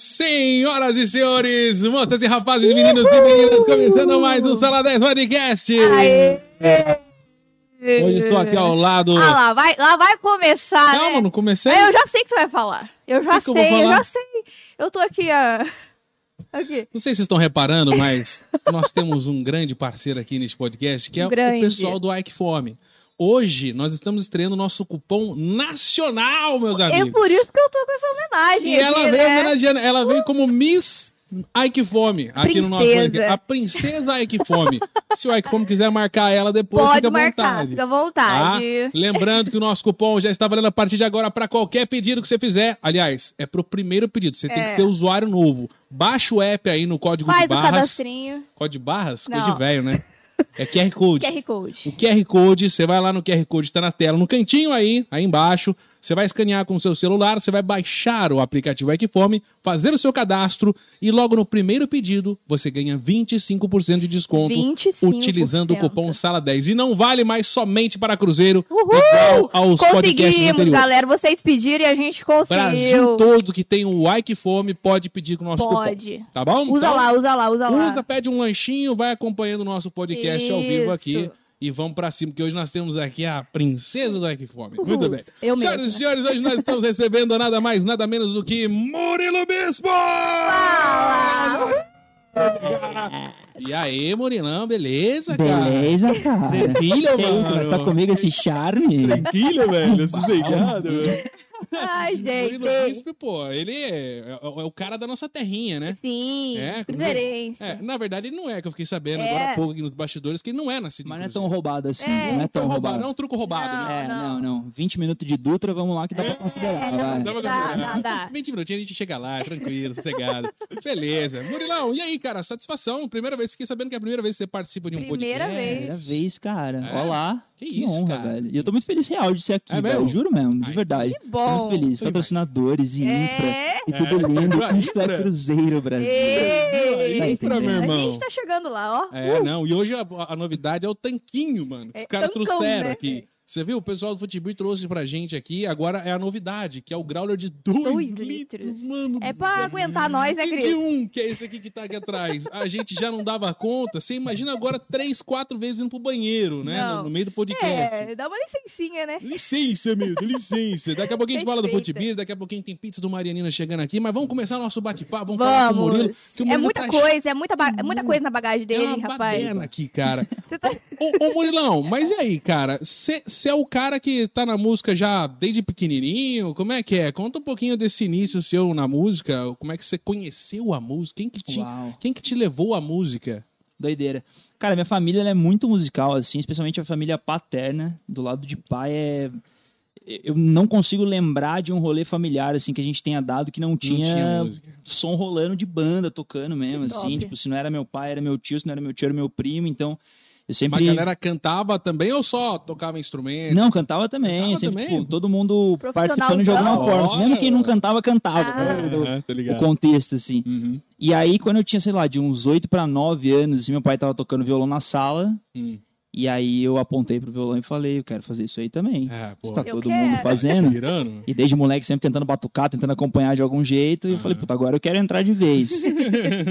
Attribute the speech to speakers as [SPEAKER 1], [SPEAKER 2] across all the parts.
[SPEAKER 1] Senhoras e senhores, moças e rapazes, meninos e meninas, começando mais um Sala 10 Podcast.
[SPEAKER 2] Aê!
[SPEAKER 1] É. Hoje estou aqui ao lado.
[SPEAKER 2] Ah lá, vai, lá vai começar,
[SPEAKER 1] Calma,
[SPEAKER 2] né?
[SPEAKER 1] não comecei?
[SPEAKER 2] Ah, Eu já sei o que você vai falar. Eu já
[SPEAKER 1] O que que eu vou
[SPEAKER 2] sei, eu,
[SPEAKER 1] falar?
[SPEAKER 2] já sei. Eu tô aqui, ah, aqui.
[SPEAKER 1] Não sei se vocês estão reparando, mas nós temos um grande parceiro aqui neste podcast, que é
[SPEAKER 2] Um grande.
[SPEAKER 1] o pessoal do Ike Fome. Hoje nós estamos estreando o nosso cupom nacional, meus
[SPEAKER 2] É
[SPEAKER 1] amigos.
[SPEAKER 2] por isso que eu tô com essa homenagem
[SPEAKER 1] E
[SPEAKER 2] aqui,
[SPEAKER 1] ela veio
[SPEAKER 2] né?
[SPEAKER 1] homenageando, ela veio como Miss Ike Fome aqui no nosso
[SPEAKER 2] Princesa.
[SPEAKER 1] podcast. A princesa Ike Fome. Se o Ike Fome quiser marcar ela depois, fica
[SPEAKER 2] Pode
[SPEAKER 1] à
[SPEAKER 2] marcar,
[SPEAKER 1] vontade.
[SPEAKER 2] fica à
[SPEAKER 1] Tá?
[SPEAKER 2] vontade.
[SPEAKER 1] Lembrando que o nosso cupom já está valendo a partir de agora para qualquer pedido que você fizer. Aliás, é pro primeiro pedido. Você tem
[SPEAKER 2] É.
[SPEAKER 1] que ter usuário novo. Baixa o app aí no código de
[SPEAKER 2] Faz o
[SPEAKER 1] barras.
[SPEAKER 2] cadastrinho.
[SPEAKER 1] Código de barras? Coisa
[SPEAKER 2] Não.
[SPEAKER 1] de velho, né? É QR Code.
[SPEAKER 2] QR Code.
[SPEAKER 1] O QR Code, você vai lá no QR Code, tá na tela, no cantinho aí, aí embaixo. Você vai escanear com o seu celular, você vai baixar o aplicativo Equiforme, fazer o seu cadastro e logo no primeiro pedido você ganha 25% de desconto
[SPEAKER 2] 25%.
[SPEAKER 1] utilizando o cupom SALA10. E não vale mais somente para Cruzeiro,
[SPEAKER 2] Uhul!
[SPEAKER 1] igual aos podcasts
[SPEAKER 2] Conseguimos,
[SPEAKER 1] anteriores.
[SPEAKER 2] galera. Vocês pediram e a gente
[SPEAKER 1] Brasil
[SPEAKER 2] conseguiu.
[SPEAKER 1] todo que tem o Equiforme pode pedir com o nosso cupom.
[SPEAKER 2] Pode.
[SPEAKER 1] Tá bom?
[SPEAKER 2] Usa
[SPEAKER 1] Então,
[SPEAKER 2] lá, usa lá, usa lá.
[SPEAKER 1] Usa, pede um lanchinho, vai acompanhando o nosso podcast ao vivo aqui.
[SPEAKER 2] Isso.
[SPEAKER 1] E vamos pra cima, porque hoje nós temos aqui a princesa do Equifome.
[SPEAKER 2] Uhul,
[SPEAKER 1] Muito bem.
[SPEAKER 2] Uhum. eu mesma.
[SPEAKER 1] Senhoras e senhores, hoje nós estamos recebendo nada mais, nada menos do que Murilo Bispo!
[SPEAKER 2] Fala!
[SPEAKER 1] E aí, Murilão, beleza, cara?
[SPEAKER 3] Beleza, cara.
[SPEAKER 1] Tranquilo,
[SPEAKER 3] Que isso, vai estar comigo esse charme?
[SPEAKER 1] Tranquilo, Tá velho. Sossegado, velho.
[SPEAKER 2] Ai,
[SPEAKER 1] Murilo
[SPEAKER 2] gente.
[SPEAKER 1] Bispo, pô, ele é, é- é o cara da nossa terrinha, né?
[SPEAKER 2] Sim,
[SPEAKER 1] É, comigo.
[SPEAKER 2] cruzeirense.
[SPEAKER 1] É, na verdade, ele não é, que eu fiquei sabendo
[SPEAKER 2] É.
[SPEAKER 1] agora há pouco aqui nos bastidores, que ele não é nascido em
[SPEAKER 3] Mas não é
[SPEAKER 1] Cruzeiro.
[SPEAKER 3] tão roubado assim,
[SPEAKER 2] É,
[SPEAKER 3] não é tão
[SPEAKER 1] Foi roubado,
[SPEAKER 3] roubado.
[SPEAKER 1] não é um truco roubado, né?
[SPEAKER 2] Não,
[SPEAKER 3] É,
[SPEAKER 2] não.
[SPEAKER 3] não, não. 20 minutos de Dutra, vamos lá que dá pra considerar, vai.
[SPEAKER 1] Dá pra
[SPEAKER 2] É, Dá,
[SPEAKER 1] considerar.
[SPEAKER 2] dá, dá.
[SPEAKER 1] 20 minutinhos, a gente chega lá, é tranquilo, sossegado. Feliz, velho. Murilão, e aí, cara? Satisfação? Primeira vez, fiquei sabendo que é a primeira vez que você participa de um
[SPEAKER 2] Primeira
[SPEAKER 1] podcast.
[SPEAKER 2] vez.
[SPEAKER 3] Primeira vez, cara.
[SPEAKER 1] É?
[SPEAKER 3] Olá.
[SPEAKER 1] Que isso,
[SPEAKER 3] honra,
[SPEAKER 1] cara.
[SPEAKER 3] velho. E eu tô muito feliz real de ser aqui,
[SPEAKER 1] É
[SPEAKER 3] velho.
[SPEAKER 1] mesmo?
[SPEAKER 3] Juro mesmo, de
[SPEAKER 1] Ai,
[SPEAKER 3] verdade.
[SPEAKER 2] Que
[SPEAKER 3] Tô
[SPEAKER 2] bom.
[SPEAKER 3] muito feliz.
[SPEAKER 1] Foi,
[SPEAKER 3] Patrocinadores e Infra.
[SPEAKER 2] É.
[SPEAKER 3] E tudo lindo.
[SPEAKER 1] Infra,
[SPEAKER 3] Isso é
[SPEAKER 1] Infra.
[SPEAKER 3] Cruzeiro, Brasil.
[SPEAKER 2] Ei.
[SPEAKER 3] Tá
[SPEAKER 1] Infra, meu
[SPEAKER 3] entendendo?
[SPEAKER 2] A
[SPEAKER 1] irmão.
[SPEAKER 2] gente tá chegando lá, ó.
[SPEAKER 1] É, não. E hoje a, a novidade é o tanquinho, mano. Que
[SPEAKER 2] É,
[SPEAKER 1] os caras
[SPEAKER 2] tancão,
[SPEAKER 1] trouxeram
[SPEAKER 2] né?
[SPEAKER 1] aqui. Você viu? O pessoal do Futebol trouxe pra gente aqui. Agora é a novidade, que é o growler de 2
[SPEAKER 2] Dois
[SPEAKER 1] litros,
[SPEAKER 2] litros.
[SPEAKER 1] mano.
[SPEAKER 2] É
[SPEAKER 1] do
[SPEAKER 2] pra
[SPEAKER 1] céu.
[SPEAKER 2] aguentar nós, né,
[SPEAKER 1] Se de
[SPEAKER 2] Cris?
[SPEAKER 1] um, que é esse aqui que tá aqui atrás, a gente já não dava conta, você imagina agora três, quatro vezes indo pro banheiro, né?
[SPEAKER 2] Não.
[SPEAKER 1] No, no meio do podcast.
[SPEAKER 2] É, dá uma licencinha, né?
[SPEAKER 1] Licença, amigo, licença. Daqui a pouquinho a gente fala do
[SPEAKER 2] Perfeita.
[SPEAKER 1] Potibir, daqui a pouquinho tem pizza do Marianina chegando aqui, mas vamos começar nosso bate-papo, vamos, falar com o Murilo.
[SPEAKER 2] Vamos.
[SPEAKER 1] que o
[SPEAKER 2] É
[SPEAKER 1] Murilo
[SPEAKER 2] muita
[SPEAKER 1] tá
[SPEAKER 2] coisa, é muita, ba- é muita coisa na bagagem
[SPEAKER 1] cheio- é
[SPEAKER 2] dele,
[SPEAKER 1] uma
[SPEAKER 2] rapaz.
[SPEAKER 1] baderna aqui, cara.
[SPEAKER 2] Você tá-
[SPEAKER 1] ô, ô, Murilão, mas e aí, cara? Você é o cara que tá na música já desde pequenininho? Como é que é? Conta um pouquinho desse início seu na música, como é que você conheceu a música, quem que te,
[SPEAKER 3] Uau.
[SPEAKER 1] quem que te levou à música?
[SPEAKER 3] Doideira. Cara, minha família ela é muito musical, assim, especialmente a família paterna, do lado de pai, é. Eu não consigo lembrar de um rolê familiar, assim, que a gente tenha dado que não
[SPEAKER 1] Não tinha
[SPEAKER 3] tinha,
[SPEAKER 1] música.
[SPEAKER 3] som rolando de banda, tocando mesmo,
[SPEAKER 2] Que
[SPEAKER 3] assim.
[SPEAKER 2] top.
[SPEAKER 3] Tipo, se não era meu pai, era meu tio, se não era meu tio, era meu primo, então. Eu sempre.
[SPEAKER 1] Mas a galera cantava também ou só tocava instrumento?
[SPEAKER 3] Não, cantava também.
[SPEAKER 1] Cantava
[SPEAKER 3] sempre,
[SPEAKER 1] também?
[SPEAKER 3] tipo, todo mundo
[SPEAKER 2] Profissionalzão.
[SPEAKER 3] participando de
[SPEAKER 2] então.
[SPEAKER 3] alguma forma. assim, Mesmo quem não
[SPEAKER 1] Olha.
[SPEAKER 3] cantava, cantava.
[SPEAKER 2] Ah.
[SPEAKER 3] tá ligado?
[SPEAKER 1] Aham, tá
[SPEAKER 3] O contexto, assim.
[SPEAKER 1] Uhum.
[SPEAKER 3] E aí, quando eu tinha, sei lá, de uns 8 pra 9 anos, assim, meu pai tava tocando violão na sala.
[SPEAKER 1] Hum.
[SPEAKER 3] E aí eu apontei pro violão e falei, eu quero fazer isso aí também.
[SPEAKER 1] É, pô. Tá
[SPEAKER 3] Está
[SPEAKER 2] Eu
[SPEAKER 3] todo
[SPEAKER 2] quero.
[SPEAKER 3] mundo fazendo.
[SPEAKER 1] Tirando?
[SPEAKER 3] E desde moleque sempre tentando batucar, tentando acompanhar de algum jeito. E eu
[SPEAKER 1] Aham.
[SPEAKER 3] falei, puta, agora eu quero entrar de vez.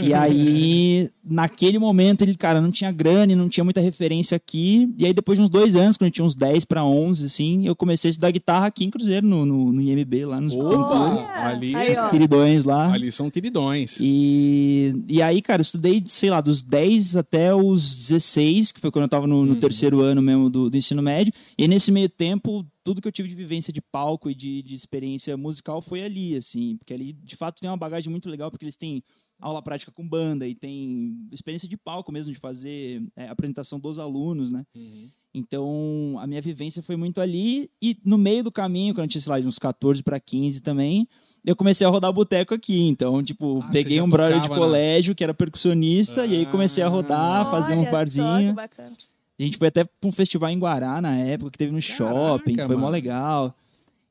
[SPEAKER 3] e aí, naquele momento, ele, cara, não tinha grana e não tinha muita referência aqui. E aí, depois de uns dois anos, quando eu tinha uns 10 pra 11, assim, eu comecei a estudar guitarra aqui em Cruzeiro, no, no, no IMB, lá nos
[SPEAKER 1] Opa!
[SPEAKER 3] Opa!
[SPEAKER 2] Olha,
[SPEAKER 1] ali-
[SPEAKER 2] aí, ó.
[SPEAKER 3] queridões lá.
[SPEAKER 1] Ali são queridões.
[SPEAKER 3] E, e aí, cara, eu estudei, sei lá, dos 10 até os 16, que foi quando eu tava no, no
[SPEAKER 1] Uhum.
[SPEAKER 3] terceiro ano mesmo do, do ensino médio. E aí, nesse meio tempo, tudo que eu tive de vivência de palco e de, de experiência musical foi ali, assim. Porque ali, de fato, tem uma bagagem muito legal, porque eles têm aula prática com banda e tem experiência de palco mesmo, de fazer é, apresentação dos alunos, né?
[SPEAKER 1] Uhum.
[SPEAKER 3] Então, a minha vivência foi muito ali. E no meio do caminho, quando eu tinha, sei lá, de uns 14 para 15 também, eu comecei a rodar boteco aqui. Então, tipo,
[SPEAKER 1] Ah, você
[SPEAKER 3] peguei
[SPEAKER 1] já
[SPEAKER 3] um brother de
[SPEAKER 1] tocava, né?
[SPEAKER 3] colégio que era percussionista, e aí comecei a rodar,
[SPEAKER 1] Ah,
[SPEAKER 3] fazer um
[SPEAKER 2] Olha só, que
[SPEAKER 3] barzinho.
[SPEAKER 2] bacana.
[SPEAKER 3] A gente foi até pra um festival em Guará na época, que teve no shopping, foi mó
[SPEAKER 1] mano.
[SPEAKER 3] legal.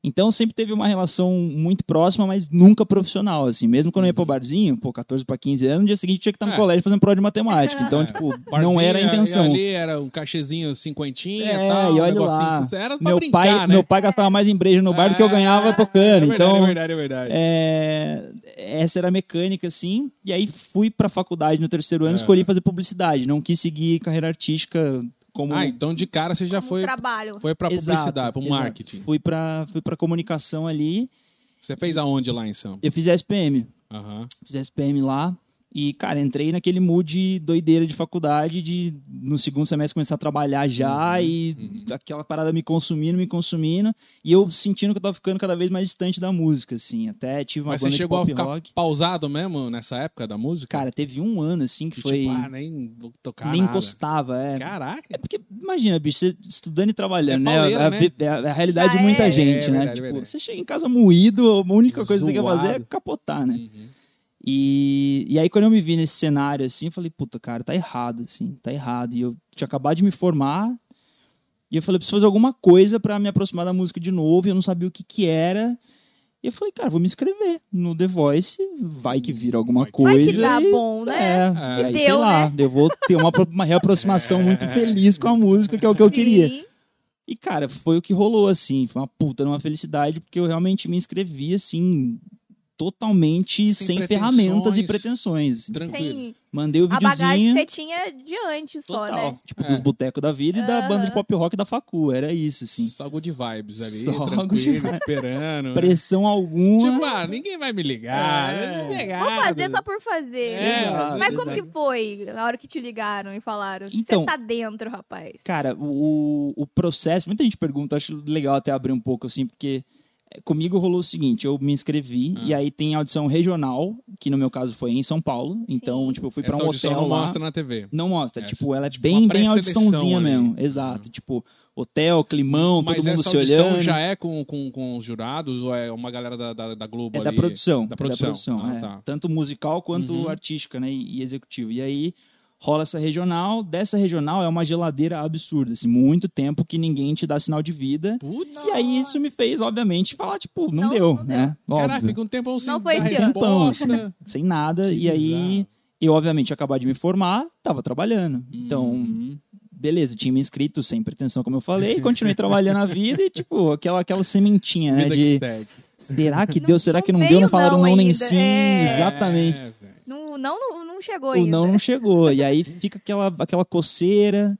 [SPEAKER 3] Então sempre teve uma relação muito próxima, mas nunca profissional, assim. Mesmo quando eu ia pro barzinho, pô, 14 pra 15 anos, no dia seguinte tinha que estar no
[SPEAKER 1] Uhum. É.
[SPEAKER 3] colégio fazendo prova de matemática. Então,
[SPEAKER 1] É.
[SPEAKER 3] tipo, não
[SPEAKER 1] Barzinho,
[SPEAKER 3] era a intenção.
[SPEAKER 1] e Ali era um cachezinho cinquentinha
[SPEAKER 3] É,
[SPEAKER 1] e tal.
[SPEAKER 3] e
[SPEAKER 1] um
[SPEAKER 3] olha
[SPEAKER 1] negocinho.
[SPEAKER 3] lá.
[SPEAKER 1] Era pra
[SPEAKER 3] Meu
[SPEAKER 1] brincar,
[SPEAKER 3] pai,
[SPEAKER 1] né?
[SPEAKER 3] meu pai gastava mais em brejo no bar do que eu
[SPEAKER 1] É.
[SPEAKER 3] ganhava tocando.
[SPEAKER 1] É verdade,
[SPEAKER 3] então,
[SPEAKER 1] é verdade, é verdade.
[SPEAKER 3] é, essa era a mecânica, assim. E aí fui pra faculdade no terceiro ano,
[SPEAKER 1] É.
[SPEAKER 3] escolhi fazer publicidade. Não quis seguir carreira artística como.
[SPEAKER 1] Ah, então de cara você já
[SPEAKER 2] Como
[SPEAKER 1] foi,
[SPEAKER 2] Um trabalho.
[SPEAKER 1] foi pra
[SPEAKER 3] um Exato,
[SPEAKER 1] publicidade, pro
[SPEAKER 3] exato.
[SPEAKER 1] marketing.
[SPEAKER 3] Fui pra, fui pra comunicação ali.
[SPEAKER 1] Você fez aonde lá em Sampa?
[SPEAKER 3] Eu fiz a SPM.
[SPEAKER 1] Aham.
[SPEAKER 3] Fiz a SPM lá. E, cara, entrei naquele mood doideira de faculdade, de no segundo semestre começar a trabalhar já
[SPEAKER 1] Uhum,
[SPEAKER 3] e
[SPEAKER 1] uhum.
[SPEAKER 3] aquela parada me consumindo, me consumindo. E eu sentindo que eu tava ficando cada vez mais distante da música, assim. Até tive uma
[SPEAKER 1] Mas você
[SPEAKER 3] banda
[SPEAKER 1] chegou a
[SPEAKER 3] de pop
[SPEAKER 1] ficar
[SPEAKER 3] rock.
[SPEAKER 1] pausado mesmo nessa época da música?
[SPEAKER 3] Cara, teve um ano, assim, que
[SPEAKER 1] que
[SPEAKER 3] foi...
[SPEAKER 1] tipo, ah, nem vou tocar
[SPEAKER 3] nem
[SPEAKER 1] nada.
[SPEAKER 3] encostava, é.
[SPEAKER 1] Caraca.
[SPEAKER 3] É porque, imagina, bicho, você estudando e trabalhando,
[SPEAKER 1] É
[SPEAKER 3] né?
[SPEAKER 1] pauleira,
[SPEAKER 3] A- a,
[SPEAKER 1] né?
[SPEAKER 3] vi- é a- é a realidade
[SPEAKER 2] Já
[SPEAKER 3] de muita
[SPEAKER 2] é.
[SPEAKER 3] gente,
[SPEAKER 1] É
[SPEAKER 3] né?
[SPEAKER 1] verdade,
[SPEAKER 3] tipo,
[SPEAKER 1] verdade.
[SPEAKER 3] você chega em casa moído, a única coisa que você quer fazer é
[SPEAKER 1] Zoado.
[SPEAKER 3] capotar, né?
[SPEAKER 1] Uhum.
[SPEAKER 3] E, e aí, quando eu me vi nesse cenário, assim, eu falei, puta, cara, tá errado, assim, tá errado. E eu tinha acabado de me formar, e eu falei, preciso fazer alguma coisa pra me aproximar da música de novo, e eu não sabia o que que era. E eu falei, cara, vou me inscrever no The Voice, vai que vira alguma
[SPEAKER 1] Vai que-
[SPEAKER 3] coisa.
[SPEAKER 2] Vai que dá
[SPEAKER 3] e-
[SPEAKER 2] bom, né?
[SPEAKER 3] É,
[SPEAKER 1] É.
[SPEAKER 3] e aí,
[SPEAKER 2] Que
[SPEAKER 3] sei
[SPEAKER 2] deu, né?
[SPEAKER 3] lá, eu vou ter uma, apro- uma reaproximação muito feliz com a música, que é o que eu queria.
[SPEAKER 2] Sim.
[SPEAKER 3] E, cara, foi o que rolou, assim. Foi uma puta numa felicidade, porque eu realmente me inscrevi, assim,
[SPEAKER 1] Sem
[SPEAKER 3] totalmente sem,
[SPEAKER 1] pretensões.
[SPEAKER 3] ferramentas e pretensões. assim.
[SPEAKER 1] Tranquilo.
[SPEAKER 2] Sem
[SPEAKER 3] Mandei o
[SPEAKER 2] a bagagem que
[SPEAKER 3] videozinho.
[SPEAKER 2] você tinha de antes só,
[SPEAKER 3] Total.
[SPEAKER 2] né?
[SPEAKER 3] Tipo,
[SPEAKER 1] É.
[SPEAKER 3] dos botecos da vida e da
[SPEAKER 2] Aham.
[SPEAKER 3] banda de pop rock da Facu. Era isso, assim.
[SPEAKER 1] Só good vibes ali,
[SPEAKER 3] Só good
[SPEAKER 1] tranquilo,
[SPEAKER 3] vibes.
[SPEAKER 1] esperando. né?
[SPEAKER 3] Pressão alguma.
[SPEAKER 1] Tipo, ah, ninguém vai me ligar.
[SPEAKER 3] É.
[SPEAKER 1] não tem
[SPEAKER 2] Vou
[SPEAKER 1] nada.
[SPEAKER 2] fazer só por fazer.
[SPEAKER 1] É,
[SPEAKER 3] Exato,
[SPEAKER 2] Mas como
[SPEAKER 3] exato.
[SPEAKER 2] que foi na hora que te ligaram e falaram?
[SPEAKER 3] Então-
[SPEAKER 2] você tá dentro, rapaz.
[SPEAKER 3] Cara, o, o processo, muita gente pergunta, acho legal até abrir um pouco assim, porque eh, comigo rolou o seguinte, eu me inscrevi
[SPEAKER 1] Ah.
[SPEAKER 3] e aí tem audição regional, que no meu caso foi em São Paulo, então
[SPEAKER 2] Sim.
[SPEAKER 3] tipo, eu fui pra
[SPEAKER 1] Essa
[SPEAKER 3] um
[SPEAKER 1] audição
[SPEAKER 3] hotel
[SPEAKER 1] não
[SPEAKER 3] lá.
[SPEAKER 1] mostra na TV.
[SPEAKER 3] Não mostra,
[SPEAKER 1] Essa,
[SPEAKER 3] tipo, ela é
[SPEAKER 1] tipo,
[SPEAKER 3] bem,
[SPEAKER 1] uma
[SPEAKER 3] bem
[SPEAKER 1] pré-seleção
[SPEAKER 3] audiçãozinha
[SPEAKER 1] ali. Uhum.
[SPEAKER 3] mesmo, exato, tipo, hotel, climão, todo
[SPEAKER 1] Mas
[SPEAKER 3] mundo
[SPEAKER 1] essa
[SPEAKER 3] se
[SPEAKER 1] audição
[SPEAKER 3] olhando.
[SPEAKER 1] já é com, com, com os jurados ou é uma galera da, da, da Globo
[SPEAKER 3] É
[SPEAKER 1] ali?
[SPEAKER 3] da produção.
[SPEAKER 1] Da
[SPEAKER 3] é
[SPEAKER 1] produção. Ah,
[SPEAKER 3] é.
[SPEAKER 1] tá.
[SPEAKER 3] Tanto musical quanto
[SPEAKER 1] Uhum.
[SPEAKER 3] artística, né? E, e executivo. E aí rola essa regional. Dessa regional é uma geladeira absurda, assim, muito tempo que ninguém te dá sinal de vida.
[SPEAKER 1] Putz.
[SPEAKER 3] E aí isso me fez, obviamente, falar, tipo, não,
[SPEAKER 2] Não,
[SPEAKER 3] deu,
[SPEAKER 2] não
[SPEAKER 3] né?
[SPEAKER 1] Caraca,
[SPEAKER 3] Óbvio.
[SPEAKER 1] fica um tempão sem
[SPEAKER 2] Não foi
[SPEAKER 1] dar
[SPEAKER 2] esse ano.
[SPEAKER 3] Tempão,
[SPEAKER 1] resposta.
[SPEAKER 3] Sem nada. E aí, eu, obviamente, ia acabar de me formar, tava trabalhando. Então,
[SPEAKER 1] Uhum.
[SPEAKER 3] beleza, tinha me inscrito sem pretensão, como eu falei, continuei trabalhando a vida e, tipo, aquela, aquela sementinha, né?
[SPEAKER 1] Vida que
[SPEAKER 3] De
[SPEAKER 1] segue.
[SPEAKER 3] será que
[SPEAKER 2] Não-
[SPEAKER 3] deu? Será
[SPEAKER 2] não
[SPEAKER 3] que não deu?
[SPEAKER 2] veio
[SPEAKER 3] Não falaram
[SPEAKER 2] não
[SPEAKER 3] não, nem
[SPEAKER 2] ainda,
[SPEAKER 3] sim.
[SPEAKER 2] é.
[SPEAKER 3] Exatamente.
[SPEAKER 1] É, velho.
[SPEAKER 2] Não, não, não- não chegou
[SPEAKER 3] O
[SPEAKER 2] ainda.
[SPEAKER 3] não não chegou. E aí fica aquela, aquela coceira.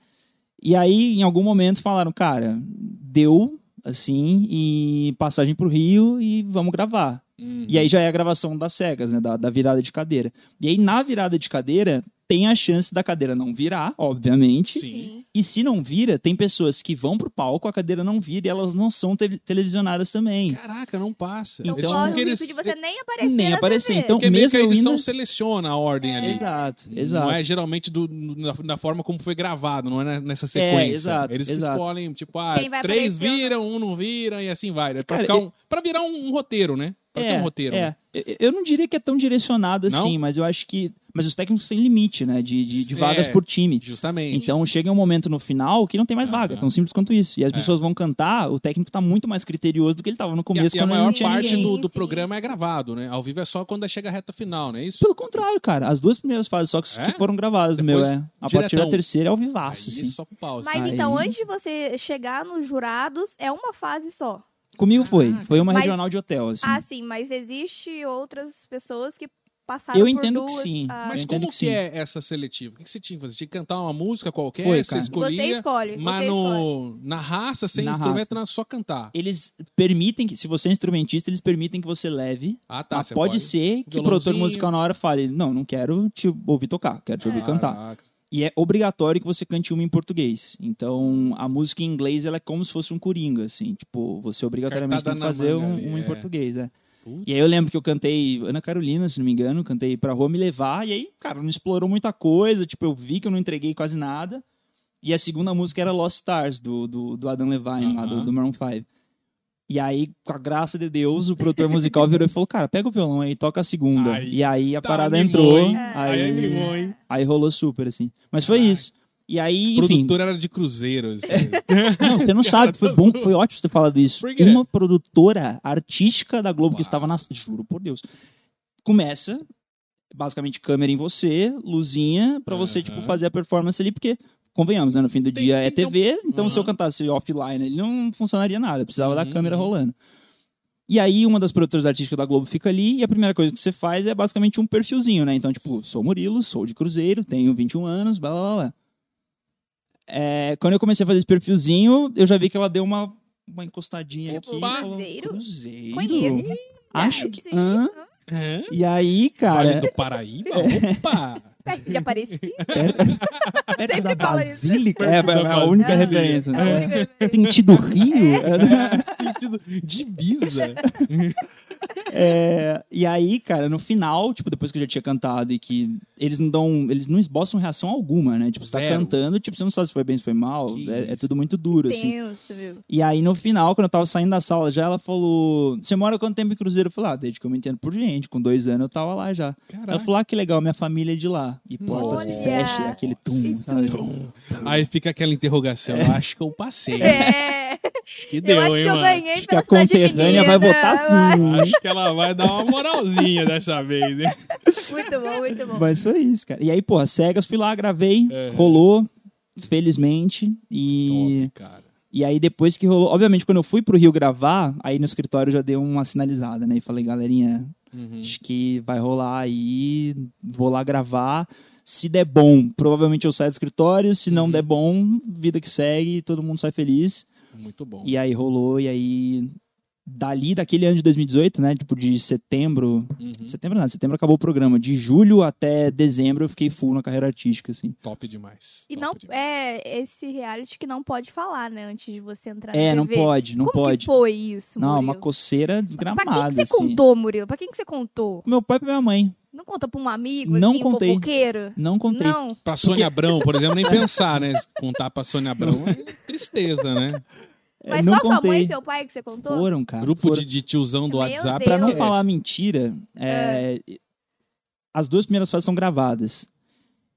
[SPEAKER 3] E aí, em algum momento, falaram, cara, deu, assim, e passagem pro Rio e vamos gravar.
[SPEAKER 1] Uhum.
[SPEAKER 3] E aí já é a gravação das cegas, né? Da, da virada de cadeira. E aí, na virada de cadeira, tem a chance da cadeira não virar, obviamente.
[SPEAKER 1] Sim.
[SPEAKER 3] E se não vira, tem pessoas que vão pro palco, a cadeira não vira e elas não são te- televisionadas também.
[SPEAKER 1] Caraca, não passa.
[SPEAKER 3] Então, é,
[SPEAKER 2] Então,
[SPEAKER 1] Eles-
[SPEAKER 2] corre o
[SPEAKER 1] porque
[SPEAKER 2] risco
[SPEAKER 1] eles-
[SPEAKER 2] de você nem aparecer
[SPEAKER 3] nem
[SPEAKER 2] na
[SPEAKER 3] aparecer,
[SPEAKER 2] TV.
[SPEAKER 3] então-
[SPEAKER 1] Porque meio que a
[SPEAKER 3] mesmo eu
[SPEAKER 1] edição
[SPEAKER 3] ainda-
[SPEAKER 1] seleciona a ordem ali.
[SPEAKER 3] Exato,
[SPEAKER 1] Não
[SPEAKER 3] exato.
[SPEAKER 1] é geralmente do, na, na forma como foi gravado, não é na- nessa sequência.
[SPEAKER 3] É, exato,
[SPEAKER 1] Eles que
[SPEAKER 3] exato.
[SPEAKER 1] escolhem, tipo, ah,
[SPEAKER 2] Quem vai
[SPEAKER 1] três
[SPEAKER 2] aparecer ou não.
[SPEAKER 1] viram, um não viram, e assim vai. né? Pra,
[SPEAKER 3] Cara,
[SPEAKER 1] ficar
[SPEAKER 3] eu-
[SPEAKER 1] um- pra virar um, um roteiro, né? Pra ter um roteiro. né?
[SPEAKER 3] É. Eu- Eu não diria que é tão direcionado
[SPEAKER 1] Não?
[SPEAKER 3] assim, mas eu acho que. Mas os técnicos têm limite, né? De, de, de
[SPEAKER 1] É.
[SPEAKER 3] vagas por time.
[SPEAKER 1] Justamente.
[SPEAKER 3] Então chega um momento no final que não tem mais
[SPEAKER 1] Aham.
[SPEAKER 3] vaga, tão simples quanto isso. E as
[SPEAKER 1] É.
[SPEAKER 3] pessoas vão cantar, o técnico tá muito mais criterioso do que ele tava
[SPEAKER 1] E
[SPEAKER 3] no
[SPEAKER 1] a,
[SPEAKER 3] começo,
[SPEAKER 1] e a
[SPEAKER 3] quando não
[SPEAKER 1] maior
[SPEAKER 3] tinha
[SPEAKER 1] parte
[SPEAKER 3] ninguém.
[SPEAKER 1] do, do
[SPEAKER 2] Sim.
[SPEAKER 1] programa é gravado, né? Ao vivo é só quando chega a reta final, não é isso?
[SPEAKER 3] Pelo contrário, cara. As duas primeiras fases só que,
[SPEAKER 1] É?
[SPEAKER 3] que foram gravadas,
[SPEAKER 1] Depois,
[SPEAKER 3] meu, é. A partir da
[SPEAKER 1] diretão.
[SPEAKER 3] terceira é o
[SPEAKER 1] Aí,
[SPEAKER 3] vivaço, assim.
[SPEAKER 1] só com pausa.
[SPEAKER 2] Mas
[SPEAKER 3] Aí-
[SPEAKER 2] então, antes de você chegar nos jurados, é uma fase só.
[SPEAKER 3] Comigo foi. Foi uma
[SPEAKER 2] Mas-
[SPEAKER 3] regional de hotel, assim.
[SPEAKER 2] Ah, sim, mas existe outras pessoas que passaram
[SPEAKER 3] Eu
[SPEAKER 2] por
[SPEAKER 3] entendo que
[SPEAKER 2] duas...
[SPEAKER 3] sim.
[SPEAKER 2] ah,
[SPEAKER 1] Mas
[SPEAKER 3] entendo
[SPEAKER 1] como
[SPEAKER 3] que
[SPEAKER 1] que
[SPEAKER 3] sim.
[SPEAKER 1] é essa seletiva? O que que você tinha que fazer? Tinha que cantar uma música qualquer,
[SPEAKER 3] Foi,
[SPEAKER 1] você
[SPEAKER 3] cara.
[SPEAKER 1] escolhia,
[SPEAKER 3] né?
[SPEAKER 2] Você escolhe,
[SPEAKER 1] mas
[SPEAKER 2] você escolhe.
[SPEAKER 1] no, na raça, sem
[SPEAKER 3] Na
[SPEAKER 1] instrumento,
[SPEAKER 3] raça.
[SPEAKER 1] na- só cantar.
[SPEAKER 3] Eles permitem que, se você é instrumentista, eles permitem que você leve.
[SPEAKER 1] Ah, tá.
[SPEAKER 3] mas
[SPEAKER 1] você
[SPEAKER 3] pode, ser que o produtor
[SPEAKER 1] Violãozinho.
[SPEAKER 3] musical na hora fale: Não, não quero te ouvir tocar, quero te ouvir
[SPEAKER 1] Ah.
[SPEAKER 3] cantar.
[SPEAKER 1] Caraca.
[SPEAKER 3] E é obrigatório que você cante uma em português. Então, a música em inglês ela é como se fosse um coringa, assim. Tipo, você obrigatoriamente
[SPEAKER 1] Cartada
[SPEAKER 3] tem que
[SPEAKER 1] na
[SPEAKER 3] fazer
[SPEAKER 1] tá manga
[SPEAKER 3] um,
[SPEAKER 1] ali,
[SPEAKER 3] um em
[SPEAKER 1] é.
[SPEAKER 3] português, é.
[SPEAKER 1] Putz.
[SPEAKER 3] E aí eu lembro que eu cantei Ana Carolina, se não me engano, cantei Pra Rua Me Levar, e aí, cara, não explorou muita coisa, tipo, eu vi que eu não entreguei quase nada. E a segunda música era Lost Stars, do, do, do Adam Levine, lá do,
[SPEAKER 1] Aham.
[SPEAKER 3] do Maroon 5. E aí, com a graça de Deus, o produtor musical virou e falou, cara, pega o violão aí, toca a segunda.
[SPEAKER 1] Aí
[SPEAKER 3] e aí a
[SPEAKER 1] tá,
[SPEAKER 3] parada
[SPEAKER 1] mimou,
[SPEAKER 3] entrou,
[SPEAKER 1] hein?
[SPEAKER 2] É.
[SPEAKER 3] aí,
[SPEAKER 1] mimou, hein?
[SPEAKER 3] aí rolou super, assim. Mas foi
[SPEAKER 1] Caraca.
[SPEAKER 3] isso. E aí, enfim. É.
[SPEAKER 1] Produtora era de assim. cruzeiros.
[SPEAKER 3] Não, você não
[SPEAKER 1] Cara,
[SPEAKER 3] sabe. Foi
[SPEAKER 1] tá
[SPEAKER 3] bom,
[SPEAKER 1] zoando.
[SPEAKER 3] foi ótimo você ter falado isso.
[SPEAKER 1] Por quê?
[SPEAKER 3] Uma produtora artística da Globo que
[SPEAKER 1] Uau.
[SPEAKER 3] estava na. Juro por Deus. Começa, basicamente, câmera em você, luzinha, pra você,
[SPEAKER 1] Aham.
[SPEAKER 3] tipo, fazer a performance ali, porque. Convenhamos, né? No fim do
[SPEAKER 1] Tem-
[SPEAKER 3] dia
[SPEAKER 1] tem
[SPEAKER 3] é
[SPEAKER 1] que ter um-
[SPEAKER 3] TV, então se eu
[SPEAKER 1] Aham.
[SPEAKER 3] cantasse offline, ele não funcionaria nada, precisava da
[SPEAKER 1] Uhum,
[SPEAKER 3] câmera
[SPEAKER 1] uhum.
[SPEAKER 3] rolando. E aí, uma das produtoras artísticas da Globo fica ali, e a primeira coisa que você faz é basicamente um perfilzinho, né? Então, tipo, sou Murilo, sou de Cruzeiro, tenho 21 anos, blá blá blá, blá. É, quando eu comecei a fazer esse perfilzinho, eu já vi que ela deu uma, uma encostadinha aqui.
[SPEAKER 2] Tipo, Cruzeiro?
[SPEAKER 3] Cruzeiro?
[SPEAKER 2] Conheço.
[SPEAKER 3] Acho que.
[SPEAKER 2] Sim.
[SPEAKER 3] Hã?
[SPEAKER 1] Hã?
[SPEAKER 3] E aí,
[SPEAKER 1] Vale
[SPEAKER 3] cara, é.
[SPEAKER 1] do Paraíba? Opa!
[SPEAKER 2] Perto de Aparecida.
[SPEAKER 3] perto da
[SPEAKER 2] sempre fala isso.
[SPEAKER 3] Basílica? É,
[SPEAKER 1] Perto da
[SPEAKER 3] é a
[SPEAKER 2] Basílica.
[SPEAKER 3] única referência,
[SPEAKER 2] É
[SPEAKER 3] né?
[SPEAKER 2] a única-
[SPEAKER 3] Sentido Rio?
[SPEAKER 1] Sentido divisa.
[SPEAKER 3] É, e aí, cara, no final, tipo, depois que eu já tinha cantado e que eles não dão. Eles não esboçam reação alguma, né? Tipo, você tá
[SPEAKER 1] Zero.
[SPEAKER 3] cantando, tipo, você não sabe se foi bem, se foi mal.
[SPEAKER 1] Que
[SPEAKER 3] É, é
[SPEAKER 1] isso.
[SPEAKER 3] tudo muito duro, assim.
[SPEAKER 2] Tenso, viu?
[SPEAKER 3] E aí, no final, quando eu tava saindo da sala já, ela falou: Você mora quanto tempo em Cruzeiro? Eu falei: Ah, desde que eu me entendo por gente, com dois anos eu tava lá já. Ela
[SPEAKER 1] Caraca.
[SPEAKER 3] falou: Ah, que legal, minha família é de lá. E porta se
[SPEAKER 2] Hum. Olha!
[SPEAKER 3] fecha, e aquele tum. sabe?
[SPEAKER 1] Aí fica aquela interrogação. Eu acho que eu passei.
[SPEAKER 2] É.
[SPEAKER 1] Acho que
[SPEAKER 2] eu
[SPEAKER 1] deu,
[SPEAKER 2] acho
[SPEAKER 1] hein,
[SPEAKER 2] que eu
[SPEAKER 1] mano?
[SPEAKER 2] ganhei
[SPEAKER 3] Acho que a
[SPEAKER 2] pela cidade
[SPEAKER 3] conterrânea vai
[SPEAKER 2] menina,
[SPEAKER 3] votar
[SPEAKER 2] vai.
[SPEAKER 3] sim.
[SPEAKER 1] Acho que ela vai dar uma moralzinha dessa vez, hein?
[SPEAKER 2] Muito bom, muito bom.
[SPEAKER 3] Mas foi isso, cara. E aí, porra, cegas, fui lá, gravei,
[SPEAKER 1] É.
[SPEAKER 3] rolou, felizmente. E.
[SPEAKER 1] Top, cara.
[SPEAKER 3] E aí depois que rolou, obviamente quando eu fui pro Rio gravar, aí no escritório eu já dei uma sinalizada, né? E falei, galerinha,
[SPEAKER 1] Uhum.
[SPEAKER 3] acho que vai rolar aí, vou lá gravar. Se der bom, provavelmente eu saio do escritório, se não
[SPEAKER 1] Uhum.
[SPEAKER 3] der bom, vida que segue, todo mundo sai feliz.
[SPEAKER 1] Muito bom.
[SPEAKER 3] E aí rolou, e aí dali daquele ano de 2018, né, tipo de setembro,
[SPEAKER 1] Uhum.
[SPEAKER 3] setembro não, setembro acabou o programa, de julho até dezembro eu fiquei full na carreira artística assim.
[SPEAKER 1] Top demais.
[SPEAKER 2] E
[SPEAKER 1] Top
[SPEAKER 2] não
[SPEAKER 1] demais.
[SPEAKER 2] é esse reality que não pode falar, né? Antes de você entrar na
[SPEAKER 3] É, não
[SPEAKER 2] TV.
[SPEAKER 3] pode, não
[SPEAKER 2] Como
[SPEAKER 3] pode.
[SPEAKER 2] que foi isso,
[SPEAKER 3] Não, é
[SPEAKER 2] Murilo?
[SPEAKER 3] uma coceira
[SPEAKER 2] Pra quem
[SPEAKER 3] desgramada
[SPEAKER 2] que você
[SPEAKER 3] assim.
[SPEAKER 2] contou, Murilo? Pra quem que você contou?
[SPEAKER 3] Meu pai e pra minha mãe.
[SPEAKER 2] Não conta pra um amigo,
[SPEAKER 3] Não
[SPEAKER 2] assim,
[SPEAKER 3] contei.
[SPEAKER 2] fofoqueiro?
[SPEAKER 3] Não contei.
[SPEAKER 2] Não.
[SPEAKER 1] Pra Sônia Abrão, por exemplo, nem pensar, né? Contar pra Sônia Abrão é tristeza, né?
[SPEAKER 3] É,
[SPEAKER 2] Mas
[SPEAKER 3] não
[SPEAKER 2] só sua
[SPEAKER 3] contei.
[SPEAKER 2] mãe e seu pai que você contou?
[SPEAKER 3] Foram, cara.
[SPEAKER 1] Grupo
[SPEAKER 3] foram.
[SPEAKER 1] de, de tiozão do
[SPEAKER 2] Meu
[SPEAKER 1] WhatsApp.
[SPEAKER 2] Deus.
[SPEAKER 3] Pra não
[SPEAKER 1] é-
[SPEAKER 3] falar mentira, é, as duas primeiras fases são gravadas.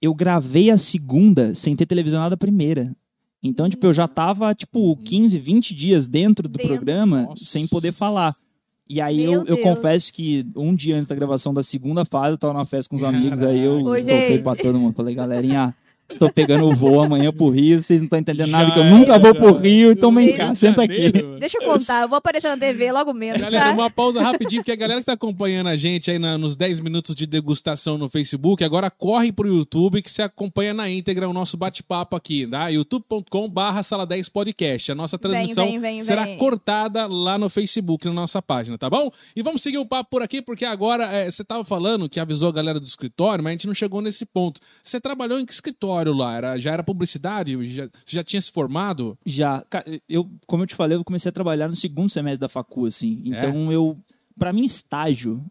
[SPEAKER 3] Eu gravei a segunda sem ter televisionado a primeira. Então, tipo, eu já tava, tipo, 15, 20 dias dentro do
[SPEAKER 2] Dentro.
[SPEAKER 3] programa
[SPEAKER 1] Nossa.
[SPEAKER 3] sem poder falar. E aí
[SPEAKER 2] Meu
[SPEAKER 3] eu, eu
[SPEAKER 2] Deus.
[SPEAKER 3] confesso que um dia antes da gravação da segunda fase, eu tava numa festa com os amigos, aí eu
[SPEAKER 2] Caraca. Ô,
[SPEAKER 3] contei
[SPEAKER 2] gente.
[SPEAKER 3] pra todo mundo. Falei, galerinha, tô pegando o voo amanhã pro Rio, vocês não estão entendendo nada,
[SPEAKER 1] Já
[SPEAKER 3] que eu nunca vou
[SPEAKER 1] era.
[SPEAKER 3] pro Rio, então vem cá,
[SPEAKER 1] Rio de
[SPEAKER 3] senta aqui.
[SPEAKER 1] Janeiro.
[SPEAKER 2] Deixa eu contar, eu vou aparecer na TV logo menos,
[SPEAKER 1] Galera,
[SPEAKER 2] tá?
[SPEAKER 1] uma pausa rapidinho, porque a galera que tá acompanhando a gente aí na- nos 10 minutos de degustação no Facebook, agora corre pro YouTube que você acompanha na íntegra o nosso bate-papo aqui, tá? youtube.com barra sala 10 podcast. A nossa transmissão
[SPEAKER 2] vem, vem,
[SPEAKER 1] será
[SPEAKER 2] vem.
[SPEAKER 1] cortada lá no Facebook, na nossa página, tá bom? E vamos seguir o papo por aqui, porque agora é, você tava falando que avisou a galera do escritório, mas a gente não chegou nesse ponto. Você trabalhou em que escritório lá? Era, já era publicidade? Já, você já tinha se formado?
[SPEAKER 3] Já, Ca- eu, como eu te falei, eu comecei a trabalhar no segundo semestre da facu, assim.
[SPEAKER 1] É?
[SPEAKER 3] Então eu, para mim estágio,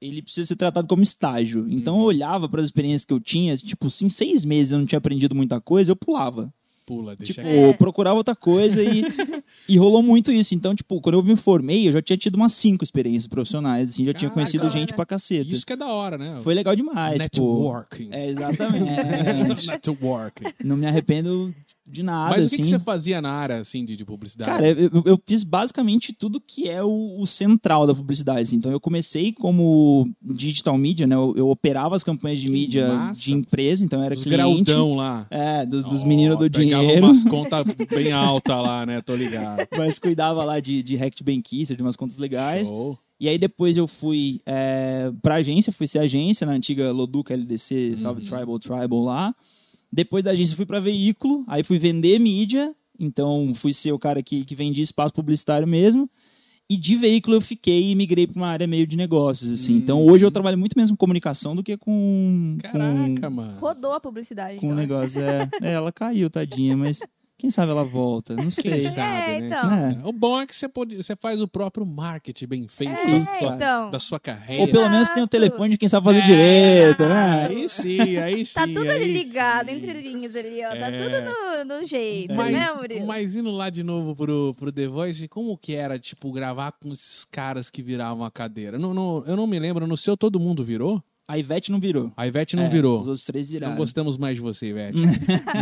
[SPEAKER 3] ele precisa ser tratado como estágio. Então eu
[SPEAKER 1] Uhum.
[SPEAKER 3] olhava para as experiências que eu tinha, tipo, se em seis meses eu não tinha aprendido muita coisa, eu pulava.
[SPEAKER 1] Pula, deixa
[SPEAKER 3] tipo,
[SPEAKER 1] aqui.
[SPEAKER 2] É.
[SPEAKER 3] procurava outra coisa e, e rolou muito isso. Então, tipo, quando eu me formei, eu já tinha tido umas cinco experiências profissionais, assim, já tinha
[SPEAKER 1] Caraca,
[SPEAKER 3] conhecido
[SPEAKER 2] da
[SPEAKER 3] gente
[SPEAKER 2] hora.
[SPEAKER 3] pra caceta.
[SPEAKER 1] Isso que é da hora, né?
[SPEAKER 3] Foi legal demais, tipo...
[SPEAKER 1] Networking.
[SPEAKER 3] É, exatamente.
[SPEAKER 1] Networking.
[SPEAKER 3] não me arrependo de nada,
[SPEAKER 1] Mas o
[SPEAKER 3] assim.
[SPEAKER 1] que, que você fazia na área, assim, de, de publicidade?
[SPEAKER 3] Cara, eu, eu- eu fiz basicamente tudo que é o, o central da publicidade. assim. Então, eu comecei como digital media, né? Eu, eu operava as campanhas de
[SPEAKER 1] Que
[SPEAKER 3] mídia
[SPEAKER 1] massa.
[SPEAKER 3] de empresa, então eu era
[SPEAKER 1] Os
[SPEAKER 3] cliente.
[SPEAKER 1] graudão lá.
[SPEAKER 3] É, dos, dos
[SPEAKER 1] Ó,
[SPEAKER 3] meninos do
[SPEAKER 1] pegava
[SPEAKER 3] dinheiro.
[SPEAKER 1] umas contas bem altas lá, né? Tô ligado.
[SPEAKER 3] Mas cuidava lá de, de hack de benquice, de umas contas legais.
[SPEAKER 1] Show.
[SPEAKER 3] E aí depois eu fui é, pra agência, fui ser agência na antiga Loduca LDC, salve
[SPEAKER 1] Uhum.
[SPEAKER 3] Tribal Tribal lá. Depois da agência eu fui pra veículo, aí fui vender mídia, então fui ser o cara que, que vendia espaço publicitário mesmo. E de veículo eu fiquei e migrei pra uma área meio de negócios, assim.
[SPEAKER 1] Hum.
[SPEAKER 3] Então hoje eu trabalho muito menos com comunicação do que com.
[SPEAKER 1] Caraca, mano.
[SPEAKER 2] Rodou a publicidade,
[SPEAKER 3] Com, com
[SPEAKER 2] então.
[SPEAKER 3] negócio. É, É, ela caiu, tadinha, mas quem sabe ela volta, não
[SPEAKER 1] Quem
[SPEAKER 3] sei.
[SPEAKER 1] sabe, né?
[SPEAKER 2] É, então.
[SPEAKER 3] É.
[SPEAKER 1] O bom é que você, pode, você faz o próprio marketing bem feito
[SPEAKER 2] É,
[SPEAKER 1] da, sua,
[SPEAKER 2] então.
[SPEAKER 1] da sua
[SPEAKER 3] É. Ou
[SPEAKER 1] carreira.
[SPEAKER 3] pelo menos tem o
[SPEAKER 2] Exato.
[SPEAKER 3] telefone de quem sabe fazer
[SPEAKER 1] É,
[SPEAKER 3] direito, né?
[SPEAKER 1] Aí sim, aí sim.
[SPEAKER 2] Tá tudo
[SPEAKER 1] aí
[SPEAKER 2] ali ligado,
[SPEAKER 1] sim.
[SPEAKER 2] entre linhas ali, ó. Tá
[SPEAKER 1] É.
[SPEAKER 2] tudo no, no jeito, né,
[SPEAKER 1] Mas,
[SPEAKER 2] Murilo?
[SPEAKER 1] mas indo lá de novo pro, pro The Voice, como que era, tipo, gravar com esses caras que viravam a cadeira? Não, não, eu não me lembro, no seu todo mundo virou?
[SPEAKER 3] A Ivete não virou.
[SPEAKER 1] A Ivete não
[SPEAKER 3] É, Os
[SPEAKER 1] virou.
[SPEAKER 3] outros três viraram.
[SPEAKER 1] Não gostamos mais de você, Ivete.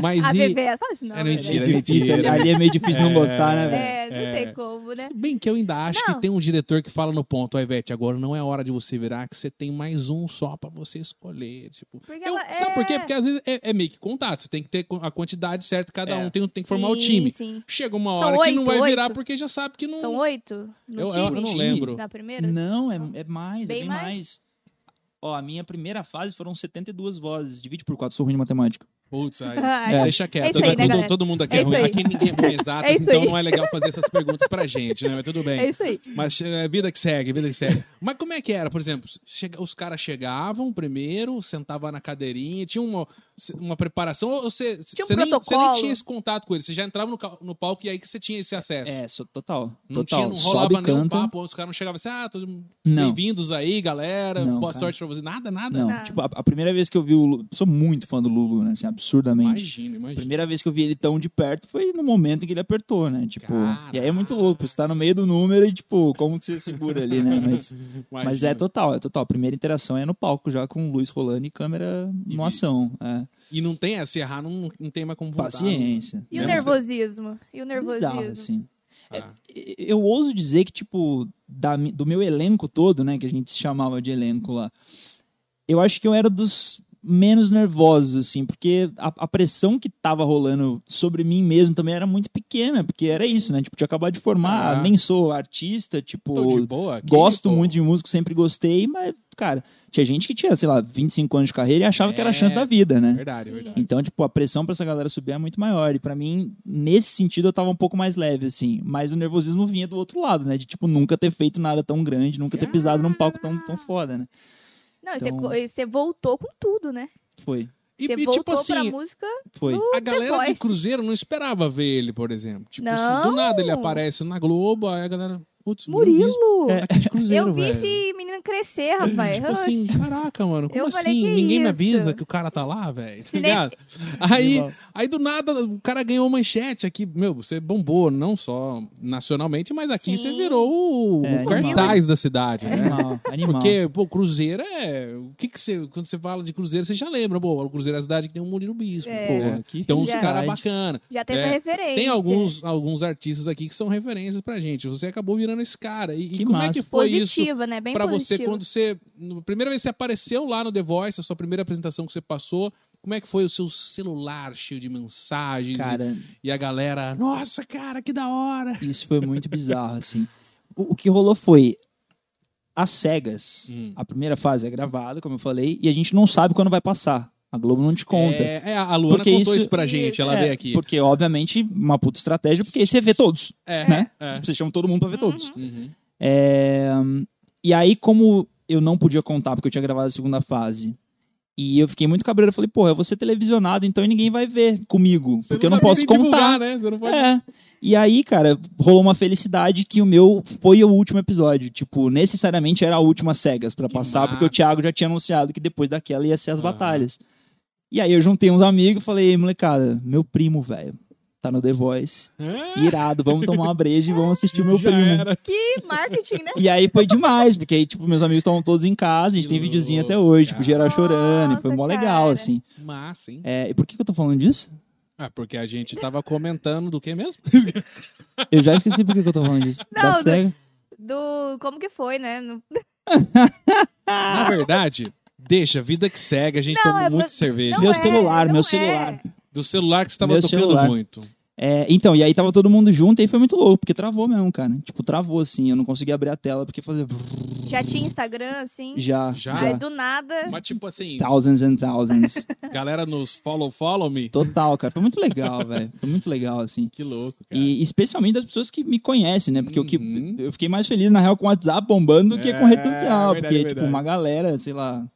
[SPEAKER 1] Mas
[SPEAKER 2] a
[SPEAKER 1] e...
[SPEAKER 2] bebê, fala isso não.
[SPEAKER 1] É
[SPEAKER 2] né?
[SPEAKER 1] mentira,
[SPEAKER 3] É difícil,
[SPEAKER 1] mentira.
[SPEAKER 3] ali é meio difícil não
[SPEAKER 1] É.
[SPEAKER 3] gostar, né, velho?
[SPEAKER 2] É, não
[SPEAKER 1] É.
[SPEAKER 2] tem como, né?
[SPEAKER 1] Se bem que eu ainda acho
[SPEAKER 2] Não.
[SPEAKER 1] que tem um diretor que fala no ponto, ó, Ivete, agora não é hora de você virar, que você tem mais um só pra você escolher. Tipo,
[SPEAKER 2] Porque
[SPEAKER 1] eu,
[SPEAKER 2] ela é...
[SPEAKER 1] Sabe por quê? Porque às vezes é, é meio que contato. Você tem que ter a quantidade certa, cada
[SPEAKER 3] É.
[SPEAKER 1] um tem, tem que formar o
[SPEAKER 2] Sim,
[SPEAKER 1] time.
[SPEAKER 2] Sim.
[SPEAKER 1] Chega uma
[SPEAKER 2] São
[SPEAKER 1] hora que não
[SPEAKER 2] oito,
[SPEAKER 1] vai virar
[SPEAKER 2] oito.
[SPEAKER 1] porque já sabe que não.
[SPEAKER 2] São oito no
[SPEAKER 1] eu, eu- eu
[SPEAKER 2] time?
[SPEAKER 1] não
[SPEAKER 3] Time.
[SPEAKER 1] lembro.
[SPEAKER 2] Na primeira?
[SPEAKER 3] Não, é, é mais,
[SPEAKER 2] Bem
[SPEAKER 3] é bem
[SPEAKER 2] mais?
[SPEAKER 3] mais. Ó, a minha primeira fase foram 72 vozes. Divide por 4, sou ruim de matemática.
[SPEAKER 1] Putz, aí.
[SPEAKER 2] Ai,
[SPEAKER 3] É.
[SPEAKER 1] Deixa quieto.
[SPEAKER 2] É isso aí,
[SPEAKER 1] Todo-
[SPEAKER 2] né,
[SPEAKER 1] todo,
[SPEAKER 2] galera?
[SPEAKER 1] todo mundo aqui é,
[SPEAKER 2] É isso
[SPEAKER 1] ruim.
[SPEAKER 2] aí.
[SPEAKER 1] Aqui ninguém é bom em exatas,
[SPEAKER 2] É isso
[SPEAKER 1] então
[SPEAKER 2] aí.
[SPEAKER 1] não é legal fazer essas perguntas pra gente, né? Mas tudo bem.
[SPEAKER 2] É isso aí.
[SPEAKER 1] Mas é, vida que segue, vida que segue. Mas como é que era? Por exemplo, chega- os caras chegavam primeiro, sentavam na cadeirinha, tinha uma, uma preparação, ou você,
[SPEAKER 2] Tinha um
[SPEAKER 1] você nem, você nem
[SPEAKER 2] protocolo.
[SPEAKER 1] tinha esse contato com eles, você já entrava no, ca- no palco e aí que você tinha esse acesso.
[SPEAKER 3] É, só, total.
[SPEAKER 1] Não,
[SPEAKER 3] total.
[SPEAKER 1] tinha, não
[SPEAKER 3] Sobe,
[SPEAKER 1] rolava nenhum
[SPEAKER 3] canta.
[SPEAKER 1] papo, os caras não chegavam assim, ah, todos
[SPEAKER 3] Não,
[SPEAKER 1] bem-vindos aí, galera,
[SPEAKER 3] Não,
[SPEAKER 1] boa
[SPEAKER 3] cara.
[SPEAKER 1] sorte pra você. Nada, nada.
[SPEAKER 3] não.
[SPEAKER 2] Ah.
[SPEAKER 3] Tipo, a, a primeira vez que eu vi o Lulu... Sou muito fã do Lulu, né? Assim, absurdamente.
[SPEAKER 1] Imagina,
[SPEAKER 3] A
[SPEAKER 1] imagina.
[SPEAKER 3] primeira vez que eu vi ele tão de perto foi no momento em que ele apertou, né? Tipo,
[SPEAKER 1] Caraca.
[SPEAKER 3] e aí é muito louco, você tá no meio do número e, tipo, como que você segura ali, né? Mas,
[SPEAKER 1] Imagina.
[SPEAKER 3] mas é total, é total. A primeira interação é no palco, já com luz rolando e câmera
[SPEAKER 1] E
[SPEAKER 3] no ação. É.
[SPEAKER 1] E não tem, é, se errar, não, não tem mais como voltar.
[SPEAKER 3] Paciência. assim.
[SPEAKER 2] E o
[SPEAKER 1] Não,
[SPEAKER 2] nervosismo? E o nervosismo?
[SPEAKER 3] Bizarro, assim.
[SPEAKER 1] Ah.
[SPEAKER 3] É, Eu ouso dizer que, tipo, da mi- do meu elenco todo, né, que a gente se chamava de elenco lá, eu acho que eu era dos menos nervosos, assim, porque a, a pressão que tava rolando sobre mim mesmo também era muito pequena, porque era isso, né, tipo, tinha acabado de formar,
[SPEAKER 1] Ah.
[SPEAKER 3] nem sou artista,
[SPEAKER 1] Tô de
[SPEAKER 3] tipo,
[SPEAKER 1] boa. aqui,
[SPEAKER 3] gosto
[SPEAKER 1] pô.
[SPEAKER 3] muito de músico, sempre gostei, mas, cara, tinha gente que tinha, sei lá, 25 anos de carreira e achava que era a chance
[SPEAKER 1] É.
[SPEAKER 3] da vida, né.
[SPEAKER 1] Verdade, verdade.
[SPEAKER 3] Então, tipo, a pressão pra essa galera subir é muito maior. E pra mim, nesse sentido, eu tava um pouco mais leve, assim. Mas o nervosismo vinha do outro lado, né? De, tipo, nunca ter feito nada tão grande, nunca ter pisado num palco tão, tão foda, né?
[SPEAKER 2] Não, e você
[SPEAKER 3] Então-
[SPEAKER 2] co- e você voltou com tudo, né?
[SPEAKER 3] Foi,
[SPEAKER 1] E,
[SPEAKER 2] você
[SPEAKER 1] e,
[SPEAKER 2] voltou
[SPEAKER 1] tipo
[SPEAKER 2] pra
[SPEAKER 1] assim,
[SPEAKER 2] música.
[SPEAKER 3] foi.
[SPEAKER 1] a galera de
[SPEAKER 2] Voice.
[SPEAKER 1] Cruzeiro não esperava ver ele, por exemplo. Tipo,
[SPEAKER 2] Não.
[SPEAKER 1] se do nada ele aparece na Globo, aí a galera. Putz, Murilo
[SPEAKER 2] Murilo!
[SPEAKER 1] aqui de Cruzeiro,
[SPEAKER 2] eu vi
[SPEAKER 1] é, velho.
[SPEAKER 2] esse menino crescer, rapaz.
[SPEAKER 1] Tipo assim, caraca, mano, como
[SPEAKER 2] Eu
[SPEAKER 1] assim?
[SPEAKER 2] falei, que
[SPEAKER 1] Ninguém me
[SPEAKER 2] isso?
[SPEAKER 1] avisa que o cara tá lá, velho. Tá
[SPEAKER 2] Se nem-
[SPEAKER 1] ligado? Aí,
[SPEAKER 3] Animal.
[SPEAKER 1] aí do nada o cara ganhou manchete aqui. Meu, você bombou não só nacionalmente, mas aqui
[SPEAKER 2] Sim.
[SPEAKER 1] você virou o,
[SPEAKER 3] É,
[SPEAKER 1] o cartaz da cidade, né?
[SPEAKER 3] Animal, animal.
[SPEAKER 1] Porque, pô, Cruzeiro é. O que que você. Quando você fala de Cruzeiro, você já lembra, pô, o Cruzeiro é a cidade que tem um Murilo Bispo,
[SPEAKER 2] É.
[SPEAKER 1] pô.
[SPEAKER 3] Pô, que
[SPEAKER 1] Então, os
[SPEAKER 2] Já.
[SPEAKER 1] caras
[SPEAKER 3] verdade.
[SPEAKER 1] bacana.
[SPEAKER 2] Já teve
[SPEAKER 1] É,
[SPEAKER 2] essa referência.
[SPEAKER 1] Tem alguns, alguns artistas aqui que são referências pra gente. Você acabou virando esse cara. E, e
[SPEAKER 3] Que
[SPEAKER 1] como é
[SPEAKER 3] massa.
[SPEAKER 1] que foi isso
[SPEAKER 2] Positiva, né? Bem
[SPEAKER 1] pra você
[SPEAKER 2] positiva.
[SPEAKER 1] quando você. na primeira vez que você apareceu lá no The Voice, a sua primeira apresentação que você passou. Como é que foi o seu celular cheio de mensagens?
[SPEAKER 3] Cara,
[SPEAKER 1] E a galera, nossa, cara, que da hora!
[SPEAKER 3] isso foi muito bizarro, assim. O, o que rolou foi... As cegas.
[SPEAKER 1] Hum.
[SPEAKER 3] A primeira fase é gravada, como eu falei, e a gente não sabe quando vai passar. A Globo não te conta.
[SPEAKER 1] É, é, a Luana
[SPEAKER 3] Porque
[SPEAKER 1] contou isso,
[SPEAKER 3] isso-
[SPEAKER 1] pra gente, ela
[SPEAKER 3] É,
[SPEAKER 1] veio aqui.
[SPEAKER 3] Porque, obviamente, uma puta estratégia, porque aí você vê todos,
[SPEAKER 1] É,
[SPEAKER 3] né?
[SPEAKER 1] é.
[SPEAKER 3] Tipo, você chama todo mundo pra ver todos.
[SPEAKER 2] Uhum.
[SPEAKER 1] Uhum.
[SPEAKER 3] É, E aí, como eu não podia contar, porque eu tinha gravado a segunda fase, e eu fiquei muito cabreiro, eu falei, porra, eu vou ser televisionado, então e ninguém vai ver comigo,
[SPEAKER 1] Você
[SPEAKER 3] porque eu não
[SPEAKER 1] sabe
[SPEAKER 3] posso
[SPEAKER 1] nem
[SPEAKER 3] contar.
[SPEAKER 1] divulgar, né? Você não pode.
[SPEAKER 3] É. E aí, cara, rolou uma felicidade que o meu foi o último episódio. Tipo, necessariamente era a última cegas pra
[SPEAKER 1] Que
[SPEAKER 3] passar,
[SPEAKER 1] massa.
[SPEAKER 3] porque o Thiago já tinha anunciado que depois daquela ia ser as
[SPEAKER 1] Aham.
[SPEAKER 3] batalhas. E aí eu juntei uns amigos e falei, molecada, meu primo, velho, tá no The Voice.
[SPEAKER 1] Ah,
[SPEAKER 3] Irado, vamos tomar uma breja e vamos assistir o meu
[SPEAKER 1] já
[SPEAKER 3] primo.
[SPEAKER 1] era.
[SPEAKER 2] Que marketing, né?
[SPEAKER 3] E aí foi demais, porque aí, tipo, meus amigos estavam todos em casa, a gente tem
[SPEAKER 1] Que
[SPEAKER 3] videozinho até
[SPEAKER 1] louco,
[SPEAKER 3] hoje,
[SPEAKER 1] cara.
[SPEAKER 3] tipo, geral chorando, e foi
[SPEAKER 2] Nossa,
[SPEAKER 3] mó legal,
[SPEAKER 2] cara.
[SPEAKER 3] assim.
[SPEAKER 1] Massa, hein?
[SPEAKER 3] É, e por que que eu tô falando disso?
[SPEAKER 1] Ah, porque a gente tava comentando do que mesmo?
[SPEAKER 3] Eu já esqueci por que que eu tô falando disso.
[SPEAKER 2] Não,
[SPEAKER 3] da
[SPEAKER 2] do-
[SPEAKER 3] SEGA.
[SPEAKER 2] Do. Como que foi, né? No-
[SPEAKER 1] Na verdade, deixa, vida que segue, a gente
[SPEAKER 2] Ah. Não,
[SPEAKER 1] toma
[SPEAKER 2] é
[SPEAKER 1] muito
[SPEAKER 2] pra-
[SPEAKER 1] cerveja.
[SPEAKER 2] Não
[SPEAKER 3] Meu
[SPEAKER 2] é,
[SPEAKER 3] celular,
[SPEAKER 2] não
[SPEAKER 3] meu
[SPEAKER 2] é.
[SPEAKER 3] celular.
[SPEAKER 1] Do celular que você tava
[SPEAKER 3] Meu
[SPEAKER 1] tocando
[SPEAKER 3] celular.
[SPEAKER 1] muito.
[SPEAKER 3] É, então, e aí tava todo mundo junto e aí foi muito louco, porque travou mesmo, cara. Tipo, travou assim, eu não consegui abrir a tela porque fazia.
[SPEAKER 2] Já tinha Instagram, assim.
[SPEAKER 3] Já.
[SPEAKER 1] Já? é
[SPEAKER 2] Aí do nada.
[SPEAKER 1] Mas tipo assim,
[SPEAKER 3] Thousands and thousands.
[SPEAKER 1] galera nos follow, follow me.
[SPEAKER 3] Total, cara. Foi muito legal, velho. Foi muito legal, assim.
[SPEAKER 1] Que louco, cara.
[SPEAKER 3] E especialmente das pessoas que me conhecem, né? Porque o que,
[SPEAKER 1] Uhum.
[SPEAKER 3] eu fiquei mais feliz, na real, com o WhatsApp bombando do que com rede
[SPEAKER 1] É,
[SPEAKER 3] social.
[SPEAKER 1] verdade,
[SPEAKER 3] porque, tipo,
[SPEAKER 1] verdade.
[SPEAKER 3] uma galera, sei lá.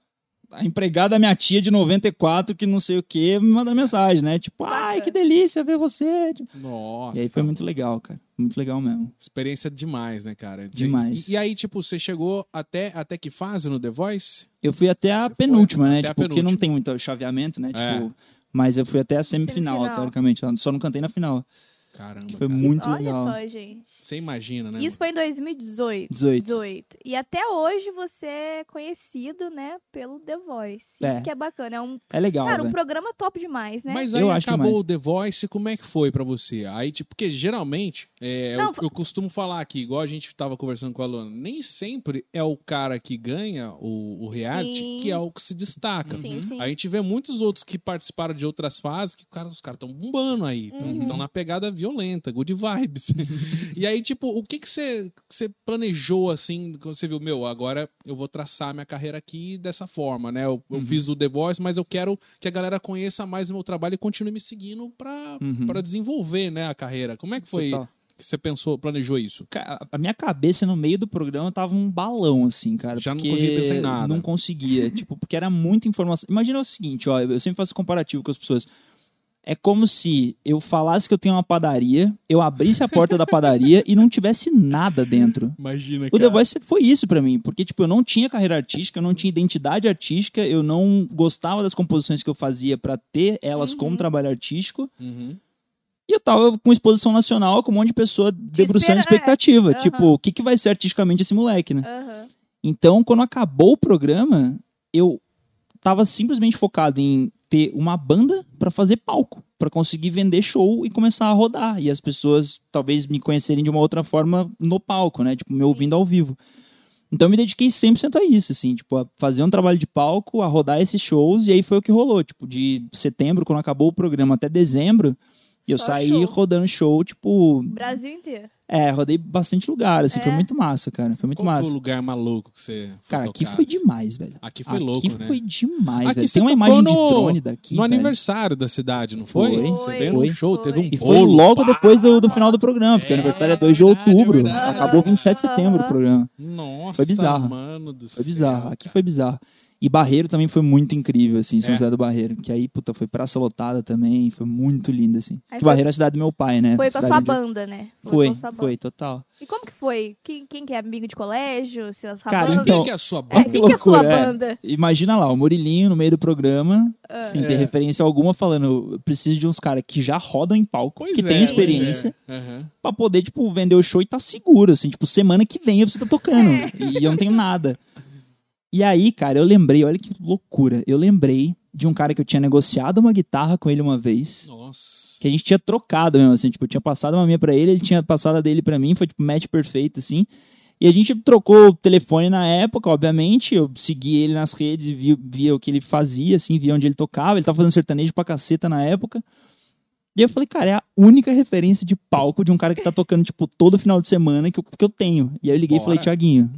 [SPEAKER 3] A empregada da minha tia de 94, que não sei o que, me manda mensagem, né? Tipo, ai,
[SPEAKER 2] Bacana.
[SPEAKER 3] que delícia ver você. Tipo,
[SPEAKER 1] Nossa.
[SPEAKER 3] e aí foi muito legal, cara. Muito legal mesmo.
[SPEAKER 1] Experiência demais, né, cara?
[SPEAKER 3] Demais.
[SPEAKER 1] E, e aí, tipo, você chegou até, até que fase no The Voice?
[SPEAKER 3] Eu fui até a
[SPEAKER 1] Você foi
[SPEAKER 3] penúltima,
[SPEAKER 1] até
[SPEAKER 3] né?
[SPEAKER 1] a
[SPEAKER 3] Tipo, porque
[SPEAKER 1] penúltima.
[SPEAKER 3] não tem muito chaveamento, né?
[SPEAKER 1] É.
[SPEAKER 3] Tipo, mas eu fui até a semifinal,
[SPEAKER 2] Semifinal.
[SPEAKER 3] teoricamente. Só não cantei na final.
[SPEAKER 1] Caramba.
[SPEAKER 3] que foi
[SPEAKER 1] cara.
[SPEAKER 3] muito
[SPEAKER 2] Olha
[SPEAKER 3] legal.
[SPEAKER 2] só, gente.
[SPEAKER 1] Você imagina, né?
[SPEAKER 2] Isso foi em 2018.
[SPEAKER 3] 18.
[SPEAKER 2] 18. E até hoje você é conhecido, né, pelo The Voice. Isso
[SPEAKER 3] É.
[SPEAKER 2] que é bacana. É um,
[SPEAKER 3] É legal,
[SPEAKER 2] cara, um
[SPEAKER 3] velho.
[SPEAKER 2] programa top demais, né?
[SPEAKER 1] Mas aí
[SPEAKER 3] Eu acho que
[SPEAKER 1] acabou
[SPEAKER 3] mais.
[SPEAKER 1] o The Voice, como é que foi pra você? Aí, tipo, porque geralmente, é,
[SPEAKER 2] Não,
[SPEAKER 1] eu, eu costumo falar aqui, igual a gente tava conversando com a Luana, nem sempre é o cara que ganha o, o reality
[SPEAKER 2] Sim.
[SPEAKER 1] que é o que se destaca.
[SPEAKER 2] Sim,
[SPEAKER 3] Uhum.
[SPEAKER 2] sim.
[SPEAKER 1] A gente vê muitos outros que participaram de outras fases que cara, os caras estão bombando aí. Estão
[SPEAKER 2] Uhum.
[SPEAKER 1] na pegada violenta, good vibes. e aí, tipo, o que que você que você planejou assim? quando Você viu, meu, agora eu vou traçar minha carreira aqui dessa forma, né? Eu, eu
[SPEAKER 3] Uhum.
[SPEAKER 1] fiz o The Voice, mas eu quero que a galera conheça mais o meu trabalho e continue me seguindo pra,
[SPEAKER 3] Uhum.
[SPEAKER 1] pra desenvolver, né, a carreira. Como é que foi
[SPEAKER 3] Total.
[SPEAKER 1] que você pensou, planejou isso?
[SPEAKER 3] Ca- A minha cabeça no meio do programa tava um balão, assim, cara.
[SPEAKER 1] Já não
[SPEAKER 3] porque
[SPEAKER 1] conseguia pensar em nada.
[SPEAKER 3] Não conseguia, tipo, porque era muita informação. Imagina o seguinte, ó, eu sempre faço comparativo com as pessoas. É como se eu falasse que eu tenho uma padaria, eu abrisse a porta da padaria e não tivesse nada dentro.
[SPEAKER 1] Imagina,
[SPEAKER 3] O The Voice foi isso pra mim, porque tipo, eu não tinha carreira artística, eu não tinha identidade artística, eu não gostava das composições que eu fazia pra ter elas
[SPEAKER 2] Uhum.
[SPEAKER 3] como trabalho artístico.
[SPEAKER 1] Uhum.
[SPEAKER 3] E eu tava com exposição nacional, com um monte de pessoa
[SPEAKER 2] espera-
[SPEAKER 3] debruçando
[SPEAKER 2] é.
[SPEAKER 3] expectativa.
[SPEAKER 2] Aham.
[SPEAKER 3] Tipo, o que, que vai ser artisticamente esse moleque, né?
[SPEAKER 2] Aham.
[SPEAKER 3] Então, quando acabou o programa, eu tava simplesmente focado em ter uma banda pra fazer palco, pra conseguir vender show e começar a rodar. E as pessoas talvez me conhecerem de uma outra forma no palco, né? Tipo, me ouvindo ao vivo. Então, eu me dediquei 100% a isso, assim, tipo, a fazer um trabalho de palco, a rodar esses shows, e aí foi o que rolou. Tipo, de setembro, quando acabou o programa, até dezembro, eu
[SPEAKER 2] Só
[SPEAKER 3] saí
[SPEAKER 2] show.
[SPEAKER 3] rodando show, tipo.
[SPEAKER 2] Brasil inteiro.
[SPEAKER 3] É, rodei bastante lugar, assim,
[SPEAKER 2] É.
[SPEAKER 3] foi muito massa, cara. Foi muito
[SPEAKER 1] Qual
[SPEAKER 3] massa.
[SPEAKER 1] foi o lugar maluco que você foi assim?
[SPEAKER 3] Cara, aqui
[SPEAKER 1] tocar?
[SPEAKER 3] foi demais, velho.
[SPEAKER 1] Aqui foi louco, né?
[SPEAKER 3] foi demais,
[SPEAKER 1] Aqui
[SPEAKER 3] velho.
[SPEAKER 1] você
[SPEAKER 3] Tem uma
[SPEAKER 1] tocou
[SPEAKER 3] imagem de
[SPEAKER 1] no-
[SPEAKER 3] drone daqui,
[SPEAKER 1] no
[SPEAKER 3] velho.
[SPEAKER 1] aniversário da cidade, não foi?
[SPEAKER 3] Foi,
[SPEAKER 1] Você veio
[SPEAKER 3] foi.
[SPEAKER 1] num show,
[SPEAKER 2] foi.
[SPEAKER 1] teve um
[SPEAKER 3] E foi
[SPEAKER 1] bolo.
[SPEAKER 3] logo
[SPEAKER 1] pá.
[SPEAKER 3] depois do, do final do programa, porque
[SPEAKER 1] É,
[SPEAKER 3] o aniversário é 2 de
[SPEAKER 1] verdade,
[SPEAKER 3] outubro.
[SPEAKER 1] verdade.
[SPEAKER 3] Acabou 27 de setembro o
[SPEAKER 2] Aham.
[SPEAKER 3] programa.
[SPEAKER 1] Nossa,
[SPEAKER 3] Foi bizarro.
[SPEAKER 1] mano do
[SPEAKER 3] Foi
[SPEAKER 1] céu,
[SPEAKER 3] bizarro.
[SPEAKER 1] cara.
[SPEAKER 3] Aqui foi bizarro. E Barreiro também foi muito incrível, assim, São
[SPEAKER 1] É.
[SPEAKER 3] José do Barreiro. Que aí, puta, foi praça lotada também, foi muito lindo, assim.
[SPEAKER 2] Aí
[SPEAKER 3] Que
[SPEAKER 2] foi-
[SPEAKER 3] Barreiro é a cidade do meu pai, né?
[SPEAKER 2] Foi com a
[SPEAKER 3] Cidade
[SPEAKER 2] sua
[SPEAKER 3] onde-
[SPEAKER 2] banda, né? com
[SPEAKER 3] Foi,
[SPEAKER 2] a sua banda.
[SPEAKER 3] foi, total.
[SPEAKER 2] E como que foi? Quem, quem que é amigo de colégio? Se essa
[SPEAKER 3] Cara,
[SPEAKER 2] banda?
[SPEAKER 1] Quem
[SPEAKER 3] então-
[SPEAKER 1] que é a sua
[SPEAKER 2] É,
[SPEAKER 1] banda?
[SPEAKER 2] quem que é a sua
[SPEAKER 3] Loucura, é.
[SPEAKER 2] banda?
[SPEAKER 3] Imagina lá, o Murilinho no meio do programa, sem ter
[SPEAKER 1] É.
[SPEAKER 3] referência alguma, falando, "Eu preciso de uns caras que já rodam em palco,
[SPEAKER 1] Pois
[SPEAKER 3] que
[SPEAKER 1] é,
[SPEAKER 3] têm
[SPEAKER 1] pois
[SPEAKER 3] experiência.
[SPEAKER 1] é. Aham.
[SPEAKER 3] pra poder, tipo, vender o show e tá seguro, assim, tipo, semana que vem eu preciso tá tocando. e eu não tenho nada. E aí, cara, eu lembrei, olha que loucura. Eu lembrei de um cara que eu tinha negociado uma guitarra com ele uma vez,
[SPEAKER 1] Nossa.
[SPEAKER 3] que a gente tinha trocado mesmo, assim, tipo, eu tinha passado uma minha pra ele, ele tinha passado a dele pra mim, foi tipo match perfeito, assim. E a gente trocou o telefone na época, obviamente. Eu segui ele nas redes e vi- via o que ele fazia, assim, via onde ele tocava. Ele tava fazendo sertanejo pra caceta na época. E eu falei, cara, é a única referência de palco de um cara que tá tocando, tipo, todo final de semana que eu, que eu tenho. E aí eu liguei e falei,
[SPEAKER 1] Bora.
[SPEAKER 3] Tiaguinho,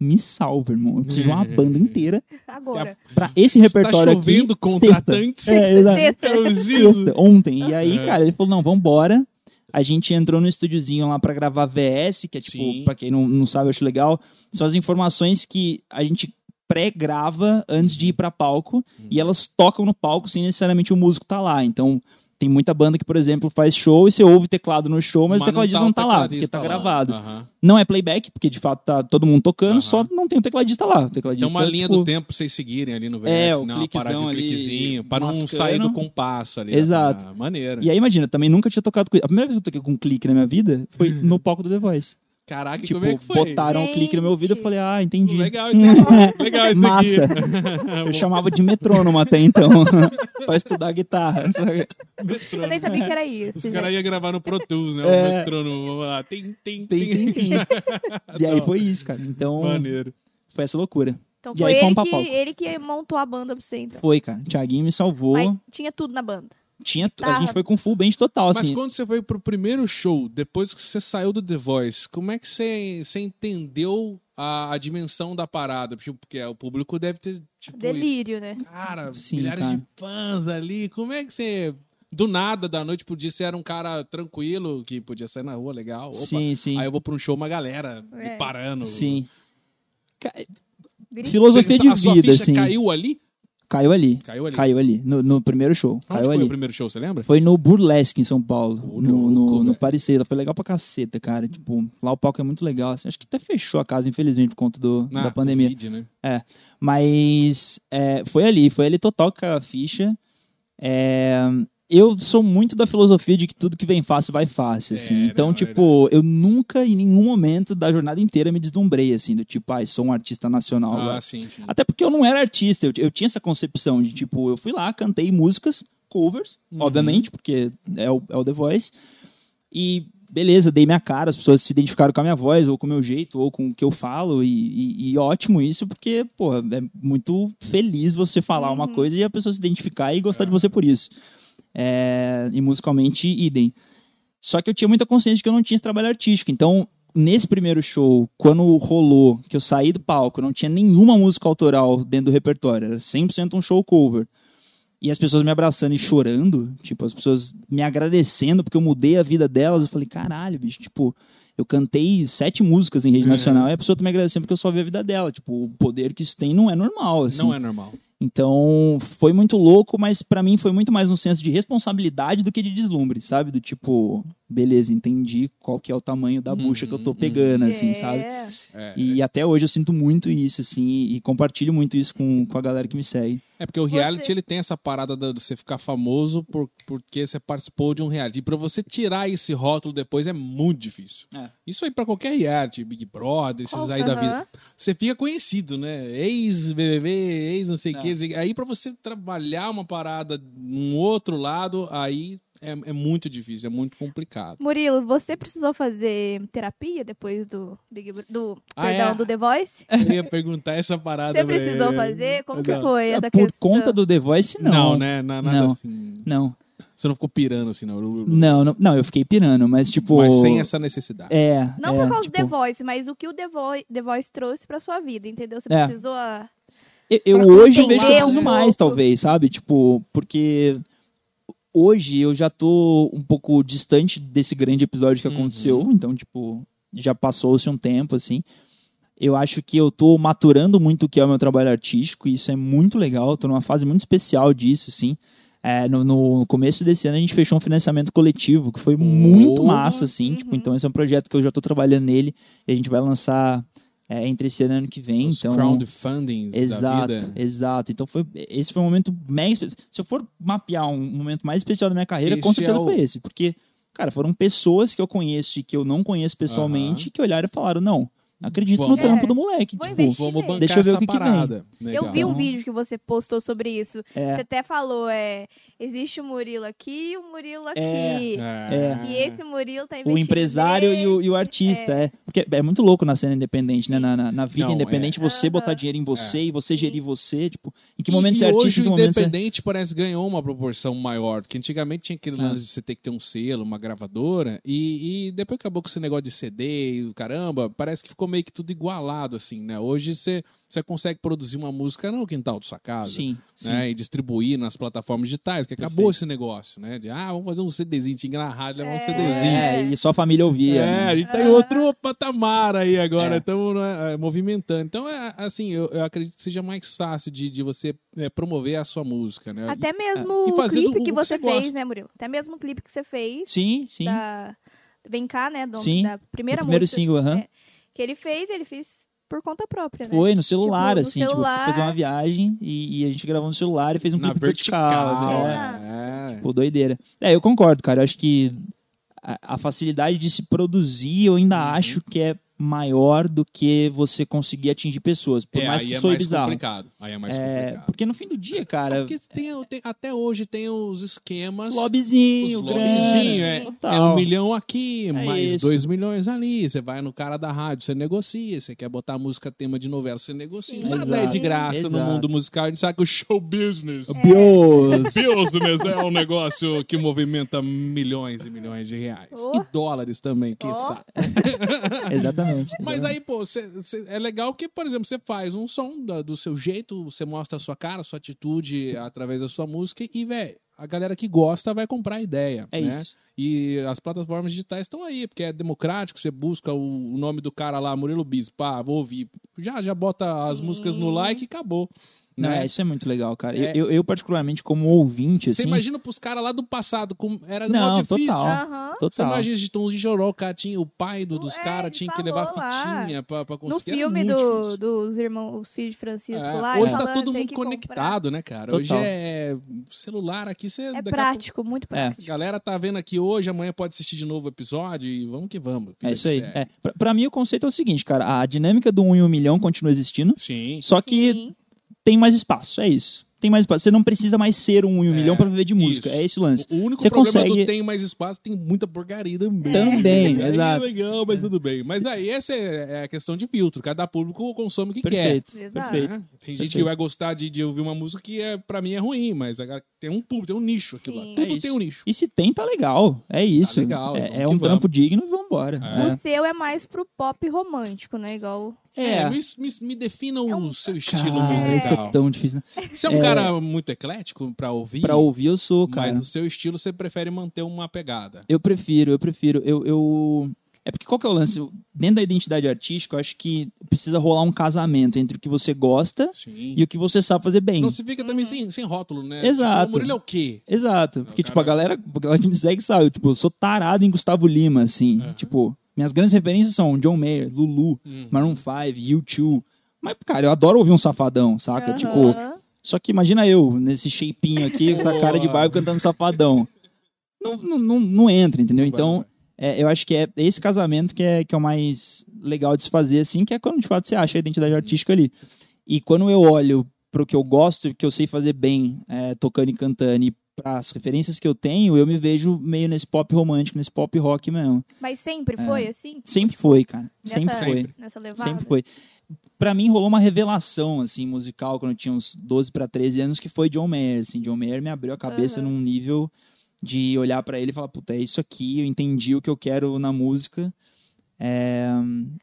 [SPEAKER 3] me salva, irmão. Eu preciso de uma banda inteira
[SPEAKER 2] Agora.
[SPEAKER 3] pra esse repertório
[SPEAKER 1] Está tá chovendo
[SPEAKER 3] aqui. Sexta.
[SPEAKER 1] contratantes.
[SPEAKER 3] É, exato
[SPEAKER 2] Sexta.
[SPEAKER 1] Eu preciso.
[SPEAKER 3] sexta, ontem. E aí,
[SPEAKER 1] É.
[SPEAKER 3] cara, ele falou: não, vambora. A gente entrou no estúdiozinho lá pra gravar VS, que é tipo,
[SPEAKER 1] Sim.
[SPEAKER 3] pra quem não, não sabe, eu acho legal. São as informações que a gente pré-grava antes de ir pra palco e elas tocam no palco sem necessariamente o músico tá lá. Então, tem muita banda que, por exemplo, faz show e você ouve teclado no show, mas, o tecladista não tá, lá, porque tá, gravado.
[SPEAKER 1] Aham.
[SPEAKER 3] Não é playback, porque de fato tá todo mundo tocando,
[SPEAKER 1] Ah. Aham.
[SPEAKER 3] só não tem o tecladista lá. O tecladista
[SPEAKER 1] Tem uma linha
[SPEAKER 3] tipo,
[SPEAKER 1] do tempo pra vocês seguirem ali no VS,
[SPEAKER 3] É,
[SPEAKER 1] né?
[SPEAKER 3] o
[SPEAKER 1] Uma parada de
[SPEAKER 3] cliquezão
[SPEAKER 1] um
[SPEAKER 3] ali,
[SPEAKER 1] cliquezinho, pra não
[SPEAKER 3] mascando.
[SPEAKER 1] sair do compasso ali.
[SPEAKER 3] Exato.
[SPEAKER 1] Ah, maneiro.
[SPEAKER 3] E aí, imagina, eu também nunca tinha tocado com. A primeira vez que eu toquei com um clique na minha vida foi no palco do The Voice.
[SPEAKER 1] Caraca,
[SPEAKER 3] tipo,
[SPEAKER 1] como é Uhum. que foi?
[SPEAKER 3] botaram o clique no meu ouvido, eu
[SPEAKER 2] Gente.
[SPEAKER 3] falei, ah, entendi.
[SPEAKER 1] Legal isso aqui. Legal isso
[SPEAKER 3] Massa.
[SPEAKER 1] aqui.
[SPEAKER 3] Eu chamava de metrônomo até então, pra estudar guitarra. sabe?
[SPEAKER 1] Metrônomo.
[SPEAKER 2] Eu nem sabia que era isso. né?
[SPEAKER 1] Os
[SPEAKER 2] gente.
[SPEAKER 1] caras iam gravar no Pro Tools, né? O
[SPEAKER 3] É.
[SPEAKER 1] metrônomo, vamos lá. Tem, tem,
[SPEAKER 3] Tem,
[SPEAKER 1] tem.
[SPEAKER 3] tem, tem. E aí
[SPEAKER 1] Não.
[SPEAKER 3] foi isso, cara. Então,
[SPEAKER 1] Maneiro.
[SPEAKER 3] foi essa loucura.
[SPEAKER 2] Então
[SPEAKER 3] E
[SPEAKER 2] foi
[SPEAKER 3] aí
[SPEAKER 2] ele
[SPEAKER 3] fomos pra
[SPEAKER 2] que,
[SPEAKER 3] palco.
[SPEAKER 2] ele que montou a banda pra você, então.
[SPEAKER 3] Foi, cara. Tiaguinho me salvou.
[SPEAKER 2] Mas tinha tudo na banda.
[SPEAKER 3] Tinha, t- a
[SPEAKER 2] Guitarra.
[SPEAKER 3] gente foi com full band total,
[SPEAKER 1] Mas
[SPEAKER 3] assim.
[SPEAKER 1] quando você foi pro primeiro show, depois que você saiu do The Voice, como é que você, você entendeu a, a dimensão da parada? Tipo, Porque o público deve ter, tipo,
[SPEAKER 2] Delírio, né?
[SPEAKER 1] cara,
[SPEAKER 3] Sim,
[SPEAKER 1] milhares
[SPEAKER 3] cara.
[SPEAKER 1] de fãs ali. Como é que você, do nada, da noite pro dia, você era um cara tranquilo, que podia sair na rua, legal. Opa,
[SPEAKER 3] Sim, sim.
[SPEAKER 1] Aí eu vou pra um show, uma galera me
[SPEAKER 2] É.
[SPEAKER 1] parando.
[SPEAKER 3] Sim. Ca-
[SPEAKER 2] Grito.
[SPEAKER 3] Filosofia
[SPEAKER 1] Você-
[SPEAKER 3] de
[SPEAKER 1] a sua
[SPEAKER 3] vida,
[SPEAKER 1] ficha
[SPEAKER 3] assim. Caiu...
[SPEAKER 1] caiu ali?
[SPEAKER 3] ali.
[SPEAKER 1] Caiu ali.
[SPEAKER 3] Caiu ali. No, no primeiro show.
[SPEAKER 1] Onde
[SPEAKER 3] caiu
[SPEAKER 1] foi
[SPEAKER 3] ali.
[SPEAKER 1] o primeiro show, você lembra?
[SPEAKER 3] Foi no Burlesque, em São Paulo.
[SPEAKER 1] Ô,
[SPEAKER 3] no
[SPEAKER 1] louco,
[SPEAKER 3] no, no
[SPEAKER 1] velho.
[SPEAKER 3] Parecida. Foi legal pra caceta, cara. Tipo, lá o palco é muito legal. assim. Acho que até fechou a casa, infelizmente, por conta do,
[SPEAKER 1] Ah,
[SPEAKER 3] da pandemia.
[SPEAKER 1] Covid, né?
[SPEAKER 3] Mas é, foi ali, foi ali total que caiu a ficha. É, eu sou muito da filosofia de que tudo que vem fácil vai fácil, assim.
[SPEAKER 1] É,
[SPEAKER 3] então,
[SPEAKER 1] não, é
[SPEAKER 3] tipo, eu nunca em nenhum momento da jornada inteira me deslumbrei, assim, do tipo, ai, sou um artista nacional.
[SPEAKER 1] Ah,
[SPEAKER 3] agora.
[SPEAKER 1] sim, sim.
[SPEAKER 3] Até porque eu não era artista, eu, eu tinha essa concepção de, tipo, eu fui lá, cantei músicas, covers,
[SPEAKER 1] Uhum.
[SPEAKER 3] obviamente, porque é o, é o The Voice, e beleza, dei minha cara, as pessoas se identificaram com a minha voz, ou com o meu jeito, ou com o que eu falo, e, e- e ótimo isso, porque, porra, é muito feliz você falar uma
[SPEAKER 2] Uhum.
[SPEAKER 3] coisa e a pessoa se identificar e gostar
[SPEAKER 1] É.
[SPEAKER 3] de você por isso. É, e musicalmente, idem. Só que eu tinha muita consciência de que eu não tinha esse trabalho artístico. Então, nesse primeiro show, quando rolou que eu saí do palco, eu não tinha nenhuma música autoral dentro do repertório, era 100% um show cover. E as pessoas me abraçando e chorando, tipo, as pessoas me agradecendo porque eu mudei a vida delas. Eu falei, caralho, bicho, tipo, eu cantei sete músicas em rede
[SPEAKER 1] Uhum.
[SPEAKER 3] nacional e a pessoa tá me agradecendo porque eu só vi a vida dela. Tipo, o poder que isso tem não é normal, assim.
[SPEAKER 1] Não é normal.
[SPEAKER 3] Então, foi muito louco, mas pra mim foi muito mais um senso de responsabilidade do que de deslumbre, sabe? Do tipo, beleza, entendi qual que é o tamanho da
[SPEAKER 1] Uhum,
[SPEAKER 3] bucha que eu tô
[SPEAKER 1] uhum.
[SPEAKER 3] pegando, assim,
[SPEAKER 2] É.
[SPEAKER 3] sabe?
[SPEAKER 1] É,
[SPEAKER 3] E até hoje eu sinto muito isso, assim, e, e compartilho muito isso com, com a galera que me segue.
[SPEAKER 1] é porque o
[SPEAKER 2] Você-
[SPEAKER 1] reality ele tem essa parada da- de você ficar famoso por, porque você participou de um reality. E pra você tirar esse rótulo depois é muito difícil.
[SPEAKER 3] É.
[SPEAKER 1] Isso aí pra qualquer reality, Big Brother, esses aí da vida.
[SPEAKER 2] Aham.
[SPEAKER 1] você fica conhecido, né? Ex-BBB, ex não sei o
[SPEAKER 3] É.
[SPEAKER 1] que. não sei o quê. Aí pra você trabalhar uma parada num outro lado, aí é, é muito difícil, é muito complicado.
[SPEAKER 2] Murilo, você precisou fazer terapia depois do Big Bro- do,
[SPEAKER 1] Ah,
[SPEAKER 2] perdão,
[SPEAKER 1] é?
[SPEAKER 2] do The Voice?
[SPEAKER 1] Eu ia perguntar essa parada.
[SPEAKER 2] Você precisou
[SPEAKER 1] pra ele.
[SPEAKER 2] fazer? Como que
[SPEAKER 1] Não.
[SPEAKER 2] foi essa
[SPEAKER 3] é Ah, Por
[SPEAKER 2] questão?
[SPEAKER 3] conta do The Voice, não.
[SPEAKER 1] Não, né? Na- Nada
[SPEAKER 3] Não.
[SPEAKER 1] assim.
[SPEAKER 3] Não,
[SPEAKER 1] Você não ficou pirando assim, não.
[SPEAKER 3] não, não, não, eu fiquei pirando, mas tipo...
[SPEAKER 1] Mas sem essa necessidade.
[SPEAKER 3] É,
[SPEAKER 2] Não
[SPEAKER 3] é,
[SPEAKER 2] por causa do The
[SPEAKER 3] tipo,
[SPEAKER 2] Voice, mas o que o The Voice, The Voice trouxe pra sua vida, entendeu? Você
[SPEAKER 3] É.
[SPEAKER 2] precisou. ah, a-
[SPEAKER 3] Eu, eu
[SPEAKER 1] Pra
[SPEAKER 3] hoje vejo que eu
[SPEAKER 1] controlar um
[SPEAKER 3] preciso mais,
[SPEAKER 2] pouco.
[SPEAKER 3] talvez, sabe? Tipo, porque hoje eu já tô um pouco distante desse grande episódio que
[SPEAKER 1] Uhum.
[SPEAKER 3] aconteceu, então, tipo, já passou-se um tempo, assim. Eu acho que eu tô maturando muito o que é o meu trabalho artístico, e isso é muito legal, eu tô numa fase muito especial disso, assim. É, no, no começo desse ano a gente fechou um financiamento coletivo, que foi muito
[SPEAKER 1] Boa.
[SPEAKER 3] massa, assim. Tipo,
[SPEAKER 2] Uhum.
[SPEAKER 3] então esse é um projeto que eu já tô trabalhando nele, e a gente vai lançar é, entre esse ano e ano que vem.
[SPEAKER 1] Os
[SPEAKER 3] então,
[SPEAKER 1] crowdfundings
[SPEAKER 3] Exato,
[SPEAKER 1] da vida. é.
[SPEAKER 3] exato. Então foi, esse foi um momento mega espe- Se eu for mapear um momento mais especial da minha carreira, com
[SPEAKER 1] Esse é
[SPEAKER 3] certeza
[SPEAKER 1] o-
[SPEAKER 3] foi esse. Porque, cara, foram pessoas que eu conheço e que eu não conheço pessoalmente que olharam e falaram: não, acredito
[SPEAKER 1] Vamos-
[SPEAKER 3] no trampo
[SPEAKER 2] É.
[SPEAKER 3] do moleque.
[SPEAKER 2] Vou
[SPEAKER 3] tipo,
[SPEAKER 2] investir.
[SPEAKER 1] Vamos bancar
[SPEAKER 3] Deixa eu ver o
[SPEAKER 1] essa
[SPEAKER 3] que que vem.
[SPEAKER 1] parada. né,
[SPEAKER 2] Eu vi um
[SPEAKER 1] Legal.
[SPEAKER 2] vídeo que você postou sobre isso.
[SPEAKER 3] é,
[SPEAKER 2] Você até falou, é, existe o Murilo aqui e o Murilo aqui.
[SPEAKER 1] É.
[SPEAKER 2] E esse Murilo tá investindo.
[SPEAKER 3] o empresário e o, e o artista. É. Porque é muito louco na cena independente, né? Na, na, na vida
[SPEAKER 1] Não, É.
[SPEAKER 3] independente,
[SPEAKER 2] é.
[SPEAKER 3] você botar
[SPEAKER 2] Aham.
[SPEAKER 3] dinheiro em você e você
[SPEAKER 2] Sim.
[SPEAKER 3] gerir você. Tipo, em que
[SPEAKER 1] E-
[SPEAKER 3] momento
[SPEAKER 1] e,
[SPEAKER 3] você é
[SPEAKER 1] hoje
[SPEAKER 3] artista, em que
[SPEAKER 1] o
[SPEAKER 3] momento você é.
[SPEAKER 1] independente parece que ganhou uma proporção maior, porque antigamente tinha aquele
[SPEAKER 3] Ah.
[SPEAKER 1] lance de você ter que ter um selo, uma gravadora, e, e depois acabou com esse negócio de CD e o caramba, parece que ficou meio que tudo igualado, assim, né? Hoje você, você consegue produzir uma música no quintal da sua casa,
[SPEAKER 3] Sim, sim.
[SPEAKER 1] né? E distribuir nas plataformas digitais, que acabou esse negócio, né? De, ah, vamos fazer um CDzinho, tinha que ir na rádio levar um
[SPEAKER 2] É.
[SPEAKER 1] CDzinho.
[SPEAKER 3] É, e só a família ouvia.
[SPEAKER 1] É,
[SPEAKER 3] né?
[SPEAKER 1] a gente tá em
[SPEAKER 2] Ah.
[SPEAKER 1] outro patamar aí agora,
[SPEAKER 3] É.
[SPEAKER 1] estamos movimentando. Então, é, assim, eu, eu acredito que seja mais fácil de, de você é, promover a sua música, né?
[SPEAKER 2] Até mesmo
[SPEAKER 1] E
[SPEAKER 2] o
[SPEAKER 1] fazendo
[SPEAKER 2] clipe
[SPEAKER 1] o
[SPEAKER 2] que
[SPEAKER 1] que você
[SPEAKER 2] você fez,
[SPEAKER 1] gosta.
[SPEAKER 2] né, Murilo? Até mesmo o clipe que você fez
[SPEAKER 3] Sim, sim.
[SPEAKER 2] da Vem cá, né? Do,
[SPEAKER 3] Sim,
[SPEAKER 2] Da primeira
[SPEAKER 3] o primeiro
[SPEAKER 2] música
[SPEAKER 3] single, aham.
[SPEAKER 2] é, que ele fez, ele fez por conta própria, né?
[SPEAKER 3] Foi, no celular,
[SPEAKER 2] Tipo, no
[SPEAKER 3] assim. Tipo, eu
[SPEAKER 2] celular.
[SPEAKER 3] fui fazer uma viagem e, e a gente gravou no celular e fez um
[SPEAKER 1] Na
[SPEAKER 3] clipe
[SPEAKER 1] vertical.
[SPEAKER 3] vertical. assim, é.
[SPEAKER 1] é.
[SPEAKER 3] Pô, doideira. É, eu concordo, cara. Eu acho que a, a facilidade de se produzir, eu ainda
[SPEAKER 1] Uhum.
[SPEAKER 3] acho que é maior do que você conseguir atingir pessoas. Por
[SPEAKER 1] É,
[SPEAKER 3] mais
[SPEAKER 1] aí
[SPEAKER 3] que
[SPEAKER 1] é
[SPEAKER 3] soe
[SPEAKER 1] mais
[SPEAKER 3] bizarro.
[SPEAKER 1] complicado. Aí é mais
[SPEAKER 3] É,
[SPEAKER 1] complicado.
[SPEAKER 3] porque no fim do dia, cara,
[SPEAKER 1] Porque tem- tem- até hoje tem os esquemas.
[SPEAKER 3] lobbyzinho,
[SPEAKER 1] os
[SPEAKER 3] grana,
[SPEAKER 1] lobbyzinho, é.
[SPEAKER 3] total.
[SPEAKER 1] É um milhão aqui,
[SPEAKER 3] É
[SPEAKER 1] mais
[SPEAKER 3] isso.
[SPEAKER 1] dois milhões ali. Você vai no cara da rádio, você negocia. Você quer botar música tema de novela, você negocia.
[SPEAKER 2] Sim.
[SPEAKER 1] Nada é
[SPEAKER 2] Exato,
[SPEAKER 1] de graça no
[SPEAKER 3] exato.
[SPEAKER 1] mundo musical. A gente sabe que o show
[SPEAKER 3] É.
[SPEAKER 1] business.
[SPEAKER 3] Bios.
[SPEAKER 1] Business é um negócio que movimenta milhões e milhões de reais.
[SPEAKER 2] Oh.
[SPEAKER 1] E dólares também, quem
[SPEAKER 2] Oh.
[SPEAKER 1] sabe. né?
[SPEAKER 3] Exatamente.
[SPEAKER 1] Mas aí, pô, cê- cê- é legal que, por exemplo, você faz um som da- do seu jeito, você mostra a sua cara, a sua atitude através da sua música e, velho, a galera que gosta vai comprar a ideia.
[SPEAKER 3] É
[SPEAKER 1] né?
[SPEAKER 3] isso.
[SPEAKER 1] E as plataformas digitais estão aí, porque é democrático, você busca o, o nome do cara lá, Murilo Bispo, ah, vou ouvir. Já, já bota as
[SPEAKER 2] Sim.
[SPEAKER 1] músicas no like e acabou.
[SPEAKER 3] Não,
[SPEAKER 1] né?
[SPEAKER 3] é, isso é muito legal, cara.
[SPEAKER 1] É.
[SPEAKER 3] Eu, eu, eu, particularmente, como ouvinte,
[SPEAKER 1] Você
[SPEAKER 3] assim.
[SPEAKER 1] imagina pros caras lá do passado, como era
[SPEAKER 3] Não,
[SPEAKER 1] mó difícil.
[SPEAKER 3] total. Ó,
[SPEAKER 2] Aham.
[SPEAKER 1] Você
[SPEAKER 3] Total.
[SPEAKER 1] imagina de Tons de Joró, o cara tinha, o pai do-
[SPEAKER 2] Não
[SPEAKER 1] dos
[SPEAKER 2] é,
[SPEAKER 1] caras
[SPEAKER 2] ele
[SPEAKER 1] tinha que
[SPEAKER 2] falou
[SPEAKER 1] levar
[SPEAKER 2] lá.
[SPEAKER 1] fitinha pra, pra
[SPEAKER 2] No
[SPEAKER 1] conseguir. era
[SPEAKER 2] filme
[SPEAKER 1] muito
[SPEAKER 2] do,
[SPEAKER 1] difícil.
[SPEAKER 2] dos irmãos, os filhos de Francisco
[SPEAKER 1] É,
[SPEAKER 2] lá.
[SPEAKER 1] Hoje
[SPEAKER 2] falando,
[SPEAKER 1] tá todo
[SPEAKER 2] "Tem
[SPEAKER 1] mundo
[SPEAKER 2] que comprar".
[SPEAKER 1] conectado, né, cara?
[SPEAKER 3] Total.
[SPEAKER 1] Hoje é celular aqui, você.
[SPEAKER 2] É
[SPEAKER 1] daqui a
[SPEAKER 2] prático, muito
[SPEAKER 3] É.
[SPEAKER 1] pouco-
[SPEAKER 2] prático.
[SPEAKER 1] A galera tá vendo aqui hoje, amanhã pode assistir de novo o episódio e vamos que vamos.
[SPEAKER 3] É
[SPEAKER 1] Vida
[SPEAKER 3] isso
[SPEAKER 1] que
[SPEAKER 3] aí.
[SPEAKER 1] segue.
[SPEAKER 3] É. Pra, pra mim, o conceito é o seguinte, cara. A dinâmica do 1 em 1 milhão continua existindo,
[SPEAKER 1] Sim.
[SPEAKER 3] só que
[SPEAKER 2] Sim.
[SPEAKER 3] tem mais espaço, é isso. Tem mais espaço. Você não precisa mais ser um 1 em 1
[SPEAKER 1] É,
[SPEAKER 3] milhão pra viver de música.
[SPEAKER 1] isso.
[SPEAKER 3] É esse o lance.
[SPEAKER 1] O o único
[SPEAKER 3] Você
[SPEAKER 1] problema do
[SPEAKER 3] consegue-
[SPEAKER 1] tem mais espaço, tem muita porcaria também.
[SPEAKER 3] Também,
[SPEAKER 1] Aí
[SPEAKER 3] exato.
[SPEAKER 1] É legal, mas tudo bem. Mas aí essa é é a questão de filtro. Cada público consome o que quer.
[SPEAKER 3] Perfeito.
[SPEAKER 2] Exato.
[SPEAKER 3] Perfeito.
[SPEAKER 1] né? Tem gente
[SPEAKER 3] Perfeito.
[SPEAKER 1] que vai gostar de, de ouvir uma música que é, pra mim é ruim, mas a- tem um público, tem um nicho aquilo
[SPEAKER 2] Sim.
[SPEAKER 1] lá. Tudo
[SPEAKER 3] É
[SPEAKER 1] tem
[SPEAKER 3] isso.
[SPEAKER 1] um nicho.
[SPEAKER 3] E se tem, tá legal. É isso.
[SPEAKER 1] legal,
[SPEAKER 3] é
[SPEAKER 1] vamos
[SPEAKER 3] é
[SPEAKER 1] que
[SPEAKER 3] um
[SPEAKER 1] vamos.
[SPEAKER 3] trampo digno e vambora. né?
[SPEAKER 1] É.
[SPEAKER 2] O seu é mais pro pop romântico, né? Igual.
[SPEAKER 3] É.
[SPEAKER 1] me, me- me defina o
[SPEAKER 2] É um-
[SPEAKER 1] seu estilo
[SPEAKER 3] Cara, isso é
[SPEAKER 1] musical.
[SPEAKER 3] tão difícil. Né?
[SPEAKER 1] Você é um cara muito eclético pra ouvir,
[SPEAKER 3] Pra ouvir, eu sou, cara.
[SPEAKER 1] mas no seu estilo você prefere manter uma pegada.
[SPEAKER 3] Eu prefiro, eu prefiro. Eu, eu- É porque qual que é o lance? Dentro da identidade artística, eu acho que precisa rolar um casamento entre o que você gosta
[SPEAKER 1] Sim.
[SPEAKER 3] e o que você sabe fazer bem.
[SPEAKER 1] Senão você fica também
[SPEAKER 2] Uhum.
[SPEAKER 1] sem, sem rótulo, né?
[SPEAKER 3] Exato.
[SPEAKER 1] Tipo, o Murilo é o quê?
[SPEAKER 3] Exato. Porque, tipo, a
[SPEAKER 1] cara-
[SPEAKER 3] galera, a galera que me segue sabe. Eu, tipo, eu sou tarado em Gustavo Lima, assim.
[SPEAKER 1] Aham.
[SPEAKER 3] Tipo, minhas grandes referências são John Mayer, Lulu,
[SPEAKER 1] Hum.
[SPEAKER 3] Maroon 5, U2. Mas, cara, eu adoro ouvir um safadão, saca?
[SPEAKER 2] Aham.
[SPEAKER 3] Tipo, Só que imagina eu, nesse shapinho aqui, com essa cara de barba cantando safadão. Não, não, não, não entra, entendeu?
[SPEAKER 1] Não vai, não
[SPEAKER 3] Então,
[SPEAKER 1] vai.
[SPEAKER 3] é, eu acho que é esse casamento que é, que é o mais legal de se fazer, assim, que é quando de fato você acha a identidade artística ali. E quando eu olho pro que eu gosto, e que eu sei fazer bem, é, tocando e cantando, e pras referências que eu tenho, eu me vejo meio nesse pop romântico, nesse pop rock mesmo.
[SPEAKER 2] Mas sempre foi assim?
[SPEAKER 3] Sempre foi, cara.
[SPEAKER 2] Nessa,
[SPEAKER 3] Sempre foi.
[SPEAKER 2] Nessa levada?
[SPEAKER 3] É. Sempre foi. Pra mim rolou uma revelação assim musical quando eu tinha uns 12 pra 13 anos que foi John Mayer, assim, John Mayer me abriu a cabeça
[SPEAKER 2] Aham.
[SPEAKER 3] num nível de olhar pra ele e falar, puta, é isso aqui, eu entendi o que eu quero na música. É,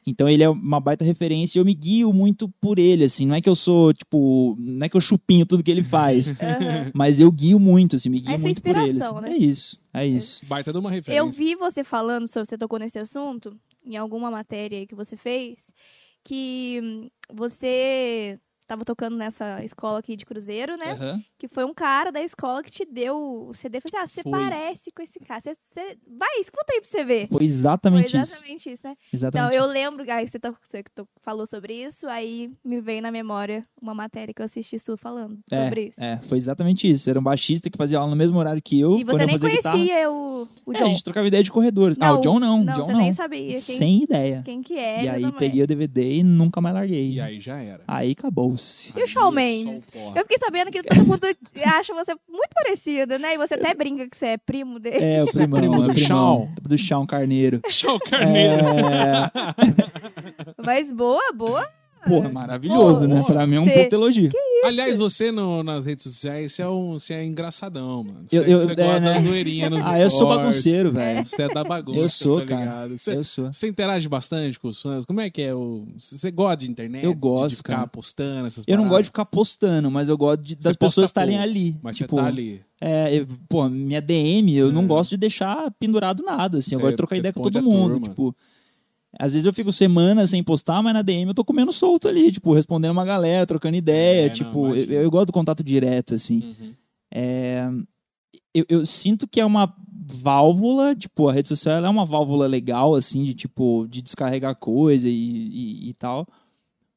[SPEAKER 3] Então ele é uma baita referência e eu me guio muito por ele, assim, não é que eu sou, tipo, não é que eu chupinho tudo que ele faz,
[SPEAKER 2] Aham.
[SPEAKER 3] mas eu guio muito, assim, me guio
[SPEAKER 2] É sua
[SPEAKER 3] muito por ele.
[SPEAKER 2] inspiração,
[SPEAKER 3] assim.
[SPEAKER 2] né?
[SPEAKER 3] É isso, é isso.
[SPEAKER 1] Baita de uma referência.
[SPEAKER 2] Eu vi você falando sobre, você tocou nesse assunto, em alguma matéria aí que você fez, que hum, você tava tocando nessa escola aqui de Cruzeiro, né?
[SPEAKER 3] Aham.
[SPEAKER 2] Que foi um cara da escola que te deu o CD. Falei assim, ah, você
[SPEAKER 1] Foi.
[SPEAKER 2] parece com esse cara. Você, você- Vai, escuta aí pra você ver.
[SPEAKER 3] Foi
[SPEAKER 2] Foi
[SPEAKER 3] exatamente isso.
[SPEAKER 2] exatamente isso, né? Então,
[SPEAKER 3] Exatamente.
[SPEAKER 2] eu lembro, aí você, to- você que to- falou sobre isso, aí me veio na memória uma matéria que eu assisti sua falando sobre isso.
[SPEAKER 3] É, foi exatamente isso. Era um baixista que fazia aula no mesmo horário que eu.
[SPEAKER 2] E
[SPEAKER 3] quando
[SPEAKER 2] você
[SPEAKER 3] eu
[SPEAKER 2] nem
[SPEAKER 3] fazia
[SPEAKER 2] conhecia
[SPEAKER 3] guitarra.
[SPEAKER 2] o, o
[SPEAKER 3] É, a
[SPEAKER 2] John.
[SPEAKER 3] gente trocava ideia de corredores. ah,
[SPEAKER 2] Não,
[SPEAKER 3] o John não, o
[SPEAKER 2] não,
[SPEAKER 3] John
[SPEAKER 2] você
[SPEAKER 3] não.
[SPEAKER 2] nem sabia quem,
[SPEAKER 3] Sem ideia.
[SPEAKER 2] quem que era.
[SPEAKER 3] e aí
[SPEAKER 2] também.
[SPEAKER 3] peguei o DVD e nunca mais larguei.
[SPEAKER 1] E aí já era.
[SPEAKER 3] Aí acabou-se.
[SPEAKER 2] E o
[SPEAKER 1] um
[SPEAKER 2] Shawn Mendes? Eu fiquei sabendo que todo mundo acha você muito parecido, né? E você até brinca que você é primo dele.
[SPEAKER 3] É, o
[SPEAKER 1] Isso é
[SPEAKER 3] primão,
[SPEAKER 1] primo
[SPEAKER 3] é
[SPEAKER 1] do
[SPEAKER 3] o primão, Do Shawn Carneiro.
[SPEAKER 1] Show Carneiro.
[SPEAKER 3] É,
[SPEAKER 1] É.
[SPEAKER 2] Mas boa, boa.
[SPEAKER 3] porra, maravilhoso,
[SPEAKER 2] Pô,
[SPEAKER 3] né?
[SPEAKER 1] porra.
[SPEAKER 3] Pra mim é um
[SPEAKER 2] Cê-
[SPEAKER 3] puto elogio.
[SPEAKER 1] Aliás, você no- nas redes sociais, você é, um, você é engraçaadão, mano. Você,
[SPEAKER 3] Eu- eu-
[SPEAKER 1] você
[SPEAKER 3] é,
[SPEAKER 1] gosta
[SPEAKER 3] né?
[SPEAKER 1] da zoeirinha nos
[SPEAKER 3] Ah, eu sou
[SPEAKER 1] stories.
[SPEAKER 3] bagunceiro, velho.
[SPEAKER 1] Você é da bagunça,
[SPEAKER 3] Eu sou,
[SPEAKER 1] tá
[SPEAKER 3] cara.
[SPEAKER 1] ligado? Você,
[SPEAKER 3] Eu sou.
[SPEAKER 1] você interage bastante com os fãs? Como é que é? O, você gosta de internet?
[SPEAKER 3] Eu
[SPEAKER 1] De- De
[SPEAKER 3] gosto,
[SPEAKER 1] ficar
[SPEAKER 3] cara.
[SPEAKER 1] postando essas
[SPEAKER 3] Eu não gosto de
[SPEAKER 1] paradas?
[SPEAKER 3] ficar postando, mas eu gosto de- das
[SPEAKER 1] posta
[SPEAKER 3] pessoas estarem
[SPEAKER 1] pouco,
[SPEAKER 3] ali.
[SPEAKER 1] Mas
[SPEAKER 3] tipo,
[SPEAKER 1] você tá ali.
[SPEAKER 3] É, eu- pô, minha DM, eu
[SPEAKER 1] É.
[SPEAKER 3] não gosto de deixar pendurado nada, assim, eu
[SPEAKER 1] Você
[SPEAKER 3] gosto de trocar ideia com
[SPEAKER 1] responde
[SPEAKER 3] todo
[SPEAKER 1] a
[SPEAKER 3] mundo,
[SPEAKER 1] turma.
[SPEAKER 3] tipo... Às vezes eu fico semanas sem postar, mas na DM eu tô comendo solto ali, tipo, respondendo uma galera, trocando
[SPEAKER 1] É,
[SPEAKER 3] ideia,
[SPEAKER 1] não,
[SPEAKER 3] tipo, eu-
[SPEAKER 1] imagino.
[SPEAKER 3] eu, gosto do contato direto, assim. Eu, eu sinto que é uma válvula, tipo, a rede social ela é uma válvula legal, assim, de tipo, de descarregar coisa e, e, e tal.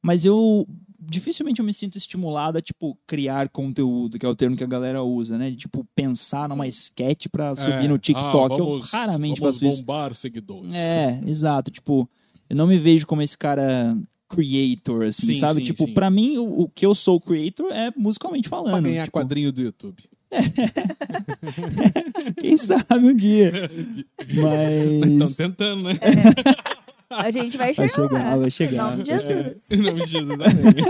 [SPEAKER 3] Mas eu dificilmente eu me sinto estimulado a, tipo, criar conteúdo, que é o termo que a galera usa, né? De, tipo, pensar numa sketch pra subir
[SPEAKER 1] É.
[SPEAKER 3] no TikTok.
[SPEAKER 1] Ah,
[SPEAKER 3] eu raramente
[SPEAKER 1] vamos
[SPEAKER 3] faço isso.
[SPEAKER 1] bombar seguidores.
[SPEAKER 3] É, exato. Tipo, eu não me vejo como esse cara creator, assim,
[SPEAKER 1] Sim,
[SPEAKER 3] sabe?
[SPEAKER 1] sim,
[SPEAKER 3] tipo,
[SPEAKER 1] sim.
[SPEAKER 3] pra mim, o, o que eu sou creator é musicalmente falando.
[SPEAKER 1] Pra ganhar
[SPEAKER 3] tipo,
[SPEAKER 1] quadrinho do YouTube.
[SPEAKER 3] Quem sabe um dia.
[SPEAKER 1] Estão
[SPEAKER 3] Mas.
[SPEAKER 1] tentando, né?
[SPEAKER 2] A gente vai
[SPEAKER 3] Vai
[SPEAKER 2] chegar.
[SPEAKER 3] chegar, vai
[SPEAKER 2] Em
[SPEAKER 3] chegar.
[SPEAKER 2] nome de Jesus.
[SPEAKER 1] Em nome de Jesus, amém.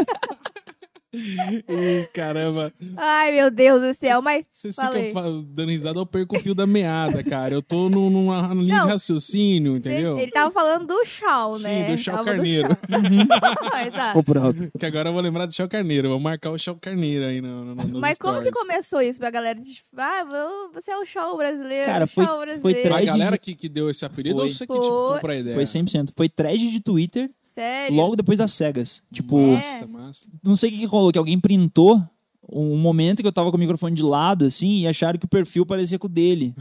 [SPEAKER 1] Ih, Caramba.
[SPEAKER 2] Ai, meu Deus do céu. Mas
[SPEAKER 1] Vocês
[SPEAKER 2] Falei.
[SPEAKER 1] ficam fa- dando risada, eu perco o fio da meada, cara. Eu tô num- numa, numa linha
[SPEAKER 2] Não.
[SPEAKER 1] de raciocínio, entendeu?
[SPEAKER 2] ele tava falando do Shaw,
[SPEAKER 1] Sim,
[SPEAKER 2] né?
[SPEAKER 1] do Shaw
[SPEAKER 2] Tava
[SPEAKER 1] Carneiro.
[SPEAKER 2] Shaw. Exato.
[SPEAKER 3] Ô, próprio.
[SPEAKER 1] Que agora eu vou lembrar do Shell Carneiro. eu Vou marcar o Shell Carneiro aí no, no, nos
[SPEAKER 2] Mas como que
[SPEAKER 1] stories.
[SPEAKER 2] começou isso pra galera? de tipo, Ah, eu- você é o Shaw brasileiro.
[SPEAKER 3] Cara, foi-
[SPEAKER 2] Shaw
[SPEAKER 3] foi
[SPEAKER 2] brasileiro.
[SPEAKER 1] Foi a
[SPEAKER 3] thread
[SPEAKER 1] galera que, que deu esse apelido
[SPEAKER 3] Foi.
[SPEAKER 1] ou você que tipo,
[SPEAKER 2] Foi.
[SPEAKER 1] comprou a ideia?
[SPEAKER 3] Foi 100%. Foi thread de Twitter
[SPEAKER 2] Sério? Tá
[SPEAKER 3] logo depois das cegas. Tipo,
[SPEAKER 2] É.
[SPEAKER 1] Massa, massa.
[SPEAKER 3] não sei o que, que rolou, que alguém printou um momento que eu tava com o microfone de lado, assim, e acharam que o perfil parecia com o dele.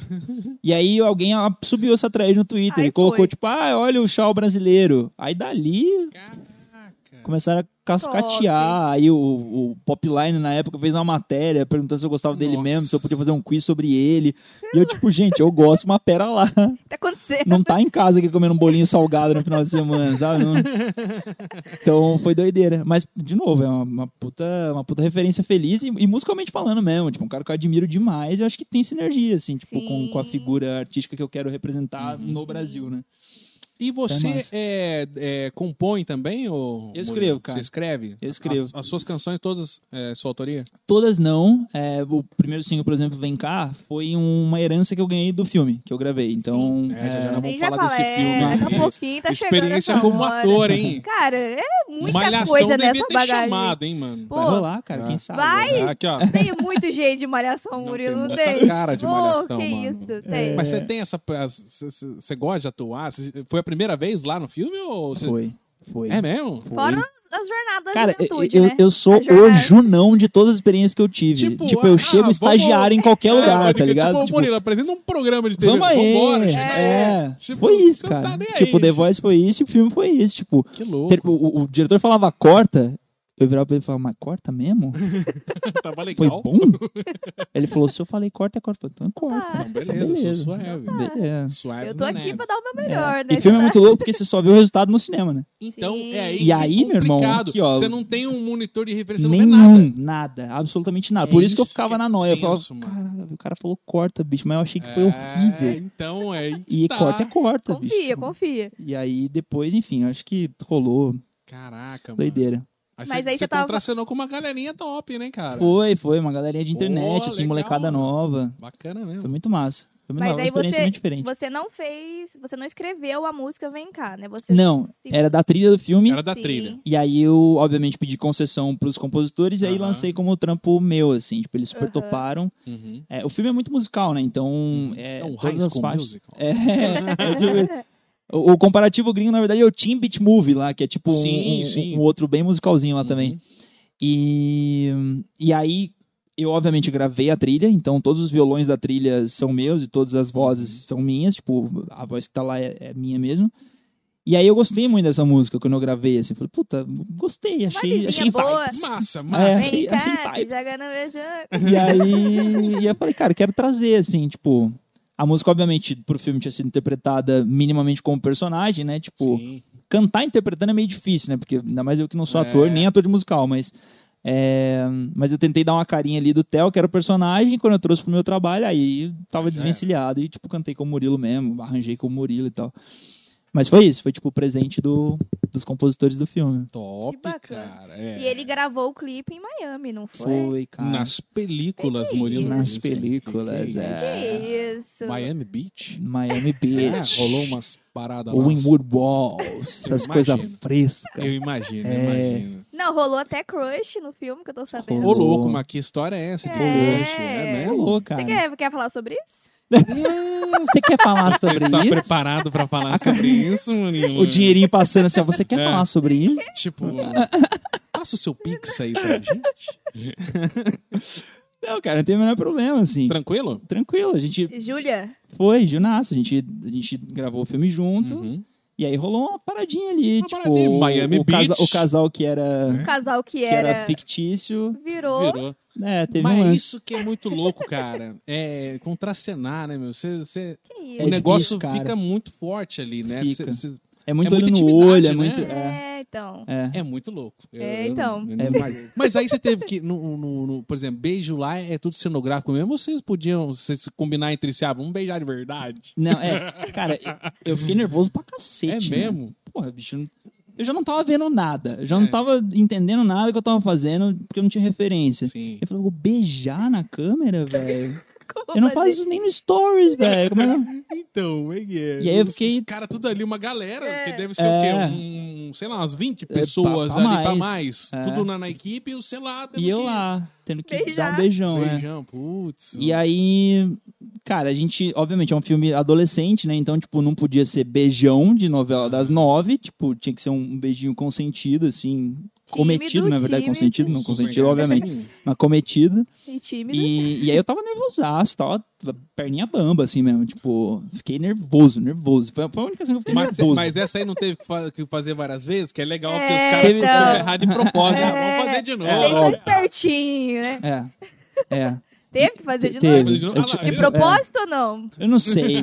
[SPEAKER 3] e aí alguém ah, subiu essa thread no Twitter
[SPEAKER 2] Aí
[SPEAKER 3] e colocou,
[SPEAKER 2] foi.
[SPEAKER 3] tipo, ah, olha o chau brasileiro. Aí dali
[SPEAKER 1] Caraca.
[SPEAKER 3] começaram a cascatear. Aí o, o Popline, na época, fez uma matéria perguntando se eu gostava dele
[SPEAKER 1] Nossa.
[SPEAKER 3] mesmo, se eu podia fazer um quiz sobre ele. E eu, tipo, gente, eu gosto, mas pera lá.
[SPEAKER 2] Tá acontecendo.
[SPEAKER 3] Não tá em casa aqui comendo um bolinho salgado no final de semana, sabe? Não- Então foi doideira. Mas, de novo, é uma, uma puta, uma puta referência feliz e, e musicalmente falando mesmo. Tipo, um cara que eu admiro demais e eu acho que tem sinergia, assim, tipo, com, com a
[SPEAKER 2] Sim.
[SPEAKER 3] figura artística que eu quero representar no Brasil, né?
[SPEAKER 1] E você
[SPEAKER 3] mais.
[SPEAKER 1] é, é, compõe também? Ou...
[SPEAKER 3] Eu escrevo, cara.
[SPEAKER 1] Você escreve?
[SPEAKER 3] Eu escrevo.
[SPEAKER 1] As, as suas canções, todas é, sua autoria?
[SPEAKER 3] Todas não. É, o primeiro single, por exemplo, Vem Cá, foi um, uma herança que eu ganhei do filme que eu gravei. Então,
[SPEAKER 1] É, já
[SPEAKER 3] é,
[SPEAKER 1] já não-
[SPEAKER 2] A
[SPEAKER 1] vamos
[SPEAKER 2] gente vai
[SPEAKER 1] falar desse
[SPEAKER 2] é,
[SPEAKER 1] filme
[SPEAKER 2] Daqui
[SPEAKER 1] aqui.
[SPEAKER 2] a pouquinho tá chegando
[SPEAKER 1] Experiência
[SPEAKER 2] essa
[SPEAKER 1] como
[SPEAKER 2] hora.
[SPEAKER 1] ator, hein?
[SPEAKER 2] Cara, é muita
[SPEAKER 1] Malhação
[SPEAKER 2] coisa
[SPEAKER 1] devia
[SPEAKER 2] nessa
[SPEAKER 1] ter
[SPEAKER 2] bagagem.
[SPEAKER 1] chamado, hein, mano?
[SPEAKER 2] Pô,
[SPEAKER 3] vai rolar, cara,
[SPEAKER 1] Ah.
[SPEAKER 3] quem sabe.
[SPEAKER 2] Vai!
[SPEAKER 1] É, Aqui, ó.
[SPEAKER 2] Tem muito jeito de malhação, Murilo, não
[SPEAKER 1] muita
[SPEAKER 2] tem?
[SPEAKER 1] cara de malhação,
[SPEAKER 2] que
[SPEAKER 1] mano.
[SPEAKER 2] isso, tem.
[SPEAKER 1] Mas
[SPEAKER 3] É.
[SPEAKER 1] você tem essa. as- c- c- Você gosta de atuar? Você- Foi a primeira vez lá no filme? Ou você-
[SPEAKER 3] Foi, foi.
[SPEAKER 1] É mesmo?
[SPEAKER 3] foi.
[SPEAKER 2] Fora as jornadas
[SPEAKER 3] Cara,
[SPEAKER 2] da juventude,
[SPEAKER 3] eu,
[SPEAKER 2] né?
[SPEAKER 3] eu sou
[SPEAKER 2] A
[SPEAKER 3] o
[SPEAKER 2] jornada.
[SPEAKER 3] Junão de todas as experiências que eu tive.
[SPEAKER 1] Tipo,
[SPEAKER 3] Tipo,
[SPEAKER 1] ah,
[SPEAKER 3] eu chego
[SPEAKER 1] vamos-
[SPEAKER 3] estagiário
[SPEAKER 2] É.
[SPEAKER 3] em qualquer lugar,
[SPEAKER 1] pode
[SPEAKER 3] tá
[SPEAKER 1] crer.
[SPEAKER 3] ligado?
[SPEAKER 1] Tipo,
[SPEAKER 3] Tipo,
[SPEAKER 1] Murilo, apresenta um programa de TV.
[SPEAKER 3] Vamos aí.
[SPEAKER 1] Vambora, chega aí.
[SPEAKER 3] é.
[SPEAKER 1] Tipo,
[SPEAKER 3] foi isso,
[SPEAKER 1] você não tá
[SPEAKER 3] cara.
[SPEAKER 1] nem aí,
[SPEAKER 3] tipo, The
[SPEAKER 1] gente.
[SPEAKER 3] Voice foi isso e o filme foi isso. Tipo,
[SPEAKER 1] Que louco.
[SPEAKER 3] ter- o, o- o diretor falava corta, eu virava pra ele e falava, mas corta mesmo?
[SPEAKER 1] Tava
[SPEAKER 3] Foi
[SPEAKER 1] tá, legal.
[SPEAKER 3] bom? ele falou, se eu falei corta, é corta. Eu falei, então corta.
[SPEAKER 2] Ah.
[SPEAKER 1] Não, beleza,
[SPEAKER 3] Beleza.
[SPEAKER 1] sou suave.
[SPEAKER 3] Beleza.
[SPEAKER 1] Suave
[SPEAKER 2] Tá.
[SPEAKER 1] é
[SPEAKER 2] Eu tô
[SPEAKER 1] na
[SPEAKER 2] aqui
[SPEAKER 1] neve.
[SPEAKER 2] pra dar o meu melhor, né?
[SPEAKER 3] E filme é
[SPEAKER 2] Tá?
[SPEAKER 3] muito louco porque você só vê o resultado no cinema, né?
[SPEAKER 1] Então,
[SPEAKER 2] Sim.
[SPEAKER 1] é aí
[SPEAKER 3] E
[SPEAKER 1] que
[SPEAKER 3] aí,
[SPEAKER 1] é
[SPEAKER 3] meu irmão,
[SPEAKER 1] complicado.
[SPEAKER 3] aqui, ó.
[SPEAKER 1] Você não tem um monitor de referência, você não vê nada.
[SPEAKER 3] Nenhum, nada. absolutamente nada.
[SPEAKER 1] É
[SPEAKER 3] Por isso que eu
[SPEAKER 1] isso
[SPEAKER 3] ficava
[SPEAKER 1] que é
[SPEAKER 3] na noia. Eu falava,
[SPEAKER 1] tenso, mano.
[SPEAKER 3] caralho, o cara falou corta, bicho, mas eu achei que foi
[SPEAKER 1] É,
[SPEAKER 3] horrível.
[SPEAKER 1] Então, é aí que
[SPEAKER 3] E
[SPEAKER 1] tá.
[SPEAKER 3] corta é corta, bicho.
[SPEAKER 2] Confia, confia.
[SPEAKER 3] E aí depois, enfim, acho que rolou
[SPEAKER 1] Caraca, mano.
[SPEAKER 3] doideira.
[SPEAKER 2] Mas aí
[SPEAKER 1] você
[SPEAKER 2] você tava-
[SPEAKER 1] contracenou com uma galerinha top, né, cara?
[SPEAKER 3] Foi, foi, uma galerinha de internet,
[SPEAKER 1] Boa,
[SPEAKER 3] assim,
[SPEAKER 1] legal,
[SPEAKER 3] molecada
[SPEAKER 1] mano.
[SPEAKER 3] nova.
[SPEAKER 1] Bacana
[SPEAKER 3] Foi
[SPEAKER 1] mesmo.
[SPEAKER 3] muito massa. Foi muito
[SPEAKER 2] Mas
[SPEAKER 3] massa, uma
[SPEAKER 2] aí
[SPEAKER 3] experiência
[SPEAKER 2] você-
[SPEAKER 3] muito diferente.
[SPEAKER 2] Você não fez, você não escreveu a música Vem Cá, né? Você
[SPEAKER 3] Não,
[SPEAKER 2] se-
[SPEAKER 3] era da trilha do filme.
[SPEAKER 1] Era da
[SPEAKER 2] Sim.
[SPEAKER 1] trilha.
[SPEAKER 3] E aí eu, obviamente, pedi concessão pros compositores e aí
[SPEAKER 1] Aham.
[SPEAKER 3] lancei como trampo meu, assim. Tipo, eles super
[SPEAKER 2] Aham.
[SPEAKER 3] toparam.
[SPEAKER 1] Uhum.
[SPEAKER 3] É, o filme é muito musical, né? Então, é,
[SPEAKER 1] É um
[SPEAKER 3] todas
[SPEAKER 1] high
[SPEAKER 3] as
[SPEAKER 1] school
[SPEAKER 3] faixas...
[SPEAKER 1] musical.
[SPEAKER 3] É, é tipo- o, o comparativo gringo, na verdade, é o Teen Beat Movie lá, que é tipo um-
[SPEAKER 1] Sim,
[SPEAKER 3] um,
[SPEAKER 1] sim.
[SPEAKER 3] um outro bem musicalzinho lá
[SPEAKER 1] Uhum.
[SPEAKER 3] também. E, e aí, eu obviamente gravei a trilha, então todos os violões da trilha são meus e todas as vozes
[SPEAKER 1] Uhum.
[SPEAKER 3] são minhas, tipo, a voz que tá lá é, é minha mesmo. E aí eu gostei muito dessa música quando eu gravei, assim, falei, puta, gostei, achei,
[SPEAKER 2] Vibezinha
[SPEAKER 3] achei
[SPEAKER 2] boa.
[SPEAKER 3] vibes.
[SPEAKER 1] Massa,
[SPEAKER 3] É.
[SPEAKER 1] massa.
[SPEAKER 2] Vem
[SPEAKER 3] achei- achei
[SPEAKER 2] cá, se
[SPEAKER 3] vibes.
[SPEAKER 2] joga no meu jogo.
[SPEAKER 3] E aí, e eu falei, cara, quero trazer, assim, tipo, a música obviamente pro filme tinha sido interpretada minimamente como personagem, né, tipo
[SPEAKER 1] Sim.
[SPEAKER 3] cantar interpretando é meio difícil, né? Porque ainda mais eu que não sou
[SPEAKER 1] É.
[SPEAKER 3] ator, nem ator de musical, mas. é, mas eu tentei dar uma carinha ali do Theo, que era o personagem, quando eu trouxe pro meu trabalho, aí
[SPEAKER 1] É.
[SPEAKER 3] tava desvencilhado e, tipo, cantei com o Murilo mesmo, arranjei com o Murilo e tal. Mas foi isso, foi tipo o presente do, dos compositores do filme.
[SPEAKER 1] Top,
[SPEAKER 2] Que bacana.
[SPEAKER 1] cara. é.
[SPEAKER 2] E ele gravou o clipe em Miami, não foi?
[SPEAKER 3] Foi, cara.
[SPEAKER 1] Nas películas, Murilo.
[SPEAKER 3] Nas
[SPEAKER 1] Isso,
[SPEAKER 3] películas,
[SPEAKER 1] que que
[SPEAKER 2] É Que
[SPEAKER 3] é.
[SPEAKER 2] isso.
[SPEAKER 1] Miami Beach.
[SPEAKER 3] Miami
[SPEAKER 1] É,
[SPEAKER 3] Beach.
[SPEAKER 1] rolou umas paradas lá.
[SPEAKER 3] Ou em Wood Walls,
[SPEAKER 1] Eu
[SPEAKER 3] essas coisas
[SPEAKER 1] imagino.
[SPEAKER 3] frescas.
[SPEAKER 1] Eu imagino, eu
[SPEAKER 3] É.
[SPEAKER 1] imagino.
[SPEAKER 2] Não, rolou até crush no filme, que eu tô sabendo.
[SPEAKER 1] Ô,
[SPEAKER 3] Rolou.
[SPEAKER 1] louco, mas que história é essa? de
[SPEAKER 2] É.
[SPEAKER 1] crush? É mesmo?
[SPEAKER 3] Rolou,
[SPEAKER 2] Você
[SPEAKER 3] cara.
[SPEAKER 2] quer, quer falar sobre isso?
[SPEAKER 1] Hum,
[SPEAKER 3] Você quer falar sobre
[SPEAKER 1] Você tá
[SPEAKER 3] isso?
[SPEAKER 1] preparado pra falar sobre isso, Murilo?
[SPEAKER 3] O dinheirinho passando assim, ó, você quer
[SPEAKER 1] É.
[SPEAKER 3] falar sobre isso?
[SPEAKER 1] Tipo, passa o seu pix aí pra gente.
[SPEAKER 3] Não, cara, não tem o menor problema, assim.
[SPEAKER 1] Tranquilo?
[SPEAKER 3] Tranquilo, a gente
[SPEAKER 2] Júlia,
[SPEAKER 3] foi, Junaço, a gente, a gente gravou o filme junto,
[SPEAKER 1] Uhum.
[SPEAKER 3] e aí rolou uma paradinha ali,
[SPEAKER 1] Uma
[SPEAKER 3] tipo,
[SPEAKER 1] paradinha,
[SPEAKER 3] o-
[SPEAKER 1] Miami
[SPEAKER 3] o, casa-
[SPEAKER 1] Beach. É.
[SPEAKER 3] o casal que era,
[SPEAKER 2] o casal que
[SPEAKER 3] que era...
[SPEAKER 2] era,
[SPEAKER 3] fictício,
[SPEAKER 2] virou,
[SPEAKER 1] Virou.
[SPEAKER 3] né, teve
[SPEAKER 1] Mas
[SPEAKER 3] um lance.
[SPEAKER 1] isso que é muito louco, cara. É contracenar, né, meu? Você, você-
[SPEAKER 2] Que
[SPEAKER 3] É
[SPEAKER 1] o
[SPEAKER 2] isso?
[SPEAKER 3] difícil,
[SPEAKER 1] negócio
[SPEAKER 3] cara.
[SPEAKER 1] fica muito forte ali, né?
[SPEAKER 3] Fica.
[SPEAKER 1] Cê- cê-
[SPEAKER 3] É muito
[SPEAKER 1] é
[SPEAKER 3] olho
[SPEAKER 1] muita
[SPEAKER 3] no olho, é
[SPEAKER 1] intimidade,
[SPEAKER 3] muito...
[SPEAKER 1] né?
[SPEAKER 3] É,
[SPEAKER 2] É, então.
[SPEAKER 3] é.
[SPEAKER 1] é muito louco. Eu-
[SPEAKER 2] É,
[SPEAKER 1] eu
[SPEAKER 2] então.
[SPEAKER 1] não- eu não imagino. Mas aí você teve que, no, no- no- por exemplo, beijo lá é tudo cenográfico mesmo. Ou vocês podiam vocês se combinar entre si, ah, vamos beijar de verdade?
[SPEAKER 3] Não, é, cara, eu fiquei nervoso pra cacete.
[SPEAKER 1] é
[SPEAKER 3] né?
[SPEAKER 1] mesmo?
[SPEAKER 3] Porra, bicho, eu já não tava vendo nada, eu já não
[SPEAKER 1] É.
[SPEAKER 3] tava entendendo nada que eu tava fazendo, porque eu não tinha referência.
[SPEAKER 1] Sim.
[SPEAKER 3] Eu falei, vou beijar na câmera, velho?
[SPEAKER 2] Como
[SPEAKER 3] Eu não
[SPEAKER 2] fazer?
[SPEAKER 3] faço isso nem no stories, velho. Como é que-
[SPEAKER 1] Então, é que é.
[SPEAKER 3] E aí eu
[SPEAKER 1] Os-
[SPEAKER 3] fiquei-
[SPEAKER 1] Os caras tudo ali, uma galera,
[SPEAKER 2] É.
[SPEAKER 1] que deve ser o
[SPEAKER 3] É.
[SPEAKER 1] quê? Um, sei lá, umas 20 pessoas
[SPEAKER 3] pra
[SPEAKER 1] ali
[SPEAKER 3] mais.
[SPEAKER 1] pra mais.
[SPEAKER 3] É.
[SPEAKER 1] Tudo na, na equipe e o sei lá. tendo
[SPEAKER 3] E eu é.
[SPEAKER 1] que-
[SPEAKER 3] lá, tendo que um
[SPEAKER 2] Beijar.
[SPEAKER 3] dar um beijão, né?
[SPEAKER 1] Beijão, putz.
[SPEAKER 3] E aí, Cara, a gente, obviamente, é um filme adolescente, né? Então, tipo, não podia ser beijão de novela das nove. Tipo, tinha que ser um beijinho consentido, assim. cometido, na verdade,
[SPEAKER 2] tímido.
[SPEAKER 1] um
[SPEAKER 3] consentido, não consentido, obviamente. Mas cometido.
[SPEAKER 2] E tímido.
[SPEAKER 3] E, e aí eu tava nervosaço, tava perninha bamba, assim mesmo. Tipo, fiquei nervoso, nervoso. Foi a foi a única cena que eu fiquei
[SPEAKER 1] Mas,
[SPEAKER 3] nervoso.
[SPEAKER 1] mas essa aí não teve que fa- que fazer várias vezes, que é legal, porque
[SPEAKER 2] É,
[SPEAKER 1] os caras
[SPEAKER 3] então.
[SPEAKER 1] ficam errados de propósito. né? Vamos
[SPEAKER 2] É.
[SPEAKER 1] fazer de novo. Vamos
[SPEAKER 2] Bem
[SPEAKER 3] É, ó.
[SPEAKER 2] mais pertinho, né?
[SPEAKER 3] É. É.
[SPEAKER 2] Teve que fazer de
[SPEAKER 3] Teve. É.
[SPEAKER 2] novo.
[SPEAKER 1] fazer de novo.
[SPEAKER 3] Eu
[SPEAKER 1] Ah lá,
[SPEAKER 3] te-
[SPEAKER 2] De
[SPEAKER 1] viu?
[SPEAKER 2] propósito ou não?
[SPEAKER 3] Eu não sei.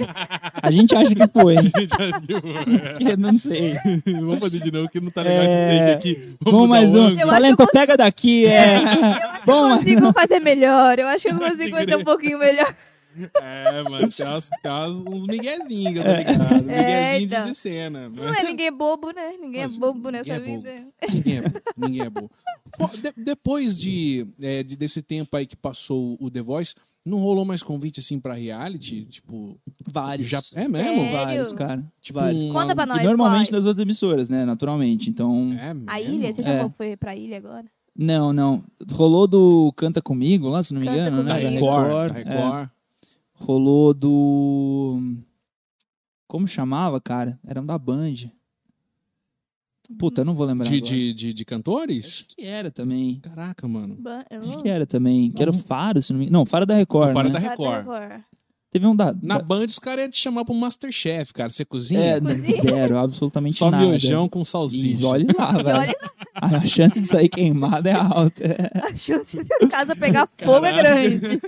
[SPEAKER 3] A gente acha que foi.
[SPEAKER 1] Gente,
[SPEAKER 3] Eu não sei.
[SPEAKER 1] É. Vamos fazer de novo, que não tá legal
[SPEAKER 3] É.
[SPEAKER 1] esse take aqui.
[SPEAKER 3] Vamos
[SPEAKER 1] mudar
[SPEAKER 3] mais
[SPEAKER 1] o
[SPEAKER 3] um.
[SPEAKER 1] ângulo.
[SPEAKER 2] Eu acho
[SPEAKER 3] Valento,
[SPEAKER 2] que eu
[SPEAKER 3] pega daqui. É. Bom,
[SPEAKER 2] Eu consigo fazer melhor. Eu acho que eu consigo
[SPEAKER 1] crer.
[SPEAKER 2] fazer um pouquinho melhor.
[SPEAKER 1] É, mano, tem, umas, tem umas- uns miguezinhos, que eu tô ligado. Miguezinhos
[SPEAKER 2] É,
[SPEAKER 1] de-
[SPEAKER 2] então.
[SPEAKER 1] de cena. né?
[SPEAKER 2] Não é ninguém bobo, né? Ninguém
[SPEAKER 1] Mas
[SPEAKER 2] é bobo nessa
[SPEAKER 1] ninguém é bobo.
[SPEAKER 2] vida.
[SPEAKER 1] Ninguém é bom. Ninguém é bom. Pô, de- depois de, é, de- desse tempo aí que passou o The Voice, não rolou mais convite assim pra reality? Tipo.
[SPEAKER 3] vários.
[SPEAKER 1] Já, é mesmo?
[SPEAKER 2] Sério?
[SPEAKER 3] Vários, cara.
[SPEAKER 1] Tipo,
[SPEAKER 3] vários.
[SPEAKER 1] um-
[SPEAKER 2] Conta pra nós.
[SPEAKER 3] E normalmente
[SPEAKER 2] Boy.
[SPEAKER 3] das outras emissoras, né? Naturalmente. Então.
[SPEAKER 1] É mesmo?
[SPEAKER 2] A ilha? assim? Você já
[SPEAKER 3] É.
[SPEAKER 2] foi pra ilha agora?
[SPEAKER 3] Não, não. Rolou do Canta Comigo lá, se não me
[SPEAKER 2] Canta
[SPEAKER 3] engano,
[SPEAKER 1] Da
[SPEAKER 3] né?
[SPEAKER 2] Comigo.
[SPEAKER 1] Record.
[SPEAKER 3] Da
[SPEAKER 1] Da
[SPEAKER 3] é.
[SPEAKER 1] Record.
[SPEAKER 3] Rolou do. Como chamava, cara? Era um da Band. Puta, eu não vou lembrar.
[SPEAKER 1] De,
[SPEAKER 3] agora.
[SPEAKER 1] de, de, de cantores?
[SPEAKER 3] Acho que era também.
[SPEAKER 1] Caraca, mano.
[SPEAKER 2] Ban- eu
[SPEAKER 3] Acho
[SPEAKER 2] não-
[SPEAKER 3] que é. era também. Que era o Faro, se não me engano. Não, Faro da Record.
[SPEAKER 1] Faro é
[SPEAKER 3] né?
[SPEAKER 1] da
[SPEAKER 2] Lá da
[SPEAKER 1] Record.
[SPEAKER 2] Record.
[SPEAKER 3] Teve um da.
[SPEAKER 1] Na
[SPEAKER 3] da...
[SPEAKER 1] Band, os caras iam te chamar pro Masterchef, cara. Você cozinha?
[SPEAKER 3] É, zero, absolutamente
[SPEAKER 1] Só
[SPEAKER 3] nada.
[SPEAKER 1] miojão com
[SPEAKER 3] E
[SPEAKER 1] salsicha.
[SPEAKER 3] olha lá,
[SPEAKER 2] E olha,
[SPEAKER 3] velho. A chance de sair queimada é alta.
[SPEAKER 2] a chance da casa pegar fogo é
[SPEAKER 1] Caralho.
[SPEAKER 2] grande.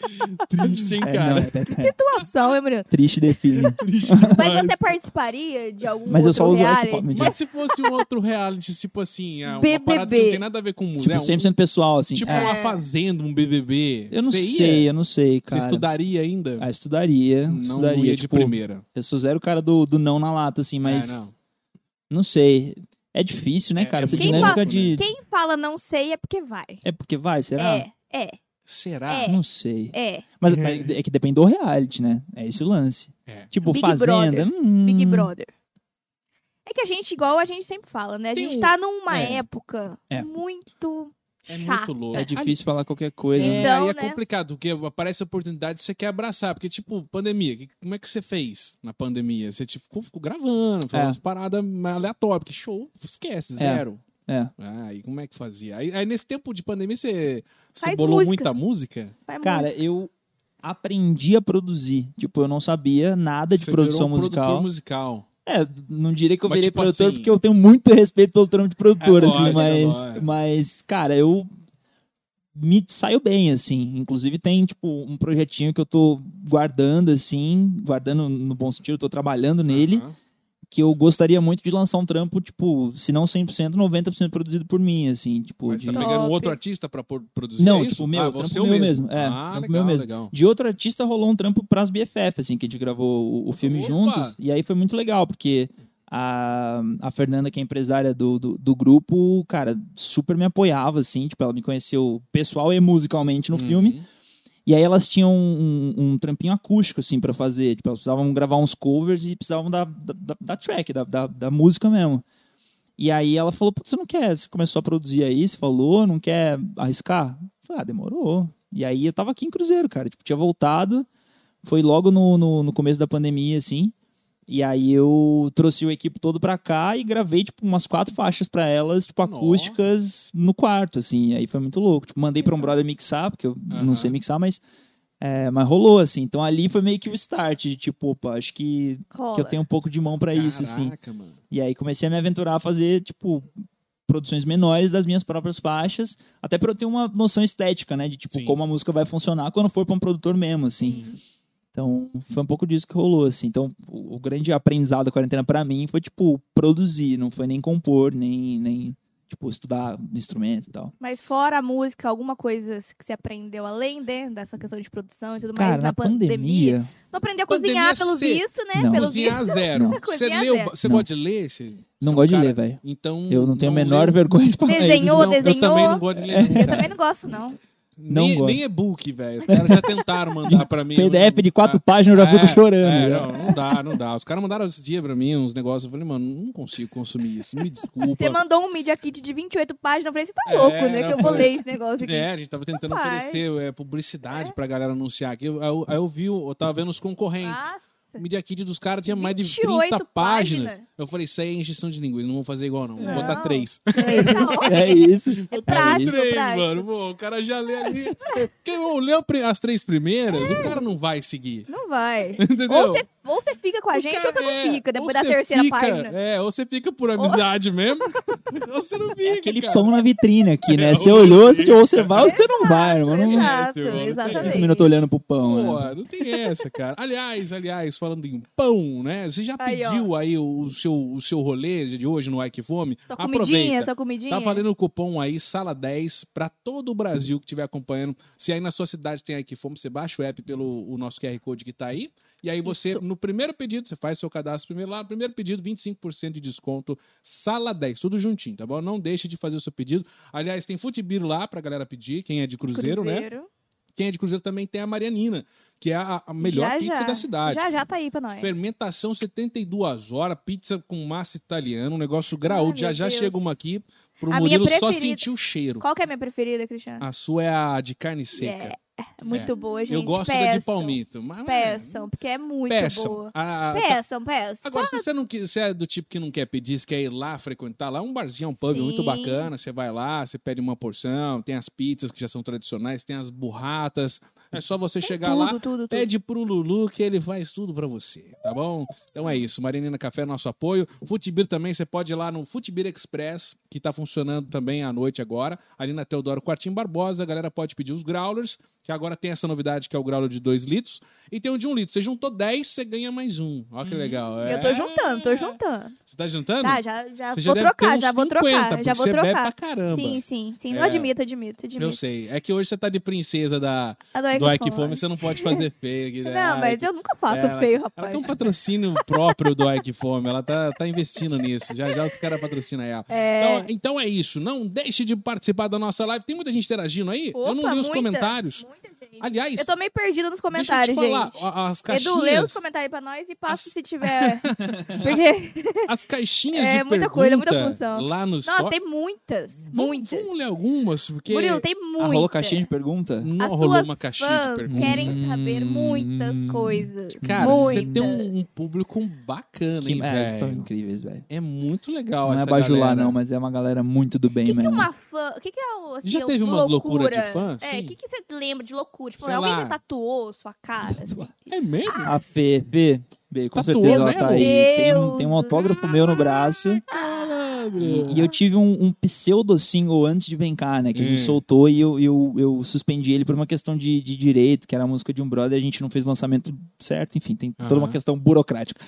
[SPEAKER 1] Triste, hein,
[SPEAKER 3] É,
[SPEAKER 1] cara?
[SPEAKER 3] não, é- é
[SPEAKER 2] Situação, hein, Bruno?
[SPEAKER 3] triste define.
[SPEAKER 1] Triste
[SPEAKER 2] Mas
[SPEAKER 1] demais.
[SPEAKER 2] você participaria de algum
[SPEAKER 3] Mas eu
[SPEAKER 2] outro
[SPEAKER 3] só uso o
[SPEAKER 2] reality?
[SPEAKER 3] iPod, mentira.
[SPEAKER 1] Mas se fosse um outro reality, tipo assim, ah, uma
[SPEAKER 2] BBB.
[SPEAKER 1] parada que não tem nada a ver com música. né?
[SPEAKER 3] Tipo, 100% pessoal, assim.
[SPEAKER 1] Tipo
[SPEAKER 3] é.
[SPEAKER 1] uma fazenda, um BBB.
[SPEAKER 3] Eu não
[SPEAKER 1] Você ia?
[SPEAKER 3] sei, eu não sei,
[SPEAKER 1] Você
[SPEAKER 3] cara.
[SPEAKER 1] estudaria ainda?
[SPEAKER 3] Ah, estudaria,
[SPEAKER 1] não
[SPEAKER 3] estudaria.
[SPEAKER 1] ia
[SPEAKER 3] tipo,
[SPEAKER 1] de primeira.
[SPEAKER 3] Eu sou zero cara do, do não na lata, assim, mas
[SPEAKER 1] É,
[SPEAKER 3] não.
[SPEAKER 1] não.
[SPEAKER 3] sei. É difícil, né,
[SPEAKER 1] É, é
[SPEAKER 3] cara? Essa
[SPEAKER 1] muito
[SPEAKER 3] dinâmica
[SPEAKER 1] louco,
[SPEAKER 3] de.
[SPEAKER 2] Quem fala não sei é porque vai.
[SPEAKER 3] É porque vai, será?
[SPEAKER 2] É, é,
[SPEAKER 1] Será?
[SPEAKER 3] Não sei.
[SPEAKER 2] é.
[SPEAKER 3] Mas mas é que depende do reality, né? É esse o lance.
[SPEAKER 1] É.
[SPEAKER 3] Tipo,
[SPEAKER 2] Big
[SPEAKER 3] Fazenda.
[SPEAKER 2] Brother.
[SPEAKER 3] hum,
[SPEAKER 2] Big Brother. É que a gente, igual a gente sempre fala, né? A
[SPEAKER 1] Tem
[SPEAKER 2] gente
[SPEAKER 1] um-
[SPEAKER 2] tá numa
[SPEAKER 3] é.
[SPEAKER 2] época
[SPEAKER 3] É.
[SPEAKER 2] muito
[SPEAKER 1] É
[SPEAKER 2] chata.
[SPEAKER 1] muito louco.
[SPEAKER 3] É difícil falar qualquer coisa.
[SPEAKER 1] É,
[SPEAKER 3] né?
[SPEAKER 2] Então,
[SPEAKER 1] aí é
[SPEAKER 2] né?
[SPEAKER 1] complicado, porque aparece a oportunidade e você quer abraçar. Porque, tipo, pandemia, que- como é que você fez na pandemia? Você tipo, ficou, ficou gravando, fazendo
[SPEAKER 3] É.
[SPEAKER 1] umas paradas aleatórias, porque show, esquece, zero. Ah, Aí como é que fazia? Aí, aí nesse tempo de pandemia você, você
[SPEAKER 2] Faz
[SPEAKER 1] bolou
[SPEAKER 2] música.
[SPEAKER 1] muita música?
[SPEAKER 2] Vai
[SPEAKER 3] Cara,
[SPEAKER 2] muito.
[SPEAKER 3] eu aprendi a produzir. Tipo, eu não sabia nada de
[SPEAKER 1] Você
[SPEAKER 3] produção
[SPEAKER 1] virou um
[SPEAKER 3] musical.
[SPEAKER 1] produtor musical.
[SPEAKER 3] É, não direi que eu
[SPEAKER 1] Mas,
[SPEAKER 3] virei
[SPEAKER 1] tipo
[SPEAKER 3] produtor,
[SPEAKER 1] assim-
[SPEAKER 3] porque eu tenho muito respeito pelo trampo de produtor,
[SPEAKER 1] É,
[SPEAKER 3] assim,
[SPEAKER 1] lógico,
[SPEAKER 3] mas,
[SPEAKER 1] lógico.
[SPEAKER 3] mas, cara, eu me saio bem, assim. Inclusive tem, tipo, um projetinho que eu tô guardando, assim, guardando no bom sentido, eu tô trabalhando nele,
[SPEAKER 1] Aham.
[SPEAKER 3] que eu gostaria muito de lançar um trampo, tipo, se não 100%, 90% produzido por mim, assim, tipo...
[SPEAKER 1] Mas
[SPEAKER 3] de...
[SPEAKER 1] tá
[SPEAKER 2] Top.
[SPEAKER 1] pegando um outro artista pra por- produzir
[SPEAKER 3] Não,
[SPEAKER 1] é isso?
[SPEAKER 3] tipo, meu,
[SPEAKER 1] ah,
[SPEAKER 3] trampo
[SPEAKER 1] você
[SPEAKER 3] meu
[SPEAKER 1] mesmo.
[SPEAKER 3] mesmo, é,
[SPEAKER 1] ah,
[SPEAKER 3] trampo
[SPEAKER 1] legal,
[SPEAKER 3] meu mesmo.
[SPEAKER 1] legal.
[SPEAKER 3] De outro artista rolou um trampo pras BFF, assim, que a gente gravou o, o filme
[SPEAKER 1] Opa!
[SPEAKER 3] juntos. E aí foi muito legal, porque a, a Fernanda, que é empresária do, do, do grupo, cara, super me apoiava, assim. Tipo, ela me conheceu pessoal e musicalmente no
[SPEAKER 1] Uhum.
[SPEAKER 3] filme. E aí elas tinham um, um trampinho acústico, assim, pra fazer. Tipo, elas precisavam gravar uns covers e precisavam da, da, da- da track, da, da, da música mesmo. E aí ela falou, putz, você não quer? Você começou a produzir aí, você falou, não quer arriscar? Eu Falei, ah, demorou. E aí eu tava aqui em Cruzeiro, cara. Tipo, tinha voltado. Foi logo no, no, no começo da pandemia, assim. E aí eu trouxe o equipe todo pra cá e gravei, tipo, umas quatro faixas pra elas, tipo,
[SPEAKER 1] Nossa.
[SPEAKER 3] acústicas no quarto, assim. Aí foi muito louco. Tipo, mandei pra um brother mixar, porque eu não
[SPEAKER 1] Aham.
[SPEAKER 3] sei mixar, mas... É, mas rolou, assim. Então ali foi meio que o start de, tipo, opa, acho que,
[SPEAKER 2] Rola.
[SPEAKER 3] que eu tenho um pouco de mão pra isso, assim.
[SPEAKER 1] Caraca, mano.
[SPEAKER 3] E aí comecei a me aventurar a fazer, tipo, produções menores das minhas próprias faixas, até pra eu ter uma noção estética, né? De, tipo,
[SPEAKER 1] Sim.
[SPEAKER 3] como a música vai funcionar quando for pra um produtor mesmo, assim. Então, foi um pouco disso que rolou, assim. Então, o o grande aprendizado da quarentena pra mim foi, tipo, produzir, não foi nem compor, nem, nem tipo, estudar instrumento e tal.
[SPEAKER 2] Mas fora a música, alguma coisa que você aprendeu além de, dessa questão de produção e tudo
[SPEAKER 3] Cara,
[SPEAKER 2] mais
[SPEAKER 3] na pandemia...
[SPEAKER 2] Não aprendeu a
[SPEAKER 1] Pandemia
[SPEAKER 2] cozinhar, pelo
[SPEAKER 1] cê-
[SPEAKER 2] visto, né?
[SPEAKER 3] Não.
[SPEAKER 2] Pelo visto.
[SPEAKER 1] Cozinhar zero.
[SPEAKER 3] Não.
[SPEAKER 1] Você
[SPEAKER 2] Cozinhar
[SPEAKER 1] leu,
[SPEAKER 2] zero.
[SPEAKER 1] você
[SPEAKER 3] Não.
[SPEAKER 1] gosta de ler? Você- você é
[SPEAKER 3] não
[SPEAKER 1] um
[SPEAKER 3] gosto de
[SPEAKER 1] cara-
[SPEAKER 3] ler, velho.
[SPEAKER 1] Então
[SPEAKER 3] Eu não tenho a
[SPEAKER 1] não
[SPEAKER 3] menor
[SPEAKER 1] leu.
[SPEAKER 3] vergonha de falar isso.
[SPEAKER 2] Desenhou,
[SPEAKER 1] Não, Eu
[SPEAKER 2] desenhou.
[SPEAKER 1] também não gosto de ler.
[SPEAKER 2] Eu
[SPEAKER 1] cara.
[SPEAKER 2] também não gosto, não.
[SPEAKER 3] Não
[SPEAKER 1] nem,
[SPEAKER 3] gosto.
[SPEAKER 1] nem e-book, velho. Os caras já tentaram mandar pra mim.
[SPEAKER 3] PDF de quatro
[SPEAKER 1] Ah,
[SPEAKER 3] páginas eu já fico
[SPEAKER 1] é,
[SPEAKER 3] chorando.
[SPEAKER 1] é,
[SPEAKER 3] já.
[SPEAKER 1] não, não dá, não dá. Os caras mandaram esse dia pra mim uns negócios. Eu falei, mano, não consigo consumir isso. Me desculpa.
[SPEAKER 2] Você mandou um media kit de 28 páginas, eu falei, você tá
[SPEAKER 1] É,
[SPEAKER 2] louco, né?
[SPEAKER 1] não,
[SPEAKER 2] Que eu vou
[SPEAKER 1] foi-
[SPEAKER 2] ler esse negócio aqui.
[SPEAKER 1] É, a gente tava tentando
[SPEAKER 2] Rapaz.
[SPEAKER 1] oferecer é, publicidade pra galera anunciar aqui. Eu- Aí eu, aí eu vi, eu tava vendo os concorrentes.
[SPEAKER 2] Ah,
[SPEAKER 1] O Media Kit dos caras tinha mais de
[SPEAKER 2] 28
[SPEAKER 1] 30 páginas.
[SPEAKER 2] páginas.
[SPEAKER 1] Eu falei, isso aí é injeção de linguiça, não vou fazer igual não. Vou
[SPEAKER 2] Não.
[SPEAKER 1] botar três.
[SPEAKER 2] é,
[SPEAKER 3] É isso.
[SPEAKER 2] é prático,
[SPEAKER 3] isso.
[SPEAKER 1] Três,
[SPEAKER 2] prático.
[SPEAKER 1] mano. Pô, o cara já lê ali. Quem não leu pri- as três primeiras, o cara não vai seguir.
[SPEAKER 2] Não vai.
[SPEAKER 1] Entendeu?
[SPEAKER 2] Ou você, ou você fica com a gente ou você
[SPEAKER 1] é,
[SPEAKER 2] não fica depois
[SPEAKER 1] ou
[SPEAKER 2] da
[SPEAKER 1] você
[SPEAKER 2] terceira
[SPEAKER 1] fica-
[SPEAKER 2] página.
[SPEAKER 1] É, ou você fica por amizade mesmo, ou você
[SPEAKER 2] É
[SPEAKER 1] não fica,
[SPEAKER 3] Aquele
[SPEAKER 1] cara.
[SPEAKER 3] pão na vitrine aqui, né?
[SPEAKER 1] É,
[SPEAKER 3] Você
[SPEAKER 1] ou
[SPEAKER 3] olhou,
[SPEAKER 1] você-
[SPEAKER 3] você, ou você vai ou você não vai, mano. Não
[SPEAKER 2] Exato,
[SPEAKER 1] É, tipo, não tem
[SPEAKER 3] fica
[SPEAKER 2] exatamente.
[SPEAKER 3] cinco minutos olhando pro pão. né?
[SPEAKER 1] Pô, não tem essa, cara. Aliás, aliás, falando em pão, né? Você já
[SPEAKER 2] Aí, ó.
[SPEAKER 1] pediu aí o, o seu, o seu rolê de hoje no Ai Que Fome?
[SPEAKER 2] Só comidinha, só comidinha.
[SPEAKER 1] Tá valendo o cupom aí, Sala 10, pra todo o Brasil que estiver acompanhando. Se aí na sua cidade tem aqui fome, você baixa o app pelo o nosso QR Code que tá aí. E aí você,
[SPEAKER 2] Isso.
[SPEAKER 1] no primeiro pedido, você faz seu cadastro primeiro lá, no primeiro pedido, 25% de desconto, Sala 10, tudo juntinho, tá bom? Não deixe de fazer o seu pedido. Aliás, tem futebiro lá pra galera pedir, quem é de Cruzeiro, né? Quem é de Cruzeiro também tem a Marianina, que é a, a melhor
[SPEAKER 2] Já,
[SPEAKER 1] pizza
[SPEAKER 2] já.
[SPEAKER 1] da cidade.
[SPEAKER 2] Já já tá aí pra nós.
[SPEAKER 1] Fermentação 72 horas, pizza com massa italiana, um negócio graúdo.
[SPEAKER 2] Ai,
[SPEAKER 1] Já
[SPEAKER 2] Ah, meu
[SPEAKER 1] já
[SPEAKER 2] Deus.
[SPEAKER 1] chega uma aqui pro
[SPEAKER 2] A minha
[SPEAKER 1] Murilo só
[SPEAKER 2] preferida.
[SPEAKER 1] sentir o cheiro.
[SPEAKER 2] Qual que é a minha preferida, Cristiano? É
[SPEAKER 1] A sua é a de carne seca.
[SPEAKER 2] Muito boa, gente.
[SPEAKER 1] Ah, é. Eu gosto da
[SPEAKER 2] peçam,
[SPEAKER 1] de palmito. Mas,
[SPEAKER 2] Peçam, porque é muito
[SPEAKER 1] peçam.
[SPEAKER 2] boa.
[SPEAKER 1] A- a-
[SPEAKER 2] Peçam, peçam.
[SPEAKER 1] Agora, se você, não, quis- se é do tipo que não quer pedir, se quer ir lá frequentar lá, um barzinho, um pub
[SPEAKER 2] Sim.
[SPEAKER 1] muito bacana, você vai lá, você pede uma porção, tem as pizzas que já são tradicionais, tem as burratas. É só você
[SPEAKER 2] Tem
[SPEAKER 1] chegar
[SPEAKER 2] tudo,
[SPEAKER 1] lá, é
[SPEAKER 2] tudo, tudo.
[SPEAKER 1] Pede pro Lulu que ele faz tudo pra você, tá bom? Então é isso, Marinina Café é nosso apoio. Futibir também, você pode ir lá no Futibir Express, que tá funcionando também à noite agora, ali na Teodoro Quartinho Barbosa, a galera pode pedir os growlers, que agora tem essa novidade que é o growler de 2 litros, e tem um de 1 um litro. Você juntou 10, você ganha mais um. Olha que legal.
[SPEAKER 2] Uhum. Eu
[SPEAKER 1] É.
[SPEAKER 2] tô juntando, tô juntando.
[SPEAKER 1] Você tá juntando?
[SPEAKER 2] Tá, já, já
[SPEAKER 1] Você
[SPEAKER 2] vou
[SPEAKER 1] deve ter
[SPEAKER 2] trocar,
[SPEAKER 1] uns
[SPEAKER 2] já vou
[SPEAKER 1] 50,
[SPEAKER 2] trocar,
[SPEAKER 1] porque
[SPEAKER 2] já vou
[SPEAKER 1] você é bebe
[SPEAKER 2] trocar.
[SPEAKER 1] pra caramba.
[SPEAKER 2] Sim, sim, sim. Eu
[SPEAKER 1] É.
[SPEAKER 2] admito, admito, admito.
[SPEAKER 1] Eu sei. É que hoje você tá de princesa da,
[SPEAKER 2] Adoro
[SPEAKER 1] do
[SPEAKER 2] que
[SPEAKER 1] Ai Que
[SPEAKER 2] fome.
[SPEAKER 1] Fome, você não pode fazer né? feio. Guilherme.
[SPEAKER 2] Não,
[SPEAKER 1] Ai,
[SPEAKER 2] mas eu nunca faço
[SPEAKER 1] Ela-
[SPEAKER 2] feio,
[SPEAKER 1] Ela
[SPEAKER 2] rapaz.
[SPEAKER 1] tem um patrocínio próprio do Ike Fome, ela tá, tá investindo nisso. Já já os caras patrocinam ela.
[SPEAKER 2] É.
[SPEAKER 1] Então, então é isso. Não deixe de participar da nossa live. Tem muita gente interagindo aí? eu não
[SPEAKER 2] Opa,
[SPEAKER 1] li os
[SPEAKER 2] muita.
[SPEAKER 1] comentários.
[SPEAKER 2] Muita gente.
[SPEAKER 1] Aliás,
[SPEAKER 2] Eu tô meio perdida
[SPEAKER 1] deixa eu
[SPEAKER 2] nos
[SPEAKER 1] te
[SPEAKER 2] comentários,
[SPEAKER 1] falar.
[SPEAKER 2] gente.
[SPEAKER 1] a- As
[SPEAKER 2] Edu, lê os
[SPEAKER 1] caixinhas,
[SPEAKER 2] comentários aí pra nós e passa se tiver. Porque,
[SPEAKER 1] as caixinhas
[SPEAKER 2] É,
[SPEAKER 1] de
[SPEAKER 2] muita
[SPEAKER 1] pergunta
[SPEAKER 2] coisa, muita função.
[SPEAKER 1] lá no
[SPEAKER 2] nossa,
[SPEAKER 1] store-
[SPEAKER 2] tem muitas.
[SPEAKER 1] Vamos-
[SPEAKER 2] Muitas.
[SPEAKER 1] Vamos ler algumas, porque
[SPEAKER 2] Murilo, tem
[SPEAKER 3] Ah,
[SPEAKER 2] muitas.
[SPEAKER 3] rolou caixinha de pergunta?
[SPEAKER 1] não
[SPEAKER 2] As
[SPEAKER 1] rolou
[SPEAKER 2] tuas
[SPEAKER 1] uma caixinha de
[SPEAKER 2] fãs
[SPEAKER 1] perguntas.
[SPEAKER 2] querem saber muitas
[SPEAKER 1] Hum.
[SPEAKER 2] coisas.
[SPEAKER 1] Cara,
[SPEAKER 2] muitas.
[SPEAKER 1] você tem um, um público bacana, hein,
[SPEAKER 3] Que é, são
[SPEAKER 1] velho?
[SPEAKER 3] incríveis, velho.
[SPEAKER 1] É muito legal
[SPEAKER 3] Não é
[SPEAKER 1] essa
[SPEAKER 3] bajular,
[SPEAKER 1] galera.
[SPEAKER 3] não, mas é uma galera muito do bem
[SPEAKER 2] O que, que é
[SPEAKER 3] mesmo.
[SPEAKER 2] uma fã? O que, que é o, assim,
[SPEAKER 1] Já teve umas loucura de fã,
[SPEAKER 2] É,
[SPEAKER 1] sim?
[SPEAKER 2] o que, que você lembra de loucura? Tipo,
[SPEAKER 1] Sei
[SPEAKER 2] alguém
[SPEAKER 1] lá.
[SPEAKER 2] já tatuou sua cara? assim?
[SPEAKER 1] É mesmo?
[SPEAKER 3] A Fê, Fê, Fê, com
[SPEAKER 1] Tatuou
[SPEAKER 3] certeza ela
[SPEAKER 1] mesmo?
[SPEAKER 3] tá aí. Tem
[SPEAKER 2] Deus.
[SPEAKER 3] um, tem um autógrafo meu no braço. E, e eu tive um, um pseudo single antes de vem cá, né? Que a gente
[SPEAKER 1] Hum.
[SPEAKER 3] soltou e eu, eu, eu suspendi ele por uma questão de, de direito, que era a música de um brother, a gente não fez o lançamento certo, enfim, tem toda
[SPEAKER 1] Aham.
[SPEAKER 3] uma questão burocrática.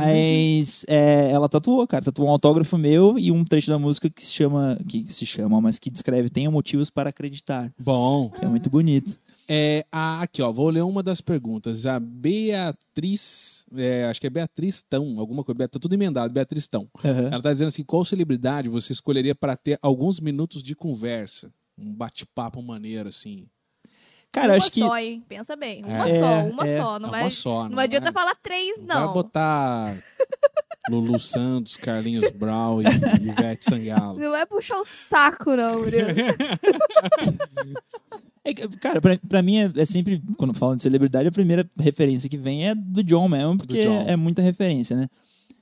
[SPEAKER 3] Mas é, ela tatuou, cara, tatuou um autógrafo meu e um trecho da música que se chama, que se chama, mas que descreve Tenha Motivos para Acreditar.
[SPEAKER 1] Bom,
[SPEAKER 3] que É muito bonito.
[SPEAKER 1] é, a- aqui ó, vou ler uma das perguntas. A Beatriz, é, acho que é Beatriz Tão, alguma coisa, Beatriz, tá tudo emendado, Beatriz Tão.
[SPEAKER 3] Aham.
[SPEAKER 1] Ela tá dizendo assim, qual celebridade você escolheria para ter alguns minutos de conversa? Um bate-papo maneiro, assim.
[SPEAKER 3] Cara,
[SPEAKER 2] uma
[SPEAKER 3] acho que.
[SPEAKER 2] só, hein? Pensa bem. Uma
[SPEAKER 3] É,
[SPEAKER 2] só, uma
[SPEAKER 3] é.
[SPEAKER 2] só. Não,
[SPEAKER 1] Ah,
[SPEAKER 2] vai,
[SPEAKER 1] uma só,
[SPEAKER 2] não adianta falar três, não.
[SPEAKER 1] Vai botar Lulu Santos, Carlinhos Brown e Ivete Sangalo.
[SPEAKER 2] Não é puxar o saco, não, Murilo.
[SPEAKER 3] É que, cara, pra, pra mim é, é sempre, quando falam de celebridade, a primeira referência que vem é do John mesmo, porque
[SPEAKER 1] John.
[SPEAKER 3] é muita referência, né?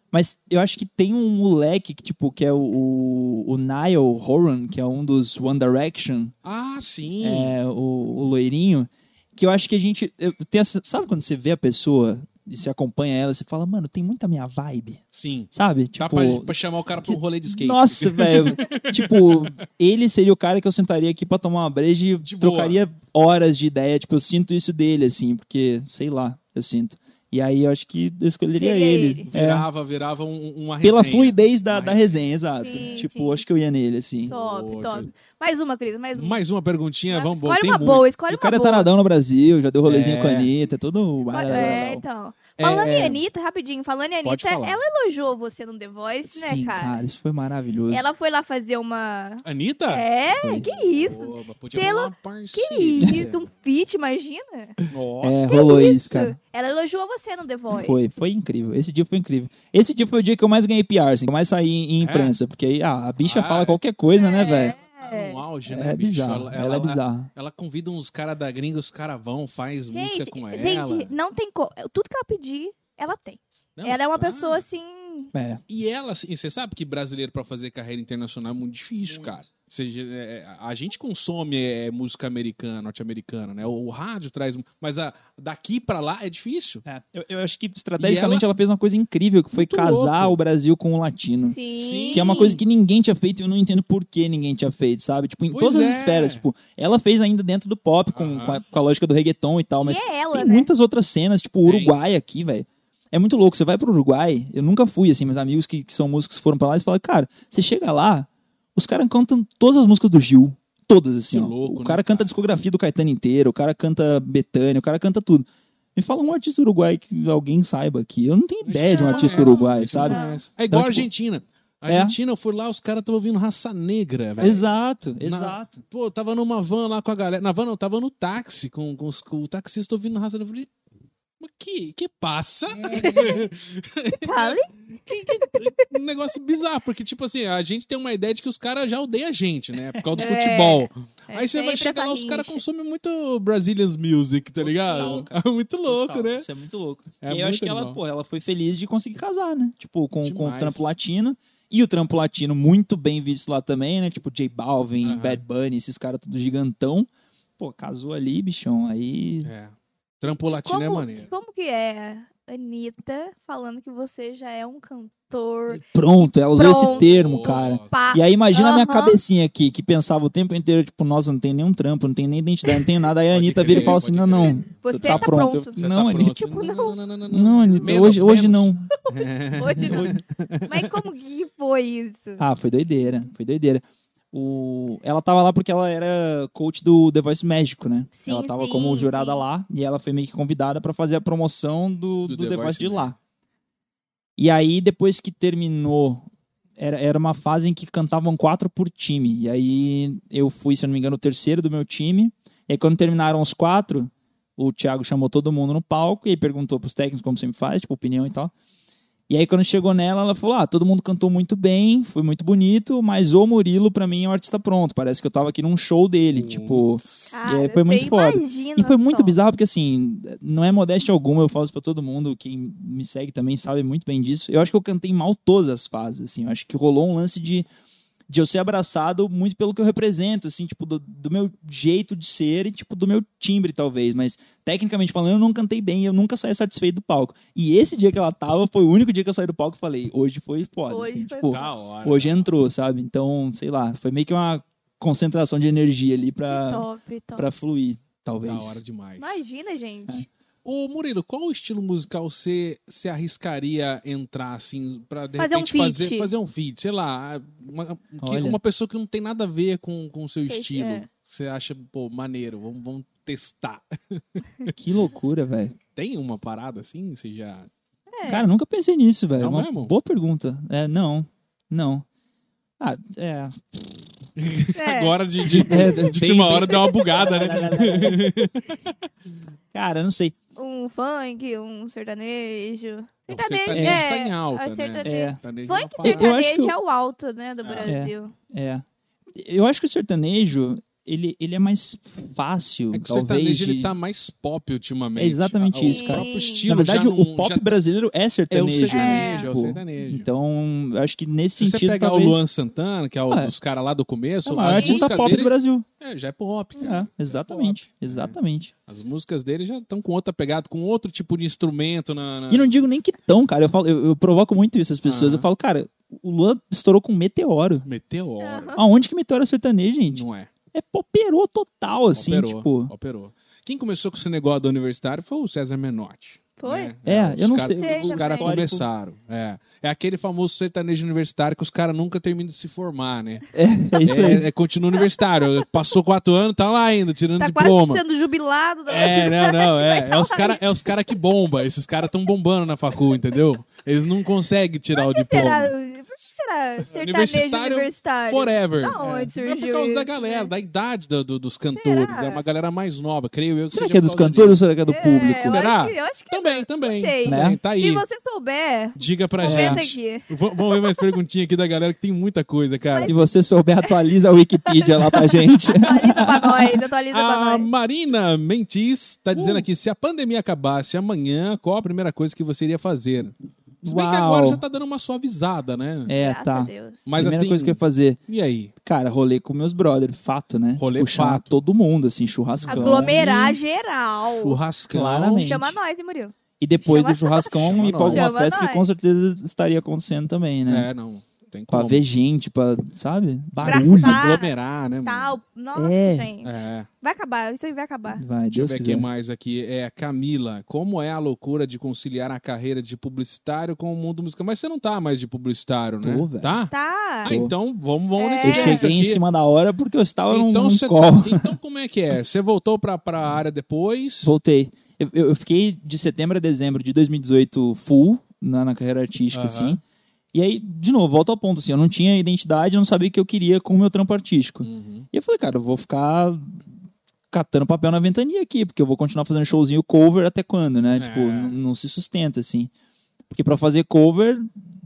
[SPEAKER 3] Mas eu acho que tem um moleque que, tipo, que é o, o, o Niall Horan, que é um dos One Direction,
[SPEAKER 1] Ah, sim.
[SPEAKER 3] é, o, o loirinho, que eu acho que a gente. eu- tem essa- sabe quando você vê a pessoa e você acompanha ela, você fala, mano, tem muita minha vibe,
[SPEAKER 1] Sim.
[SPEAKER 3] sabe?
[SPEAKER 1] Dá
[SPEAKER 3] Tipo,
[SPEAKER 1] pra, pra chamar o cara pra um rolê de skate.
[SPEAKER 3] nossa, velho. tipo, ele seria o cara que eu sentaria aqui pra tomar uma breja e
[SPEAKER 1] De boa.
[SPEAKER 3] trocaria horas de ideia. Tipo, eu sinto isso dele, assim, porque, sei lá, eu sinto. E aí eu acho que eu escolheria
[SPEAKER 2] Seria
[SPEAKER 3] ele.
[SPEAKER 2] ele.
[SPEAKER 3] É,
[SPEAKER 1] Virava, virava um- uma
[SPEAKER 3] pela
[SPEAKER 1] resenha.
[SPEAKER 3] fluidez da,
[SPEAKER 1] Uma
[SPEAKER 3] da resenha, exato.
[SPEAKER 2] Sim,
[SPEAKER 3] tipo,
[SPEAKER 2] sim,
[SPEAKER 3] acho que eu ia nele, assim.
[SPEAKER 2] top,
[SPEAKER 1] Boa,
[SPEAKER 2] top. Mais uma, Cris, mais uma.
[SPEAKER 1] Mais uma perguntinha, vamos
[SPEAKER 2] escolhe
[SPEAKER 1] tem
[SPEAKER 2] uma
[SPEAKER 1] muito.
[SPEAKER 2] boa, escolhe
[SPEAKER 3] o cara
[SPEAKER 2] uma
[SPEAKER 3] é
[SPEAKER 2] boa.
[SPEAKER 3] taradão no Brasil, já deu rolezinho
[SPEAKER 1] É.
[SPEAKER 3] com a Anitta, é todo.
[SPEAKER 2] Escolhe- É, então. Falando
[SPEAKER 1] é,
[SPEAKER 2] em Anitta, rapidinho, falando em
[SPEAKER 1] Pode
[SPEAKER 2] Anitta,
[SPEAKER 1] falar.
[SPEAKER 2] ela elogiou você no The Voice, né,
[SPEAKER 3] Sim,
[SPEAKER 2] cara?
[SPEAKER 3] cara, isso foi maravilhoso.
[SPEAKER 2] Ela foi lá fazer uma.
[SPEAKER 1] Anitta?
[SPEAKER 2] É,
[SPEAKER 3] Foi.
[SPEAKER 2] que isso?
[SPEAKER 1] Oba, podia
[SPEAKER 2] Pelo-
[SPEAKER 1] rolar uma
[SPEAKER 2] Que
[SPEAKER 1] parceria.
[SPEAKER 2] isso? Um feat, imagina?
[SPEAKER 1] Nossa.
[SPEAKER 3] É, rolou isso, cara.
[SPEAKER 2] Ela elogiou você no The Voice.
[SPEAKER 3] Foi, foi incrível. Esse dia foi incrível. Esse dia foi o dia que eu mais ganhei PR, assim, que eu mais saí em
[SPEAKER 1] É?
[SPEAKER 3] imprensa. Porque aí ah, a bicha
[SPEAKER 1] Ah, é.
[SPEAKER 3] fala qualquer coisa, né, velho?
[SPEAKER 1] Tá no
[SPEAKER 2] É.
[SPEAKER 1] auge, né,
[SPEAKER 3] É
[SPEAKER 1] bicho?
[SPEAKER 3] bizarro. Ela é bizarra.
[SPEAKER 1] Ela convida uns caras da gringa, os caras vão, faz música
[SPEAKER 2] Gente,
[SPEAKER 1] com
[SPEAKER 2] tem-
[SPEAKER 1] ela.
[SPEAKER 2] não tem como. Tudo que ela pedir, ela tem.
[SPEAKER 1] Não,
[SPEAKER 2] ela é uma
[SPEAKER 1] claro.
[SPEAKER 2] pessoa assim.
[SPEAKER 3] É.
[SPEAKER 1] E ela, assim, você sabe que brasileiro pra fazer carreira internacional é muito difícil, cara. Ou Seja, é, é, a gente consome é, música americana, norte-americana, né? O, o rádio traz, mas a, daqui pra lá é difícil.
[SPEAKER 3] Eu, eu acho que
[SPEAKER 1] E
[SPEAKER 3] estrategicamente ela... fez uma coisa incrível, que foi
[SPEAKER 1] Muito
[SPEAKER 3] casar
[SPEAKER 1] louco.
[SPEAKER 3] o Brasil com o latino.
[SPEAKER 2] Sim.
[SPEAKER 1] Sim.
[SPEAKER 3] Que é uma coisa que ninguém tinha feito e eu não entendo por que ninguém tinha feito, sabe? Tipo, em
[SPEAKER 1] Pois
[SPEAKER 3] todas
[SPEAKER 1] é.
[SPEAKER 3] as esferas. Tipo, ela fez ainda dentro do pop, com,
[SPEAKER 1] Aham.
[SPEAKER 3] com, a, com a lógica do reggaeton e tal, mas
[SPEAKER 2] Que é ela,
[SPEAKER 3] tem
[SPEAKER 2] né?
[SPEAKER 3] muitas outras cenas, tipo o
[SPEAKER 1] Tem.
[SPEAKER 3] Uruguai aqui, velho. É muito louco. Você vai pro Uruguai, eu nunca fui, assim, meus amigos que, que são músicos foram pra lá e falam, cara, você chega lá, os caras cantam todas as músicas do Gil. Todas, assim.
[SPEAKER 1] Que
[SPEAKER 3] ó.
[SPEAKER 1] louco,
[SPEAKER 3] o
[SPEAKER 1] né,
[SPEAKER 3] cara canta
[SPEAKER 1] cara?
[SPEAKER 3] a discografia do Caetano inteiro, o cara canta Betânia, o cara canta tudo. Me fala um artista uruguai que alguém saiba aqui. Eu não tenho ideia de um
[SPEAKER 1] Não
[SPEAKER 3] artista
[SPEAKER 1] conhece,
[SPEAKER 3] uruguai,
[SPEAKER 1] não
[SPEAKER 3] sabe?
[SPEAKER 1] conhece. É igual
[SPEAKER 3] Então,
[SPEAKER 1] a
[SPEAKER 3] tipo,
[SPEAKER 1] Argentina. A
[SPEAKER 3] é.
[SPEAKER 1] Argentina, eu fui lá, os caras estavam ouvindo raça negra, velho.
[SPEAKER 3] Exato,
[SPEAKER 1] Na-
[SPEAKER 3] exato.
[SPEAKER 1] Pô, eu tava numa van lá com a galera. Na van não, eu tava no táxi com, com, os- com o taxista ouvindo raça negra. Eu falei, mas que, que passa?
[SPEAKER 2] Tá ali?
[SPEAKER 1] um negócio bizarro, porque, tipo assim, a gente tem uma ideia de que os caras já odeiam a gente, né? Por causa do
[SPEAKER 2] É.
[SPEAKER 1] futebol.
[SPEAKER 2] É,
[SPEAKER 1] Aí você vai
[SPEAKER 2] sempre
[SPEAKER 1] chegar
[SPEAKER 2] essa
[SPEAKER 1] lá, os caras
[SPEAKER 2] rincha.
[SPEAKER 1] consomem muito Brazilian Music, tá
[SPEAKER 3] Total,
[SPEAKER 1] ligado?
[SPEAKER 3] cara.
[SPEAKER 1] É muito louco,
[SPEAKER 3] Total,
[SPEAKER 1] né?
[SPEAKER 3] Isso é muito louco.
[SPEAKER 1] É
[SPEAKER 3] e aí eu
[SPEAKER 1] muito
[SPEAKER 3] acho que ela,
[SPEAKER 1] animal.
[SPEAKER 3] pô, ela foi feliz de conseguir casar, né? Tipo, com, com o
[SPEAKER 1] Demais.
[SPEAKER 3] trampo latino. E o trampo latino muito bem visto lá também, né? Tipo, J Balvin,
[SPEAKER 1] Aham.
[SPEAKER 3] Bad Bunny, esses caras tudo gigantão. Pô, casou ali, bichão. Aí.
[SPEAKER 1] É. Trampo latino é
[SPEAKER 2] Como,
[SPEAKER 1] maneiro.
[SPEAKER 2] como que é, Anitta, falando que você já é um cantor?
[SPEAKER 3] Pronto, ela usou
[SPEAKER 2] Pronto.
[SPEAKER 3] esse termo, cara.
[SPEAKER 2] Pá.
[SPEAKER 3] E tá aí imagina a minha
[SPEAKER 2] Aham.
[SPEAKER 3] cabecinha aqui, que pensava o tempo inteiro, tipo, nossa, não tem nenhum trampo, não tem nem identidade, não tem nada. Aí a
[SPEAKER 1] Pode
[SPEAKER 3] Anitta
[SPEAKER 1] crer,
[SPEAKER 3] vira e fala
[SPEAKER 1] pode
[SPEAKER 3] assim, não,
[SPEAKER 1] crer.
[SPEAKER 3] não,
[SPEAKER 2] Você
[SPEAKER 3] tá pronto.
[SPEAKER 1] Você
[SPEAKER 3] Não,
[SPEAKER 1] tá
[SPEAKER 3] Anitta.
[SPEAKER 1] pronto.
[SPEAKER 2] Tipo,
[SPEAKER 1] não, não,
[SPEAKER 3] não, Anitta,
[SPEAKER 1] Menos,
[SPEAKER 3] hoje, hoje
[SPEAKER 1] menos.
[SPEAKER 3] não.
[SPEAKER 2] Hoje não. Mas como que foi isso?
[SPEAKER 3] Ah, foi doideira, foi doideira. O... Ela tava lá porque ela era coach do The Voice México, né?
[SPEAKER 2] Sim,
[SPEAKER 3] ela tava
[SPEAKER 2] sim,
[SPEAKER 3] como jurada
[SPEAKER 2] sim.
[SPEAKER 3] lá e ela foi meio que convidada pra fazer a promoção do,
[SPEAKER 1] Do
[SPEAKER 3] do,
[SPEAKER 1] The
[SPEAKER 3] The,
[SPEAKER 1] Voice
[SPEAKER 3] Voice, de
[SPEAKER 1] México.
[SPEAKER 3] lá. E aí, depois que terminou, era, era uma fase em que cantavam quatro por time. E aí eu fui, se eu não me engano, o terceiro do meu time. E aí, quando terminaram os quatro, o Thiago chamou todo mundo no palco e aí perguntou pros técnicos como sempre faz, tipo, opinião e tal. E aí, quando chegou nela, ela falou: Ah, todo mundo cantou muito bem, foi muito bonito, mas o Murilo, pra mim, é um artista pronto. Parece que eu tava aqui num show dele. Tipo.
[SPEAKER 2] Cara,
[SPEAKER 3] aí foi muito
[SPEAKER 2] você
[SPEAKER 3] foda.
[SPEAKER 2] imagina
[SPEAKER 3] E foi muito
[SPEAKER 2] só.
[SPEAKER 3] bizarro, porque assim, não é modéstia alguma, eu falo isso pra todo mundo, quem me segue também sabe muito bem disso. Eu acho que eu cantei mal todas as fases, assim. Eu acho que rolou um lance de, de eu ser abraçado muito pelo que eu represento, assim, tipo, do, do meu jeito de ser e, tipo, do meu timbre, talvez. Mas, tecnicamente falando, eu não cantei bem, eu nunca saí satisfeito do palco. E esse dia que ela tava foi o único dia que eu saí do palco e falei, hoje foi foda,
[SPEAKER 2] Hoje
[SPEAKER 3] assim,
[SPEAKER 2] foi
[SPEAKER 3] tipo,
[SPEAKER 1] Da Tá hora.
[SPEAKER 3] hoje entrou, sabe? Então, sei lá, foi meio que uma concentração de energia ali
[SPEAKER 2] Que
[SPEAKER 3] pra,
[SPEAKER 2] top, top.
[SPEAKER 3] pra fluir, talvez.
[SPEAKER 1] Da Tá hora demais.
[SPEAKER 2] Imagina, gente.
[SPEAKER 1] Ô, Murilo, qual estilo musical você se arriscaria entrar, assim, pra de
[SPEAKER 2] Fazer um
[SPEAKER 1] repente fazer,
[SPEAKER 2] feat.
[SPEAKER 1] fazer um feat? Sei lá, uma, que-
[SPEAKER 3] Olha.
[SPEAKER 1] uma pessoa que não tem nada a ver com com o seu
[SPEAKER 2] Sei,
[SPEAKER 1] estilo.
[SPEAKER 2] é.
[SPEAKER 1] Você acha, pô, maneiro, vamos, vamos testar.
[SPEAKER 3] Que loucura, velho.
[SPEAKER 1] Tem uma parada assim? Você já.
[SPEAKER 2] É.
[SPEAKER 3] Cara, eu nunca pensei nisso, velho.
[SPEAKER 1] Não
[SPEAKER 3] Uma
[SPEAKER 1] mesmo?
[SPEAKER 3] boa pergunta. É, não. Não. Ah, é. Ah.
[SPEAKER 2] É.
[SPEAKER 1] Agora de, de,
[SPEAKER 3] É,
[SPEAKER 1] de,
[SPEAKER 3] bem-
[SPEAKER 1] uma hora deu uma bugada, né?
[SPEAKER 3] Cara, eu não sei.
[SPEAKER 2] Um funk, um
[SPEAKER 3] um
[SPEAKER 2] sertanejo.
[SPEAKER 1] É, o
[SPEAKER 2] Sertanejo,
[SPEAKER 1] sertanejo
[SPEAKER 2] é.
[SPEAKER 1] tá em alta,
[SPEAKER 2] é
[SPEAKER 1] né?
[SPEAKER 2] sertanejo.
[SPEAKER 3] É,
[SPEAKER 1] Sertanejo é uma
[SPEAKER 2] Funk e
[SPEAKER 1] parada.
[SPEAKER 3] Eu acho
[SPEAKER 2] sertanejo
[SPEAKER 3] que eu- Ah.
[SPEAKER 2] é o alto, né, do
[SPEAKER 1] É.
[SPEAKER 2] Brasil.
[SPEAKER 3] é. Eu acho que o sertanejo, ele, ele é mais fácil,
[SPEAKER 1] É que o
[SPEAKER 3] talvez.
[SPEAKER 1] sertanejo
[SPEAKER 3] de-
[SPEAKER 1] ele tá mais pop ultimamente. Ah,
[SPEAKER 3] É
[SPEAKER 1] o
[SPEAKER 3] exatamente
[SPEAKER 2] isso, cara.
[SPEAKER 1] próprio
[SPEAKER 2] Sim.
[SPEAKER 1] estilo
[SPEAKER 3] Na verdade,
[SPEAKER 1] já não-
[SPEAKER 3] o pop
[SPEAKER 1] já-
[SPEAKER 3] brasileiro é
[SPEAKER 1] é o
[SPEAKER 3] sertanejo. né?
[SPEAKER 1] sertanejo, é, o
[SPEAKER 3] Pô,
[SPEAKER 1] sertanejo.
[SPEAKER 3] Então, eu acho que nesse
[SPEAKER 1] Se você
[SPEAKER 3] sentido,
[SPEAKER 1] pegar
[SPEAKER 3] talvez...
[SPEAKER 1] o Luan Santana, que é o
[SPEAKER 3] Ah, é.
[SPEAKER 1] dos caras lá do começo,
[SPEAKER 3] é o
[SPEAKER 1] as
[SPEAKER 3] maior artista
[SPEAKER 1] músicas
[SPEAKER 3] pop
[SPEAKER 1] dele
[SPEAKER 3] do Brasil.
[SPEAKER 1] é, já é pop, cara.
[SPEAKER 3] É, exatamente.
[SPEAKER 1] É.
[SPEAKER 3] Exatamente.
[SPEAKER 1] As músicas dele já estão com outra pegada, com outro tipo de instrumento na. na-
[SPEAKER 3] E não digo nem que tão, cara. Eu, falo, eu, eu provoco muito isso as pessoas.
[SPEAKER 1] Aham.
[SPEAKER 3] Eu falo, cara, o Luan estourou com um meteoro. É.
[SPEAKER 1] Meteoro.
[SPEAKER 3] Aonde que meteoro é sertanejo, gente?
[SPEAKER 1] Não é.
[SPEAKER 3] É poperô total, assim,
[SPEAKER 1] operou,
[SPEAKER 3] tipo.
[SPEAKER 1] operou. Quem começou com esse negócio do universitário foi o César Menotti.
[SPEAKER 2] Foi?
[SPEAKER 1] né?
[SPEAKER 3] É, eu
[SPEAKER 1] os
[SPEAKER 3] não
[SPEAKER 1] cara-
[SPEAKER 3] sei.
[SPEAKER 2] Sei,
[SPEAKER 1] Os
[SPEAKER 2] já
[SPEAKER 1] caras
[SPEAKER 3] sei.
[SPEAKER 1] começaram. É. é aquele famoso sertanejo universitário que os caras nunca terminam de se formar, né?
[SPEAKER 3] É, é isso aí.
[SPEAKER 1] É, é, continua universitário. Passou quatro anos, tá lá ainda, tirando
[SPEAKER 3] Um
[SPEAKER 2] Tá quase
[SPEAKER 1] diploma.
[SPEAKER 2] sendo jubilado. Da...
[SPEAKER 1] É, não, não, é. É os caras é os cara que bomba. Esses caras tão bombando na facul, entendeu? Eles não conseguem tirar o
[SPEAKER 2] Por que será?
[SPEAKER 1] diploma.
[SPEAKER 2] Por que será sertanejo
[SPEAKER 1] Uhum. Universitário é um
[SPEAKER 2] universitário?
[SPEAKER 1] Forever.
[SPEAKER 2] Da onde
[SPEAKER 1] é. é por
[SPEAKER 2] surgiu
[SPEAKER 1] causa da
[SPEAKER 2] isso,
[SPEAKER 1] galera,
[SPEAKER 2] né?
[SPEAKER 1] da idade do- do- dos cantores.
[SPEAKER 2] Será?
[SPEAKER 1] É uma galera mais nova, creio eu. Que
[SPEAKER 3] Será
[SPEAKER 1] seja
[SPEAKER 3] que é
[SPEAKER 1] por
[SPEAKER 3] dos
[SPEAKER 1] causa
[SPEAKER 3] cantores ou será que é do
[SPEAKER 2] É,
[SPEAKER 3] público?
[SPEAKER 2] eu
[SPEAKER 1] Será?
[SPEAKER 2] acho que- eu acho que
[SPEAKER 1] Também, também.
[SPEAKER 2] sei.
[SPEAKER 1] também. Tá aí. É.
[SPEAKER 2] Se você souber,
[SPEAKER 1] Diga pra
[SPEAKER 2] comenta
[SPEAKER 1] gente.
[SPEAKER 2] aqui.
[SPEAKER 1] V- Vamos ver mais perguntinha aqui da galera que tem muita coisa, cara.
[SPEAKER 3] Se você souber, atualiza a Wikipedia lá pra gente.
[SPEAKER 2] Atualiza pra nós, atualiza pra
[SPEAKER 1] A
[SPEAKER 2] nós. Uh.
[SPEAKER 1] Marina Mentis tá dizendo aqui: se a pandemia acabasse amanhã, qual a primeira coisa que você iria fazer? Se bem que
[SPEAKER 3] Uau.
[SPEAKER 1] agora já tá dando uma suavizada, né?
[SPEAKER 3] É,
[SPEAKER 2] Graças a
[SPEAKER 3] tá.
[SPEAKER 2] Deus.
[SPEAKER 1] Mas
[SPEAKER 3] Primeira
[SPEAKER 1] assim,
[SPEAKER 3] coisa que eu ia fazer,
[SPEAKER 1] e aí?
[SPEAKER 3] cara, rolê com meus brother, fato, né?
[SPEAKER 1] Rolê,
[SPEAKER 3] Puxar
[SPEAKER 1] fato.
[SPEAKER 3] todo mundo, assim, churrascão.
[SPEAKER 2] Aglomerar geral.
[SPEAKER 1] Churrascão.
[SPEAKER 3] Claramente.
[SPEAKER 2] Chama nós, hein, Murilo?
[SPEAKER 3] E depois
[SPEAKER 2] Chama-
[SPEAKER 3] do churrascão,
[SPEAKER 1] Chama
[SPEAKER 3] me
[SPEAKER 1] nós.
[SPEAKER 3] paga uma
[SPEAKER 2] Chama
[SPEAKER 3] festa
[SPEAKER 2] nós.
[SPEAKER 3] que com certeza estaria acontecendo também, né?
[SPEAKER 1] É, não. Tem
[SPEAKER 3] Pra
[SPEAKER 1] como.
[SPEAKER 3] ver gente, pra, sabe?
[SPEAKER 2] Barulho.
[SPEAKER 1] Aglomerar, né? mano?
[SPEAKER 2] Tal. Tá, Nossa,
[SPEAKER 3] É.
[SPEAKER 2] gente.
[SPEAKER 1] É.
[SPEAKER 2] Vai acabar, isso aí vai acabar.
[SPEAKER 3] Vai, Deus
[SPEAKER 1] Deixa eu ver
[SPEAKER 3] quiser.
[SPEAKER 1] quem mais aqui. É a Camila. Como é a loucura de conciliar a carreira de publicitário com o mundo musical? Mas você não tá mais de publicitário, né?
[SPEAKER 3] Tô, velho.
[SPEAKER 1] Tá?
[SPEAKER 2] Tá.
[SPEAKER 1] Ah, então vamos, vamos
[SPEAKER 2] É.
[SPEAKER 1] nesse
[SPEAKER 3] Eu
[SPEAKER 1] gancho
[SPEAKER 3] cheguei em
[SPEAKER 1] aqui.
[SPEAKER 3] cima da hora porque eu estava
[SPEAKER 1] Então,
[SPEAKER 3] num
[SPEAKER 1] cê tá-
[SPEAKER 3] call.
[SPEAKER 1] então como é que é? Você voltou pra, pra área depois?
[SPEAKER 3] Voltei. Eu, eu- eu fiquei de setembro a dezembro de 2018 full na, na carreira artística,
[SPEAKER 1] Aham.
[SPEAKER 3] assim. E aí, de novo, volta ao ponto, assim, eu não tinha identidade, eu não sabia o que eu queria com o meu trampo artístico.
[SPEAKER 1] Uhum.
[SPEAKER 3] E eu falei, cara, eu vou ficar catando papel na ventania aqui, porque eu vou continuar fazendo showzinho cover até quando, né?
[SPEAKER 1] É.
[SPEAKER 3] Tipo, n- não se sustenta, assim. Porque pra fazer cover,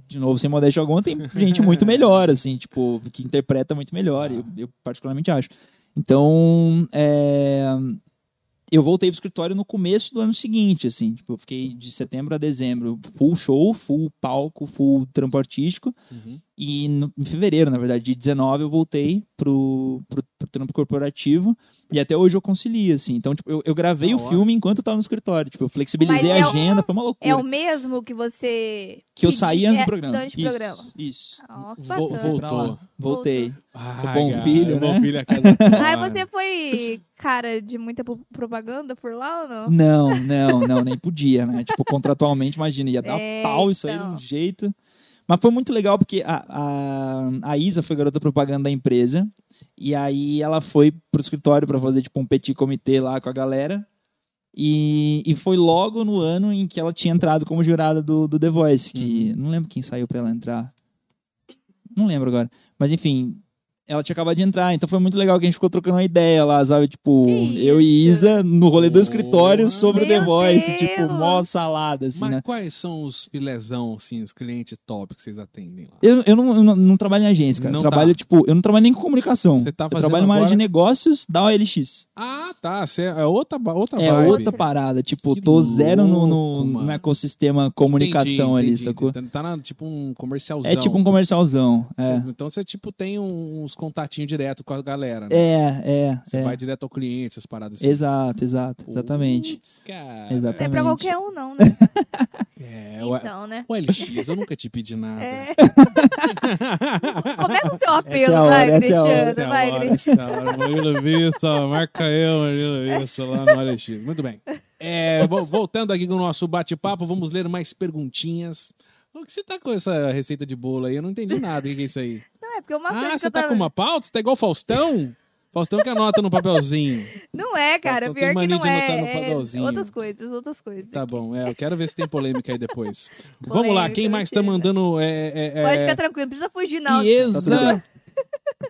[SPEAKER 3] de novo, sem modéstia alguma, tem gente muito melhor, assim, tipo, que interpreta muito melhor,
[SPEAKER 1] Ah.
[SPEAKER 3] eu, eu particularmente acho. Então, é, eu voltei pro escritório no começo do ano seguinte, assim, tipo, eu fiquei de setembro a dezembro, full show, full palco, full trampo artístico,
[SPEAKER 1] Uhum.
[SPEAKER 3] e no- em fevereiro, na verdade, de 19, eu voltei pro, pro, pro trampo corporativo. E até hoje eu concilio, assim. Então, tipo, eu, eu gravei
[SPEAKER 1] Da
[SPEAKER 3] o
[SPEAKER 1] hora.
[SPEAKER 3] filme enquanto eu tava no escritório. Tipo, eu flexibilizei
[SPEAKER 2] Mas é
[SPEAKER 3] a
[SPEAKER 2] o-
[SPEAKER 3] agenda, foi uma loucura.
[SPEAKER 2] É o mesmo que você.
[SPEAKER 3] Que eu
[SPEAKER 2] pedi-
[SPEAKER 3] saí antes
[SPEAKER 2] é,
[SPEAKER 3] do programa.
[SPEAKER 2] Durante o
[SPEAKER 3] isso,
[SPEAKER 2] programa. Ah,
[SPEAKER 3] Isso.
[SPEAKER 2] Ó, que
[SPEAKER 1] Vo-
[SPEAKER 2] bacana.
[SPEAKER 1] voltou.
[SPEAKER 3] Pra lá. Voltei.
[SPEAKER 1] Ah,
[SPEAKER 3] bom
[SPEAKER 1] cara,
[SPEAKER 3] filho,
[SPEAKER 1] bom
[SPEAKER 3] né?
[SPEAKER 1] filho é a casa da
[SPEAKER 2] Aí
[SPEAKER 1] hora.
[SPEAKER 2] você foi cara de muita pro- propaganda por lá ou não?
[SPEAKER 3] Não, não, não, nem podia, né? Tipo, contratualmente, imagina, ia dar
[SPEAKER 2] É,
[SPEAKER 3] pau isso aí de
[SPEAKER 2] então.
[SPEAKER 3] um jeito. Mas foi muito legal porque a, a, a Isa foi garota propaganda da empresa. E aí ela foi pro escritório pra fazer, tipo, um petit comitê lá com a galera. E, e foi logo no ano em que ela tinha entrado como jurada do, do The Voice, que não lembro quem saiu pra ela entrar. Não lembro agora. Mas enfim, ela tinha acabado de entrar, então foi muito legal que a gente ficou trocando uma ideia lá, sabe? Tipo,
[SPEAKER 2] Que
[SPEAKER 3] eu e
[SPEAKER 2] isso.
[SPEAKER 3] Isa no rolê do
[SPEAKER 1] Boa.
[SPEAKER 3] escritório sobre
[SPEAKER 2] Meu
[SPEAKER 3] The Voice, tipo,
[SPEAKER 2] Deus.
[SPEAKER 3] mó salada, assim,
[SPEAKER 1] Mas
[SPEAKER 3] né?
[SPEAKER 1] quais são os filezão, assim, os clientes top que vocês atendem lá?
[SPEAKER 3] Eu, eu, não, eu não- não trabalho em agência, cara.
[SPEAKER 1] Não
[SPEAKER 3] eu trabalho,
[SPEAKER 1] tá.
[SPEAKER 3] tipo, eu não trabalho nem com comunicação.
[SPEAKER 1] Você tá
[SPEAKER 3] Então, eu
[SPEAKER 1] fazendo
[SPEAKER 3] trabalho numa área de
[SPEAKER 1] agora-
[SPEAKER 3] negócios da OLX.
[SPEAKER 1] Ah, tá. cê- é outra, ba- outra
[SPEAKER 3] É
[SPEAKER 1] vibe.
[SPEAKER 3] outra parada, tipo,
[SPEAKER 1] Que
[SPEAKER 3] tô zero no, no-
[SPEAKER 1] louco,
[SPEAKER 3] no
[SPEAKER 1] mano.
[SPEAKER 3] ecossistema comunicação
[SPEAKER 1] Entendi,
[SPEAKER 3] ali,
[SPEAKER 1] entendi.
[SPEAKER 3] sacou?
[SPEAKER 1] Tá- Tá na, tipo um comercialzão.
[SPEAKER 3] É tipo um comercialzão. É,
[SPEAKER 1] Cê- Então você, tipo, tem uns contatinhos direto com a galera, né?
[SPEAKER 3] é, é.
[SPEAKER 1] Você
[SPEAKER 3] é.
[SPEAKER 1] vai direto ao cliente, as paradas assim.
[SPEAKER 3] Exato, exato, exatamente.
[SPEAKER 1] Putz, cara.
[SPEAKER 3] Exatamente.
[SPEAKER 2] É pra qualquer um, não, né?
[SPEAKER 1] É, o,
[SPEAKER 2] Então, né?
[SPEAKER 1] o LX, eu nunca te pedi nada.
[SPEAKER 2] É. Começa o seu
[SPEAKER 3] Essa é a
[SPEAKER 2] um apelo,
[SPEAKER 3] hora,
[SPEAKER 2] vai,
[SPEAKER 3] essa é a
[SPEAKER 2] Cristiano.
[SPEAKER 3] hora,
[SPEAKER 1] Essa é a
[SPEAKER 2] Vai,
[SPEAKER 1] hora,
[SPEAKER 2] Cristiano.
[SPEAKER 1] essa é a hora. Murilo Vista, marca eu, Murilo Vista, lá no LX. Muito bem. É, vo- voltando aqui com o nosso bate-papo, vamos ler mais perguntinhas. O que você tá com essa receita de bolo aí? Eu não entendi nada. O que que é isso aí?
[SPEAKER 2] Não, é porque uma
[SPEAKER 1] ah,
[SPEAKER 2] coisa que
[SPEAKER 1] você
[SPEAKER 2] eu
[SPEAKER 1] tá
[SPEAKER 2] tava...
[SPEAKER 1] com uma pauta? Você tá igual o Faustão? Faustão que anota no papelzinho.
[SPEAKER 2] Não é, cara.
[SPEAKER 1] Faustão tem
[SPEAKER 2] Pior que
[SPEAKER 1] mania
[SPEAKER 2] não
[SPEAKER 1] de
[SPEAKER 2] é.
[SPEAKER 1] anotar no
[SPEAKER 2] é
[SPEAKER 1] papelzinho.
[SPEAKER 2] Outras coisas, outras coisas.
[SPEAKER 1] Tá bom, é, eu quero ver se tem polêmica aí depois. Vamos
[SPEAKER 2] Polêmica,
[SPEAKER 1] lá, quem mais tá
[SPEAKER 2] mentira.
[SPEAKER 1] mandando. É, é, é,
[SPEAKER 2] Pode ficar tranquilo, não precisa fugir, não. Tá
[SPEAKER 1] Iesa.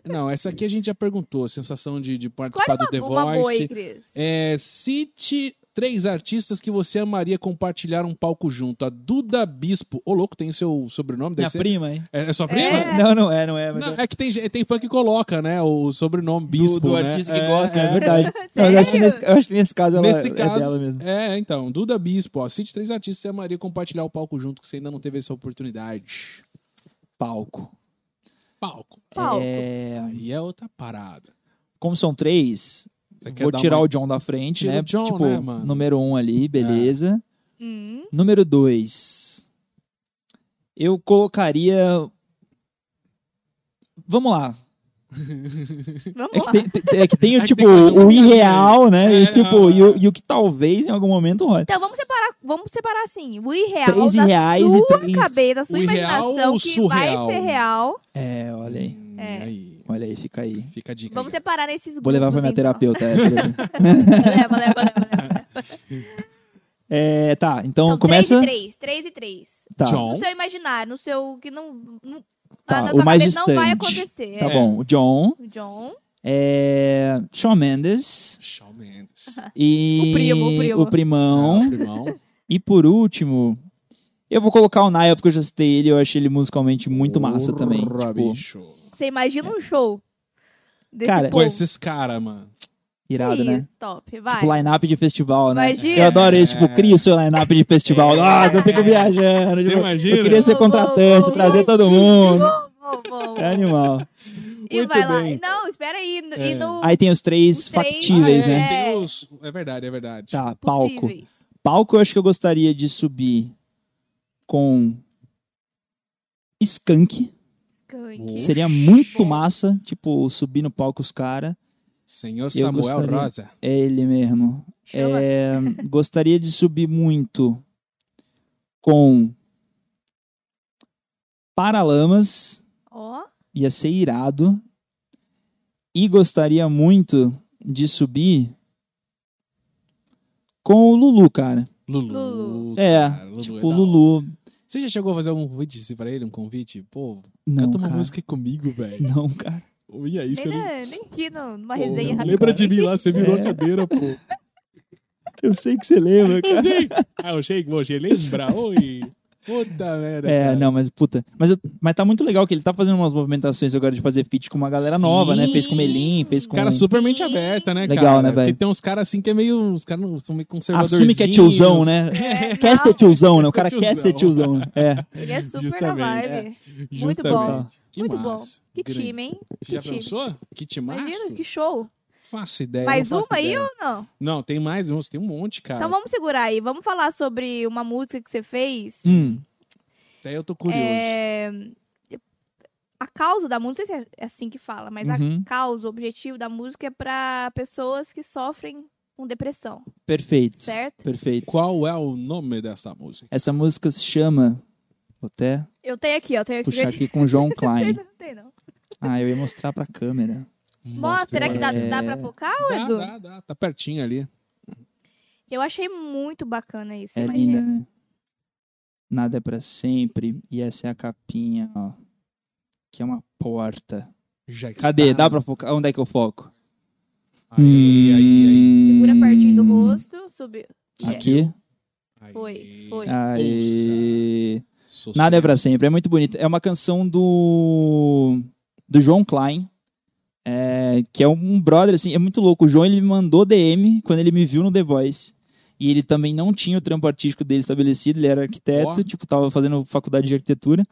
[SPEAKER 1] Não, essa aqui a gente já perguntou. Sensação de, de
[SPEAKER 2] Escolhe
[SPEAKER 1] participar do The
[SPEAKER 2] uma, uma boa aí,
[SPEAKER 1] Voice.
[SPEAKER 2] Cris.
[SPEAKER 1] É, cite três artistas que você amaria compartilhar um palco junto. A Duda Bispo. Ô, louco, tem seu sobrenome? Deve
[SPEAKER 3] Minha
[SPEAKER 1] ser.
[SPEAKER 3] prima, hein?
[SPEAKER 1] É, é sua prima?
[SPEAKER 2] É.
[SPEAKER 3] Não, não é, não é. Mas
[SPEAKER 1] Não,
[SPEAKER 3] é
[SPEAKER 1] é que tem, ge- tem fã que coloca, né? O sobrenome Bispo.
[SPEAKER 3] do, do
[SPEAKER 1] né?
[SPEAKER 3] artista que
[SPEAKER 1] É,
[SPEAKER 3] gosta, é,
[SPEAKER 1] é.
[SPEAKER 3] verdade. Não,
[SPEAKER 2] Sério?
[SPEAKER 3] eu, acho que nesse, eu acho que nesse caso ela
[SPEAKER 1] Nesse
[SPEAKER 3] é
[SPEAKER 1] caso,
[SPEAKER 3] dela mesmo.
[SPEAKER 1] É, então, Duda Bispo, ó, cite três artistas que você amaria compartilhar o palco junto, que você ainda não teve essa oportunidade.
[SPEAKER 3] Palco.
[SPEAKER 1] Palco.
[SPEAKER 2] Palco.
[SPEAKER 3] É,
[SPEAKER 1] Aí é outra parada.
[SPEAKER 3] como são três,
[SPEAKER 1] Você quer
[SPEAKER 3] vou
[SPEAKER 1] dar
[SPEAKER 3] tirar
[SPEAKER 1] uma-
[SPEAKER 3] o John da frente,
[SPEAKER 1] Tira
[SPEAKER 3] né?
[SPEAKER 1] o John,
[SPEAKER 3] tipo,
[SPEAKER 1] né, mano? É.
[SPEAKER 3] número um ali, beleza.
[SPEAKER 2] Hum,
[SPEAKER 3] Número dois, eu colocaria. Vamos lá.
[SPEAKER 2] Vamos
[SPEAKER 3] É que
[SPEAKER 2] lá.
[SPEAKER 3] tem, tem- é que tem,
[SPEAKER 1] Aí
[SPEAKER 3] tipo,
[SPEAKER 1] tem que fazer um
[SPEAKER 3] o
[SPEAKER 1] pouquinho,
[SPEAKER 3] irreal, né?
[SPEAKER 1] É,
[SPEAKER 3] e, tipo,
[SPEAKER 1] não,
[SPEAKER 3] e, o,
[SPEAKER 1] é.
[SPEAKER 3] e o que talvez em algum momento role.
[SPEAKER 2] Então vamos separar, vamos separar assim, o irreal
[SPEAKER 3] Três
[SPEAKER 2] da
[SPEAKER 3] reais e
[SPEAKER 2] sua
[SPEAKER 3] três-
[SPEAKER 2] cabeça, da sua
[SPEAKER 1] o irreal
[SPEAKER 2] imaginação,
[SPEAKER 1] ou
[SPEAKER 2] que
[SPEAKER 1] surreal?
[SPEAKER 2] vai ser real.
[SPEAKER 3] É, olha aí.
[SPEAKER 1] Hum,
[SPEAKER 2] É.
[SPEAKER 1] Aí,
[SPEAKER 3] Olha aí, fica aí.
[SPEAKER 1] fica a dica.
[SPEAKER 2] Vamos
[SPEAKER 1] aí.
[SPEAKER 2] separar nesses grupos.
[SPEAKER 3] Vou levar pra minha
[SPEAKER 2] então.
[SPEAKER 3] terapeuta. essa.
[SPEAKER 2] leva, leva, leva, leva.
[SPEAKER 3] É, tá, então
[SPEAKER 2] Então,
[SPEAKER 3] começa.
[SPEAKER 2] 3 e 3, 3 e 3.
[SPEAKER 3] Tá,
[SPEAKER 1] John.
[SPEAKER 2] No seu imaginário, no seu que não... não
[SPEAKER 3] Tá,
[SPEAKER 2] na
[SPEAKER 3] o
[SPEAKER 2] sua
[SPEAKER 3] mais
[SPEAKER 2] cabeça não vai
[SPEAKER 3] distante.
[SPEAKER 2] acontecer.
[SPEAKER 3] tá
[SPEAKER 2] é.
[SPEAKER 3] bom. O John,
[SPEAKER 2] O John,
[SPEAKER 3] é, Shawn Mendes
[SPEAKER 1] Shawn Mendes.
[SPEAKER 3] e
[SPEAKER 2] O primo, o primo.
[SPEAKER 1] Ah,
[SPEAKER 3] primão.
[SPEAKER 1] primão.
[SPEAKER 3] E por último, eu vou colocar o Nile porque eu já citei ele. Eu achei ele musicalmente muito massa também.
[SPEAKER 1] Porra,
[SPEAKER 3] Tipo,
[SPEAKER 1] bicho.
[SPEAKER 2] você imagina um show desse
[SPEAKER 3] Cara,
[SPEAKER 1] Com
[SPEAKER 2] povo.
[SPEAKER 1] esses caras, mano.
[SPEAKER 3] irado,
[SPEAKER 2] É Isso,
[SPEAKER 3] né?
[SPEAKER 2] top, vai.
[SPEAKER 3] Tipo, line-up de festival, né?
[SPEAKER 2] Imagina. É.
[SPEAKER 3] Eu adoro isso, tipo,
[SPEAKER 1] É.
[SPEAKER 3] cria o seu line-up de festival. Nossa, eu fico viajando.
[SPEAKER 1] Você
[SPEAKER 3] tipo,
[SPEAKER 1] imagina?
[SPEAKER 3] eu queria ser contratante,
[SPEAKER 2] Vou,
[SPEAKER 3] trazer
[SPEAKER 2] vou,
[SPEAKER 3] todo mundo.
[SPEAKER 2] Bom, bom,
[SPEAKER 3] É
[SPEAKER 2] bom.
[SPEAKER 3] animal.
[SPEAKER 2] E
[SPEAKER 1] Muito
[SPEAKER 2] vai lá.
[SPEAKER 1] bem.
[SPEAKER 2] Não, espera aí. E no,
[SPEAKER 1] É.
[SPEAKER 2] e no
[SPEAKER 3] Aí tem os três
[SPEAKER 2] Os três.
[SPEAKER 3] factíveis,
[SPEAKER 1] Ah, é,
[SPEAKER 3] né?
[SPEAKER 2] né?
[SPEAKER 1] tem os- é verdade, é verdade.
[SPEAKER 3] Tá, palco.
[SPEAKER 2] possíveis.
[SPEAKER 3] Palco eu acho que eu gostaria de subir com Skunk.
[SPEAKER 2] Skunk.
[SPEAKER 1] Oxi.
[SPEAKER 3] Seria muito
[SPEAKER 2] Bom.
[SPEAKER 3] massa, tipo, subir no palco os caras.
[SPEAKER 1] Senhor
[SPEAKER 3] Eu
[SPEAKER 1] Samuel
[SPEAKER 3] gostaria.
[SPEAKER 1] Rosa.
[SPEAKER 3] É ele mesmo.
[SPEAKER 2] Chama.
[SPEAKER 3] É, gostaria de subir muito com Paralamas.
[SPEAKER 2] Ó,
[SPEAKER 3] Ia ser irado. E gostaria muito de subir com o Lulu, cara.
[SPEAKER 1] Lulu.
[SPEAKER 2] Lulu.
[SPEAKER 3] É,
[SPEAKER 1] cara, Lulu
[SPEAKER 3] tipo,
[SPEAKER 1] da
[SPEAKER 3] o
[SPEAKER 1] hora.
[SPEAKER 3] Lulu.
[SPEAKER 1] Você já chegou a fazer um convite pra ele, um convite? Pô,
[SPEAKER 3] Não,
[SPEAKER 1] canta uma
[SPEAKER 3] cara.
[SPEAKER 1] música comigo, velho.
[SPEAKER 3] Não, cara.
[SPEAKER 1] E aí, você
[SPEAKER 2] nem,
[SPEAKER 1] não...
[SPEAKER 2] na- nem aqui no- numa
[SPEAKER 1] Pô,
[SPEAKER 2] é resenha
[SPEAKER 3] não
[SPEAKER 2] rápida.
[SPEAKER 1] lembra de mim lá, você virou
[SPEAKER 3] É.
[SPEAKER 1] a cadeira, pô.
[SPEAKER 3] Eu sei que você lembra, cara.
[SPEAKER 1] ah, eu achei que você lembra. Oi. Puta merda.
[SPEAKER 3] É,
[SPEAKER 1] cara.
[SPEAKER 3] não, mas puta. Mas, eu- mas tá muito legal que ele tá fazendo umas movimentações agora de fazer feat com uma galera nova, né? Fez com o Melim, fez com. um-
[SPEAKER 1] Cara, super mente aberta, né,
[SPEAKER 3] Legal,
[SPEAKER 1] cara?
[SPEAKER 3] né, velho?
[SPEAKER 1] Porque tem uns caras assim que é meio. Os caras não são meio conservadores.
[SPEAKER 3] Assume que é tiozão, né?
[SPEAKER 2] É,
[SPEAKER 3] Quer
[SPEAKER 2] não,
[SPEAKER 3] ser tiozão, né? O cara
[SPEAKER 1] Tiozão.
[SPEAKER 3] quer ser tiozão. né? É.
[SPEAKER 2] Ele é super
[SPEAKER 1] Justamente,
[SPEAKER 2] na
[SPEAKER 3] né?
[SPEAKER 2] vibe. Muito
[SPEAKER 3] bom.
[SPEAKER 1] Que
[SPEAKER 2] Muito bom.
[SPEAKER 1] massa.
[SPEAKER 2] Que
[SPEAKER 1] Grande.
[SPEAKER 2] time, hein? Que
[SPEAKER 1] Já
[SPEAKER 2] time.
[SPEAKER 1] pensou? Que timaço?
[SPEAKER 2] Imagina, que show.
[SPEAKER 1] Faço
[SPEAKER 3] É,
[SPEAKER 1] ideia.
[SPEAKER 2] mais
[SPEAKER 1] não
[SPEAKER 2] uma
[SPEAKER 1] faço
[SPEAKER 2] aí
[SPEAKER 1] ideia.
[SPEAKER 2] ou não?
[SPEAKER 1] Não, tem mais uns, tem um monte, cara.
[SPEAKER 2] Então vamos segurar aí. Vamos falar sobre uma música que você fez.
[SPEAKER 3] Hum,
[SPEAKER 1] Até eu tô curioso.
[SPEAKER 2] É, A causa da música, não sei se é assim que fala, mas
[SPEAKER 3] Uhum.
[SPEAKER 2] a causa, o objetivo da música é pra pessoas que sofrem com depressão,
[SPEAKER 3] perfeito.
[SPEAKER 2] certo?
[SPEAKER 3] Perfeito.
[SPEAKER 1] Qual é o nome dessa música?
[SPEAKER 3] Essa música se chama. Vou até
[SPEAKER 2] Eu tenho aqui, ó. Tenho aqui.
[SPEAKER 3] puxar aqui com o João
[SPEAKER 2] Tem
[SPEAKER 3] Klein.
[SPEAKER 2] não, tem não.
[SPEAKER 3] Ah, eu ia mostrar pra câmera.
[SPEAKER 2] Mostra, será que dá,
[SPEAKER 1] mano.
[SPEAKER 2] dá pra focar, ou,
[SPEAKER 1] Dá,
[SPEAKER 2] Edu?
[SPEAKER 1] É. dá, dá. Tá pertinho ali.
[SPEAKER 2] Eu achei muito bacana isso.
[SPEAKER 3] É
[SPEAKER 2] imagina.
[SPEAKER 3] linda, né? Nada é pra sempre. E essa é a capinha, ó. Que é uma porta.
[SPEAKER 1] Já
[SPEAKER 3] Cadê?
[SPEAKER 1] está.
[SPEAKER 3] Dá pra focar? Onde é que eu foco?
[SPEAKER 1] Aí, aí,
[SPEAKER 2] Segura a partinha do
[SPEAKER 3] Hum.
[SPEAKER 2] rosto, subiu.
[SPEAKER 1] rosto.
[SPEAKER 3] Aqui.
[SPEAKER 1] aí, aí.
[SPEAKER 2] Hum, Foi, foi.
[SPEAKER 3] Aí.
[SPEAKER 1] Sucesso.
[SPEAKER 3] Nada é pra sempre. É muito bonita. É uma canção do. do João Klein. é, que é um brother, assim, é muito louco. O João ele me mandou DM quando ele me viu no The Voice. E ele também não tinha o trampo artístico dele estabelecido, ele era arquiteto,
[SPEAKER 1] Ó.
[SPEAKER 3] tipo, tava fazendo faculdade de arquitetura.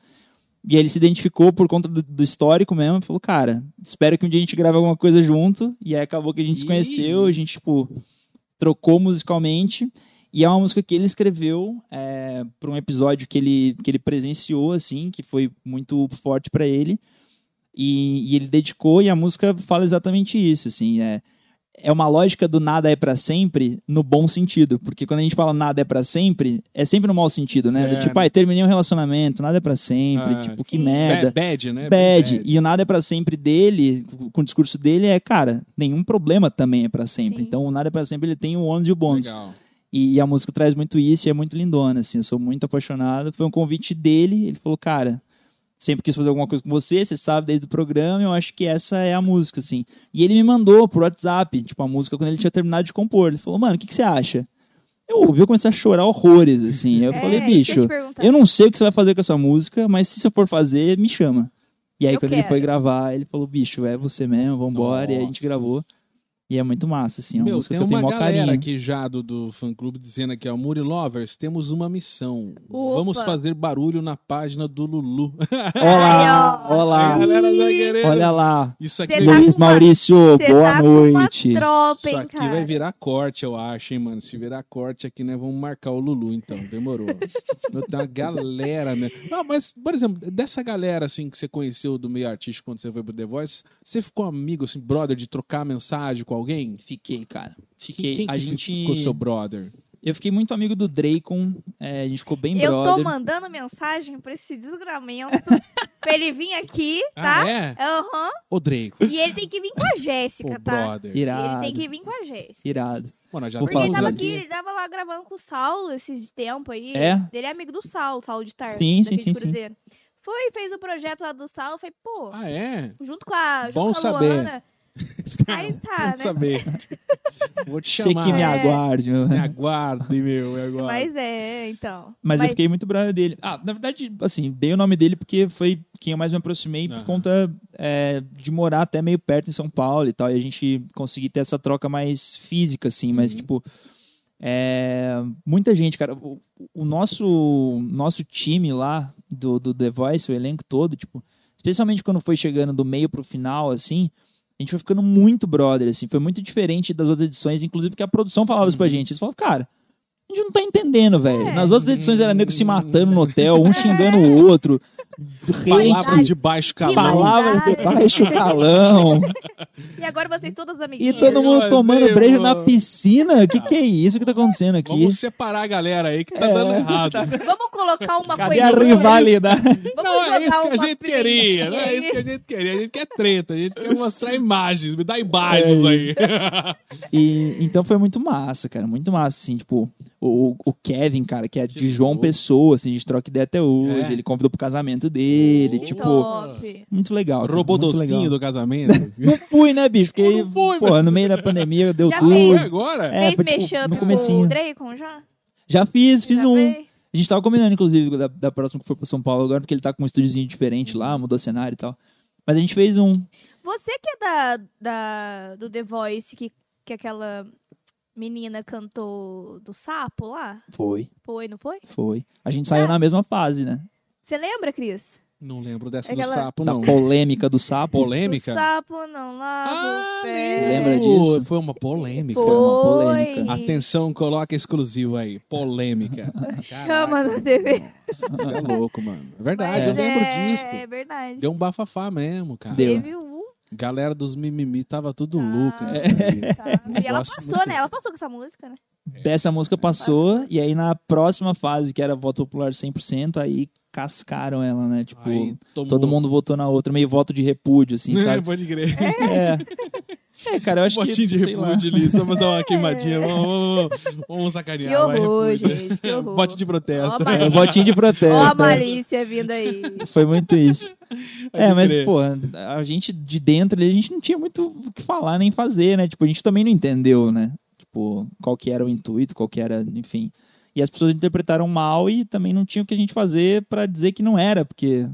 [SPEAKER 3] E aí ele se identificou por conta do, do histórico mesmo, e falou, cara, espero que um dia a gente grave alguma coisa junto. E aí acabou que a gente se conheceu, a gente, tipo, trocou musicalmente. E é uma música que ele escreveu é, para um episódio que ele, que ele presenciou, assim, que foi muito forte para ele. E, e ele dedicou, e a música fala exatamente isso, assim, é, é uma lógica do nada é pra sempre no bom sentido, porque quando a gente fala nada é pra sempre, é sempre no mau sentido, né? Do
[SPEAKER 1] É,
[SPEAKER 3] tipo, ai, terminei um relacionamento, nada é pra sempre,
[SPEAKER 1] Ah,
[SPEAKER 3] tipo, que
[SPEAKER 2] sim.
[SPEAKER 3] merda.
[SPEAKER 1] Ba- Bad, né?
[SPEAKER 3] Bad.
[SPEAKER 1] Bem
[SPEAKER 3] E o nada é pra sempre dele, com o discurso dele, é, cara, nenhum problema também é pra sempre.
[SPEAKER 2] Sim.
[SPEAKER 3] Então, o nada é pra sempre, ele tem o ônus e o bônus.
[SPEAKER 1] Legal.
[SPEAKER 3] E, e a música traz muito isso e é muito lindona, assim. Eu sou muito apaixonado. Foi um convite dele. Ele falou, cara, sempre quis fazer alguma coisa com você, você sabe desde o programa, eu acho que essa é a música, assim. E ele me mandou por WhatsApp, tipo, a música quando ele tinha terminado de compor. Ele falou, mano, o que, que você acha? Eu ouvi, eu comecei a chorar horrores, assim. Eu
[SPEAKER 2] É,
[SPEAKER 3] falei,
[SPEAKER 2] isso que eu ia
[SPEAKER 3] bicho,
[SPEAKER 2] te perguntar.
[SPEAKER 3] Tá. eu não sei o que você vai fazer com essa música, mas se você for fazer, me chama. E aí,
[SPEAKER 2] Eu
[SPEAKER 3] quando ele foi
[SPEAKER 2] quero.
[SPEAKER 3] gravar, ele falou, bicho, é você mesmo, vambora. E aí a gente
[SPEAKER 1] Nossa.
[SPEAKER 3] gravou. E é muito massa, assim. É uma
[SPEAKER 1] Meu,
[SPEAKER 3] música
[SPEAKER 1] tem
[SPEAKER 3] que eu tenho
[SPEAKER 1] uma
[SPEAKER 3] maior
[SPEAKER 1] galera
[SPEAKER 3] carinho.
[SPEAKER 1] aqui já do, do fã clube dizendo aqui, ó, Muri Lovers, temos uma missão.
[SPEAKER 2] Opa.
[SPEAKER 1] Vamos fazer barulho na página do Lulu.
[SPEAKER 2] Aí,
[SPEAKER 3] Olá,
[SPEAKER 2] ó.
[SPEAKER 3] olá.
[SPEAKER 1] A galera tá querendo.
[SPEAKER 3] Olha lá.
[SPEAKER 1] Isso aqui,
[SPEAKER 2] Cê
[SPEAKER 1] vai-
[SPEAKER 2] tá
[SPEAKER 3] Luiz
[SPEAKER 2] com uma-
[SPEAKER 3] Maurício,
[SPEAKER 2] Você
[SPEAKER 3] boa
[SPEAKER 2] tá
[SPEAKER 3] noite.
[SPEAKER 2] Com uma tropa,
[SPEAKER 1] isso
[SPEAKER 2] hein,
[SPEAKER 1] aqui
[SPEAKER 2] cara.
[SPEAKER 1] vai virar corte, eu acho, hein, mano. Se virar corte aqui, né, vamos marcar o Lulu, então. Demorou. Meu, tem uma galera, né? Não, mas, por exemplo, dessa galera, assim, que você conheceu do meio artístico quando você foi pro The Voice, você ficou amigo, assim, brother, de trocar mensagem com alguém?
[SPEAKER 3] Fiquei, cara. Fiquei.
[SPEAKER 1] Quem, quem
[SPEAKER 3] a
[SPEAKER 1] que
[SPEAKER 3] gente.
[SPEAKER 1] ficou seu brother?
[SPEAKER 3] Eu fiquei muito amigo do Dracon. é, a gente ficou bem
[SPEAKER 2] Eu tô
[SPEAKER 3] brother.
[SPEAKER 2] mandando mensagem pra esse desgramento pra ele vir aqui, tá?
[SPEAKER 1] Ah, é?
[SPEAKER 2] Aham.
[SPEAKER 1] O Drake,
[SPEAKER 2] E ele tem que vir com a
[SPEAKER 1] o
[SPEAKER 2] Jéssica, tá?
[SPEAKER 1] brother.
[SPEAKER 3] Irado.
[SPEAKER 2] Ele tem que vir com a Jéssica.
[SPEAKER 3] Irado.
[SPEAKER 1] Bom, nós já
[SPEAKER 3] Vou
[SPEAKER 2] Porque ele
[SPEAKER 1] temos
[SPEAKER 3] falar
[SPEAKER 2] tava
[SPEAKER 1] ali.
[SPEAKER 2] aqui, ele tava lá gravando com o Saulo esse tempo aí.
[SPEAKER 3] É?
[SPEAKER 2] Ele é amigo do Saulo, Saulo de Tarso.
[SPEAKER 3] Sim, sim,
[SPEAKER 2] daqui de
[SPEAKER 3] sim, sim.
[SPEAKER 2] Cruzeiro. Foi, fez o projeto lá do Saulo, foi, pô,
[SPEAKER 1] Ah, é?
[SPEAKER 2] junto com a,
[SPEAKER 1] Bom
[SPEAKER 2] junto com a
[SPEAKER 1] saber.
[SPEAKER 2] Luana. Aí tá,
[SPEAKER 1] Bom
[SPEAKER 2] né?
[SPEAKER 1] saber. Vou te
[SPEAKER 3] Sei
[SPEAKER 1] chamar.
[SPEAKER 3] que me
[SPEAKER 2] É.
[SPEAKER 3] aguarde. meu.
[SPEAKER 1] Me aguarde, meu, me aguarde.
[SPEAKER 2] Mas é, então.
[SPEAKER 3] Mas, eu fiquei muito brother dele. Ah, na verdade, assim, dei o nome dele porque foi quem eu mais me aproximei
[SPEAKER 1] Aham.
[SPEAKER 3] por conta é, de morar até meio perto em São Paulo e tal. E a gente conseguir ter essa troca mais física, assim, mas,
[SPEAKER 1] Uhum.
[SPEAKER 3] tipo. é, muita gente, cara. O, o nosso, nosso time lá do, do The Voice, o elenco todo, tipo, especialmente quando foi chegando do meio pro final, assim, a gente foi ficando muito brother, assim, foi muito diferente das outras edições, inclusive porque a produção falava isso pra
[SPEAKER 1] Uhum.
[SPEAKER 3] gente. Eles falavam, cara, a gente não tá entendendo, velho.
[SPEAKER 2] É.
[SPEAKER 3] Nas outras edições era nego se matando no hotel, um xingando o outro,
[SPEAKER 1] Palavras
[SPEAKER 3] hate,
[SPEAKER 1] de baixo calão.
[SPEAKER 2] Palavra-
[SPEAKER 3] palavras de baixo calão,
[SPEAKER 2] E agora vocês todas
[SPEAKER 3] e
[SPEAKER 2] amiguinhas.
[SPEAKER 3] todo mundo tomando
[SPEAKER 1] Brasil.
[SPEAKER 3] brejo na piscina. Que que é isso que tá acontecendo aqui? É.
[SPEAKER 1] Vamos separar a galera aí que tá dando errado.
[SPEAKER 2] Vamos colocar uma
[SPEAKER 3] Cadê
[SPEAKER 2] coisa.
[SPEAKER 3] a rivalidade?
[SPEAKER 2] Vamos
[SPEAKER 1] Não é
[SPEAKER 2] jogar
[SPEAKER 1] isso que a
[SPEAKER 2] uma
[SPEAKER 1] gente
[SPEAKER 3] né?
[SPEAKER 1] queria, não é
[SPEAKER 2] pimentinha
[SPEAKER 1] isso que a
[SPEAKER 2] aí.
[SPEAKER 1] gente queria. A gente quer treta, a gente quer mostrar imagens, me dá imagens
[SPEAKER 3] É
[SPEAKER 1] aí.
[SPEAKER 3] Tá E, então foi muito massa, cara. Muito massa, assim, tipo, o, o Kevin, cara, que é de
[SPEAKER 1] Que
[SPEAKER 3] João
[SPEAKER 1] louco.
[SPEAKER 3] Pessoa, assim, a gente troca ideia até hoje.
[SPEAKER 1] Tipo, É.
[SPEAKER 3] Ele convidou pro casamento dele,
[SPEAKER 1] Que
[SPEAKER 3] tipo,
[SPEAKER 2] top.
[SPEAKER 3] muito legal. cara,
[SPEAKER 1] Robô
[SPEAKER 3] muito
[SPEAKER 1] docinho
[SPEAKER 3] legal.
[SPEAKER 1] do casamento.
[SPEAKER 3] Não fui, né, bicho? Porque,
[SPEAKER 1] Eu não fui,
[SPEAKER 3] porra, no meio da pandemia deu
[SPEAKER 2] Já
[SPEAKER 3] tudo.
[SPEAKER 1] Foi
[SPEAKER 2] fez.
[SPEAKER 1] agora?
[SPEAKER 3] É,
[SPEAKER 2] Fez
[SPEAKER 3] foi, tipo,
[SPEAKER 2] mashup
[SPEAKER 3] no
[SPEAKER 2] com o
[SPEAKER 3] comecinho.
[SPEAKER 2] Dracon já?
[SPEAKER 3] Já fiz, fiz
[SPEAKER 2] Já
[SPEAKER 3] um.
[SPEAKER 2] fez?
[SPEAKER 3] A gente tava combinando, inclusive, da, da próxima que for pra São Paulo agora, porque ele tá com um estúdiozinho diferente lá, mudou o cenário e tal. Mas a gente fez um.
[SPEAKER 2] Você que é da, da- do The Voice, que, que aquela menina cantou do sapo lá?
[SPEAKER 3] Foi,
[SPEAKER 2] Foi, não foi?
[SPEAKER 3] foi. A gente saiu
[SPEAKER 2] É.
[SPEAKER 3] na mesma fase, né?
[SPEAKER 2] Você lembra, Cris?
[SPEAKER 1] Não lembro dessa
[SPEAKER 2] Aquela-
[SPEAKER 1] do sapo,
[SPEAKER 3] Da
[SPEAKER 1] não.
[SPEAKER 3] polêmica do sapo.
[SPEAKER 2] Do
[SPEAKER 1] Polêmica?
[SPEAKER 2] É, sapo não lava o pé.
[SPEAKER 1] lembro.
[SPEAKER 3] Lembra disso?
[SPEAKER 1] Foi uma polêmica.
[SPEAKER 3] Foi. uma
[SPEAKER 2] Foi.
[SPEAKER 3] polêmica.
[SPEAKER 1] Atenção, coloca exclusivo aí. Polêmica.
[SPEAKER 2] Chama na TV.
[SPEAKER 1] Isso é louco, mano. É verdade,
[SPEAKER 2] Mas
[SPEAKER 1] eu lembro
[SPEAKER 2] é, É
[SPEAKER 1] disso.
[SPEAKER 2] verdade.
[SPEAKER 1] Deu um bafafá mesmo, cara.
[SPEAKER 3] Deu.
[SPEAKER 2] Teve um.
[SPEAKER 1] Galera dos mimimi tava tudo
[SPEAKER 2] Ah.
[SPEAKER 1] louca.
[SPEAKER 3] É.
[SPEAKER 1] nisso aí.
[SPEAKER 2] Tá. E ela
[SPEAKER 1] Gosto
[SPEAKER 2] passou,
[SPEAKER 1] muito.
[SPEAKER 2] né? Ela passou com essa música, né?
[SPEAKER 3] Dessa música passou, e aí na próxima fase, que era voto popular 100%, aí cascaram ela, né? Tipo,
[SPEAKER 1] Aí tomou-
[SPEAKER 3] todo mundo votou na outra, meio voto de repúdio, assim, sabe?
[SPEAKER 1] Pode crer.
[SPEAKER 3] é. é, cara, eu acho que.
[SPEAKER 1] Botinho Um de
[SPEAKER 3] sei lá. É.
[SPEAKER 1] repúdio ali, só pra dar uma queimadinha. Vamos, vamos, vamos, vamos
[SPEAKER 2] Que
[SPEAKER 1] sacanear. vai,
[SPEAKER 2] horror,
[SPEAKER 1] repúdio.
[SPEAKER 2] gente. Que horror.
[SPEAKER 1] Bote de protesto.
[SPEAKER 2] Ó,
[SPEAKER 3] É, um
[SPEAKER 2] Maria.
[SPEAKER 3] votinho de protesto.
[SPEAKER 2] Ó a
[SPEAKER 3] é.
[SPEAKER 2] malícia vindo aí.
[SPEAKER 3] Foi muito isso.
[SPEAKER 1] Pode
[SPEAKER 3] é, mas,
[SPEAKER 1] crer.
[SPEAKER 3] pô, a gente de dentro ali, a gente não tinha muito o que falar nem fazer, né? Tipo, a gente também não entendeu, né? Tipo, qual que era o intuito, qual que era, enfim. E as pessoas interpretaram mal e também não tinha o que a gente fazer pra dizer que não era, porque.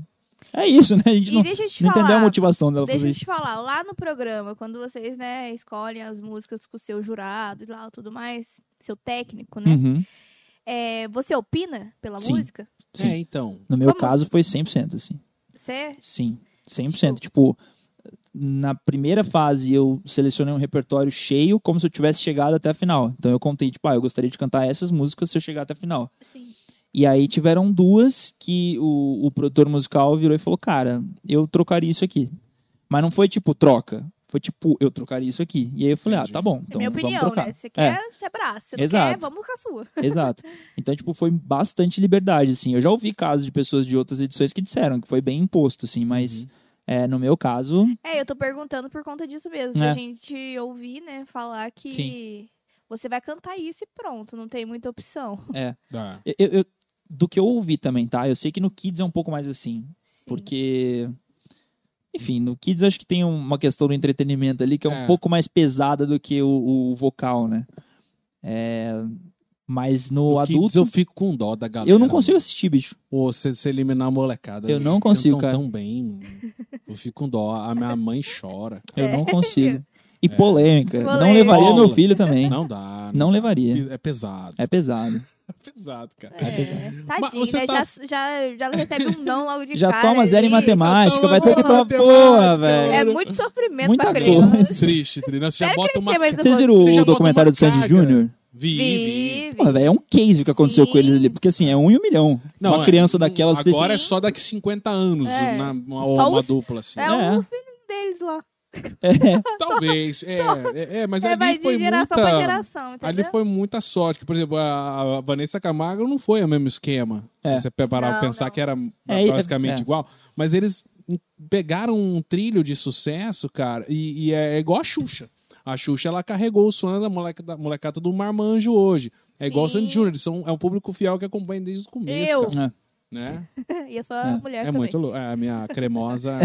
[SPEAKER 3] É isso, né? A gente
[SPEAKER 2] E
[SPEAKER 3] não,
[SPEAKER 2] deixa eu te
[SPEAKER 3] não entendeu a
[SPEAKER 2] falar.
[SPEAKER 3] motivação dela
[SPEAKER 2] Deixa
[SPEAKER 3] fazer
[SPEAKER 2] eu
[SPEAKER 3] isso.
[SPEAKER 2] te falar, lá no programa, quando vocês, né, escolhem as músicas com o seu jurado e lá tudo mais, seu técnico, né?
[SPEAKER 3] Uhum.
[SPEAKER 2] é, você opina pela
[SPEAKER 3] Sim.
[SPEAKER 2] música?
[SPEAKER 3] Sim.
[SPEAKER 1] É, então.
[SPEAKER 3] No meu
[SPEAKER 2] Vamos.
[SPEAKER 3] caso, foi 100%, assim.
[SPEAKER 2] Você?
[SPEAKER 3] Sim, 100%. Tipo, na primeira fase eu selecionei um repertório cheio, como se eu tivesse chegado até a final. Então eu contei, tipo, ah, eu gostaria de cantar essas músicas se eu chegar até a final.
[SPEAKER 2] Sim.
[SPEAKER 3] E aí tiveram duas que o, o produtor musical virou e falou, cara, eu trocaria isso aqui. Mas não foi tipo troca, foi tipo, eu trocaria isso aqui. E aí eu falei,
[SPEAKER 1] Entendi.
[SPEAKER 3] ah, tá bom,
[SPEAKER 2] é
[SPEAKER 3] então
[SPEAKER 2] minha
[SPEAKER 3] vamos
[SPEAKER 2] opinião,
[SPEAKER 3] trocar. É.
[SPEAKER 2] né? Você quer, você abraça. Você não
[SPEAKER 3] Exato.
[SPEAKER 2] quer, vamos com a sua.
[SPEAKER 3] Exato. Então, tipo, foi bastante liberdade, assim. Eu já ouvi casos de pessoas de outras edições que disseram que foi bem imposto, assim, mas
[SPEAKER 1] Uhum.
[SPEAKER 3] é, no meu caso,
[SPEAKER 2] É, eu tô perguntando por conta disso mesmo. Da
[SPEAKER 3] É.
[SPEAKER 2] gente ouvir, né, falar que você vai cantar isso e pronto, não tem muita opção.
[SPEAKER 1] Tá.
[SPEAKER 3] Eu- eu- eu- do que eu ouvi também, tá? Eu sei que no Kids é um pouco mais assim,
[SPEAKER 2] Sim.
[SPEAKER 3] porque. Enfim, no Kids acho que tem um, uma questão do entretenimento ali que é um
[SPEAKER 1] É.
[SPEAKER 3] pouco mais pesada do que o, o vocal, né? É, mas no,
[SPEAKER 1] No
[SPEAKER 3] adulto.
[SPEAKER 1] Kids eu né? fico com dó da galera.
[SPEAKER 3] eu não consigo assistir, bicho.
[SPEAKER 1] Pô, você se eliminar a molecada.
[SPEAKER 3] Eu não
[SPEAKER 1] eles
[SPEAKER 3] consigo,
[SPEAKER 1] cantam
[SPEAKER 3] cara.
[SPEAKER 1] tão bem. mano. Eu fico com dó. A minha mãe chora.
[SPEAKER 3] Eu
[SPEAKER 2] É.
[SPEAKER 3] não consigo. e polêmica. Não
[SPEAKER 2] Polêmica.
[SPEAKER 3] levaria meu
[SPEAKER 1] Bola.
[SPEAKER 3] filho também. Não,
[SPEAKER 1] Não dá.
[SPEAKER 3] levaria.
[SPEAKER 1] É pesado.
[SPEAKER 3] É pesado.
[SPEAKER 1] É pesado, cara.
[SPEAKER 2] É,
[SPEAKER 1] Mas
[SPEAKER 2] tadinho,
[SPEAKER 1] você
[SPEAKER 2] né?
[SPEAKER 1] tá-
[SPEAKER 2] Já, já, já recebe um não logo de
[SPEAKER 3] Já
[SPEAKER 2] cara.
[SPEAKER 3] toma zero em
[SPEAKER 2] ali.
[SPEAKER 3] matemática,
[SPEAKER 1] toma
[SPEAKER 3] vai ter que ir pra
[SPEAKER 1] matemática,
[SPEAKER 3] porra,
[SPEAKER 1] cara.
[SPEAKER 3] velho.
[SPEAKER 2] É muito sofrimento
[SPEAKER 3] Muita
[SPEAKER 2] pra criança.
[SPEAKER 3] coisa.
[SPEAKER 1] Triste, triste. Nossa, já
[SPEAKER 2] Espero
[SPEAKER 1] bota uma.
[SPEAKER 2] crescer, mas eu
[SPEAKER 3] Vocês
[SPEAKER 2] vou-
[SPEAKER 3] viram
[SPEAKER 1] Você já
[SPEAKER 3] o
[SPEAKER 1] bota
[SPEAKER 3] documentário
[SPEAKER 1] uma
[SPEAKER 3] do Sandy
[SPEAKER 1] carga.
[SPEAKER 3] Jr.?
[SPEAKER 1] Vi, vi.
[SPEAKER 2] Vive.
[SPEAKER 3] Pô, velho, é um case o que aconteceu
[SPEAKER 2] Sim.
[SPEAKER 3] com eles ali. Porque assim, é um em um milhão.
[SPEAKER 1] Não,
[SPEAKER 3] uma
[SPEAKER 1] é-
[SPEAKER 3] criança daquelas. você-
[SPEAKER 1] Agora é só daqui 50 anos,
[SPEAKER 2] É.
[SPEAKER 1] na, uma,
[SPEAKER 2] Só
[SPEAKER 1] uma
[SPEAKER 2] os-
[SPEAKER 1] dupla, assim.
[SPEAKER 2] É
[SPEAKER 3] É.
[SPEAKER 2] o filho deles lá.
[SPEAKER 1] Talvez. é, é, é, mas
[SPEAKER 2] É, vai
[SPEAKER 1] ali
[SPEAKER 2] de
[SPEAKER 1] foi
[SPEAKER 2] geração
[SPEAKER 1] muita...
[SPEAKER 2] pra geração, entendeu?
[SPEAKER 1] Ali foi muita sorte. que, Por exemplo, a a Vanessa Camargo não foi o mesmo esquema.
[SPEAKER 3] É.
[SPEAKER 1] Se você preparar
[SPEAKER 2] Não,
[SPEAKER 1] pensar
[SPEAKER 2] não.
[SPEAKER 1] que era
[SPEAKER 3] É,
[SPEAKER 1] basicamente
[SPEAKER 3] é.
[SPEAKER 1] igual. Mas eles pegaram um trilho de sucesso, cara, e, e é, é igual a Xuxa. A Xuxa, ela carregou os fãs da, moleca, da molecada do Marmanjo hoje. É igual o
[SPEAKER 2] Sim.
[SPEAKER 1] Sandy Júnior. eles são- É um público fiel que acompanha desde o começo,
[SPEAKER 2] Eu.
[SPEAKER 1] cara,
[SPEAKER 3] É.
[SPEAKER 1] né?
[SPEAKER 2] E a sua
[SPEAKER 3] É,
[SPEAKER 2] mulher
[SPEAKER 1] É
[SPEAKER 2] também.
[SPEAKER 1] muito louco. É, a minha cremosa...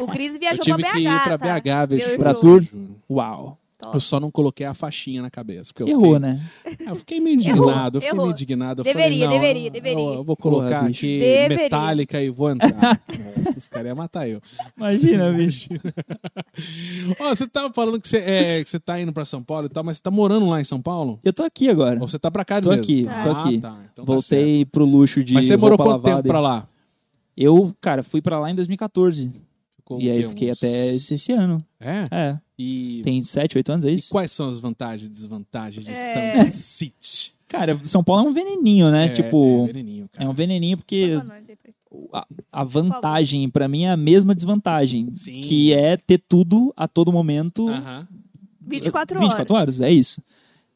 [SPEAKER 2] O Cris
[SPEAKER 1] Eu
[SPEAKER 2] viajou
[SPEAKER 1] tive
[SPEAKER 2] pra BH,
[SPEAKER 1] que ir pra
[SPEAKER 2] tá?
[SPEAKER 1] BH ver
[SPEAKER 2] Meu
[SPEAKER 1] Xuxa.
[SPEAKER 3] Pra
[SPEAKER 2] Ju.
[SPEAKER 3] tudo? Uau.
[SPEAKER 2] Top.
[SPEAKER 1] Eu só não coloquei a faixinha na cabeça. Porque eu
[SPEAKER 3] Errou,
[SPEAKER 1] fiquei-
[SPEAKER 3] né?
[SPEAKER 1] Eu fiquei meio indignado. eu fiquei
[SPEAKER 2] errou.
[SPEAKER 1] meio indignado. Eu
[SPEAKER 2] Deveria,
[SPEAKER 1] falei, não,
[SPEAKER 2] deveria,
[SPEAKER 1] eu-
[SPEAKER 2] deveria.
[SPEAKER 1] Eu vou
[SPEAKER 3] Porra,
[SPEAKER 1] colocar
[SPEAKER 3] bicho.
[SPEAKER 1] aqui
[SPEAKER 2] Deveria.
[SPEAKER 1] metálica e vou entrar. Nossa, Os caras iam matar eu.
[SPEAKER 3] Imagina, bicho.
[SPEAKER 1] Ó, você tava falando que você, é, que você tá indo pra São Paulo e tal, mas você tá morando lá em São Paulo?
[SPEAKER 3] Eu tô aqui agora.
[SPEAKER 1] Ou você tá pra cá
[SPEAKER 3] Tô
[SPEAKER 1] mesmo?
[SPEAKER 3] aqui,
[SPEAKER 1] ah,
[SPEAKER 3] tô aqui.
[SPEAKER 1] Tá, então tá certo.
[SPEAKER 3] Voltei pro luxo de.
[SPEAKER 1] mas você morou
[SPEAKER 3] roupa
[SPEAKER 1] quanto tempo
[SPEAKER 3] lavada.
[SPEAKER 1] pra lá?
[SPEAKER 3] Eu, cara, fui pra lá em 2014.
[SPEAKER 1] Ficou o
[SPEAKER 3] e aí
[SPEAKER 1] quê?
[SPEAKER 3] eu fiquei
[SPEAKER 1] é Uns-
[SPEAKER 3] até esse ano.
[SPEAKER 1] É?
[SPEAKER 3] É.
[SPEAKER 1] E...
[SPEAKER 3] Tem 7, 8 anos, é
[SPEAKER 1] e
[SPEAKER 3] isso?
[SPEAKER 1] quais são as vantagens e desvantagens de
[SPEAKER 2] É.
[SPEAKER 1] São City?
[SPEAKER 3] Cara, São Paulo é um veneninho, né?
[SPEAKER 1] é
[SPEAKER 3] tipo,
[SPEAKER 1] veneninho,
[SPEAKER 3] é,
[SPEAKER 1] cara.
[SPEAKER 3] um veneninho porque
[SPEAKER 2] Fala nós aí pra-
[SPEAKER 3] a, a vantagem, pra mim, é a mesma desvantagem.
[SPEAKER 1] Sim. Ah.
[SPEAKER 3] Que é ter tudo a todo momento.
[SPEAKER 1] Aham.
[SPEAKER 2] 24 horas.
[SPEAKER 3] 24 horas, é isso.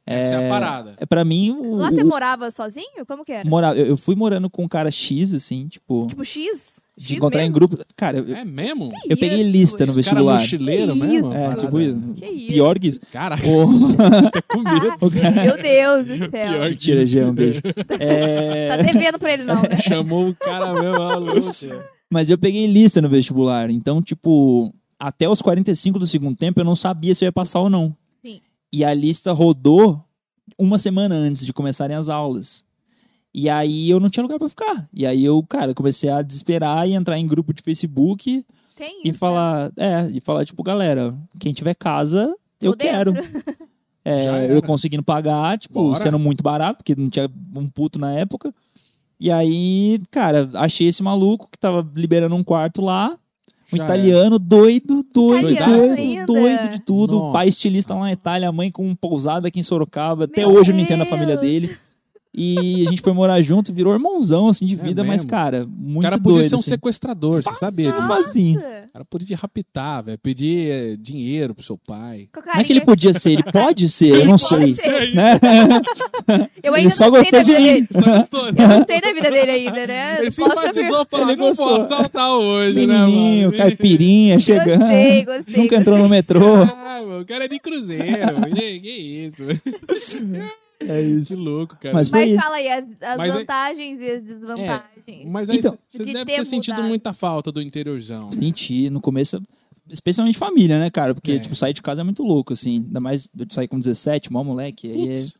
[SPEAKER 1] Essa é a parada.
[SPEAKER 3] É pra mim. O,
[SPEAKER 2] Lá você
[SPEAKER 3] o-
[SPEAKER 2] morava sozinho? Como que era?
[SPEAKER 3] morar- eu, eu fui morando com um cara X, assim, tipo.
[SPEAKER 2] Tipo X?
[SPEAKER 3] de
[SPEAKER 2] X
[SPEAKER 3] encontrar
[SPEAKER 2] mesmo?
[SPEAKER 3] em grupo. Cara, eu,
[SPEAKER 1] É mesmo?
[SPEAKER 2] Que
[SPEAKER 3] eu peguei
[SPEAKER 2] isso?
[SPEAKER 3] lista no
[SPEAKER 1] Os cara
[SPEAKER 3] vestibular.
[SPEAKER 1] mochileiro
[SPEAKER 2] Que
[SPEAKER 1] mesmo?
[SPEAKER 2] isso?
[SPEAKER 1] a
[SPEAKER 3] É,
[SPEAKER 1] parada?
[SPEAKER 3] tipo isso.
[SPEAKER 2] Que isso?
[SPEAKER 3] Pior é. que isso.
[SPEAKER 1] Caraca,
[SPEAKER 3] O-
[SPEAKER 1] tô com medo.
[SPEAKER 3] o cara-
[SPEAKER 2] Meu Deus do céu.
[SPEAKER 1] Pior que
[SPEAKER 3] Mentira,
[SPEAKER 1] isso.
[SPEAKER 3] Jean, um beijo. É,
[SPEAKER 2] Tá devendo pra ele não, né?
[SPEAKER 1] Chamou o cara mesmo. ó, louco.
[SPEAKER 3] Mas eu peguei lista no vestibular, então, tipo, até os 45 do segundo tempo eu não sabia se eu ia passar ou não.
[SPEAKER 2] Sim.
[SPEAKER 3] E a lista rodou uma semana antes de começarem as aulas. E aí eu não tinha lugar pra ficar. E aí eu, cara, comecei a desesperar e entrar em grupo de Facebook
[SPEAKER 2] Tem
[SPEAKER 3] e
[SPEAKER 2] isso,
[SPEAKER 3] falar, é, e falar, tipo, galera, quem tiver casa,
[SPEAKER 2] né?
[SPEAKER 3] eu
[SPEAKER 2] Ou
[SPEAKER 3] quero. um
[SPEAKER 2] dentro.
[SPEAKER 3] É,
[SPEAKER 1] Já era.
[SPEAKER 3] eu conseguindo pagar, tipo,
[SPEAKER 1] Bora.
[SPEAKER 3] sendo muito barato, porque não tinha um puto na época. E aí, cara, achei esse maluco que tava liberando um quarto lá. Um
[SPEAKER 1] Já
[SPEAKER 3] italiano doido, doido,
[SPEAKER 1] Italiano
[SPEAKER 3] doido,
[SPEAKER 2] ainda?
[SPEAKER 3] doido de tudo.
[SPEAKER 1] Nossa.
[SPEAKER 3] Pai estilista lá na Itália, mãe com um pousada aqui em Sorocaba. Até
[SPEAKER 2] Meu
[SPEAKER 3] hoje eu não entendo a
[SPEAKER 2] Deus.
[SPEAKER 3] família dele. E a gente foi morar junto, virou irmãozão, assim, de
[SPEAKER 1] É
[SPEAKER 3] vida. mas,
[SPEAKER 1] mesmo.
[SPEAKER 3] cara,
[SPEAKER 1] O
[SPEAKER 3] muito
[SPEAKER 1] cara podia
[SPEAKER 3] doido,
[SPEAKER 1] ser um
[SPEAKER 3] assim.
[SPEAKER 1] sequestrador, você sabia?
[SPEAKER 3] Tipo
[SPEAKER 1] disso?
[SPEAKER 3] assim.
[SPEAKER 2] Nossa.
[SPEAKER 1] O cara podia te raptar, velho. Pedir eh, dinheiro pro seu pai. É
[SPEAKER 2] Com a
[SPEAKER 3] Não é que
[SPEAKER 2] carinha.
[SPEAKER 3] ele podia ser, ele pode ser, eu
[SPEAKER 2] Ele
[SPEAKER 3] não sei.
[SPEAKER 2] pode ser.
[SPEAKER 3] Né?
[SPEAKER 2] Eu
[SPEAKER 3] Ele
[SPEAKER 2] ainda
[SPEAKER 3] só
[SPEAKER 2] não sei
[SPEAKER 3] gostou
[SPEAKER 2] da
[SPEAKER 3] de
[SPEAKER 2] vida
[SPEAKER 3] mim.
[SPEAKER 2] dele. Eu não sei da vida dele ainda, né?
[SPEAKER 1] tá Ele
[SPEAKER 2] Posso afirmar.
[SPEAKER 1] simpatizou falando,
[SPEAKER 3] Ele
[SPEAKER 1] não posso
[SPEAKER 3] gostou.
[SPEAKER 1] assaltar hoje, né,
[SPEAKER 3] Menininho, é
[SPEAKER 1] mano?
[SPEAKER 3] caipirinha, chegando.
[SPEAKER 2] Gostei, gostei.
[SPEAKER 3] Nunca entrou no metrô.
[SPEAKER 1] Ah, mano, o cara é de cruzeiro. que, que isso? velho?
[SPEAKER 3] É
[SPEAKER 1] Que
[SPEAKER 3] isso.
[SPEAKER 1] louco, cara.
[SPEAKER 3] Mas- Foi
[SPEAKER 2] Mas
[SPEAKER 3] isso.
[SPEAKER 2] fala aí as, as
[SPEAKER 1] Mas é- aí-
[SPEAKER 2] vantagens e as desvantagens.
[SPEAKER 1] Mas aí
[SPEAKER 3] Então-
[SPEAKER 1] você
[SPEAKER 2] De
[SPEAKER 1] deve
[SPEAKER 2] ter
[SPEAKER 1] ter sentido
[SPEAKER 2] mudado.
[SPEAKER 1] muita falta do interiorzão. né?
[SPEAKER 3] Senti, no começo, especialmente família, né, cara? Porque,
[SPEAKER 1] É.
[SPEAKER 3] tipo, sair de casa é muito louco, assim. Ainda mais eu saí com 17, mó moleque. Aí é-
[SPEAKER 1] Putz.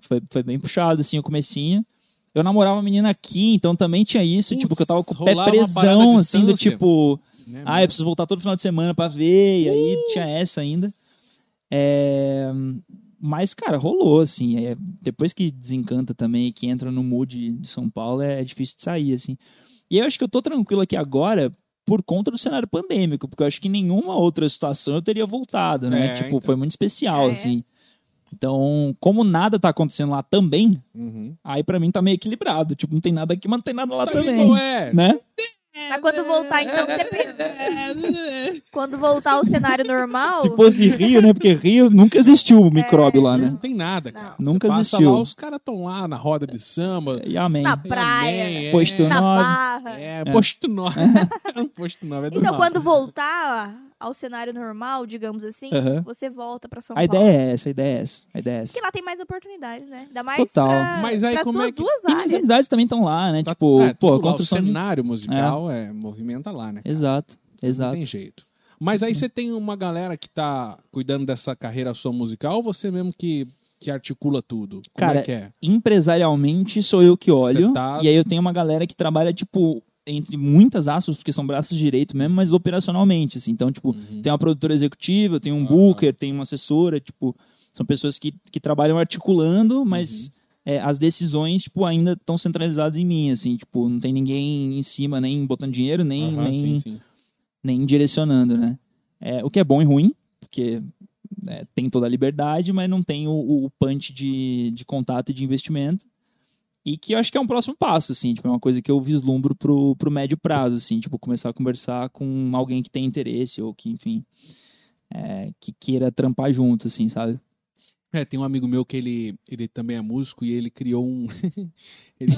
[SPEAKER 3] foi, foi bem puxado, assim, o comecinho. Eu namorava uma menina aqui, então também tinha isso,
[SPEAKER 1] Putz,
[SPEAKER 3] tipo, que eu tava com o pé
[SPEAKER 1] rolava uma parada
[SPEAKER 3] presão,
[SPEAKER 1] à
[SPEAKER 3] assim, do
[SPEAKER 1] distância.
[SPEAKER 3] tipo,
[SPEAKER 1] Né,
[SPEAKER 3] ah, eu preciso voltar todo final de semana pra ver, e aí tinha essa ainda. É, Mas, cara, rolou, assim. é, Depois que desencanta também, que entra no mood de São Paulo, é difícil de sair, assim. E eu acho que eu tô tranquilo aqui agora por conta do cenário pandêmico, porque eu acho que em nenhuma outra situação eu teria voltado, né?
[SPEAKER 1] É,
[SPEAKER 3] tipo,
[SPEAKER 1] então.
[SPEAKER 3] foi muito especial,
[SPEAKER 2] É.
[SPEAKER 3] assim. Então, como nada tá acontecendo lá também,
[SPEAKER 1] Uhum.
[SPEAKER 3] aí pra mim tá meio equilibrado. Tipo, não tem nada aqui, mas não tem nada lá
[SPEAKER 1] Tá
[SPEAKER 3] também.
[SPEAKER 1] bom, é.
[SPEAKER 3] Né?
[SPEAKER 2] Mas quando voltar, então, você pensa- Quando voltar ao cenário normal,
[SPEAKER 3] Se fosse Rio, né? Porque Rio nunca existiu o micróbio lá,
[SPEAKER 1] Não
[SPEAKER 3] né?
[SPEAKER 1] tem nada, cara.
[SPEAKER 3] Não. Nunca
[SPEAKER 1] Você passa
[SPEAKER 3] existiu.
[SPEAKER 1] Lá, os caras estão lá na roda de samba.
[SPEAKER 3] E amém.
[SPEAKER 1] então
[SPEAKER 2] na É, praia, né?
[SPEAKER 1] Amém, é.
[SPEAKER 3] Posto né?
[SPEAKER 2] na
[SPEAKER 3] Nove.
[SPEAKER 2] barra.
[SPEAKER 1] É, posto 9. Era um posto 9. É do
[SPEAKER 2] Então,
[SPEAKER 1] nove.
[SPEAKER 2] quando voltar ao cenário normal, digamos assim,
[SPEAKER 3] Aham.
[SPEAKER 2] você volta pra São
[SPEAKER 3] A
[SPEAKER 2] Paulo.
[SPEAKER 3] ideia é essa, a ideia é essa. A ideia é essa.
[SPEAKER 2] Porque lá tem mais oportunidades, né? Ainda mais
[SPEAKER 3] Total.
[SPEAKER 2] pra,
[SPEAKER 1] Mas aí
[SPEAKER 2] pras
[SPEAKER 1] como
[SPEAKER 2] suas
[SPEAKER 1] é que-
[SPEAKER 2] duas
[SPEAKER 3] E as
[SPEAKER 2] áreas.
[SPEAKER 3] amizades também estão lá, né?
[SPEAKER 1] Tá-
[SPEAKER 3] tipo,
[SPEAKER 1] é,
[SPEAKER 3] pô,
[SPEAKER 1] tudo
[SPEAKER 3] a
[SPEAKER 1] lá,
[SPEAKER 3] construção.
[SPEAKER 1] O
[SPEAKER 3] de-
[SPEAKER 1] cenário musical é. movimenta lá, né?
[SPEAKER 3] Exato,
[SPEAKER 1] Não
[SPEAKER 3] exato. É.
[SPEAKER 1] tem jeito. Mas aí você tem uma galera que tá cuidando dessa carreira sua musical ou você mesmo que, que articula tudo? Como
[SPEAKER 3] Cara, tipo,
[SPEAKER 1] é que é?
[SPEAKER 3] Empresarialmente sou eu que olho.
[SPEAKER 1] Cê tá-
[SPEAKER 3] E aí eu tenho uma galera que trabalha, tipo, entre muitas aspas, porque são braços direitos mesmo, mas operacionalmente, assim. Então, tipo,
[SPEAKER 1] Uhum.
[SPEAKER 3] tem uma produtora executiva, tem um
[SPEAKER 1] Ah.
[SPEAKER 3] booker, tem uma assessora, tipo, são pessoas que, que trabalham articulando, mas
[SPEAKER 1] Uhum.
[SPEAKER 3] é, as decisões, tipo, ainda estão centralizadas em mim, assim, tipo, não tem ninguém em cima, nem botando dinheiro, nem,
[SPEAKER 1] Aham,
[SPEAKER 3] nem,
[SPEAKER 1] sim, sim.
[SPEAKER 3] nem direcionando, né? É, o que é bom e ruim, porque né, tem toda a liberdade, mas não tem o, o o punch de, de contato e de investimento. E que eu acho que é um próximo passo, assim, tipo, é uma coisa que eu vislumbro pro, pro médio prazo, assim, tipo, começar a conversar com alguém que tem interesse ou que, enfim, é, que queira trampar junto, assim, sabe?
[SPEAKER 1] É, tem um amigo meu que ele, ele também é músico e ele criou um. ele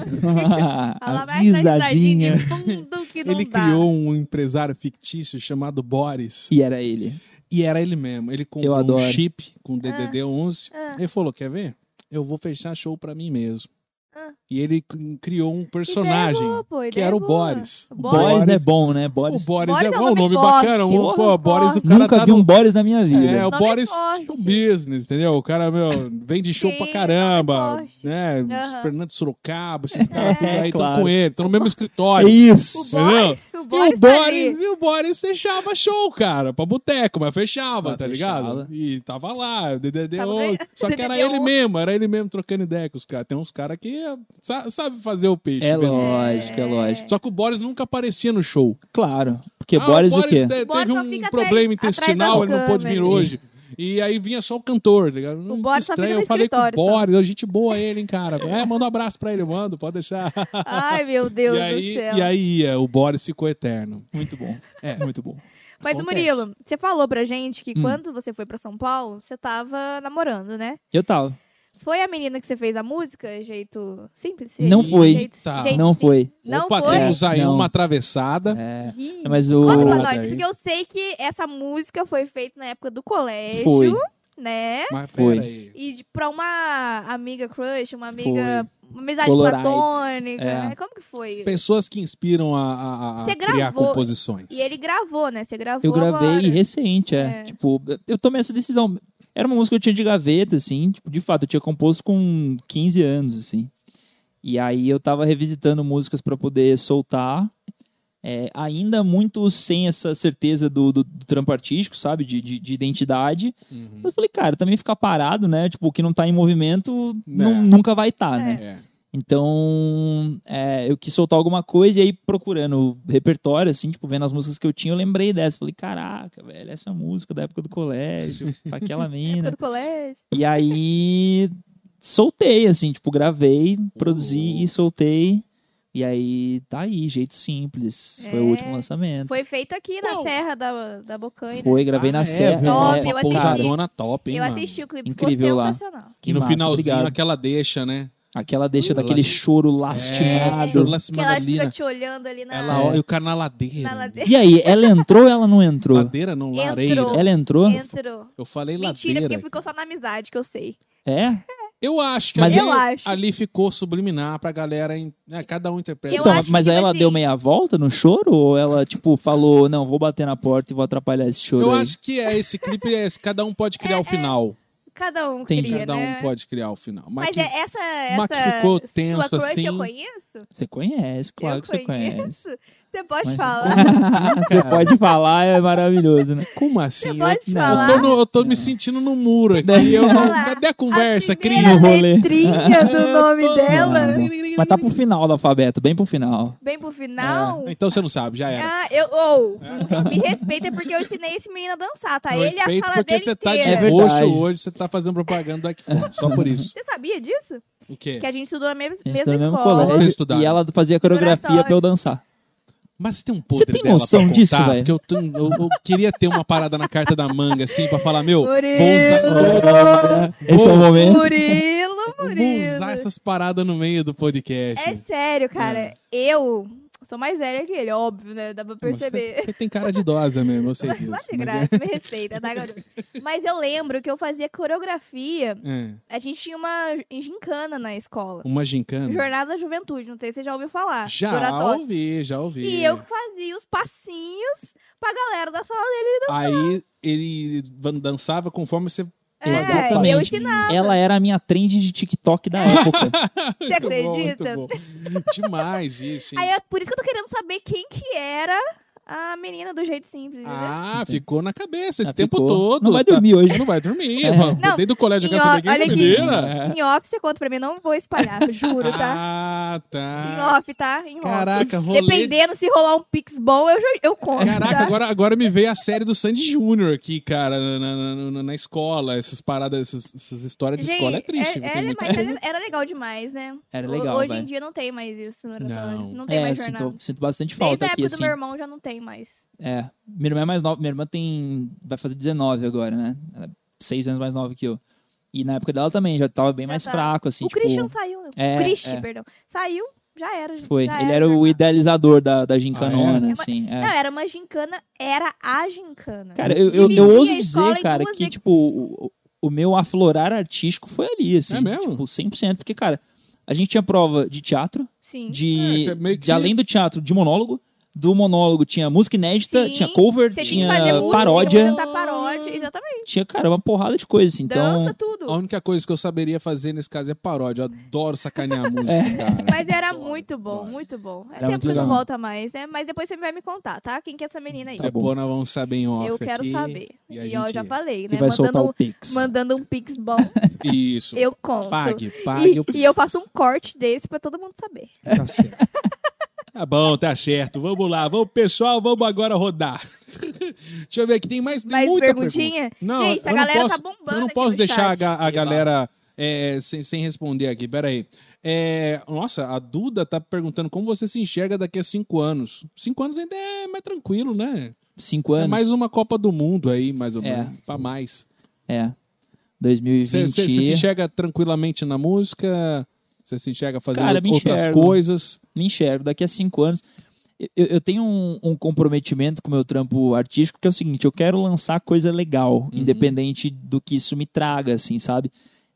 [SPEAKER 2] Ela vai essa risadinha
[SPEAKER 3] Avisadinha.
[SPEAKER 2] de fundo que não
[SPEAKER 1] ele
[SPEAKER 2] dá.
[SPEAKER 1] criou um empresário fictício chamado Boris.
[SPEAKER 3] E era ele.
[SPEAKER 1] E era ele mesmo. Ele comprou um
[SPEAKER 3] adoro.
[SPEAKER 1] chip com DDD11.
[SPEAKER 2] Ah,
[SPEAKER 1] Ele falou: Quer ver? Eu vou fechar show pra mim mesmo.
[SPEAKER 2] Ah.
[SPEAKER 1] E ele c- criou um
[SPEAKER 2] ideia
[SPEAKER 1] personagem.
[SPEAKER 2] boa, pô,
[SPEAKER 1] que
[SPEAKER 2] ideia
[SPEAKER 1] era o
[SPEAKER 2] boa.
[SPEAKER 1] Boris.
[SPEAKER 2] é O
[SPEAKER 3] Boris,
[SPEAKER 2] Boris.
[SPEAKER 3] é bom, né?
[SPEAKER 1] O
[SPEAKER 3] Boris.
[SPEAKER 1] Boris
[SPEAKER 2] Boris
[SPEAKER 1] é,
[SPEAKER 2] é um
[SPEAKER 1] bom, um nome
[SPEAKER 2] nome forte,
[SPEAKER 1] bacana. O,
[SPEAKER 2] porra,
[SPEAKER 1] pô, Boris do
[SPEAKER 2] forte.
[SPEAKER 1] cara
[SPEAKER 3] Nunca
[SPEAKER 1] tá
[SPEAKER 3] vi
[SPEAKER 1] no-
[SPEAKER 3] um Boris na minha vida.
[SPEAKER 1] É, o
[SPEAKER 2] Nome
[SPEAKER 1] Boris
[SPEAKER 2] forte.
[SPEAKER 1] show business, entendeu? O cara, meu, vende show
[SPEAKER 2] Sim,
[SPEAKER 1] pra caramba,
[SPEAKER 2] nome forte.
[SPEAKER 1] né?
[SPEAKER 2] Aham. É.
[SPEAKER 1] Fernando Sorocaba, esses caras tudo aí estão
[SPEAKER 3] claro.
[SPEAKER 1] com ele, estão no mesmo
[SPEAKER 3] É
[SPEAKER 1] escritório.
[SPEAKER 3] isso.
[SPEAKER 2] O
[SPEAKER 1] Entendeu?
[SPEAKER 2] Boris, o
[SPEAKER 1] E é o
[SPEAKER 2] Boris, tá ali.
[SPEAKER 1] Boris, e o Boris fechava show, cara, pra boteco, mas fechava,
[SPEAKER 3] Ah,
[SPEAKER 1] tá
[SPEAKER 3] fechava.
[SPEAKER 1] ligado? E tava lá, o DDD.
[SPEAKER 2] Tava
[SPEAKER 1] outro.
[SPEAKER 2] bem-
[SPEAKER 1] Só que era
[SPEAKER 2] DDD
[SPEAKER 1] ele
[SPEAKER 2] outro.
[SPEAKER 1] mesmo, era ele mesmo trocando ideia com os caras. Tem uns caras que é, sa- sabe fazer o peixe.
[SPEAKER 3] É
[SPEAKER 1] beleza.
[SPEAKER 3] lógico, é
[SPEAKER 2] É.
[SPEAKER 3] lógico.
[SPEAKER 1] Só que o Boris nunca aparecia no show.
[SPEAKER 3] Claro. Porque
[SPEAKER 1] Ah,
[SPEAKER 3] Boris, o quê?
[SPEAKER 1] te- teve
[SPEAKER 2] Boris só
[SPEAKER 1] um
[SPEAKER 2] fica atrás-
[SPEAKER 1] problema
[SPEAKER 2] atrás das
[SPEAKER 1] intestinal, ele não pôde vir
[SPEAKER 2] câmeras.
[SPEAKER 1] hoje. E aí vinha só o cantor, tá ligado? Hum, que
[SPEAKER 2] Boris só fica
[SPEAKER 1] estranho.
[SPEAKER 2] no
[SPEAKER 1] Eu falei com o
[SPEAKER 2] escritório, só.
[SPEAKER 1] Boris, gente boa ele, hein, cara. É, manda um abraço pra ele, mando, pode deixar.
[SPEAKER 2] Ai, meu Deus
[SPEAKER 1] e aí,
[SPEAKER 2] do céu.
[SPEAKER 1] E aí ia, o Boris ficou eterno.
[SPEAKER 3] Muito bom.
[SPEAKER 1] É.
[SPEAKER 3] Muito bom.
[SPEAKER 2] Mas,
[SPEAKER 1] acontece.
[SPEAKER 2] Murilo, você falou pra gente que
[SPEAKER 3] Hum.
[SPEAKER 2] quando você foi pra São Paulo, você tava namorando, né?
[SPEAKER 3] Eu tava.
[SPEAKER 2] Foi a menina que você fez a música? Jeito simples?
[SPEAKER 3] Não
[SPEAKER 2] Jeito-
[SPEAKER 3] foi.
[SPEAKER 2] jeito-
[SPEAKER 1] Tá.
[SPEAKER 2] jeito
[SPEAKER 3] Não
[SPEAKER 2] simples.
[SPEAKER 3] foi.
[SPEAKER 2] Não
[SPEAKER 1] Opa,
[SPEAKER 2] foi?
[SPEAKER 1] temos aí
[SPEAKER 3] Não.
[SPEAKER 1] uma atravessada.
[SPEAKER 3] É.
[SPEAKER 2] Ih,
[SPEAKER 3] Mas o.
[SPEAKER 2] Conta pra
[SPEAKER 1] Obrigado
[SPEAKER 2] nós,
[SPEAKER 1] aí.
[SPEAKER 2] porque eu sei que essa música foi feita na época do colégio,
[SPEAKER 3] Foi.
[SPEAKER 2] né?
[SPEAKER 1] Mas
[SPEAKER 3] Foi.
[SPEAKER 1] peraí.
[SPEAKER 2] E de- pra uma amiga crush, uma amiga. Uma amizade
[SPEAKER 3] Colorites,
[SPEAKER 2] platônica.
[SPEAKER 3] é.
[SPEAKER 2] né? Como que foi?
[SPEAKER 1] Pessoas que inspiram a, a- a
[SPEAKER 2] Você
[SPEAKER 1] criar
[SPEAKER 2] gravou.
[SPEAKER 1] composições.
[SPEAKER 2] E ele gravou, né? Você gravou.
[SPEAKER 3] Eu gravei
[SPEAKER 2] agora.
[SPEAKER 3] recente, é.
[SPEAKER 2] É.
[SPEAKER 3] Tipo, eu tomei essa decisão. Era uma música que eu tinha de gaveta, assim. Tipo, de fato, eu tinha composto com 15 anos, assim. E aí eu tava revisitando músicas pra poder soltar. É, ainda muito sem essa certeza do, do, do trampo artístico, sabe? De, de, de identidade.
[SPEAKER 1] Uhum.
[SPEAKER 3] Eu falei, cara, também ficar parado, né? Tipo, o que não tá em movimento
[SPEAKER 1] Né.
[SPEAKER 3] nu- nunca vai estar, né?
[SPEAKER 1] É.
[SPEAKER 3] Então, é, eu quis soltar alguma coisa e aí procurando repertório, assim, tipo, vendo as músicas que eu tinha, eu lembrei dessa. Falei, caraca, velho, essa é música da época do colégio, pra aquela
[SPEAKER 2] Época
[SPEAKER 3] mina.
[SPEAKER 2] do colégio.
[SPEAKER 3] E aí, soltei, assim, tipo, gravei, produzi e soltei. E aí, tá aí, Jeito Simples. Foi o
[SPEAKER 2] É.
[SPEAKER 3] último lançamento. Foi,
[SPEAKER 2] Foi feito aqui na
[SPEAKER 1] Bom.
[SPEAKER 2] Serra da, da Bocaina.
[SPEAKER 3] gravei
[SPEAKER 1] Ah,
[SPEAKER 3] na
[SPEAKER 1] é,
[SPEAKER 3] Serra.
[SPEAKER 1] velho,
[SPEAKER 2] Top,
[SPEAKER 3] é,
[SPEAKER 2] eu
[SPEAKER 1] uma
[SPEAKER 2] assisti.
[SPEAKER 1] pousadona top, hein,
[SPEAKER 2] Eu
[SPEAKER 1] mano?
[SPEAKER 2] assisti o clipe,
[SPEAKER 3] Incrível
[SPEAKER 2] ficou
[SPEAKER 3] lá.
[SPEAKER 2] sensacional.
[SPEAKER 3] que
[SPEAKER 1] e no
[SPEAKER 3] massa,
[SPEAKER 1] finalzinho,
[SPEAKER 3] obrigado.
[SPEAKER 1] aquela deixa, né?
[SPEAKER 3] Aquela deixa
[SPEAKER 1] Uh,
[SPEAKER 3] daquele
[SPEAKER 1] lastim-
[SPEAKER 3] choro
[SPEAKER 1] É,
[SPEAKER 3] lastimado.
[SPEAKER 1] chorou
[SPEAKER 2] Que
[SPEAKER 1] lastimado
[SPEAKER 2] ela
[SPEAKER 1] ali, né?
[SPEAKER 2] fica te olhando ali na.
[SPEAKER 3] É.
[SPEAKER 1] Ela olha o cara na ladeira.
[SPEAKER 2] Na ladeira.
[SPEAKER 3] E aí, ela entrou ou ela não entrou?
[SPEAKER 1] Ladeira não,
[SPEAKER 2] Entrou.
[SPEAKER 1] lareira.
[SPEAKER 3] Ela entrou?
[SPEAKER 2] Entrou.
[SPEAKER 1] Eu falei
[SPEAKER 2] Mentira,
[SPEAKER 1] ladeira.
[SPEAKER 2] porque ficou só na amidade, que eu sei.
[SPEAKER 3] É?
[SPEAKER 1] Eu acho que
[SPEAKER 3] Mas
[SPEAKER 1] ali,
[SPEAKER 2] eu acho.
[SPEAKER 1] ali ficou subliminar pra galera. em- né, cada um interpreta.
[SPEAKER 2] Eu
[SPEAKER 3] Então,
[SPEAKER 2] acho que,
[SPEAKER 3] mas aí
[SPEAKER 2] tipo
[SPEAKER 3] ela
[SPEAKER 2] assim-
[SPEAKER 3] deu meia volta no choro? Ou ela, tipo, falou, não, vou bater na porta e vou atrapalhar esse choro
[SPEAKER 1] Eu
[SPEAKER 3] aí?
[SPEAKER 1] acho que é esse clipe, é esse, cada um pode criar o final.
[SPEAKER 2] Cada um
[SPEAKER 3] Entendi.
[SPEAKER 2] queria,
[SPEAKER 1] Cada
[SPEAKER 2] né?
[SPEAKER 1] um pode criar o final. Mas,
[SPEAKER 2] Mas
[SPEAKER 1] que-
[SPEAKER 2] é essa,
[SPEAKER 1] mas
[SPEAKER 2] essa
[SPEAKER 1] que ficou tenso,
[SPEAKER 2] sua crush
[SPEAKER 1] assim.
[SPEAKER 2] eu conheço?
[SPEAKER 3] Você conhece, claro
[SPEAKER 2] eu
[SPEAKER 3] que você conhece.
[SPEAKER 2] conheço. Você pode
[SPEAKER 3] Mas-
[SPEAKER 2] falar.
[SPEAKER 3] você pode falar, é maravilhoso, né?
[SPEAKER 1] como assim? Eu,
[SPEAKER 2] pode
[SPEAKER 1] eu
[SPEAKER 2] falar.
[SPEAKER 1] tô, no- eu tô me sentindo no muro aqui.
[SPEAKER 3] Não.
[SPEAKER 1] Eu Assim não-
[SPEAKER 2] Falar.
[SPEAKER 1] cadê a conversa,
[SPEAKER 2] A
[SPEAKER 1] Cris?
[SPEAKER 2] primeira
[SPEAKER 3] No rolê.
[SPEAKER 2] letrinha do
[SPEAKER 1] É,
[SPEAKER 2] nome dela.
[SPEAKER 3] Não, Mas tá pro final do alfabeto, bem pro final.
[SPEAKER 2] Bem pro final.
[SPEAKER 1] Então você não sabe, já era.
[SPEAKER 2] Ah, eu. ou, me respeita porque eu ensinei esse menino a dançar, tá?
[SPEAKER 1] Não
[SPEAKER 2] Ele e a
[SPEAKER 1] respeito,
[SPEAKER 2] sala
[SPEAKER 1] porque
[SPEAKER 2] dele
[SPEAKER 1] você tá de
[SPEAKER 2] inteira.
[SPEAKER 3] É
[SPEAKER 1] roxo
[SPEAKER 3] verdade.
[SPEAKER 1] hoje, você tá fazendo propaganda do Equifone. Só por isso.
[SPEAKER 2] Você sabia disso?
[SPEAKER 1] O quê?
[SPEAKER 2] Que a gente estudou na me-
[SPEAKER 3] A gente
[SPEAKER 2] mesma
[SPEAKER 3] tá no mesmo
[SPEAKER 2] escola.
[SPEAKER 1] Vocês
[SPEAKER 3] colégio
[SPEAKER 1] estudaram.
[SPEAKER 3] e ela fazia coreografia
[SPEAKER 2] Oratório.
[SPEAKER 3] pra eu dançar.
[SPEAKER 1] Mas você tem um podre
[SPEAKER 3] tem
[SPEAKER 1] dela
[SPEAKER 3] noção
[SPEAKER 1] pra contar?
[SPEAKER 3] disso, velho?
[SPEAKER 1] Porque eu, tô- eu- eu queria ter uma parada na carta da manga, assim, pra falar, meu, vou
[SPEAKER 2] Murilo.
[SPEAKER 1] usar,
[SPEAKER 3] Esse é o momento.
[SPEAKER 2] Murilo,
[SPEAKER 1] vou
[SPEAKER 2] Murilo.
[SPEAKER 1] usar essas paradas no meio do podcast.
[SPEAKER 2] É sério, cara. Eu sou mais velha que ele, óbvio, né? Dá pra perceber.
[SPEAKER 1] Você tem cara de idosa mesmo, eu sei disso.
[SPEAKER 2] Vai
[SPEAKER 1] mas é.
[SPEAKER 2] de graça, me respeita, tá, garoto? Mas eu lembro que eu fazia coreografia.
[SPEAKER 1] é- é,
[SPEAKER 2] A gente tinha uma gincana na escola.
[SPEAKER 1] uma gincana.
[SPEAKER 2] Jornada da Juventude, não sei se você já ouviu falar. do
[SPEAKER 1] Já
[SPEAKER 2] oratório.
[SPEAKER 1] ouvi, já ouvi.
[SPEAKER 2] E eu que fazia os passinhos pra galera da sala dele.
[SPEAKER 1] Aí ele dan- dançava conforme você
[SPEAKER 2] É, eu ensinava.
[SPEAKER 3] Ela era a minha trend de TikTok da época.
[SPEAKER 1] Você
[SPEAKER 2] acredita?
[SPEAKER 1] Demais isso, hein?
[SPEAKER 2] Aí é por isso que eu tô querendo saber quem que era a menina do jeito simples, entendeu?
[SPEAKER 1] Ah, ficou na cabeça esse
[SPEAKER 3] Já
[SPEAKER 1] tempo
[SPEAKER 3] Ah, ficou.
[SPEAKER 1] todo.
[SPEAKER 3] Não vai
[SPEAKER 1] tá?
[SPEAKER 3] dormir hoje.
[SPEAKER 1] Não vai dormir.
[SPEAKER 3] É.
[SPEAKER 1] mano.
[SPEAKER 2] Não,
[SPEAKER 1] Desde o colégio eu quero
[SPEAKER 2] em
[SPEAKER 1] saber quem é
[SPEAKER 2] off-
[SPEAKER 1] essa
[SPEAKER 2] olha aqui.
[SPEAKER 1] menina.
[SPEAKER 2] Em off você conta pra mim, eu não vou espalhar, juro, tá?
[SPEAKER 1] Ah,
[SPEAKER 2] Em
[SPEAKER 1] tá.
[SPEAKER 2] off, tá? Em off.
[SPEAKER 1] Caraca, rolê.
[SPEAKER 2] Dependendo se rolar um pix bom, eu, já- eu conto,
[SPEAKER 1] Caraca,
[SPEAKER 2] tá?
[SPEAKER 1] agora, agora me veio a série do Sandy Júnior aqui, cara, na, na- na- na- na escola, essas paradas, essas, essas histórias de escola é triste.
[SPEAKER 2] é-
[SPEAKER 1] tem
[SPEAKER 2] era,
[SPEAKER 1] muita
[SPEAKER 2] mas
[SPEAKER 1] coisa.
[SPEAKER 2] era, era legal demais, né?
[SPEAKER 3] Era
[SPEAKER 2] Ho-
[SPEAKER 3] legal,
[SPEAKER 2] Hoje em
[SPEAKER 3] velho.
[SPEAKER 2] dia não tem mais isso no oratório.
[SPEAKER 1] Não.
[SPEAKER 2] Não, tem
[SPEAKER 3] é,
[SPEAKER 2] mais jornada.
[SPEAKER 3] sinto, sinto bastante
[SPEAKER 2] Desde
[SPEAKER 3] falta
[SPEAKER 2] a
[SPEAKER 3] aqui,
[SPEAKER 2] época do
[SPEAKER 3] assim.
[SPEAKER 2] meu irmão já não tem mais.
[SPEAKER 3] É. Minha irmã é mais nova. Minha irmã tem. Vai fazer 19 agora, né? Ela é 6 anos mais nova que eu. E na época dela também, já tava
[SPEAKER 2] Já
[SPEAKER 3] bem mais
[SPEAKER 2] tá.
[SPEAKER 3] fraco, assim.
[SPEAKER 2] o
[SPEAKER 3] tipo,
[SPEAKER 2] Christian saiu. né?
[SPEAKER 3] é,
[SPEAKER 2] o Christian,
[SPEAKER 3] é.
[SPEAKER 2] perdão. Saiu, já era.
[SPEAKER 3] Foi.
[SPEAKER 2] já
[SPEAKER 3] Ele
[SPEAKER 2] era
[SPEAKER 3] era o
[SPEAKER 2] jornada.
[SPEAKER 3] idealizador da, da
[SPEAKER 1] Ah, é?
[SPEAKER 3] gincanona,
[SPEAKER 2] É,
[SPEAKER 3] assim. é.
[SPEAKER 2] Não, era uma gincana, era a gincana.
[SPEAKER 3] Cara, eu, eu, eu
[SPEAKER 2] Dividia
[SPEAKER 3] ouso
[SPEAKER 2] a escola
[SPEAKER 3] dizer,
[SPEAKER 2] em
[SPEAKER 3] cara,
[SPEAKER 2] duas
[SPEAKER 3] que,
[SPEAKER 2] e-
[SPEAKER 3] tipo, o, o meu aflorar artístico foi ali, assim.
[SPEAKER 1] É mesmo?
[SPEAKER 3] Tipo, 100%. Porque, cara, a gente tinha prova de teatro,
[SPEAKER 2] Sim.
[SPEAKER 1] É,
[SPEAKER 3] de,
[SPEAKER 1] isso é meio que-
[SPEAKER 3] de além do teatro, de monólogo. Do monólogo tinha música inédita,
[SPEAKER 2] Sim,
[SPEAKER 3] tinha cover,
[SPEAKER 2] Você tinha
[SPEAKER 3] tinha
[SPEAKER 2] que fazer música,
[SPEAKER 3] paródia,
[SPEAKER 2] apresentar paródia, exatamente.
[SPEAKER 3] tinha, cara, uma porrada de coisa, assim. Então,
[SPEAKER 2] Dança, tudo.
[SPEAKER 1] A única coisa que eu saberia fazer nesse caso é paródia. Eu adoro sacanear a música,
[SPEAKER 2] É.
[SPEAKER 1] cara.
[SPEAKER 2] Mas era
[SPEAKER 1] Adoro,
[SPEAKER 2] muito bom,
[SPEAKER 1] adoro.
[SPEAKER 2] muito bom. É
[SPEAKER 3] Era
[SPEAKER 2] tempo
[SPEAKER 3] muito
[SPEAKER 2] que não
[SPEAKER 3] legal.
[SPEAKER 2] volta mais, né? Mas depois você vai me contar, tá? Quem que é essa menina aí?
[SPEAKER 3] Tá bom.
[SPEAKER 1] Depois nós vamos saber em off
[SPEAKER 2] eu quero
[SPEAKER 1] aqui,
[SPEAKER 2] saber.
[SPEAKER 1] é e
[SPEAKER 2] E,
[SPEAKER 1] a
[SPEAKER 2] ó,
[SPEAKER 1] gente-
[SPEAKER 2] eu já falei,
[SPEAKER 3] e
[SPEAKER 2] né?
[SPEAKER 3] vai soltar
[SPEAKER 2] Mandando,
[SPEAKER 3] o Pix.
[SPEAKER 2] mandando um pix bom,
[SPEAKER 1] Isso.
[SPEAKER 2] eu conto.
[SPEAKER 1] Pague, pague. o-
[SPEAKER 2] E, e eu faço um corte desse pra todo mundo saber.
[SPEAKER 1] Tá certo. Tá bom, tá certo. Vamos lá. Vamos, pessoal, vamos agora rodar. Deixa eu ver aqui, tem mais tem
[SPEAKER 2] Mais
[SPEAKER 1] muita
[SPEAKER 2] perguntinha?
[SPEAKER 1] pergunta. Não,
[SPEAKER 2] Gente,
[SPEAKER 1] eu
[SPEAKER 2] a
[SPEAKER 1] não
[SPEAKER 2] galera
[SPEAKER 1] posso-
[SPEAKER 2] tá bombando
[SPEAKER 1] Eu não
[SPEAKER 2] aqui
[SPEAKER 1] posso
[SPEAKER 2] no
[SPEAKER 1] deixar a,
[SPEAKER 2] chat.
[SPEAKER 1] ga- a
[SPEAKER 3] Eba.
[SPEAKER 1] galera é, sem, sem responder aqui. Pera aí. É, nossa, a Duda tá perguntando como você se enxerga daqui a cinco anos. Cinco anos ainda é mais tranquilo, né?
[SPEAKER 3] Cinco
[SPEAKER 1] É
[SPEAKER 3] anos.
[SPEAKER 1] mais uma Copa do Mundo aí, mais ou
[SPEAKER 3] É.
[SPEAKER 1] menos. Pra mais.
[SPEAKER 3] É.
[SPEAKER 1] Você
[SPEAKER 3] 2020.
[SPEAKER 1] você- você se enxerga tranquilamente na música? Você se enxerga fazendo
[SPEAKER 3] Cara, me
[SPEAKER 1] outras
[SPEAKER 3] enxergo.
[SPEAKER 1] coisas?
[SPEAKER 3] me enxergo daqui a cinco anos. Eu, eu tenho um, um comprometimento com o meu trampo artístico que é o seguinte: eu quero lançar coisa
[SPEAKER 1] Uhum.
[SPEAKER 3] legal, independente do que isso me traga, assim, sabe?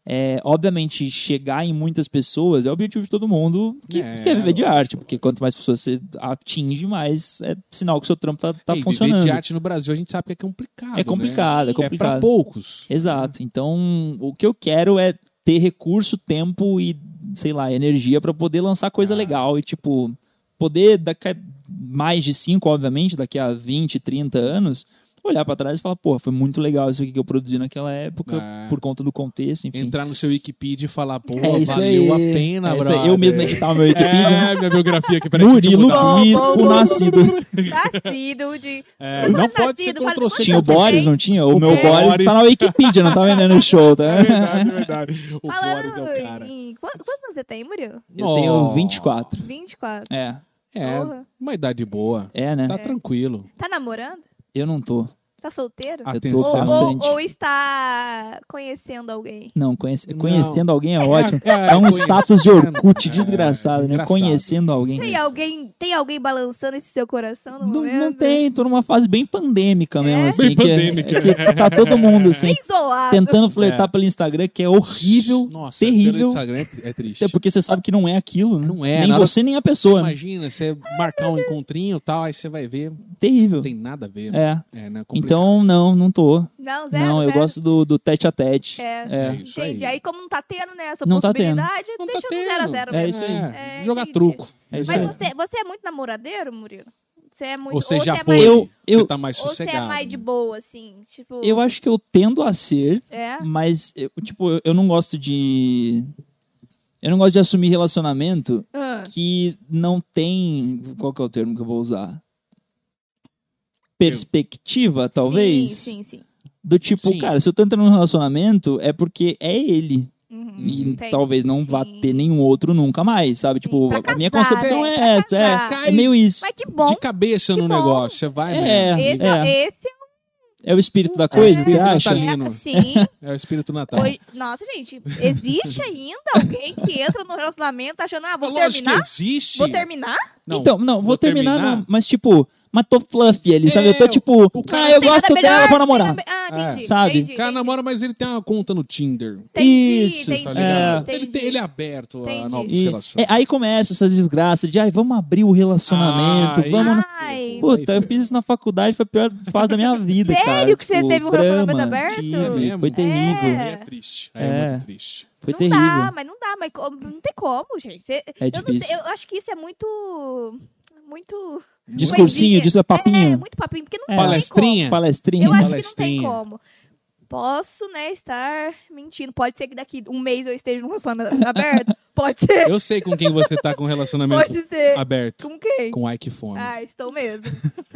[SPEAKER 3] É, obviamente, chegar em muitas pessoas é o objetivo de todo mundo que
[SPEAKER 1] É,
[SPEAKER 3] quer viver de
[SPEAKER 1] lógico.
[SPEAKER 3] arte, porque quanto mais pessoas você atinge, mais é sinal que o seu trampo tá, tá
[SPEAKER 1] Ei,
[SPEAKER 3] funcionando.
[SPEAKER 1] Viver de arte no Brasil, a gente sabe que é complicado.
[SPEAKER 3] É complicado,
[SPEAKER 1] né?
[SPEAKER 3] é complicado.
[SPEAKER 1] É pra poucos.
[SPEAKER 3] Exato. Então, o que eu quero é ter recurso, tempo e, sei lá, energia pra poder lançar coisa
[SPEAKER 1] Ah.
[SPEAKER 3] legal e, tipo, poder daqui a mais de 5, obviamente, daqui a 20, 30 anos, olhar pra trás e falar, porra, foi muito legal isso aqui que eu produzi naquela época,
[SPEAKER 1] Ah.
[SPEAKER 3] por conta do contexto, enfim.
[SPEAKER 1] Entrar no seu Wikipedia e falar, pô,
[SPEAKER 3] É isso
[SPEAKER 1] valeu
[SPEAKER 3] aí.
[SPEAKER 1] a pena,
[SPEAKER 3] É isso aí.
[SPEAKER 1] brother.
[SPEAKER 3] eu mesmo editar o meu Wikipedia.
[SPEAKER 1] É, minha biografia aqui, peraí, deixa eu
[SPEAKER 3] Murilo
[SPEAKER 1] mudar.
[SPEAKER 2] Bom, bom,
[SPEAKER 3] Bispo
[SPEAKER 2] bom.
[SPEAKER 3] Nascido.
[SPEAKER 2] Nascido Tá de...
[SPEAKER 1] É,
[SPEAKER 2] Quantos
[SPEAKER 1] não pode
[SPEAKER 2] anos
[SPEAKER 1] ser
[SPEAKER 2] nascido? Fala-
[SPEAKER 1] Ctrl+C.
[SPEAKER 3] Tinha o
[SPEAKER 2] Quantos anos
[SPEAKER 3] Boris,
[SPEAKER 2] tem?
[SPEAKER 3] não tinha? O,
[SPEAKER 1] O
[SPEAKER 3] meu Boris.
[SPEAKER 1] Boris.
[SPEAKER 3] tá na Wikipedia, não tá vendendo o show, tá?
[SPEAKER 1] É verdade, é verdade. O Boris é
[SPEAKER 2] Falando
[SPEAKER 1] o cara.
[SPEAKER 2] em... Quantos, quantos anos você tem, Murilo?
[SPEAKER 3] Eu tenho 24.
[SPEAKER 2] 24.
[SPEAKER 3] É,
[SPEAKER 1] É,
[SPEAKER 2] Porra.
[SPEAKER 1] uma idade boa.
[SPEAKER 3] é, né?
[SPEAKER 1] Tá tranquilo.
[SPEAKER 2] Tá namorando?
[SPEAKER 3] Eu não tô.
[SPEAKER 2] Tá solteiro?
[SPEAKER 3] tô
[SPEAKER 1] Atento.
[SPEAKER 2] Ou, ou,
[SPEAKER 3] bastante.
[SPEAKER 2] ou está conhecendo alguém?
[SPEAKER 3] Não, conhece-
[SPEAKER 1] Não.
[SPEAKER 3] conhecendo alguém é ótimo.
[SPEAKER 1] É,
[SPEAKER 3] É um status de Orkut
[SPEAKER 1] É,
[SPEAKER 3] desgraçado, né?
[SPEAKER 1] engraçado.
[SPEAKER 3] Conhecendo alguém.
[SPEAKER 2] Tem alguém, tem alguém balançando esse seu coração no
[SPEAKER 3] Não,
[SPEAKER 2] momento?
[SPEAKER 3] não tem, tô numa fase bem pandêmica mesmo,
[SPEAKER 2] É?
[SPEAKER 3] assim.
[SPEAKER 1] Bem
[SPEAKER 3] que é-
[SPEAKER 1] pandêmica.
[SPEAKER 3] que tá todo mundo, assim,
[SPEAKER 2] Bem isolado.
[SPEAKER 3] tentando flertar pelo Instagram, que é horrível,
[SPEAKER 1] Nossa, pelo
[SPEAKER 3] terrível.
[SPEAKER 1] Instagram é triste.
[SPEAKER 3] Até porque você sabe que não é aquilo, né?
[SPEAKER 1] Não é,
[SPEAKER 3] Nem
[SPEAKER 1] na hora-
[SPEAKER 3] você, nem a pessoa. né?
[SPEAKER 1] Imagina, você marcar um encontrinho e tal, aí você vai ver, não
[SPEAKER 3] Terrível.
[SPEAKER 1] tem nada a ver.
[SPEAKER 3] É.
[SPEAKER 1] É, né? Complicado.
[SPEAKER 3] Então, não, não tô.
[SPEAKER 2] Não, zero,
[SPEAKER 3] não, eu
[SPEAKER 2] zero.
[SPEAKER 3] gosto do, do tete a tete.
[SPEAKER 2] É,
[SPEAKER 1] É
[SPEAKER 3] É.
[SPEAKER 1] isso
[SPEAKER 2] entendi.
[SPEAKER 1] aí.
[SPEAKER 2] Aí. como não tá tendo né, essa
[SPEAKER 3] Não tá
[SPEAKER 2] possibilidade,
[SPEAKER 1] Não tá
[SPEAKER 2] deixa no
[SPEAKER 1] tendo.
[SPEAKER 2] 0 a 0
[SPEAKER 3] É
[SPEAKER 2] mesmo.
[SPEAKER 3] isso aí.
[SPEAKER 1] É,
[SPEAKER 2] É,
[SPEAKER 1] jogar
[SPEAKER 2] entendi.
[SPEAKER 1] truco.
[SPEAKER 3] É isso aí.
[SPEAKER 2] Mas você, você é muito namoradeiro, Murilo? Você é muito.
[SPEAKER 1] ou você já
[SPEAKER 2] é
[SPEAKER 1] foi,
[SPEAKER 2] Mais,
[SPEAKER 3] Eu- eu-
[SPEAKER 1] você tá mais
[SPEAKER 2] ou você
[SPEAKER 1] sossegado.
[SPEAKER 2] é mais de boa, assim? Tipo.
[SPEAKER 3] Eu acho que eu tendo a ser,
[SPEAKER 2] É.
[SPEAKER 3] mas, eu, tipo, eu- eu não gosto de... Eu não gosto de assumir relacionamento
[SPEAKER 2] Ah,
[SPEAKER 3] que não tem. Qual que é o termo que eu vou usar? Perspectiva, talvez?
[SPEAKER 2] Sim, sim, sim.
[SPEAKER 3] Do tipo,
[SPEAKER 1] Sim.
[SPEAKER 3] cara, se eu tô entrando num relacionamento, é porque é ele.
[SPEAKER 2] Uhum.
[SPEAKER 3] E
[SPEAKER 2] Entendi.
[SPEAKER 3] talvez não vá
[SPEAKER 2] Sim.
[SPEAKER 3] ter nenhum outro nunca mais, sabe?
[SPEAKER 2] Sim,
[SPEAKER 3] Tipo,
[SPEAKER 2] pra
[SPEAKER 3] a minha
[SPEAKER 2] casar,
[SPEAKER 3] concepção
[SPEAKER 2] velho,
[SPEAKER 3] é
[SPEAKER 2] pra
[SPEAKER 3] essa. É,
[SPEAKER 2] casar.
[SPEAKER 3] é meio isso.
[SPEAKER 2] Mas que bom.
[SPEAKER 1] de cabeça
[SPEAKER 2] que
[SPEAKER 1] no
[SPEAKER 2] bom.
[SPEAKER 1] negócio, você vai mesmo.
[SPEAKER 3] É,
[SPEAKER 2] Esse,
[SPEAKER 3] é.
[SPEAKER 2] esse
[SPEAKER 3] É o espírito da coisa,
[SPEAKER 2] É.
[SPEAKER 3] você acha? Tá.
[SPEAKER 1] Natalino. Menino.
[SPEAKER 2] é, sim.
[SPEAKER 1] É o espírito natal.
[SPEAKER 2] Hoje- nossa, gente, existe ainda alguém que entra no relacionamento achando, ah, vou
[SPEAKER 1] É lógico
[SPEAKER 2] terminar?
[SPEAKER 1] que existe.
[SPEAKER 2] Vou terminar?
[SPEAKER 1] Não,
[SPEAKER 3] Então, não, vou,
[SPEAKER 1] vou
[SPEAKER 3] terminar,
[SPEAKER 1] terminar?
[SPEAKER 3] não, mas tipo, mas tô fluffy ali, sabe?
[SPEAKER 1] É,
[SPEAKER 3] eu tô tipo,
[SPEAKER 1] o cara
[SPEAKER 3] ah, eu
[SPEAKER 2] Tem nada
[SPEAKER 3] gosto
[SPEAKER 2] é melhor,
[SPEAKER 3] dela, vou
[SPEAKER 2] tem
[SPEAKER 3] namorar. É.
[SPEAKER 2] nada- Ah, Ah, entendi.
[SPEAKER 3] Sabe?
[SPEAKER 2] entendi,
[SPEAKER 1] O cara
[SPEAKER 2] entendi.
[SPEAKER 1] namora, mas ele tem uma conta no Tinder.
[SPEAKER 2] Entendi,
[SPEAKER 3] Isso,
[SPEAKER 2] entendi,
[SPEAKER 1] tá ligado?
[SPEAKER 2] entendi.
[SPEAKER 1] Ele, tem- ele é aberto a
[SPEAKER 2] Entendi.
[SPEAKER 1] novas
[SPEAKER 3] E-
[SPEAKER 1] relações.
[SPEAKER 3] é, aí começa essas desgraças de, ai, vamos abrir o relacionamento,
[SPEAKER 1] Ah,
[SPEAKER 3] vamos...
[SPEAKER 2] Ai,
[SPEAKER 3] Puta, eu fiz isso na faculdade, foi a pior fase da minha vida,
[SPEAKER 2] Sério
[SPEAKER 3] cara. tipo,
[SPEAKER 2] que você teve um relacionamento aberto?
[SPEAKER 3] tive,
[SPEAKER 1] É
[SPEAKER 3] foi
[SPEAKER 1] mesmo?
[SPEAKER 3] terrível,
[SPEAKER 1] Aí é triste. Aí é
[SPEAKER 3] É.
[SPEAKER 1] muito triste.
[SPEAKER 3] foi
[SPEAKER 2] não
[SPEAKER 3] terrível.
[SPEAKER 2] dá, mas não dá, mas co- não tem como, gente. Você-
[SPEAKER 3] É
[SPEAKER 2] eu, não sei,
[SPEAKER 3] difícil.
[SPEAKER 2] eu acho que isso é muito. Muito.
[SPEAKER 3] Discursinho,
[SPEAKER 2] coisinha.
[SPEAKER 3] disso é
[SPEAKER 2] É,
[SPEAKER 3] papinho,
[SPEAKER 2] muito papinho, porque não
[SPEAKER 3] É.
[SPEAKER 2] tem
[SPEAKER 1] Palestrinha?
[SPEAKER 2] como.
[SPEAKER 3] palestrinha.
[SPEAKER 2] Eu acho que não tem
[SPEAKER 1] Palestrinha.
[SPEAKER 2] como. Posso, né, estar mentindo. Pode ser que daqui um mês eu esteja num relacionamento aberto. Pode ser.
[SPEAKER 1] Eu sei com quem você tá com relacionamento
[SPEAKER 2] Pode ser.
[SPEAKER 1] aberto.
[SPEAKER 2] Com quem?
[SPEAKER 1] Com o Ike Fome.
[SPEAKER 2] Ah, estou mesmo.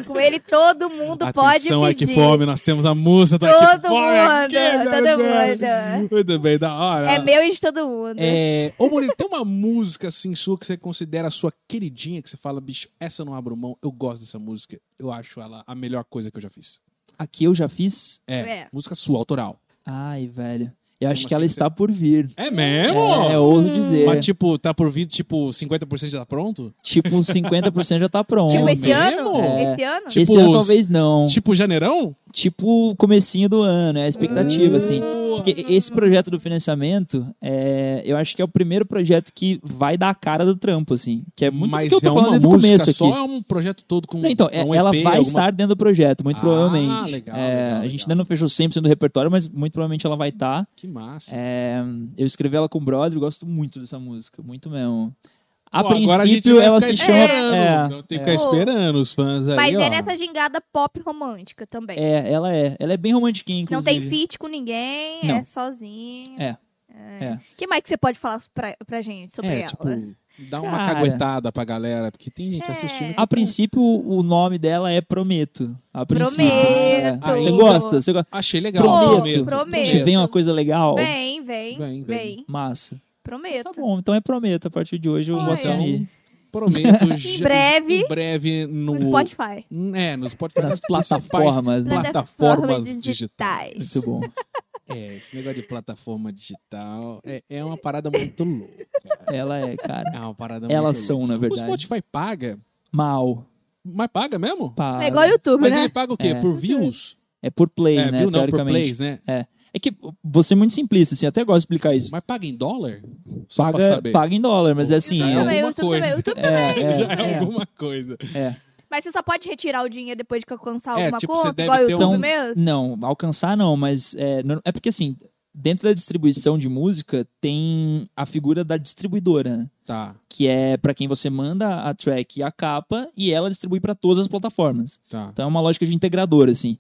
[SPEAKER 2] Com ele todo mundo
[SPEAKER 1] Atenção,
[SPEAKER 2] pode
[SPEAKER 1] Ike
[SPEAKER 2] pedir.
[SPEAKER 1] Fome, nós temos a música do Ike
[SPEAKER 2] Todo
[SPEAKER 1] Fome.
[SPEAKER 2] mundo,
[SPEAKER 1] aqui,
[SPEAKER 2] todo
[SPEAKER 1] Marcelo.
[SPEAKER 2] mundo.
[SPEAKER 1] Muito bem, da hora.
[SPEAKER 2] É né? meu e de todo mundo.
[SPEAKER 1] É, Ô, Murilo, tem uma música assim sua que você considera a sua queridinha, que você fala, bicho, essa eu não abro mão, eu gosto dessa música, eu acho ela a melhor coisa que eu já fiz.
[SPEAKER 3] Aqui eu já fiz.
[SPEAKER 1] É,
[SPEAKER 2] É.
[SPEAKER 1] música sua, autoral.
[SPEAKER 3] Ai, velho. Eu acho
[SPEAKER 1] Como
[SPEAKER 3] que ela
[SPEAKER 1] assim?
[SPEAKER 3] está por vir.
[SPEAKER 1] É mesmo?
[SPEAKER 3] É, ouso dizer.
[SPEAKER 1] Mas, tipo, tá por vir, tipo, 50% já tá pronto?
[SPEAKER 3] Tipo, 50% já tá pronto.
[SPEAKER 2] Tipo,
[SPEAKER 1] É
[SPEAKER 2] esse
[SPEAKER 1] mesmo?
[SPEAKER 2] ano?
[SPEAKER 3] É.
[SPEAKER 2] Esse ano?
[SPEAKER 1] Tipo,
[SPEAKER 3] Esse ano
[SPEAKER 1] os-
[SPEAKER 3] talvez não.
[SPEAKER 1] Tipo, janeirão?
[SPEAKER 3] Tipo, comecinho do ano, é a
[SPEAKER 2] Hum.
[SPEAKER 3] expectativa, assim. Porque esse projeto do financiamento, é, eu acho que é o primeiro projeto que vai dar a cara do trampo, assim. Que é muito do
[SPEAKER 1] Mas
[SPEAKER 3] que eu
[SPEAKER 1] é
[SPEAKER 3] tô
[SPEAKER 1] uma
[SPEAKER 3] falando desde o
[SPEAKER 1] música
[SPEAKER 3] começo
[SPEAKER 1] só,
[SPEAKER 3] aqui.
[SPEAKER 1] é um projeto todo com
[SPEAKER 3] Não, então, é-
[SPEAKER 1] é um
[SPEAKER 3] ela
[SPEAKER 1] EP,
[SPEAKER 3] vai
[SPEAKER 1] alguma-
[SPEAKER 3] estar dentro do projeto, muito
[SPEAKER 1] Ah,
[SPEAKER 3] provavelmente.
[SPEAKER 1] legal,
[SPEAKER 3] É,
[SPEAKER 1] legal,
[SPEAKER 3] a gente
[SPEAKER 1] legal.
[SPEAKER 3] ainda não fechou 100% do repertório, mas muito provavelmente ela vai estar.
[SPEAKER 1] Que
[SPEAKER 3] É,
[SPEAKER 1] massa.
[SPEAKER 3] Eu escrevi ela com o brother, gosto muito dessa música, muito mesmo. A
[SPEAKER 1] Pô,
[SPEAKER 3] princípio,
[SPEAKER 1] agora a gente vai
[SPEAKER 3] ela
[SPEAKER 1] ficar
[SPEAKER 3] se chama.
[SPEAKER 1] esperando,
[SPEAKER 3] É,
[SPEAKER 1] então tem que
[SPEAKER 3] é.
[SPEAKER 1] ficar esperando os fãs aí,
[SPEAKER 2] Mas
[SPEAKER 1] ó.
[SPEAKER 2] é nessa gingada pop romântica também.
[SPEAKER 3] É, ela é. Ela é bem romantiquinha,
[SPEAKER 2] não
[SPEAKER 3] inclusive.
[SPEAKER 2] tem feat com ninguém,
[SPEAKER 3] Não.
[SPEAKER 2] é sozinho.
[SPEAKER 3] É.
[SPEAKER 2] É.
[SPEAKER 3] É.
[SPEAKER 2] que mais que você pode falar pra, pra gente sobre
[SPEAKER 1] É,
[SPEAKER 2] ela?
[SPEAKER 1] tipo, dá uma
[SPEAKER 3] Cara.
[SPEAKER 1] caguetada pra galera, porque tem gente
[SPEAKER 2] É.
[SPEAKER 1] assistindo.
[SPEAKER 3] A princípio, o nome dela é Prometo. A princípio.
[SPEAKER 2] Prometo.
[SPEAKER 3] É. Você
[SPEAKER 1] Aí-
[SPEAKER 3] gosta? Você gosta?
[SPEAKER 1] Achei legal.
[SPEAKER 2] Pô,
[SPEAKER 3] prometo.
[SPEAKER 2] prometo.
[SPEAKER 3] Te vem uma coisa legal?
[SPEAKER 2] Vem, vem,
[SPEAKER 1] Vem,
[SPEAKER 2] vem,
[SPEAKER 1] vem.
[SPEAKER 3] Massa.
[SPEAKER 2] Prometo.
[SPEAKER 3] Tá bom, então é Prometo. A partir de hoje eu
[SPEAKER 2] Ah,
[SPEAKER 3] vou
[SPEAKER 2] é.
[SPEAKER 3] assumir.
[SPEAKER 1] Prometo. já-
[SPEAKER 2] breve.
[SPEAKER 1] Em breve no...
[SPEAKER 2] No Spotify.
[SPEAKER 1] É, nos Spotify.
[SPEAKER 3] Nas
[SPEAKER 1] principais
[SPEAKER 3] plataformas, né?
[SPEAKER 1] Plataformas
[SPEAKER 2] Plataformas
[SPEAKER 1] digitais.
[SPEAKER 2] digitais.
[SPEAKER 3] Muito bom.
[SPEAKER 1] É, esse negócio de plataforma digital é, é uma parada muito louca.
[SPEAKER 3] Ela é, cara.
[SPEAKER 1] É uma parada muito
[SPEAKER 3] Elas
[SPEAKER 1] louca.
[SPEAKER 3] são, na
[SPEAKER 1] O
[SPEAKER 3] verdade.
[SPEAKER 1] Spotify paga,
[SPEAKER 3] Mal.
[SPEAKER 1] mas paga mesmo?
[SPEAKER 3] Pá.
[SPEAKER 2] É igual o YouTube,
[SPEAKER 1] Mas
[SPEAKER 2] né?
[SPEAKER 1] ele paga o quê?
[SPEAKER 3] Ah. É.
[SPEAKER 1] Por views?
[SPEAKER 3] É por play,
[SPEAKER 1] é,
[SPEAKER 3] né?
[SPEAKER 1] view não, por
[SPEAKER 3] teoricamente.
[SPEAKER 1] plays, né?
[SPEAKER 3] É que vou ser muito simplista, assim, eu até gosto de explicar isso.
[SPEAKER 1] Mas paga em dólar? Só pra
[SPEAKER 3] Paga,
[SPEAKER 1] saber.
[SPEAKER 3] paga em dólar, mas é assim.
[SPEAKER 1] Já é
[SPEAKER 2] Eu
[SPEAKER 1] alguma
[SPEAKER 2] também, o YouTube
[SPEAKER 1] coisa.
[SPEAKER 2] também, o YouTube
[SPEAKER 3] é,
[SPEAKER 2] também.
[SPEAKER 3] é,
[SPEAKER 1] Já é,
[SPEAKER 3] é.
[SPEAKER 1] alguma coisa.
[SPEAKER 2] Mas você só pode retirar o dinheiro depois de alcançar
[SPEAKER 1] É,
[SPEAKER 2] alguma
[SPEAKER 1] tipo, você
[SPEAKER 2] conta,
[SPEAKER 1] deve
[SPEAKER 2] igual o
[SPEAKER 1] ter
[SPEAKER 2] YouTube
[SPEAKER 3] um-
[SPEAKER 2] mesmo?
[SPEAKER 3] Não, alcançar não, mas é, não- é porque assim, dentro da distribuição de música tem a figura da distribuidora, né?
[SPEAKER 1] Tá,
[SPEAKER 3] que é pra quem você manda a track e a capa e ela distribui pra todas as plataformas.
[SPEAKER 1] tá.
[SPEAKER 3] Então é uma lógica de integradora, assim.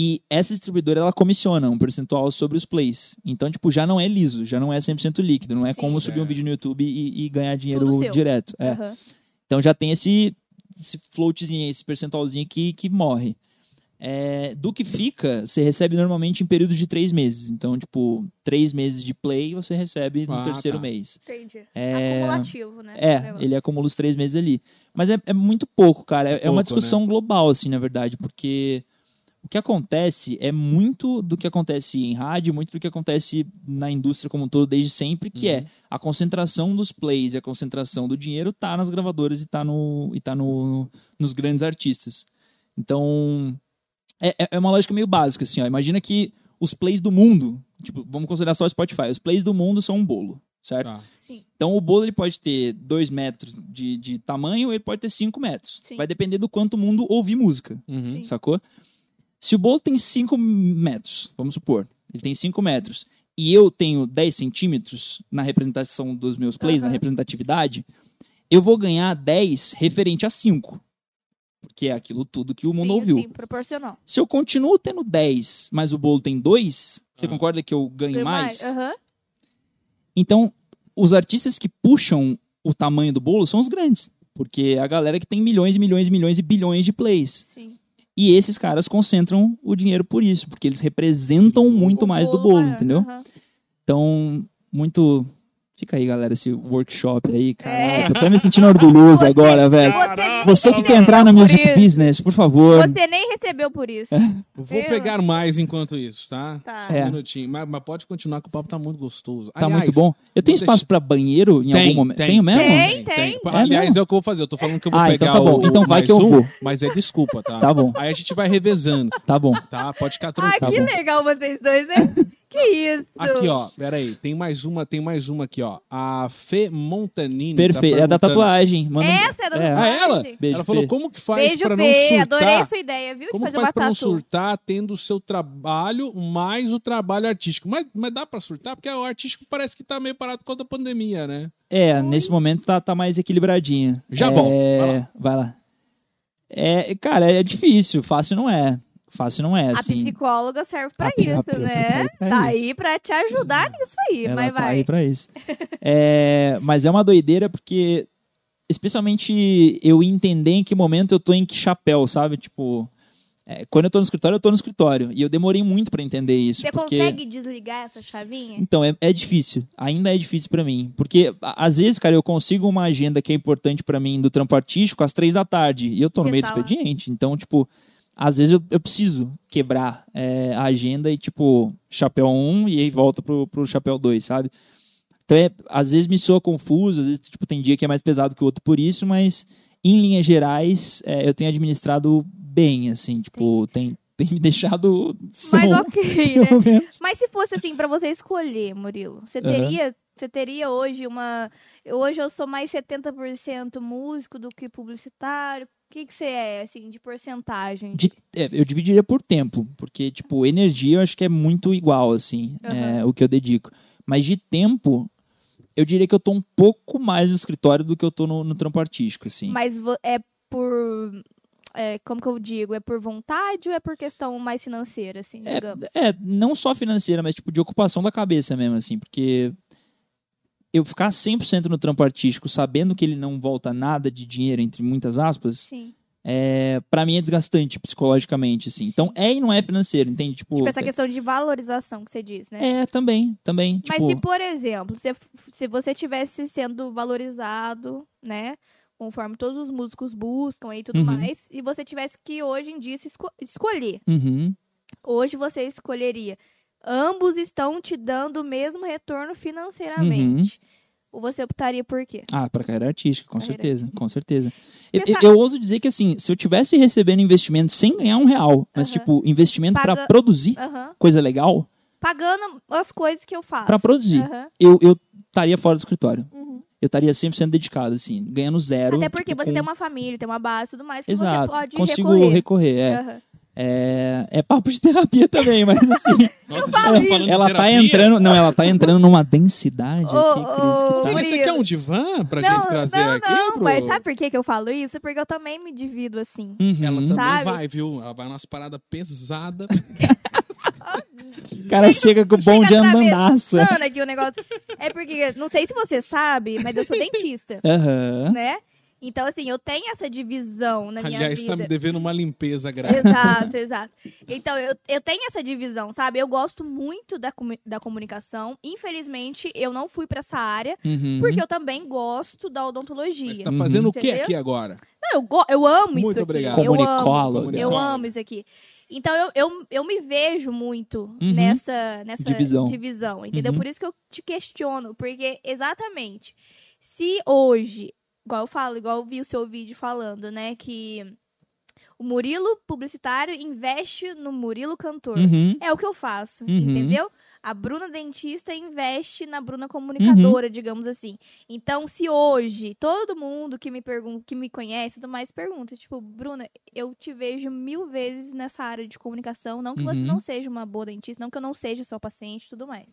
[SPEAKER 3] E essa distribuidora, ela comissiona um percentual sobre os plays. Então, tipo, já não é liso, já não é 100% líquido. Não é como subir um
[SPEAKER 1] Certo.
[SPEAKER 3] vídeo no YouTube e, e ganhar dinheiro
[SPEAKER 2] Tudo seu.
[SPEAKER 3] direto. É.
[SPEAKER 2] Aham.
[SPEAKER 3] Então já tem esse, esse floatzinho, esse percentualzinho que, que morre. É, do que fica, você recebe normalmente em períodos de três meses. Então, tipo, três meses de play você recebe no
[SPEAKER 1] Ah,
[SPEAKER 3] terceiro
[SPEAKER 1] tá.
[SPEAKER 3] mês.
[SPEAKER 2] Entendi.
[SPEAKER 3] É,
[SPEAKER 2] Acumulativo, né? o
[SPEAKER 3] é
[SPEAKER 2] negócio.
[SPEAKER 3] ele acumula os três meses ali. Mas é, é muito pouco, cara. É, é
[SPEAKER 1] pouco,
[SPEAKER 3] uma discussão global, assim, na verdade, porque o que acontece é muito do que acontece em rádio, muito do que acontece na indústria como um todo desde sempre, que é a concentração dos plays e a concentração do dinheiro tá nas gravadoras e tá, no, e tá no, nos grandes artistas. Então, é, é- é uma lógica meio básica, assim, ó. Imagina que os plays do mundo, tipo, vamos considerar só o Spotify, os plays do mundo são um bolo, certo?
[SPEAKER 1] Tá.
[SPEAKER 2] Sim.
[SPEAKER 3] Então o bolo ele pode ter 2 metros de, de tamanho, ele pode ter 5 metros.
[SPEAKER 2] Sim.
[SPEAKER 3] Vai depender do quanto o mundo ouvir música,
[SPEAKER 1] Uhum.
[SPEAKER 2] Sim.
[SPEAKER 3] sacou? Se o bolo tem 5 metros, vamos supor, ele tem 5 metros, e eu tenho 10 centímetros na representação dos meus plays, na
[SPEAKER 2] Aham.
[SPEAKER 3] representatividade, eu vou ganhar 10 referente a 5. Porque é aquilo tudo que o mundo
[SPEAKER 2] Sim,
[SPEAKER 3] ouviu.
[SPEAKER 2] Sim, proporcional.
[SPEAKER 3] Se eu continuo tendo 10, mas o bolo tem 2, você
[SPEAKER 1] Ah.
[SPEAKER 3] concorda que eu ganho
[SPEAKER 2] Tem
[SPEAKER 3] mais?
[SPEAKER 2] Aham.
[SPEAKER 3] Então, os artistas que puxam o tamanho do bolo são os grandes. Porque é a galera que tem milhões e milhões e milhões e bilhões de plays.
[SPEAKER 2] Sim.
[SPEAKER 3] E esses caras concentram o dinheiro por isso, porque eles representam muito mais do
[SPEAKER 2] bolo é.
[SPEAKER 3] bolo,
[SPEAKER 2] maior,
[SPEAKER 3] entendeu?
[SPEAKER 2] aham.
[SPEAKER 3] Então, muito Fica aí, galera, esse workshop
[SPEAKER 2] É.
[SPEAKER 3] aí, caralho. Tô até me sentindo orgulhoso agora, velho. Você que quer entrar no
[SPEAKER 2] Por
[SPEAKER 3] music
[SPEAKER 2] tá isso.
[SPEAKER 3] business, por favor.
[SPEAKER 2] Você nem recebeu por isso.
[SPEAKER 1] Vou
[SPEAKER 2] Eu-
[SPEAKER 1] pegar mais enquanto isso, tá?
[SPEAKER 2] Tá.
[SPEAKER 1] Um
[SPEAKER 3] É.
[SPEAKER 1] minutinho. Mas, mas pode continuar que o papo tá muito gostoso.
[SPEAKER 3] Tá
[SPEAKER 1] Aliás,
[SPEAKER 3] muito bom. Eu tenho
[SPEAKER 1] vou
[SPEAKER 3] espaço pra banheiro em
[SPEAKER 1] Tem,
[SPEAKER 3] algum momento?
[SPEAKER 1] tem,
[SPEAKER 3] Tenho mesmo?
[SPEAKER 2] Tem.
[SPEAKER 3] É
[SPEAKER 1] Aliás,
[SPEAKER 3] mesmo?
[SPEAKER 1] é o que eu vou fazer. Eu tô falando que eu vou
[SPEAKER 3] Ah,
[SPEAKER 1] pegar
[SPEAKER 3] então tá bom.
[SPEAKER 1] o.
[SPEAKER 3] Então
[SPEAKER 1] o
[SPEAKER 3] vai
[SPEAKER 1] mais
[SPEAKER 3] que eu
[SPEAKER 1] um,
[SPEAKER 3] vou.
[SPEAKER 1] Mas é desculpa, tá?
[SPEAKER 3] Tá bom,
[SPEAKER 1] Aí a gente vai revezando,
[SPEAKER 3] tá bom.
[SPEAKER 1] tá? Pode ficar
[SPEAKER 2] Ai,
[SPEAKER 1] tranquilo.
[SPEAKER 3] Tá
[SPEAKER 2] que
[SPEAKER 3] bom.
[SPEAKER 2] legal vocês dois, né? que isso.
[SPEAKER 1] Aqui, ó, peraí, tem mais uma, tem mais uma aqui, ó. A Fê Montanini. tá
[SPEAKER 3] Perfeito. é
[SPEAKER 1] perguntando-
[SPEAKER 3] da tatuagem. Manda um-
[SPEAKER 2] Essa é da
[SPEAKER 3] É.
[SPEAKER 1] Ah, ela?
[SPEAKER 2] tatuagem?
[SPEAKER 3] Beijo,
[SPEAKER 1] ela falou,
[SPEAKER 3] Fê.
[SPEAKER 1] como que faz
[SPEAKER 2] Beijo,
[SPEAKER 1] pra não
[SPEAKER 2] Fê.
[SPEAKER 1] surtar?
[SPEAKER 2] Adorei sua ideia, viu?
[SPEAKER 1] Como
[SPEAKER 2] de
[SPEAKER 1] que
[SPEAKER 2] fazer uma
[SPEAKER 1] faz pra não
[SPEAKER 2] tatu.
[SPEAKER 1] surtar tendo o seu trabalho mais o trabalho artístico? Mas, mas dá pra surtar? Porque o artístico parece que tá meio parado por causa da pandemia, né?
[SPEAKER 3] É, nesse momento tá, tá mais equilibradinha.
[SPEAKER 1] Já
[SPEAKER 3] é...
[SPEAKER 1] volto, vai
[SPEAKER 3] lá. Vai lá. É, cara, é difícil. Fácil não é. Fácil não é,
[SPEAKER 2] A
[SPEAKER 3] assim.
[SPEAKER 2] psicóloga serve
[SPEAKER 3] A
[SPEAKER 2] pra isso,
[SPEAKER 3] terapeuta
[SPEAKER 2] né?
[SPEAKER 3] tá aí pra
[SPEAKER 2] Tá
[SPEAKER 3] isso.
[SPEAKER 2] aí pra te ajudar nisso aí,
[SPEAKER 3] Ela
[SPEAKER 2] mas
[SPEAKER 3] tá
[SPEAKER 2] vai.
[SPEAKER 3] aí pra isso. É, mas é uma doideira porque, especialmente eu entender em que momento eu tô em que chapéu, sabe? Tipo, é, quando eu tô no escritório, eu tô no escritório. E eu demorei muito pra entender isso.
[SPEAKER 2] Você
[SPEAKER 3] porque...
[SPEAKER 2] consegue desligar essa chavinha?
[SPEAKER 3] Então, é, é difícil. Ainda é difícil pra mim. Porque, a- às vezes, cara, eu consigo uma agenda que é importante pra mim do trampo artístico às três da tarde. E eu tô no
[SPEAKER 2] Você
[SPEAKER 3] meio
[SPEAKER 2] tá
[SPEAKER 3] do
[SPEAKER 2] lá.
[SPEAKER 3] expediente. Então, tipo, às vezes eu, eu preciso quebrar é, a agenda e, tipo, chapéu 1 um, e aí volta pro, pro chapéu 2, sabe? Então, é, às vezes me soa confuso. Às vezes, tipo, tem dia que é mais pesado que o outro por isso. Mas, em linhas gerais, é, eu tenho administrado bem, assim. Tipo, tem, tem me deixado são,
[SPEAKER 2] Mas ok, né?
[SPEAKER 3] pelo menos.
[SPEAKER 2] Mas se fosse assim pra você escolher, Murilo, você
[SPEAKER 3] Aham.
[SPEAKER 2] teria, você teria hoje uma hoje eu sou mais 70% músico do que publicitário. O que que você é assim de porcentagem?
[SPEAKER 3] De- é, eu dividiria por tempo, porque, tipo, energia eu acho que é muito igual, assim,
[SPEAKER 2] Aham.
[SPEAKER 3] é, o que eu dedico. Mas de tempo, eu diria que eu tô um pouco mais no escritório do que eu tô no, no trampo artístico, assim.
[SPEAKER 2] Mas vo- é por é, como que eu digo? É por vontade ou é por questão mais financeira, assim,
[SPEAKER 3] É,
[SPEAKER 2] digamos?
[SPEAKER 3] É, não só financeira, mas, tipo, de ocupação da cabeça mesmo, assim, porque eu ficar 100% no trampo artístico, sabendo que ele não volta nada de dinheiro, entre muitas aspas,
[SPEAKER 2] Sim.
[SPEAKER 3] é, para mim é desgastante psicologicamente, assim. Então, é e não é financeiro, entende? Tipo,
[SPEAKER 2] Tipo, essa questão de valorização que você diz, né?
[SPEAKER 3] é, também, também.
[SPEAKER 2] Mas
[SPEAKER 3] tipo,
[SPEAKER 2] se, por exemplo, se, se você tivesse sendo valorizado, né? Conforme todos os músicos buscam e tudo
[SPEAKER 3] Uhum.
[SPEAKER 2] mais, e você tivesse que hoje em dia se esco- escolher.
[SPEAKER 3] uhum.
[SPEAKER 2] Hoje você escolheria. Ambos estão te dando o mesmo retorno financeiramente.
[SPEAKER 3] Uhum.
[SPEAKER 2] Ou você optaria por quê?
[SPEAKER 3] Ah, pra carreira artística, com
[SPEAKER 2] Carreira
[SPEAKER 3] certeza, com certeza. Eu,
[SPEAKER 2] Você
[SPEAKER 3] eu,
[SPEAKER 2] sabe-
[SPEAKER 3] eu ouso dizer que assim, se eu tivesse recebendo investimento sem ganhar um real, mas
[SPEAKER 2] Aham.
[SPEAKER 3] tipo, investimento pra
[SPEAKER 2] Paga-
[SPEAKER 3] produzir
[SPEAKER 2] Aham.
[SPEAKER 3] coisa legal,
[SPEAKER 2] Pagando as coisas que eu faço.
[SPEAKER 3] Pra produzir.
[SPEAKER 2] Aham.
[SPEAKER 3] eu eu estaria fora do escritório.
[SPEAKER 2] Uhum.
[SPEAKER 3] Eu estaria 100% dedicado assim, ganhando zero.
[SPEAKER 2] Até porque
[SPEAKER 3] tipo,
[SPEAKER 2] você
[SPEAKER 3] com-
[SPEAKER 2] tem uma família, tem uma base e tudo mais que
[SPEAKER 3] Exato,
[SPEAKER 2] você pode
[SPEAKER 3] consigo
[SPEAKER 2] recorrer.
[SPEAKER 3] é.
[SPEAKER 2] Aham.
[SPEAKER 3] é. É papo de terapia também, mas assim,
[SPEAKER 1] Nossa, a gente
[SPEAKER 2] falo isso.
[SPEAKER 1] falando de
[SPEAKER 3] ela tá
[SPEAKER 1] terapia?
[SPEAKER 3] entrando, não, ela tá entrando numa densidade aqui,
[SPEAKER 2] Ô,
[SPEAKER 3] Cris, que
[SPEAKER 2] ô,
[SPEAKER 3] tá-
[SPEAKER 1] Mas você
[SPEAKER 2] Murilo.
[SPEAKER 1] quer um divã pra
[SPEAKER 2] Não,
[SPEAKER 1] gente trazer
[SPEAKER 2] não,
[SPEAKER 1] aqui?
[SPEAKER 2] não,
[SPEAKER 1] pro-
[SPEAKER 2] mas sabe por que, que eu falo isso? Porque eu também me divido assim.
[SPEAKER 3] Uhum.
[SPEAKER 1] Ela tá- também
[SPEAKER 2] Sabe?
[SPEAKER 1] vai, viu? Ela vai nas paradas pesadas.
[SPEAKER 3] O cara chega com o bom de
[SPEAKER 2] Chega
[SPEAKER 3] andandaço.
[SPEAKER 2] atravessando aqui o negócio. É porque, não sei se você sabe, mas eu sou dentista,
[SPEAKER 3] Aham.
[SPEAKER 2] né? Então, assim, eu tenho essa divisão na minha
[SPEAKER 1] Aliás,
[SPEAKER 2] vida.
[SPEAKER 1] tá me devendo uma limpeza grátis.
[SPEAKER 2] Exato, exato. Então, eu, eu tenho essa divisão, sabe? Eu gosto muito da, comu- da comunicação. Infelizmente, eu não fui pra essa área,
[SPEAKER 3] Uhum.
[SPEAKER 2] porque eu também gosto da odontologia.
[SPEAKER 1] Mas tá fazendo o que
[SPEAKER 2] Entendeu?
[SPEAKER 1] aqui agora?
[SPEAKER 2] Não, eu, go- eu amo isso
[SPEAKER 1] Muito
[SPEAKER 2] aqui.
[SPEAKER 1] obrigado.
[SPEAKER 2] Eu amo.
[SPEAKER 3] Comunicólogo.
[SPEAKER 2] Eu
[SPEAKER 1] Legal.
[SPEAKER 2] amo isso aqui. Então eu, eu, eu me vejo muito
[SPEAKER 3] Uhum.
[SPEAKER 2] nessa, nessa
[SPEAKER 3] Divisão.
[SPEAKER 2] divisão, entendeu?
[SPEAKER 3] Uhum.
[SPEAKER 2] Por isso que eu te questiono, porque exatamente se hoje, igual eu falo, igual eu vi o seu vídeo falando, né, que o Murilo publicitário investe no Murilo cantor.
[SPEAKER 3] Uhum.
[SPEAKER 2] É o que eu faço,
[SPEAKER 3] Uhum.
[SPEAKER 2] entendeu? A Bruna dentista investe na
[SPEAKER 3] Uhum.
[SPEAKER 2] Bruna comunicadora, digamos assim. Então, se hoje todo mundo que me pergunta, que me conhece, e tudo mais pergunta, tipo, Bruna, eu te vejo mil vezes nessa área de comunicação, não que você
[SPEAKER 3] Uhum.
[SPEAKER 2] não seja uma boa dentista, não que eu não seja sua paciente, e tudo mais.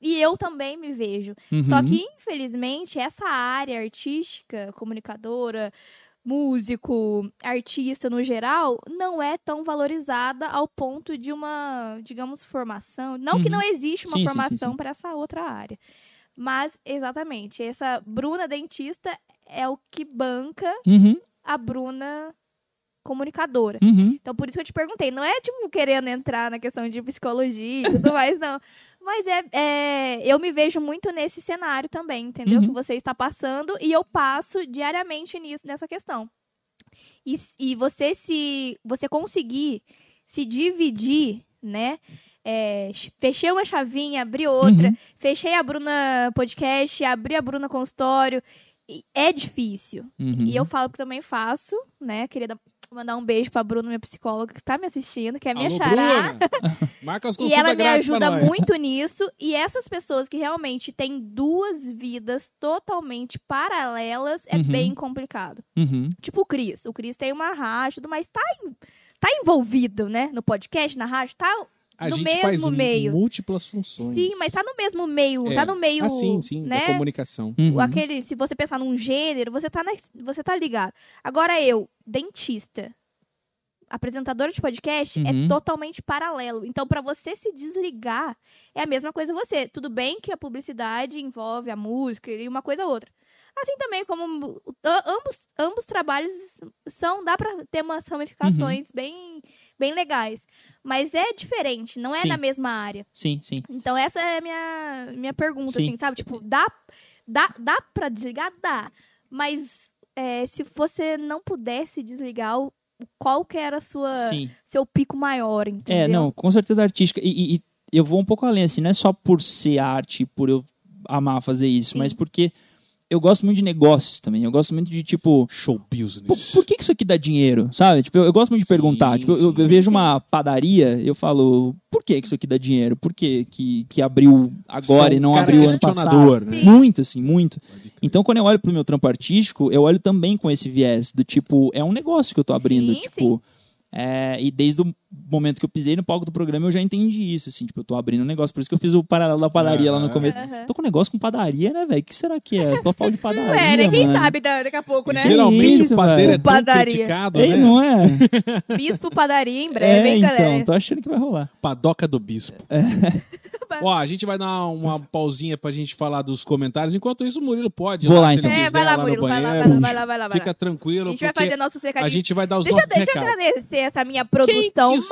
[SPEAKER 2] E eu também me vejo. Só
[SPEAKER 3] Uhum.
[SPEAKER 2] que, infelizmente, essa área artística, comunicadora, músico, artista no geral, não é tão valorizada ao ponto de uma, digamos, formação. Não que
[SPEAKER 3] Uhum.
[SPEAKER 2] não existe uma
[SPEAKER 3] Sim, sim, sim,
[SPEAKER 2] formação
[SPEAKER 3] sim.
[SPEAKER 2] para essa outra área. Mas, exatamente, essa Bruna dentista é o que banca
[SPEAKER 3] Uhum,
[SPEAKER 2] a Bruna comunicadora.
[SPEAKER 3] uhum.
[SPEAKER 2] Então, por isso que eu te perguntei. Não é, tipo, querendo entrar na questão de psicologia e tudo mais, não. Mas é, é- eu me vejo muito nesse cenário também, entendeu?
[SPEAKER 3] Uhum.
[SPEAKER 2] Que você está passando e eu passo diariamente nisso, nessa questão. E, s- e você se você conseguir se dividir, né? É, ch- fechei uma chavinha, abri outra.
[SPEAKER 3] Uhum.
[SPEAKER 2] Fechei a Bruna Podcast, abri a Bruna Consultório. E É difícil.
[SPEAKER 3] Uhum.
[SPEAKER 2] E eu falo que também faço, né? Queria dar- mandar um beijo pra Bruna, minha psicóloga, que tá me assistindo, que é minha
[SPEAKER 1] Alô,
[SPEAKER 2] xará.
[SPEAKER 1] Bruna! Marca as
[SPEAKER 2] E
[SPEAKER 1] consultas
[SPEAKER 2] ela me
[SPEAKER 1] grátis pra
[SPEAKER 2] ajuda
[SPEAKER 1] nós.
[SPEAKER 2] muito nisso. E essas pessoas que realmente têm duas vidas totalmente paralelas é
[SPEAKER 3] Uhum.
[SPEAKER 2] bem complicado.
[SPEAKER 3] Uhum.
[SPEAKER 2] Tipo o Cris. O Cris tem uma rádio, mas tá, em- tá envolvido, né? No podcast, na rádio, tá.
[SPEAKER 1] A
[SPEAKER 2] no
[SPEAKER 1] gente
[SPEAKER 2] mesmo
[SPEAKER 1] faz um
[SPEAKER 2] meio.
[SPEAKER 1] múltiplas funções.
[SPEAKER 2] Sim, mas tá no mesmo meio.
[SPEAKER 1] É.
[SPEAKER 2] Tá no meio.
[SPEAKER 1] Ah, sim, sim, da
[SPEAKER 2] né?
[SPEAKER 1] comunicação.
[SPEAKER 3] Uhum.
[SPEAKER 2] Aquele, se você pensar num gênero, você tá, na- você tá ligado. Agora eu, dentista, apresentadora de podcast,
[SPEAKER 3] Uhum.
[SPEAKER 2] é totalmente paralelo. Então, pra você se desligar, é a mesma coisa você. Tudo bem que a publicidade envolve a música e uma coisa ou outra. Assim também como a- ambos, ambos trabalhos são, dá pra ter umas
[SPEAKER 3] Uhum.
[SPEAKER 2] ramificações bem, bem legais. Mas é diferente, não é
[SPEAKER 3] Sim.
[SPEAKER 2] na mesma área.
[SPEAKER 3] Sim, sim.
[SPEAKER 2] Então essa é a minha, minha pergunta,
[SPEAKER 3] Sim.
[SPEAKER 2] assim, sabe? Tipo, dá, dá, dá pra desligar? Dá. Mas é, se você não pudesse desligar, o- qual que era a sua,
[SPEAKER 3] Sim.
[SPEAKER 2] seu pico maior, Ah, entendeu?
[SPEAKER 3] É, não, com certeza artística. E, e- e eu vou um pouco além, assim, não é só por ser arte, por eu amar fazer isso,
[SPEAKER 2] Sim.
[SPEAKER 3] mas porque eu gosto muito de negócios também. Eu gosto muito de, tipo,
[SPEAKER 1] Show
[SPEAKER 3] por,
[SPEAKER 1] business.
[SPEAKER 3] por que, que isso aqui dá dinheiro, sabe? Tipo, eu, eu gosto muito de
[SPEAKER 1] Sim,
[SPEAKER 3] perguntar. Tipo, eu, eu
[SPEAKER 1] sim,
[SPEAKER 3] vejo
[SPEAKER 2] sim.
[SPEAKER 3] uma padaria, eu falo, por que, que isso aqui dá dinheiro? Por que, que, que abriu agora
[SPEAKER 1] Sou
[SPEAKER 3] e
[SPEAKER 1] um
[SPEAKER 3] não
[SPEAKER 1] cara
[SPEAKER 3] abriu ano passado?
[SPEAKER 1] questionador, Né?
[SPEAKER 2] Sim.
[SPEAKER 3] Muito, assim, muito.
[SPEAKER 1] Pode crer.
[SPEAKER 3] Então, quando eu olho pro meu trampo artístico, eu olho também com esse viés do tipo, é um negócio que eu tô abrindo,
[SPEAKER 2] Sim,
[SPEAKER 3] tipo. é, e desde o momento que eu pisei no palco do programa, eu já entendi isso, assim, tipo, eu tô abrindo um negócio, por isso que eu fiz o paralelo da padaria lá no
[SPEAKER 1] Aham.
[SPEAKER 3] começo.
[SPEAKER 2] Aham.
[SPEAKER 3] Tô com um negócio com padaria, né, velho? O que será que é? Só falo de padaria.
[SPEAKER 2] É, né? Quem
[SPEAKER 3] mano.
[SPEAKER 2] sabe da- daqui a pouco, né?
[SPEAKER 3] Geral-
[SPEAKER 1] Geralmente
[SPEAKER 3] Isso,
[SPEAKER 1] o padeiro é
[SPEAKER 3] velho.
[SPEAKER 1] tão
[SPEAKER 2] Padaria.
[SPEAKER 1] criticado,
[SPEAKER 3] Ei,
[SPEAKER 1] né?
[SPEAKER 3] não é?
[SPEAKER 2] Bispo padaria em breve,
[SPEAKER 3] é,
[SPEAKER 2] hein,
[SPEAKER 3] então,
[SPEAKER 2] galera?
[SPEAKER 1] tá,
[SPEAKER 3] tô achando que vai rolar.
[SPEAKER 1] Padoca do bispo.
[SPEAKER 3] É.
[SPEAKER 1] Ó, a gente vai dar uma pausinha pra gente falar dos comentários. Enquanto isso, o Murilo pode. ir
[SPEAKER 3] Vou lá,
[SPEAKER 1] se ele
[SPEAKER 3] então.
[SPEAKER 2] É,
[SPEAKER 1] quiser,
[SPEAKER 2] vai lá,
[SPEAKER 1] no
[SPEAKER 2] Murilo, vai lá, vai
[SPEAKER 1] banheiro.
[SPEAKER 2] lá, vai lá, vai lá. vai lá.
[SPEAKER 1] Fica
[SPEAKER 2] a
[SPEAKER 1] tranquilo,
[SPEAKER 2] gente vai
[SPEAKER 1] porque
[SPEAKER 2] fazer nosso
[SPEAKER 1] a
[SPEAKER 2] recadinho.
[SPEAKER 1] gente vai dar os
[SPEAKER 2] Deixa, eu-
[SPEAKER 1] nossos
[SPEAKER 2] deixa eu
[SPEAKER 1] recados.
[SPEAKER 2] agradecer essa
[SPEAKER 1] Quem
[SPEAKER 2] minha
[SPEAKER 1] que está
[SPEAKER 2] produção
[SPEAKER 1] vestindo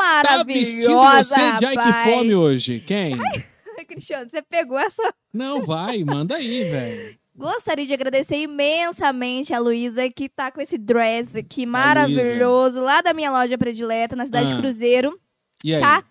[SPEAKER 2] maravilhosa,
[SPEAKER 1] você é de Ike
[SPEAKER 2] rapaz.
[SPEAKER 1] Fome hoje? Quem?
[SPEAKER 2] Cristiano, você pegou essa
[SPEAKER 1] Não vai, manda aí, velho.
[SPEAKER 2] Gostaria de agradecer imensamente a Luísa, que tá com esse dress aqui maravilhoso, lá da minha loja predileta, na cidade
[SPEAKER 1] Ah.
[SPEAKER 2] de Cruzeiro.
[SPEAKER 1] E aí?
[SPEAKER 2] Tá?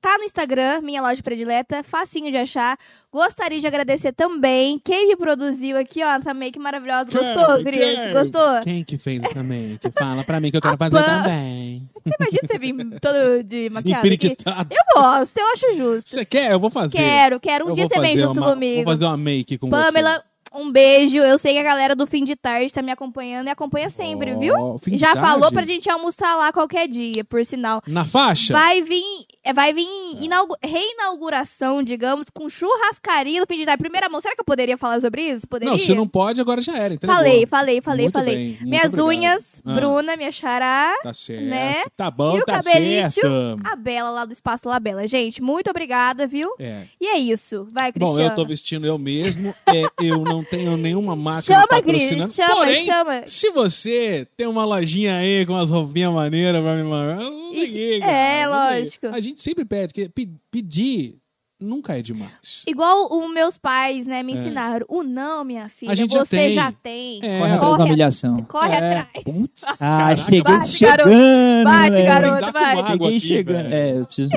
[SPEAKER 2] Tá no Instagram, minha loja predileta, facinho de achar. Gostaria de agradecer também quem me produziu aqui, ó, essa make maravilhosa. Gostou,
[SPEAKER 1] Quero,
[SPEAKER 2] Cris?
[SPEAKER 1] quero.
[SPEAKER 2] Gostou?
[SPEAKER 1] Quem que fez essa make? Fala pra mim que eu
[SPEAKER 2] A
[SPEAKER 1] quero fazer
[SPEAKER 2] Pan.
[SPEAKER 1] também.
[SPEAKER 2] Você imagina você vir todo de maquiagem aqui? Tá
[SPEAKER 1] Empiriquitado.
[SPEAKER 2] Eu gosto, eu acho justo.
[SPEAKER 1] Você quer? Eu vou fazer.
[SPEAKER 2] Quero, quero. Um
[SPEAKER 1] assim, eu
[SPEAKER 2] dia
[SPEAKER 1] vou
[SPEAKER 2] você vem
[SPEAKER 1] fazer
[SPEAKER 2] junto
[SPEAKER 1] uma-
[SPEAKER 2] comigo.
[SPEAKER 1] Vou fazer assim. uma make com você.
[SPEAKER 2] Pamela, um beijo. Eu sei que a galera do fim de tarde tá me acompanhando e acompanha sempre,
[SPEAKER 1] Ó,
[SPEAKER 2] viu?
[SPEAKER 1] fim de
[SPEAKER 2] Já
[SPEAKER 1] tarde.
[SPEAKER 2] falou pra gente almoçar lá qualquer dia, por sinal.
[SPEAKER 1] Na faixa?
[SPEAKER 2] Vai vir, é, vai vir inaugu- reinauguração, digamos, com churrascaria no fim de tarde. Primeira mão, será que eu poderia falar sobre isso? Poderia?
[SPEAKER 1] Não, se não pode, agora já era. entregou.
[SPEAKER 2] falei, falei, falei,
[SPEAKER 1] Muito
[SPEAKER 2] falei.
[SPEAKER 1] bem, muito
[SPEAKER 2] Minhas
[SPEAKER 1] obrigado.
[SPEAKER 2] unhas,
[SPEAKER 1] Ah.
[SPEAKER 2] Bruna, minha xará,
[SPEAKER 1] Tá certo.
[SPEAKER 2] né?
[SPEAKER 1] Tá bom,
[SPEAKER 2] E o
[SPEAKER 1] tá
[SPEAKER 2] cabelício?
[SPEAKER 1] certo.
[SPEAKER 2] a Bela lá do Espaço Labela. Gente, muito obrigada, viu?
[SPEAKER 1] É.
[SPEAKER 2] E é isso. Vai, Cristiano.
[SPEAKER 1] Bom, eu tô vestindo eu mesmo. É, eu não tenho nenhuma marca
[SPEAKER 2] Chama,
[SPEAKER 1] tá patrocinando.
[SPEAKER 2] Cris, chama,
[SPEAKER 1] Porém,
[SPEAKER 2] chama.
[SPEAKER 1] se você tem uma lojinha aí com umas roupinhas maneiras pra me mandar, eu não
[SPEAKER 2] E-
[SPEAKER 1] liguei,
[SPEAKER 2] é,
[SPEAKER 1] cara, eu não liguei.
[SPEAKER 2] lógico.
[SPEAKER 1] A gente sempre pede, que pe- pedir nunca é demais.
[SPEAKER 2] Igual os meus pais, né, me
[SPEAKER 1] É.
[SPEAKER 2] ensinaram. O não, minha filha,
[SPEAKER 1] A gente já
[SPEAKER 2] você
[SPEAKER 1] tem.
[SPEAKER 2] já tem.
[SPEAKER 1] É,
[SPEAKER 3] Corre atrás
[SPEAKER 2] Corre
[SPEAKER 3] da
[SPEAKER 2] a-
[SPEAKER 3] humilhação.
[SPEAKER 2] Corre
[SPEAKER 1] É.
[SPEAKER 2] atrás.
[SPEAKER 3] Putz, ah,
[SPEAKER 1] caraca.
[SPEAKER 3] cheguei
[SPEAKER 2] Bate,
[SPEAKER 3] chegando.
[SPEAKER 2] Bate,
[SPEAKER 3] velho.
[SPEAKER 2] garoto.
[SPEAKER 1] brindar com
[SPEAKER 2] vai.
[SPEAKER 1] água
[SPEAKER 3] Cheguei
[SPEAKER 1] aqui,
[SPEAKER 3] chegando.
[SPEAKER 1] velho.
[SPEAKER 3] É, eu preciso.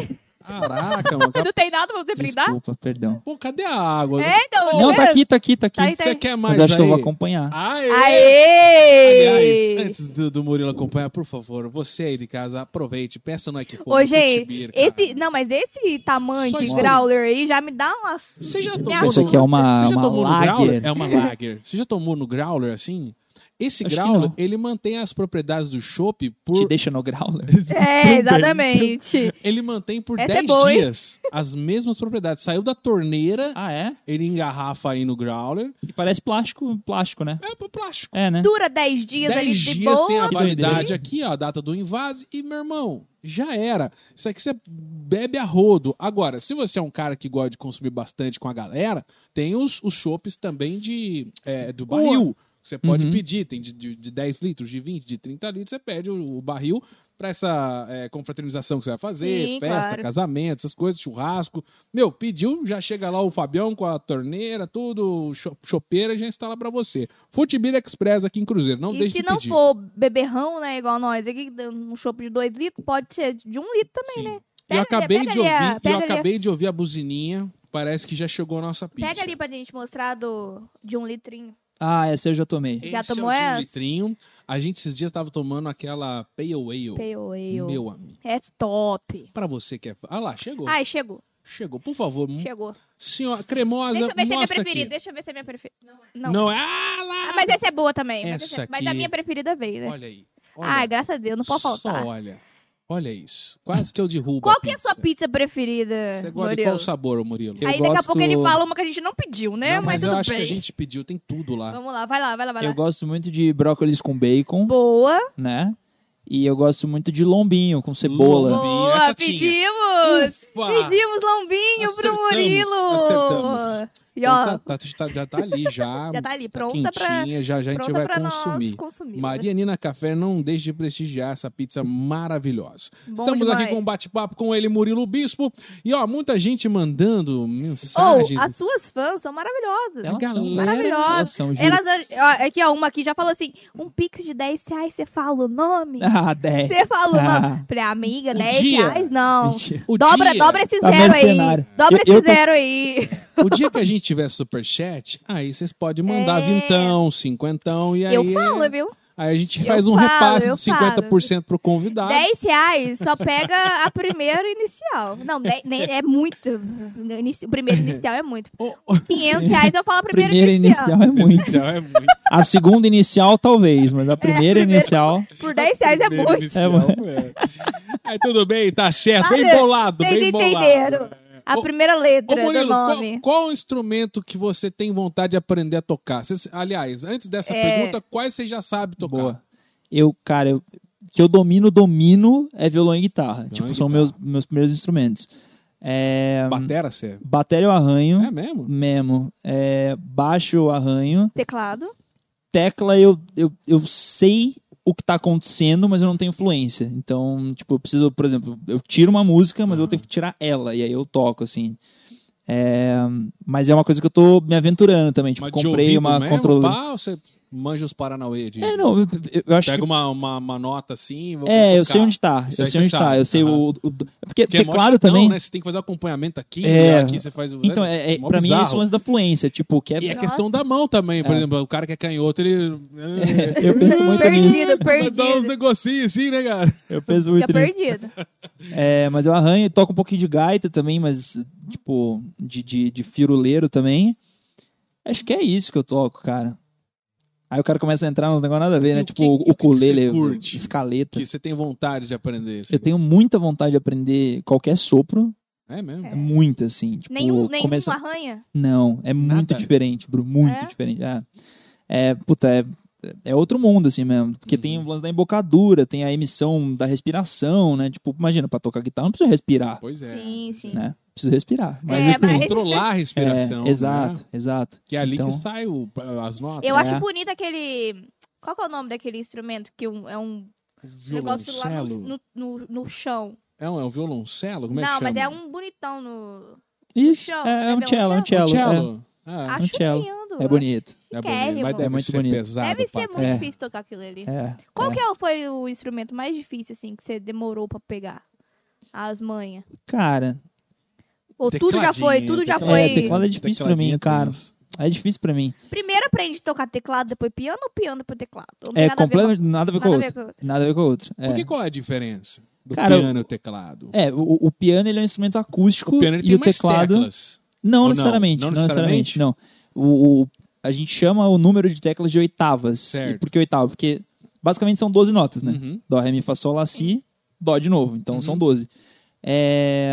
[SPEAKER 1] Caraca, mano.
[SPEAKER 2] Não tem nada pra você brindar?
[SPEAKER 3] Desculpa, perdão.
[SPEAKER 1] Pô, cadê a água?
[SPEAKER 2] É, então.
[SPEAKER 3] Não,
[SPEAKER 2] né?
[SPEAKER 3] tá aqui, tá aqui, tá aqui.
[SPEAKER 2] Tá aí, tá
[SPEAKER 1] Você
[SPEAKER 2] aí.
[SPEAKER 1] quer mais
[SPEAKER 3] Mas acho
[SPEAKER 1] aí?
[SPEAKER 3] que eu vou acompanhar.
[SPEAKER 1] Aê!
[SPEAKER 2] Aê!
[SPEAKER 3] tá
[SPEAKER 1] Aliás, antes do, do Murilo acompanhar, por favor, você aí de casa, aproveite, peça no Equipo.
[SPEAKER 2] Ô, gente, esse, não, mas esse tamanho
[SPEAKER 1] Só
[SPEAKER 2] de
[SPEAKER 1] escolhe.
[SPEAKER 2] growler aí já me dá uma...
[SPEAKER 1] Você já
[SPEAKER 2] Isso
[SPEAKER 1] tomou
[SPEAKER 3] Isso
[SPEAKER 1] no-
[SPEAKER 3] aqui é uma,
[SPEAKER 1] Você já
[SPEAKER 3] uma
[SPEAKER 1] tomou no growler?
[SPEAKER 3] lager.
[SPEAKER 1] É uma lager. Você já tomou no growler assim? Esse
[SPEAKER 3] Acho que
[SPEAKER 1] growler,
[SPEAKER 3] não.
[SPEAKER 1] ele mantém as propriedades do chopp
[SPEAKER 3] Te
[SPEAKER 1] por
[SPEAKER 3] deixa no né? growler.
[SPEAKER 2] É, exatamente.
[SPEAKER 1] ele mantém por
[SPEAKER 2] Essa é
[SPEAKER 1] 10
[SPEAKER 2] boa, hein?
[SPEAKER 1] dias as mesmas propriedades. Saiu da torneira,
[SPEAKER 3] Ah, é?
[SPEAKER 1] ele engarrafa aí no growler.
[SPEAKER 3] E parece plástico, plástico, né?
[SPEAKER 1] É pro plástico.
[SPEAKER 3] É, né?
[SPEAKER 2] Dura 10 dias
[SPEAKER 1] 10
[SPEAKER 2] ali de
[SPEAKER 1] dias
[SPEAKER 2] boa.
[SPEAKER 1] tem a
[SPEAKER 3] Que
[SPEAKER 1] validade
[SPEAKER 3] doideira.
[SPEAKER 1] aqui, ó, a data do invase. E, meu irmão, já era. Isso aqui você bebe a rodo. Agora, se você é um cara que gosta de consumir bastante com a galera, tem os, os chopps também de, é, do barril. Você pode
[SPEAKER 3] Uhum.
[SPEAKER 1] pedir, tem de, de, de 10 litros, de 20, de 30 litros, você pede o, o barril pra essa é, confraternização que você vai fazer,
[SPEAKER 2] Sim,
[SPEAKER 1] festa,
[SPEAKER 2] claro.
[SPEAKER 1] casamento, essas coisas, churrasco. Meu, pediu, já chega lá o Fabião com a torneira, tudo, cho- chopeira, já instala pra você. Futibira Express aqui em Cruzeiro, não
[SPEAKER 2] e
[SPEAKER 1] deixe
[SPEAKER 2] se
[SPEAKER 1] de
[SPEAKER 2] não
[SPEAKER 1] pedir.
[SPEAKER 2] for beberrão, né, igual nós, aqui dá um chopp de dois litros, pode ser de um litro também.
[SPEAKER 1] Sim.
[SPEAKER 2] Pega ali,
[SPEAKER 1] eu acabei
[SPEAKER 2] pega
[SPEAKER 1] de
[SPEAKER 2] ali
[SPEAKER 1] ouvir,
[SPEAKER 2] a- pega
[SPEAKER 1] eu
[SPEAKER 2] ali a-
[SPEAKER 1] acabei de ouvir a buzininha, parece que já chegou a nossa pizza.
[SPEAKER 2] Pega ali pra gente mostrar do, de um litrinho.
[SPEAKER 3] Ah, essa eu já tomei.
[SPEAKER 1] Esse
[SPEAKER 2] Já
[SPEAKER 1] é o
[SPEAKER 2] tomou
[SPEAKER 1] de um
[SPEAKER 2] essa?
[SPEAKER 1] litrinho. A gente esses dias tava tomando aquela Pale Ale.
[SPEAKER 2] Pale Ale.
[SPEAKER 1] Meu amigo.
[SPEAKER 2] É top.
[SPEAKER 1] Pra você que é. Ah lá, chegou.
[SPEAKER 2] Ai, chegou.
[SPEAKER 1] Chegou, por favor. m-
[SPEAKER 2] Chegou.
[SPEAKER 1] Senhora, cremosa.
[SPEAKER 2] Deixa eu ver se é minha
[SPEAKER 1] Hum? mostra aqui.
[SPEAKER 2] preferida. Deixa eu ver se é minha preferida. Não.
[SPEAKER 1] Não, é. Ah, lá!
[SPEAKER 2] Ah, mas essa é boa também. mas
[SPEAKER 1] Essa
[SPEAKER 2] essa é- Mas a
[SPEAKER 1] aqui-
[SPEAKER 2] minha preferida veio, né?
[SPEAKER 1] Olha aí. Olha,
[SPEAKER 2] Ai, graças a Deus, não pode faltar.
[SPEAKER 1] Só olha. Olha isso. Quase que eu derrubo.
[SPEAKER 2] Qual
[SPEAKER 1] a
[SPEAKER 2] que é a
[SPEAKER 1] pizza.
[SPEAKER 2] sua pizza preferida,
[SPEAKER 1] Você gosta de
[SPEAKER 2] É, Murilo?
[SPEAKER 1] qual sabor, ô Murilo?
[SPEAKER 3] Eu
[SPEAKER 2] Aí daqui a
[SPEAKER 3] gosto-
[SPEAKER 2] pouco ele fala uma que a gente não pediu,
[SPEAKER 1] Não,
[SPEAKER 2] né? mas,
[SPEAKER 1] mas eu
[SPEAKER 2] tudo
[SPEAKER 1] acho
[SPEAKER 2] bem.
[SPEAKER 1] que a gente tá. pediu, tem tudo lá.
[SPEAKER 2] Vamos lá, vai lá, vai lá, vai lá.
[SPEAKER 3] Eu gosto muito de brócolis com bacon,
[SPEAKER 2] Boa,
[SPEAKER 3] né? E eu gosto muito de lombinho com cebola.
[SPEAKER 1] Lombinho, essa
[SPEAKER 2] boa,
[SPEAKER 1] tinha.
[SPEAKER 2] pedimos!
[SPEAKER 1] Ufa!
[SPEAKER 2] Pedimos lombinho pro
[SPEAKER 1] Acertamos,
[SPEAKER 2] Murilo!
[SPEAKER 1] acertamos.
[SPEAKER 2] E ó,
[SPEAKER 1] Então tá- tá- já tá ali, já.
[SPEAKER 2] já tá ali,
[SPEAKER 1] tá
[SPEAKER 2] pronta pra,
[SPEAKER 1] quentinha, já, já a gente
[SPEAKER 2] pronta
[SPEAKER 1] vai
[SPEAKER 2] pra
[SPEAKER 1] consumir.
[SPEAKER 2] nós consumir.
[SPEAKER 1] Maria Nina Café, não deixe de prestigiar essa pizza maravilhosa.
[SPEAKER 2] Bom
[SPEAKER 1] Estamos
[SPEAKER 2] demais.
[SPEAKER 1] aqui com um bate-papo com ele, Murilo Bispo. E ó, muita gente mandando
[SPEAKER 2] Ou,
[SPEAKER 1] mensagens.
[SPEAKER 2] as suas fãs são maravilhosas.
[SPEAKER 1] Elas são
[SPEAKER 3] são
[SPEAKER 2] maravilhosas.
[SPEAKER 3] Elas são, juro.
[SPEAKER 2] Elas, ó, aqui, ó, uma aqui já falou assim: um pix de 10 reais, você fala o nome?
[SPEAKER 3] Ah, 10.
[SPEAKER 2] Você falou,
[SPEAKER 3] Ah.
[SPEAKER 2] mano. Falei, amiga,
[SPEAKER 1] O
[SPEAKER 2] 10
[SPEAKER 1] dia.
[SPEAKER 2] reais não.
[SPEAKER 3] Mentira.
[SPEAKER 1] O
[SPEAKER 2] Dobra,
[SPEAKER 1] dia-
[SPEAKER 2] dobra esse
[SPEAKER 3] Tá
[SPEAKER 2] zero aí.
[SPEAKER 3] mercenário.
[SPEAKER 2] Dobra
[SPEAKER 3] Eu-
[SPEAKER 2] esse
[SPEAKER 3] eu tô-
[SPEAKER 2] zero aí.
[SPEAKER 1] O dia que a gente tiver superchat, aí vocês podem mandar
[SPEAKER 2] É.
[SPEAKER 1] vintão, cinquentão, e aí,
[SPEAKER 2] Eu falo, viu?
[SPEAKER 1] aí a gente faz um
[SPEAKER 2] falo,
[SPEAKER 1] repasse
[SPEAKER 2] eu
[SPEAKER 1] de 50% pro convidado.
[SPEAKER 2] 10 reais só pega a primeira inicial. Não, dez- nem- é muito. Inici- O primeiro inicial é muito.
[SPEAKER 1] Ô,
[SPEAKER 2] 500 reais eu falo a primeira,
[SPEAKER 3] Primeira
[SPEAKER 2] inicial.
[SPEAKER 3] inicial é muito.
[SPEAKER 1] Inicial é muito.
[SPEAKER 3] A segunda inicial, talvez, mas a primeira
[SPEAKER 2] primeira-
[SPEAKER 3] inicial.
[SPEAKER 2] Por 10 reais é
[SPEAKER 1] Primeiro
[SPEAKER 2] muito.
[SPEAKER 1] inicial, é. Aí tudo bem, tá certo. Bem
[SPEAKER 2] Valeu.
[SPEAKER 1] bolado, bem
[SPEAKER 2] Vocês
[SPEAKER 1] bolado. né?
[SPEAKER 2] entenderam. A
[SPEAKER 1] Ô,
[SPEAKER 2] primeira
[SPEAKER 1] Ô
[SPEAKER 2] letra do
[SPEAKER 1] Murilo, qual,
[SPEAKER 2] nome.
[SPEAKER 1] qual o instrumento que você tem vontade de aprender a tocar? Cês- aliás, antes dessa
[SPEAKER 2] É.
[SPEAKER 1] pergunta, quais você já sabe tocar?
[SPEAKER 3] Boa. Eu, cara, eu, que eu domino, domino é violão e guitarra. tipo,
[SPEAKER 1] e
[SPEAKER 3] são
[SPEAKER 1] guitarra.
[SPEAKER 3] meus, meus primeiros instrumentos. É,
[SPEAKER 1] Batera, você
[SPEAKER 3] bateria eu arranho,
[SPEAKER 1] é mesmo?
[SPEAKER 3] mesmo. É, baixo eu arranho.
[SPEAKER 2] Teclado.
[SPEAKER 3] Tecla eu, eu, eu sei o que tá acontecendo, mas eu não tenho influência. Então, tipo, eu preciso, por exemplo, eu tiro uma música, mas eu tenho que tirar ela, e aí eu toco, assim. É, mas é uma coisa que eu tô me aventurando também. Tipo,
[SPEAKER 1] Mas de
[SPEAKER 3] comprei
[SPEAKER 1] ouvido
[SPEAKER 3] uma
[SPEAKER 1] mesmo,
[SPEAKER 3] controladora.
[SPEAKER 1] pá, ou você manja os Paranauê de...
[SPEAKER 3] É, não, eu, eu- eu acho
[SPEAKER 1] Pega
[SPEAKER 3] que.
[SPEAKER 1] uma, uma, uma nota assim... vou
[SPEAKER 3] É, eu
[SPEAKER 1] tocar.
[SPEAKER 3] sei onde tá.
[SPEAKER 1] Isso
[SPEAKER 3] Eu
[SPEAKER 1] aí
[SPEAKER 3] sei
[SPEAKER 1] você
[SPEAKER 3] onde tá.
[SPEAKER 1] sabe,
[SPEAKER 3] Eu sei
[SPEAKER 1] aham.
[SPEAKER 3] o. o- do- é porque
[SPEAKER 1] Porque é mó
[SPEAKER 3] teclado
[SPEAKER 1] difícil,
[SPEAKER 3] também.
[SPEAKER 1] né? Você tem que fazer o acompanhamento aqui,
[SPEAKER 3] É.
[SPEAKER 1] aqui você faz o...
[SPEAKER 3] Então, é, é,
[SPEAKER 1] mó
[SPEAKER 3] pra mim é
[SPEAKER 1] bizarro.
[SPEAKER 3] esse lance da fluência. Tipo, que é.
[SPEAKER 1] E a
[SPEAKER 2] Nossa.
[SPEAKER 1] questão da mão também, por exemplo, o cara que é canhoto, ele... é,
[SPEAKER 3] Eu penso muito nisso.
[SPEAKER 2] Perdido,
[SPEAKER 1] Dá uns
[SPEAKER 2] perdido.
[SPEAKER 1] negocinhos assim, né, cara?
[SPEAKER 3] Eu penso
[SPEAKER 2] Fica
[SPEAKER 3] muito nisso.
[SPEAKER 2] perdido.
[SPEAKER 3] É, mas eu arranho, toco um pouquinho de gaita também, mas, tipo, de, de, de firuleiro também. Acho que é isso que eu toco, cara. Aí o cara começa a entrar nos negócios nada a ver,
[SPEAKER 1] E
[SPEAKER 3] né?
[SPEAKER 1] o
[SPEAKER 3] Tipo,
[SPEAKER 1] que-
[SPEAKER 3] o
[SPEAKER 1] e o que que
[SPEAKER 3] ukulele,
[SPEAKER 1] você curte?
[SPEAKER 3] escaleta.
[SPEAKER 1] Que você tem vontade de aprender. assim.
[SPEAKER 3] Eu tenho muita vontade de aprender qualquer sopro.
[SPEAKER 1] É mesmo?
[SPEAKER 2] É.
[SPEAKER 3] Muita, assim. Tipo,
[SPEAKER 2] Nenhum, nenhum
[SPEAKER 3] começa-
[SPEAKER 2] arranha?
[SPEAKER 3] Não, é muito
[SPEAKER 1] Nada?
[SPEAKER 3] diferente, Bruno. Muito
[SPEAKER 2] É?
[SPEAKER 3] diferente. É, é puta, é, é outro mundo, assim mesmo. Porque tem
[SPEAKER 1] Uhum.
[SPEAKER 3] o lance da embocadura, tem a emissão da respiração, né? Tipo, imagina, pra tocar guitarra não precisa respirar,
[SPEAKER 1] Pois é.
[SPEAKER 2] Sim, sim.
[SPEAKER 3] né? Precisa respirar. Mas
[SPEAKER 2] É,
[SPEAKER 3] assim,
[SPEAKER 2] mas-
[SPEAKER 1] Controlar a respiração.
[SPEAKER 3] é, exato,
[SPEAKER 1] né?
[SPEAKER 3] exato.
[SPEAKER 1] Que é ali
[SPEAKER 3] então,
[SPEAKER 1] que sai o- as notas. né?
[SPEAKER 2] Eu
[SPEAKER 3] É.
[SPEAKER 2] acho bonito aquele. Qual que é o nome daquele instrumento que um- é um negócio lá no,
[SPEAKER 1] Violoncelo.
[SPEAKER 2] no, no- no chão?
[SPEAKER 1] É um, é um violoncelo? Como é
[SPEAKER 2] Não,
[SPEAKER 1] que
[SPEAKER 2] mas
[SPEAKER 1] chama?
[SPEAKER 2] é um bonitão no.
[SPEAKER 3] Isso,
[SPEAKER 2] Chão,
[SPEAKER 3] é, é um
[SPEAKER 2] entendeu?
[SPEAKER 3] cello, é um
[SPEAKER 1] Um
[SPEAKER 3] cello. É,
[SPEAKER 1] cello. Ah,
[SPEAKER 2] acho
[SPEAKER 3] cello.
[SPEAKER 2] lindo.
[SPEAKER 3] é bonito.
[SPEAKER 2] acho
[SPEAKER 1] é bonito, mas
[SPEAKER 2] chiquérrimo.
[SPEAKER 1] deve
[SPEAKER 3] É muito
[SPEAKER 1] ser
[SPEAKER 3] bonito.
[SPEAKER 1] pesado.
[SPEAKER 2] Deve ser
[SPEAKER 1] pra
[SPEAKER 2] muito
[SPEAKER 3] É.
[SPEAKER 2] difícil tocar aquilo ali.
[SPEAKER 3] É,
[SPEAKER 2] Qual
[SPEAKER 3] é.
[SPEAKER 2] que é- foi o instrumento mais difícil, assim, que você demorou pra pegar? As manhas.
[SPEAKER 3] Cara,
[SPEAKER 2] Ou tudo já foi,
[SPEAKER 1] Tecladinho,
[SPEAKER 2] tudo já
[SPEAKER 3] tecladinho.
[SPEAKER 2] foi.
[SPEAKER 3] É, teclado é difícil pra mim,
[SPEAKER 1] Tecladinho
[SPEAKER 3] cara.
[SPEAKER 1] tenso.
[SPEAKER 3] é difícil pra mim.
[SPEAKER 2] Primeiro aprende a tocar teclado, depois piano ou piano depois teclado? Ou
[SPEAKER 3] É
[SPEAKER 2] nada a ver com-
[SPEAKER 3] completamente nada a ver com o
[SPEAKER 2] nada a ver
[SPEAKER 3] outro.
[SPEAKER 2] com o outro.
[SPEAKER 3] Nada a ver com o outro. É,
[SPEAKER 1] Porque qual é a diferença do
[SPEAKER 3] Cara,
[SPEAKER 1] piano e o teclado?
[SPEAKER 3] é o, o piano ele é um instrumento acústico
[SPEAKER 1] O piano ele
[SPEAKER 3] e
[SPEAKER 1] tem
[SPEAKER 3] o
[SPEAKER 1] mais
[SPEAKER 3] teclado.
[SPEAKER 1] teclas. Ou
[SPEAKER 3] Não
[SPEAKER 1] não?
[SPEAKER 3] necessariamente,
[SPEAKER 1] Não
[SPEAKER 3] não, necessariamente, não. O, o- a gente chama o número de teclas de oitavas.
[SPEAKER 1] Certo.
[SPEAKER 3] E por que oitava? Porque basicamente são 12 notas, né?
[SPEAKER 1] Uhum.
[SPEAKER 3] Dó, ré, mi, fá, sol, lá, si, dó de novo. Então
[SPEAKER 1] Uhum.
[SPEAKER 3] são 12. É,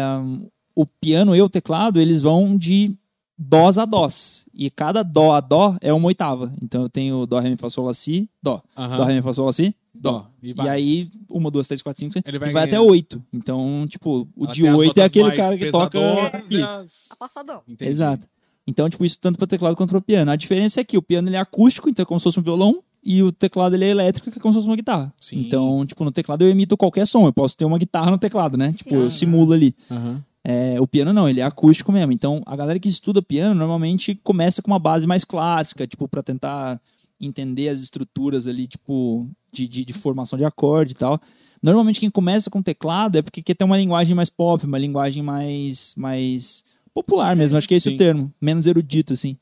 [SPEAKER 3] O piano e o teclado, eles vão de dós a dós. E cada dó a dó é uma oitava. Então eu tenho dó, ré, mi, fá, sol, lá, si, dó.
[SPEAKER 1] Aham.
[SPEAKER 3] Dó, ré, mi, fá, sol, lá, si.
[SPEAKER 1] Dó. E,
[SPEAKER 3] E aí, uma, duas, três, quatro, cinco, seis,
[SPEAKER 1] Ele
[SPEAKER 3] e
[SPEAKER 1] vai
[SPEAKER 3] vai,
[SPEAKER 1] ganhando.
[SPEAKER 3] até oito. Então, tipo, o
[SPEAKER 1] Ela
[SPEAKER 3] de
[SPEAKER 1] tem as
[SPEAKER 3] oito é
[SPEAKER 1] notas
[SPEAKER 3] aquele
[SPEAKER 1] mais
[SPEAKER 3] cara que toca
[SPEAKER 2] É.
[SPEAKER 1] pesadoras né? e
[SPEAKER 3] aqui.
[SPEAKER 1] as-
[SPEAKER 2] Afastadão.
[SPEAKER 1] Entendi.
[SPEAKER 3] Exato. Então, tipo, isso tanto para teclado quanto para piano. A diferença é que o piano ele é acústico, então é como se fosse um violão, e o teclado ele é elétrico, que é como se fosse uma guitarra.
[SPEAKER 1] Sim.
[SPEAKER 3] Então, tipo, no teclado eu emito qualquer som, eu posso ter uma guitarra no teclado, né? Tipo,
[SPEAKER 2] Sim.
[SPEAKER 3] eu simulo ali.
[SPEAKER 1] Aham.
[SPEAKER 3] É, o piano não, ele é acústico mesmo. Então, a galera que estuda piano normalmente começa com uma base mais clássica, tipo, para tentar entender as estruturas ali, tipo, de, de, de formação de acorde e tal. Normalmente quem começa com teclado é porque quer ter uma linguagem mais pop, uma linguagem mais, mais popular mesmo, acho que é esse
[SPEAKER 1] Sim.
[SPEAKER 3] o termo, menos erudito, assim.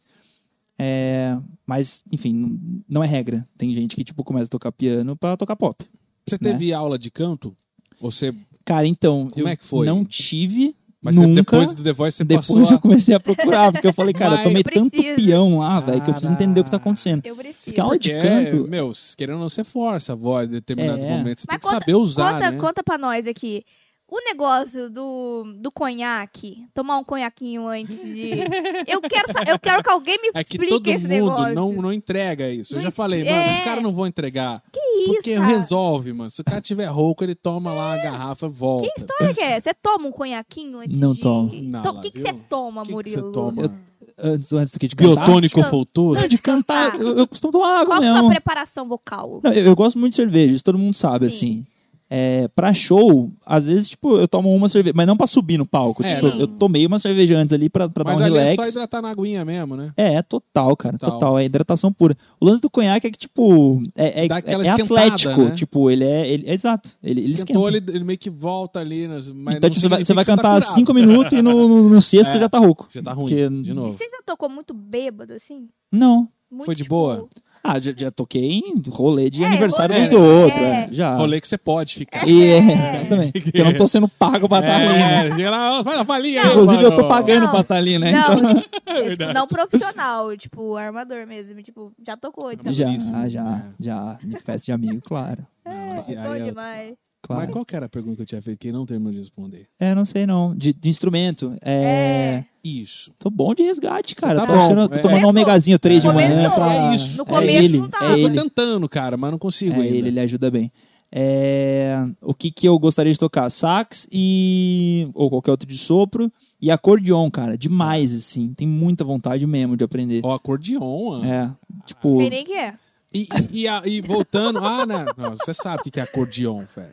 [SPEAKER 3] É, mas, enfim, não- não é regra. Tem gente que, tipo, começa a tocar piano pra tocar pop.
[SPEAKER 1] Você
[SPEAKER 3] Né?
[SPEAKER 1] teve aula de canto? Você,
[SPEAKER 3] Cara, então,
[SPEAKER 1] Como
[SPEAKER 3] eu
[SPEAKER 1] é que foi?
[SPEAKER 3] não tive,
[SPEAKER 1] mas você-
[SPEAKER 3] nunca...
[SPEAKER 1] depois do The Voice você passou
[SPEAKER 3] Depois
[SPEAKER 1] a-
[SPEAKER 3] eu comecei a procurar, porque eu falei, cara,
[SPEAKER 1] Vai,
[SPEAKER 3] eu tomei
[SPEAKER 2] eu preciso.
[SPEAKER 3] tanto peão lá, velho, que eu preciso entender o que tá
[SPEAKER 1] Caraca.
[SPEAKER 3] acontecendo.
[SPEAKER 2] Eu preciso.
[SPEAKER 3] Porque um aula de
[SPEAKER 1] Porque, é,
[SPEAKER 3] canto.
[SPEAKER 1] meu, querendo ou não, você força a voz em determinado
[SPEAKER 3] É.
[SPEAKER 1] momento. Você
[SPEAKER 2] Mas
[SPEAKER 1] tem que saber usar,
[SPEAKER 2] conta,
[SPEAKER 1] né?
[SPEAKER 2] conta pra nós aqui. O negócio do, do conhaque, tomar um conhaquinho antes de. Eu quero, sa- eu quero que alguém me
[SPEAKER 1] É que
[SPEAKER 2] explique
[SPEAKER 1] todo
[SPEAKER 2] esse
[SPEAKER 1] mundo
[SPEAKER 2] negócio.
[SPEAKER 1] não, não entrega isso. Eu
[SPEAKER 2] Não
[SPEAKER 1] já
[SPEAKER 2] en-
[SPEAKER 1] falei, mano, os
[SPEAKER 2] É.
[SPEAKER 1] caras não vão entregar.
[SPEAKER 2] Que isso,
[SPEAKER 1] porque
[SPEAKER 2] cara? É.
[SPEAKER 1] resolve, mano. Se o cara tiver rouco, ele toma lá a garrafa e volta.
[SPEAKER 2] Que história que é? Você toma um conhaquinho antes
[SPEAKER 3] Não
[SPEAKER 2] de...
[SPEAKER 3] tomo.
[SPEAKER 1] Não,
[SPEAKER 2] Então, O
[SPEAKER 1] lá,
[SPEAKER 2] que, que
[SPEAKER 1] viu?
[SPEAKER 2] você toma,
[SPEAKER 1] O que que
[SPEAKER 2] Murilo?
[SPEAKER 1] você toma? Tá
[SPEAKER 3] Eu- Antes, antes do que de cantar.
[SPEAKER 1] Biotônico
[SPEAKER 2] Acho que eu-
[SPEAKER 1] Foltura?
[SPEAKER 3] Não, de cantar,
[SPEAKER 2] Ah.
[SPEAKER 3] eu, eu costumo tomar água
[SPEAKER 2] Qual que é a
[SPEAKER 3] mesmo.
[SPEAKER 2] sua preparação vocal?
[SPEAKER 3] Não, eu, eu gosto muito de cerveja, isso todo mundo sabe,
[SPEAKER 2] Sim.
[SPEAKER 3] assim. É, pra show, às vezes, tipo, eu tomo uma cerveja, mas não pra subir no palco.
[SPEAKER 1] É,
[SPEAKER 3] tipo,
[SPEAKER 1] não.
[SPEAKER 3] eu tomei uma cerveja antes ali pra, pra dar
[SPEAKER 1] Mas
[SPEAKER 3] um
[SPEAKER 1] ali
[SPEAKER 3] relax.
[SPEAKER 1] é só hidratar na aguinha mesmo, né?
[SPEAKER 3] É, é total, cara.
[SPEAKER 1] Total.
[SPEAKER 3] Total. É hidratação pura. O lance do conhaque é que, tipo, é, é,
[SPEAKER 1] Dá aquela
[SPEAKER 3] é
[SPEAKER 1] esquentada,
[SPEAKER 3] atlético.
[SPEAKER 1] né?
[SPEAKER 3] Tipo, ele é. Ele, é exato. Ele, ele esquenta.
[SPEAKER 1] Esquentou, ele, ele meio que volta ali. né? Mas não
[SPEAKER 3] então, tipo, você vai, você
[SPEAKER 1] significa
[SPEAKER 3] vai
[SPEAKER 1] que tá
[SPEAKER 3] cantar
[SPEAKER 1] curado.
[SPEAKER 3] cinco minutos e no, no, no sexto
[SPEAKER 1] É,
[SPEAKER 3] você já tá rouco.
[SPEAKER 1] Já tá ruim,
[SPEAKER 3] Porque-
[SPEAKER 1] de
[SPEAKER 2] E
[SPEAKER 1] novo.
[SPEAKER 2] você já tocou muito bêbado, assim?
[SPEAKER 3] Não.
[SPEAKER 2] Muito,
[SPEAKER 1] Foi de
[SPEAKER 2] tipo,
[SPEAKER 1] boa?
[SPEAKER 3] Ah, já, já toquei em rolê de
[SPEAKER 2] É,
[SPEAKER 3] aniversário
[SPEAKER 2] rolê,
[SPEAKER 1] um
[SPEAKER 3] uns do outro.
[SPEAKER 2] é.
[SPEAKER 3] é, Já.
[SPEAKER 1] Rolê que você pode ficar.
[SPEAKER 3] E, é, exatamente. Porque eu não tô sendo pago pra estar ali, né?
[SPEAKER 1] É, geral, faz a palhinha aí,
[SPEAKER 3] Inclusive, eu tô
[SPEAKER 1] mano.
[SPEAKER 3] pagando
[SPEAKER 2] Não.
[SPEAKER 3] pra estar ali, né?
[SPEAKER 2] Não,
[SPEAKER 3] Então-
[SPEAKER 2] é, tipo,
[SPEAKER 1] verdade.
[SPEAKER 2] não profissional, tipo, armador mesmo. Tipo, já tocou,
[SPEAKER 1] Tá
[SPEAKER 2] então.
[SPEAKER 3] Já,
[SPEAKER 1] Amadorismo.
[SPEAKER 3] já, já. Em festa de amigo, claro.
[SPEAKER 2] Ah,
[SPEAKER 1] Aí-
[SPEAKER 2] É, Bom
[SPEAKER 1] aí eu-
[SPEAKER 2] demais.
[SPEAKER 1] Mas
[SPEAKER 3] Claro.
[SPEAKER 1] qual que era a pergunta que eu tinha feito que não terminou de responder?
[SPEAKER 3] É, não sei não. De, de instrumento. É.
[SPEAKER 1] Isso.
[SPEAKER 3] Tô bom de resgate, cara.
[SPEAKER 1] Você tá
[SPEAKER 3] tô
[SPEAKER 1] bom.
[SPEAKER 3] achando. Tô
[SPEAKER 1] É.
[SPEAKER 3] tomando um
[SPEAKER 2] Começou.
[SPEAKER 3] omegazinho 3 de manhã.
[SPEAKER 2] Começou.
[SPEAKER 3] pra-
[SPEAKER 1] É isso.
[SPEAKER 2] No
[SPEAKER 3] É
[SPEAKER 2] começo
[SPEAKER 3] ele,
[SPEAKER 2] não
[SPEAKER 3] é
[SPEAKER 2] tava.
[SPEAKER 1] Eu Ah, tô
[SPEAKER 3] ele.
[SPEAKER 1] tentando, cara, mas não consigo
[SPEAKER 3] É
[SPEAKER 1] ainda.
[SPEAKER 3] ele, ele ajuda bem. É, O que que eu gostaria de tocar? Sax e... Ou qualquer outro de sopro. E acordeon, cara. Demais,
[SPEAKER 1] Ah.
[SPEAKER 3] assim. Tem muita vontade mesmo de aprender.
[SPEAKER 1] Ó, acordeon, mano.
[SPEAKER 3] É. Tipo...
[SPEAKER 2] Sei nem que é.
[SPEAKER 1] E, e, e a- e voltando. ah, não. não, Você sabe o que que é acordeon, velho.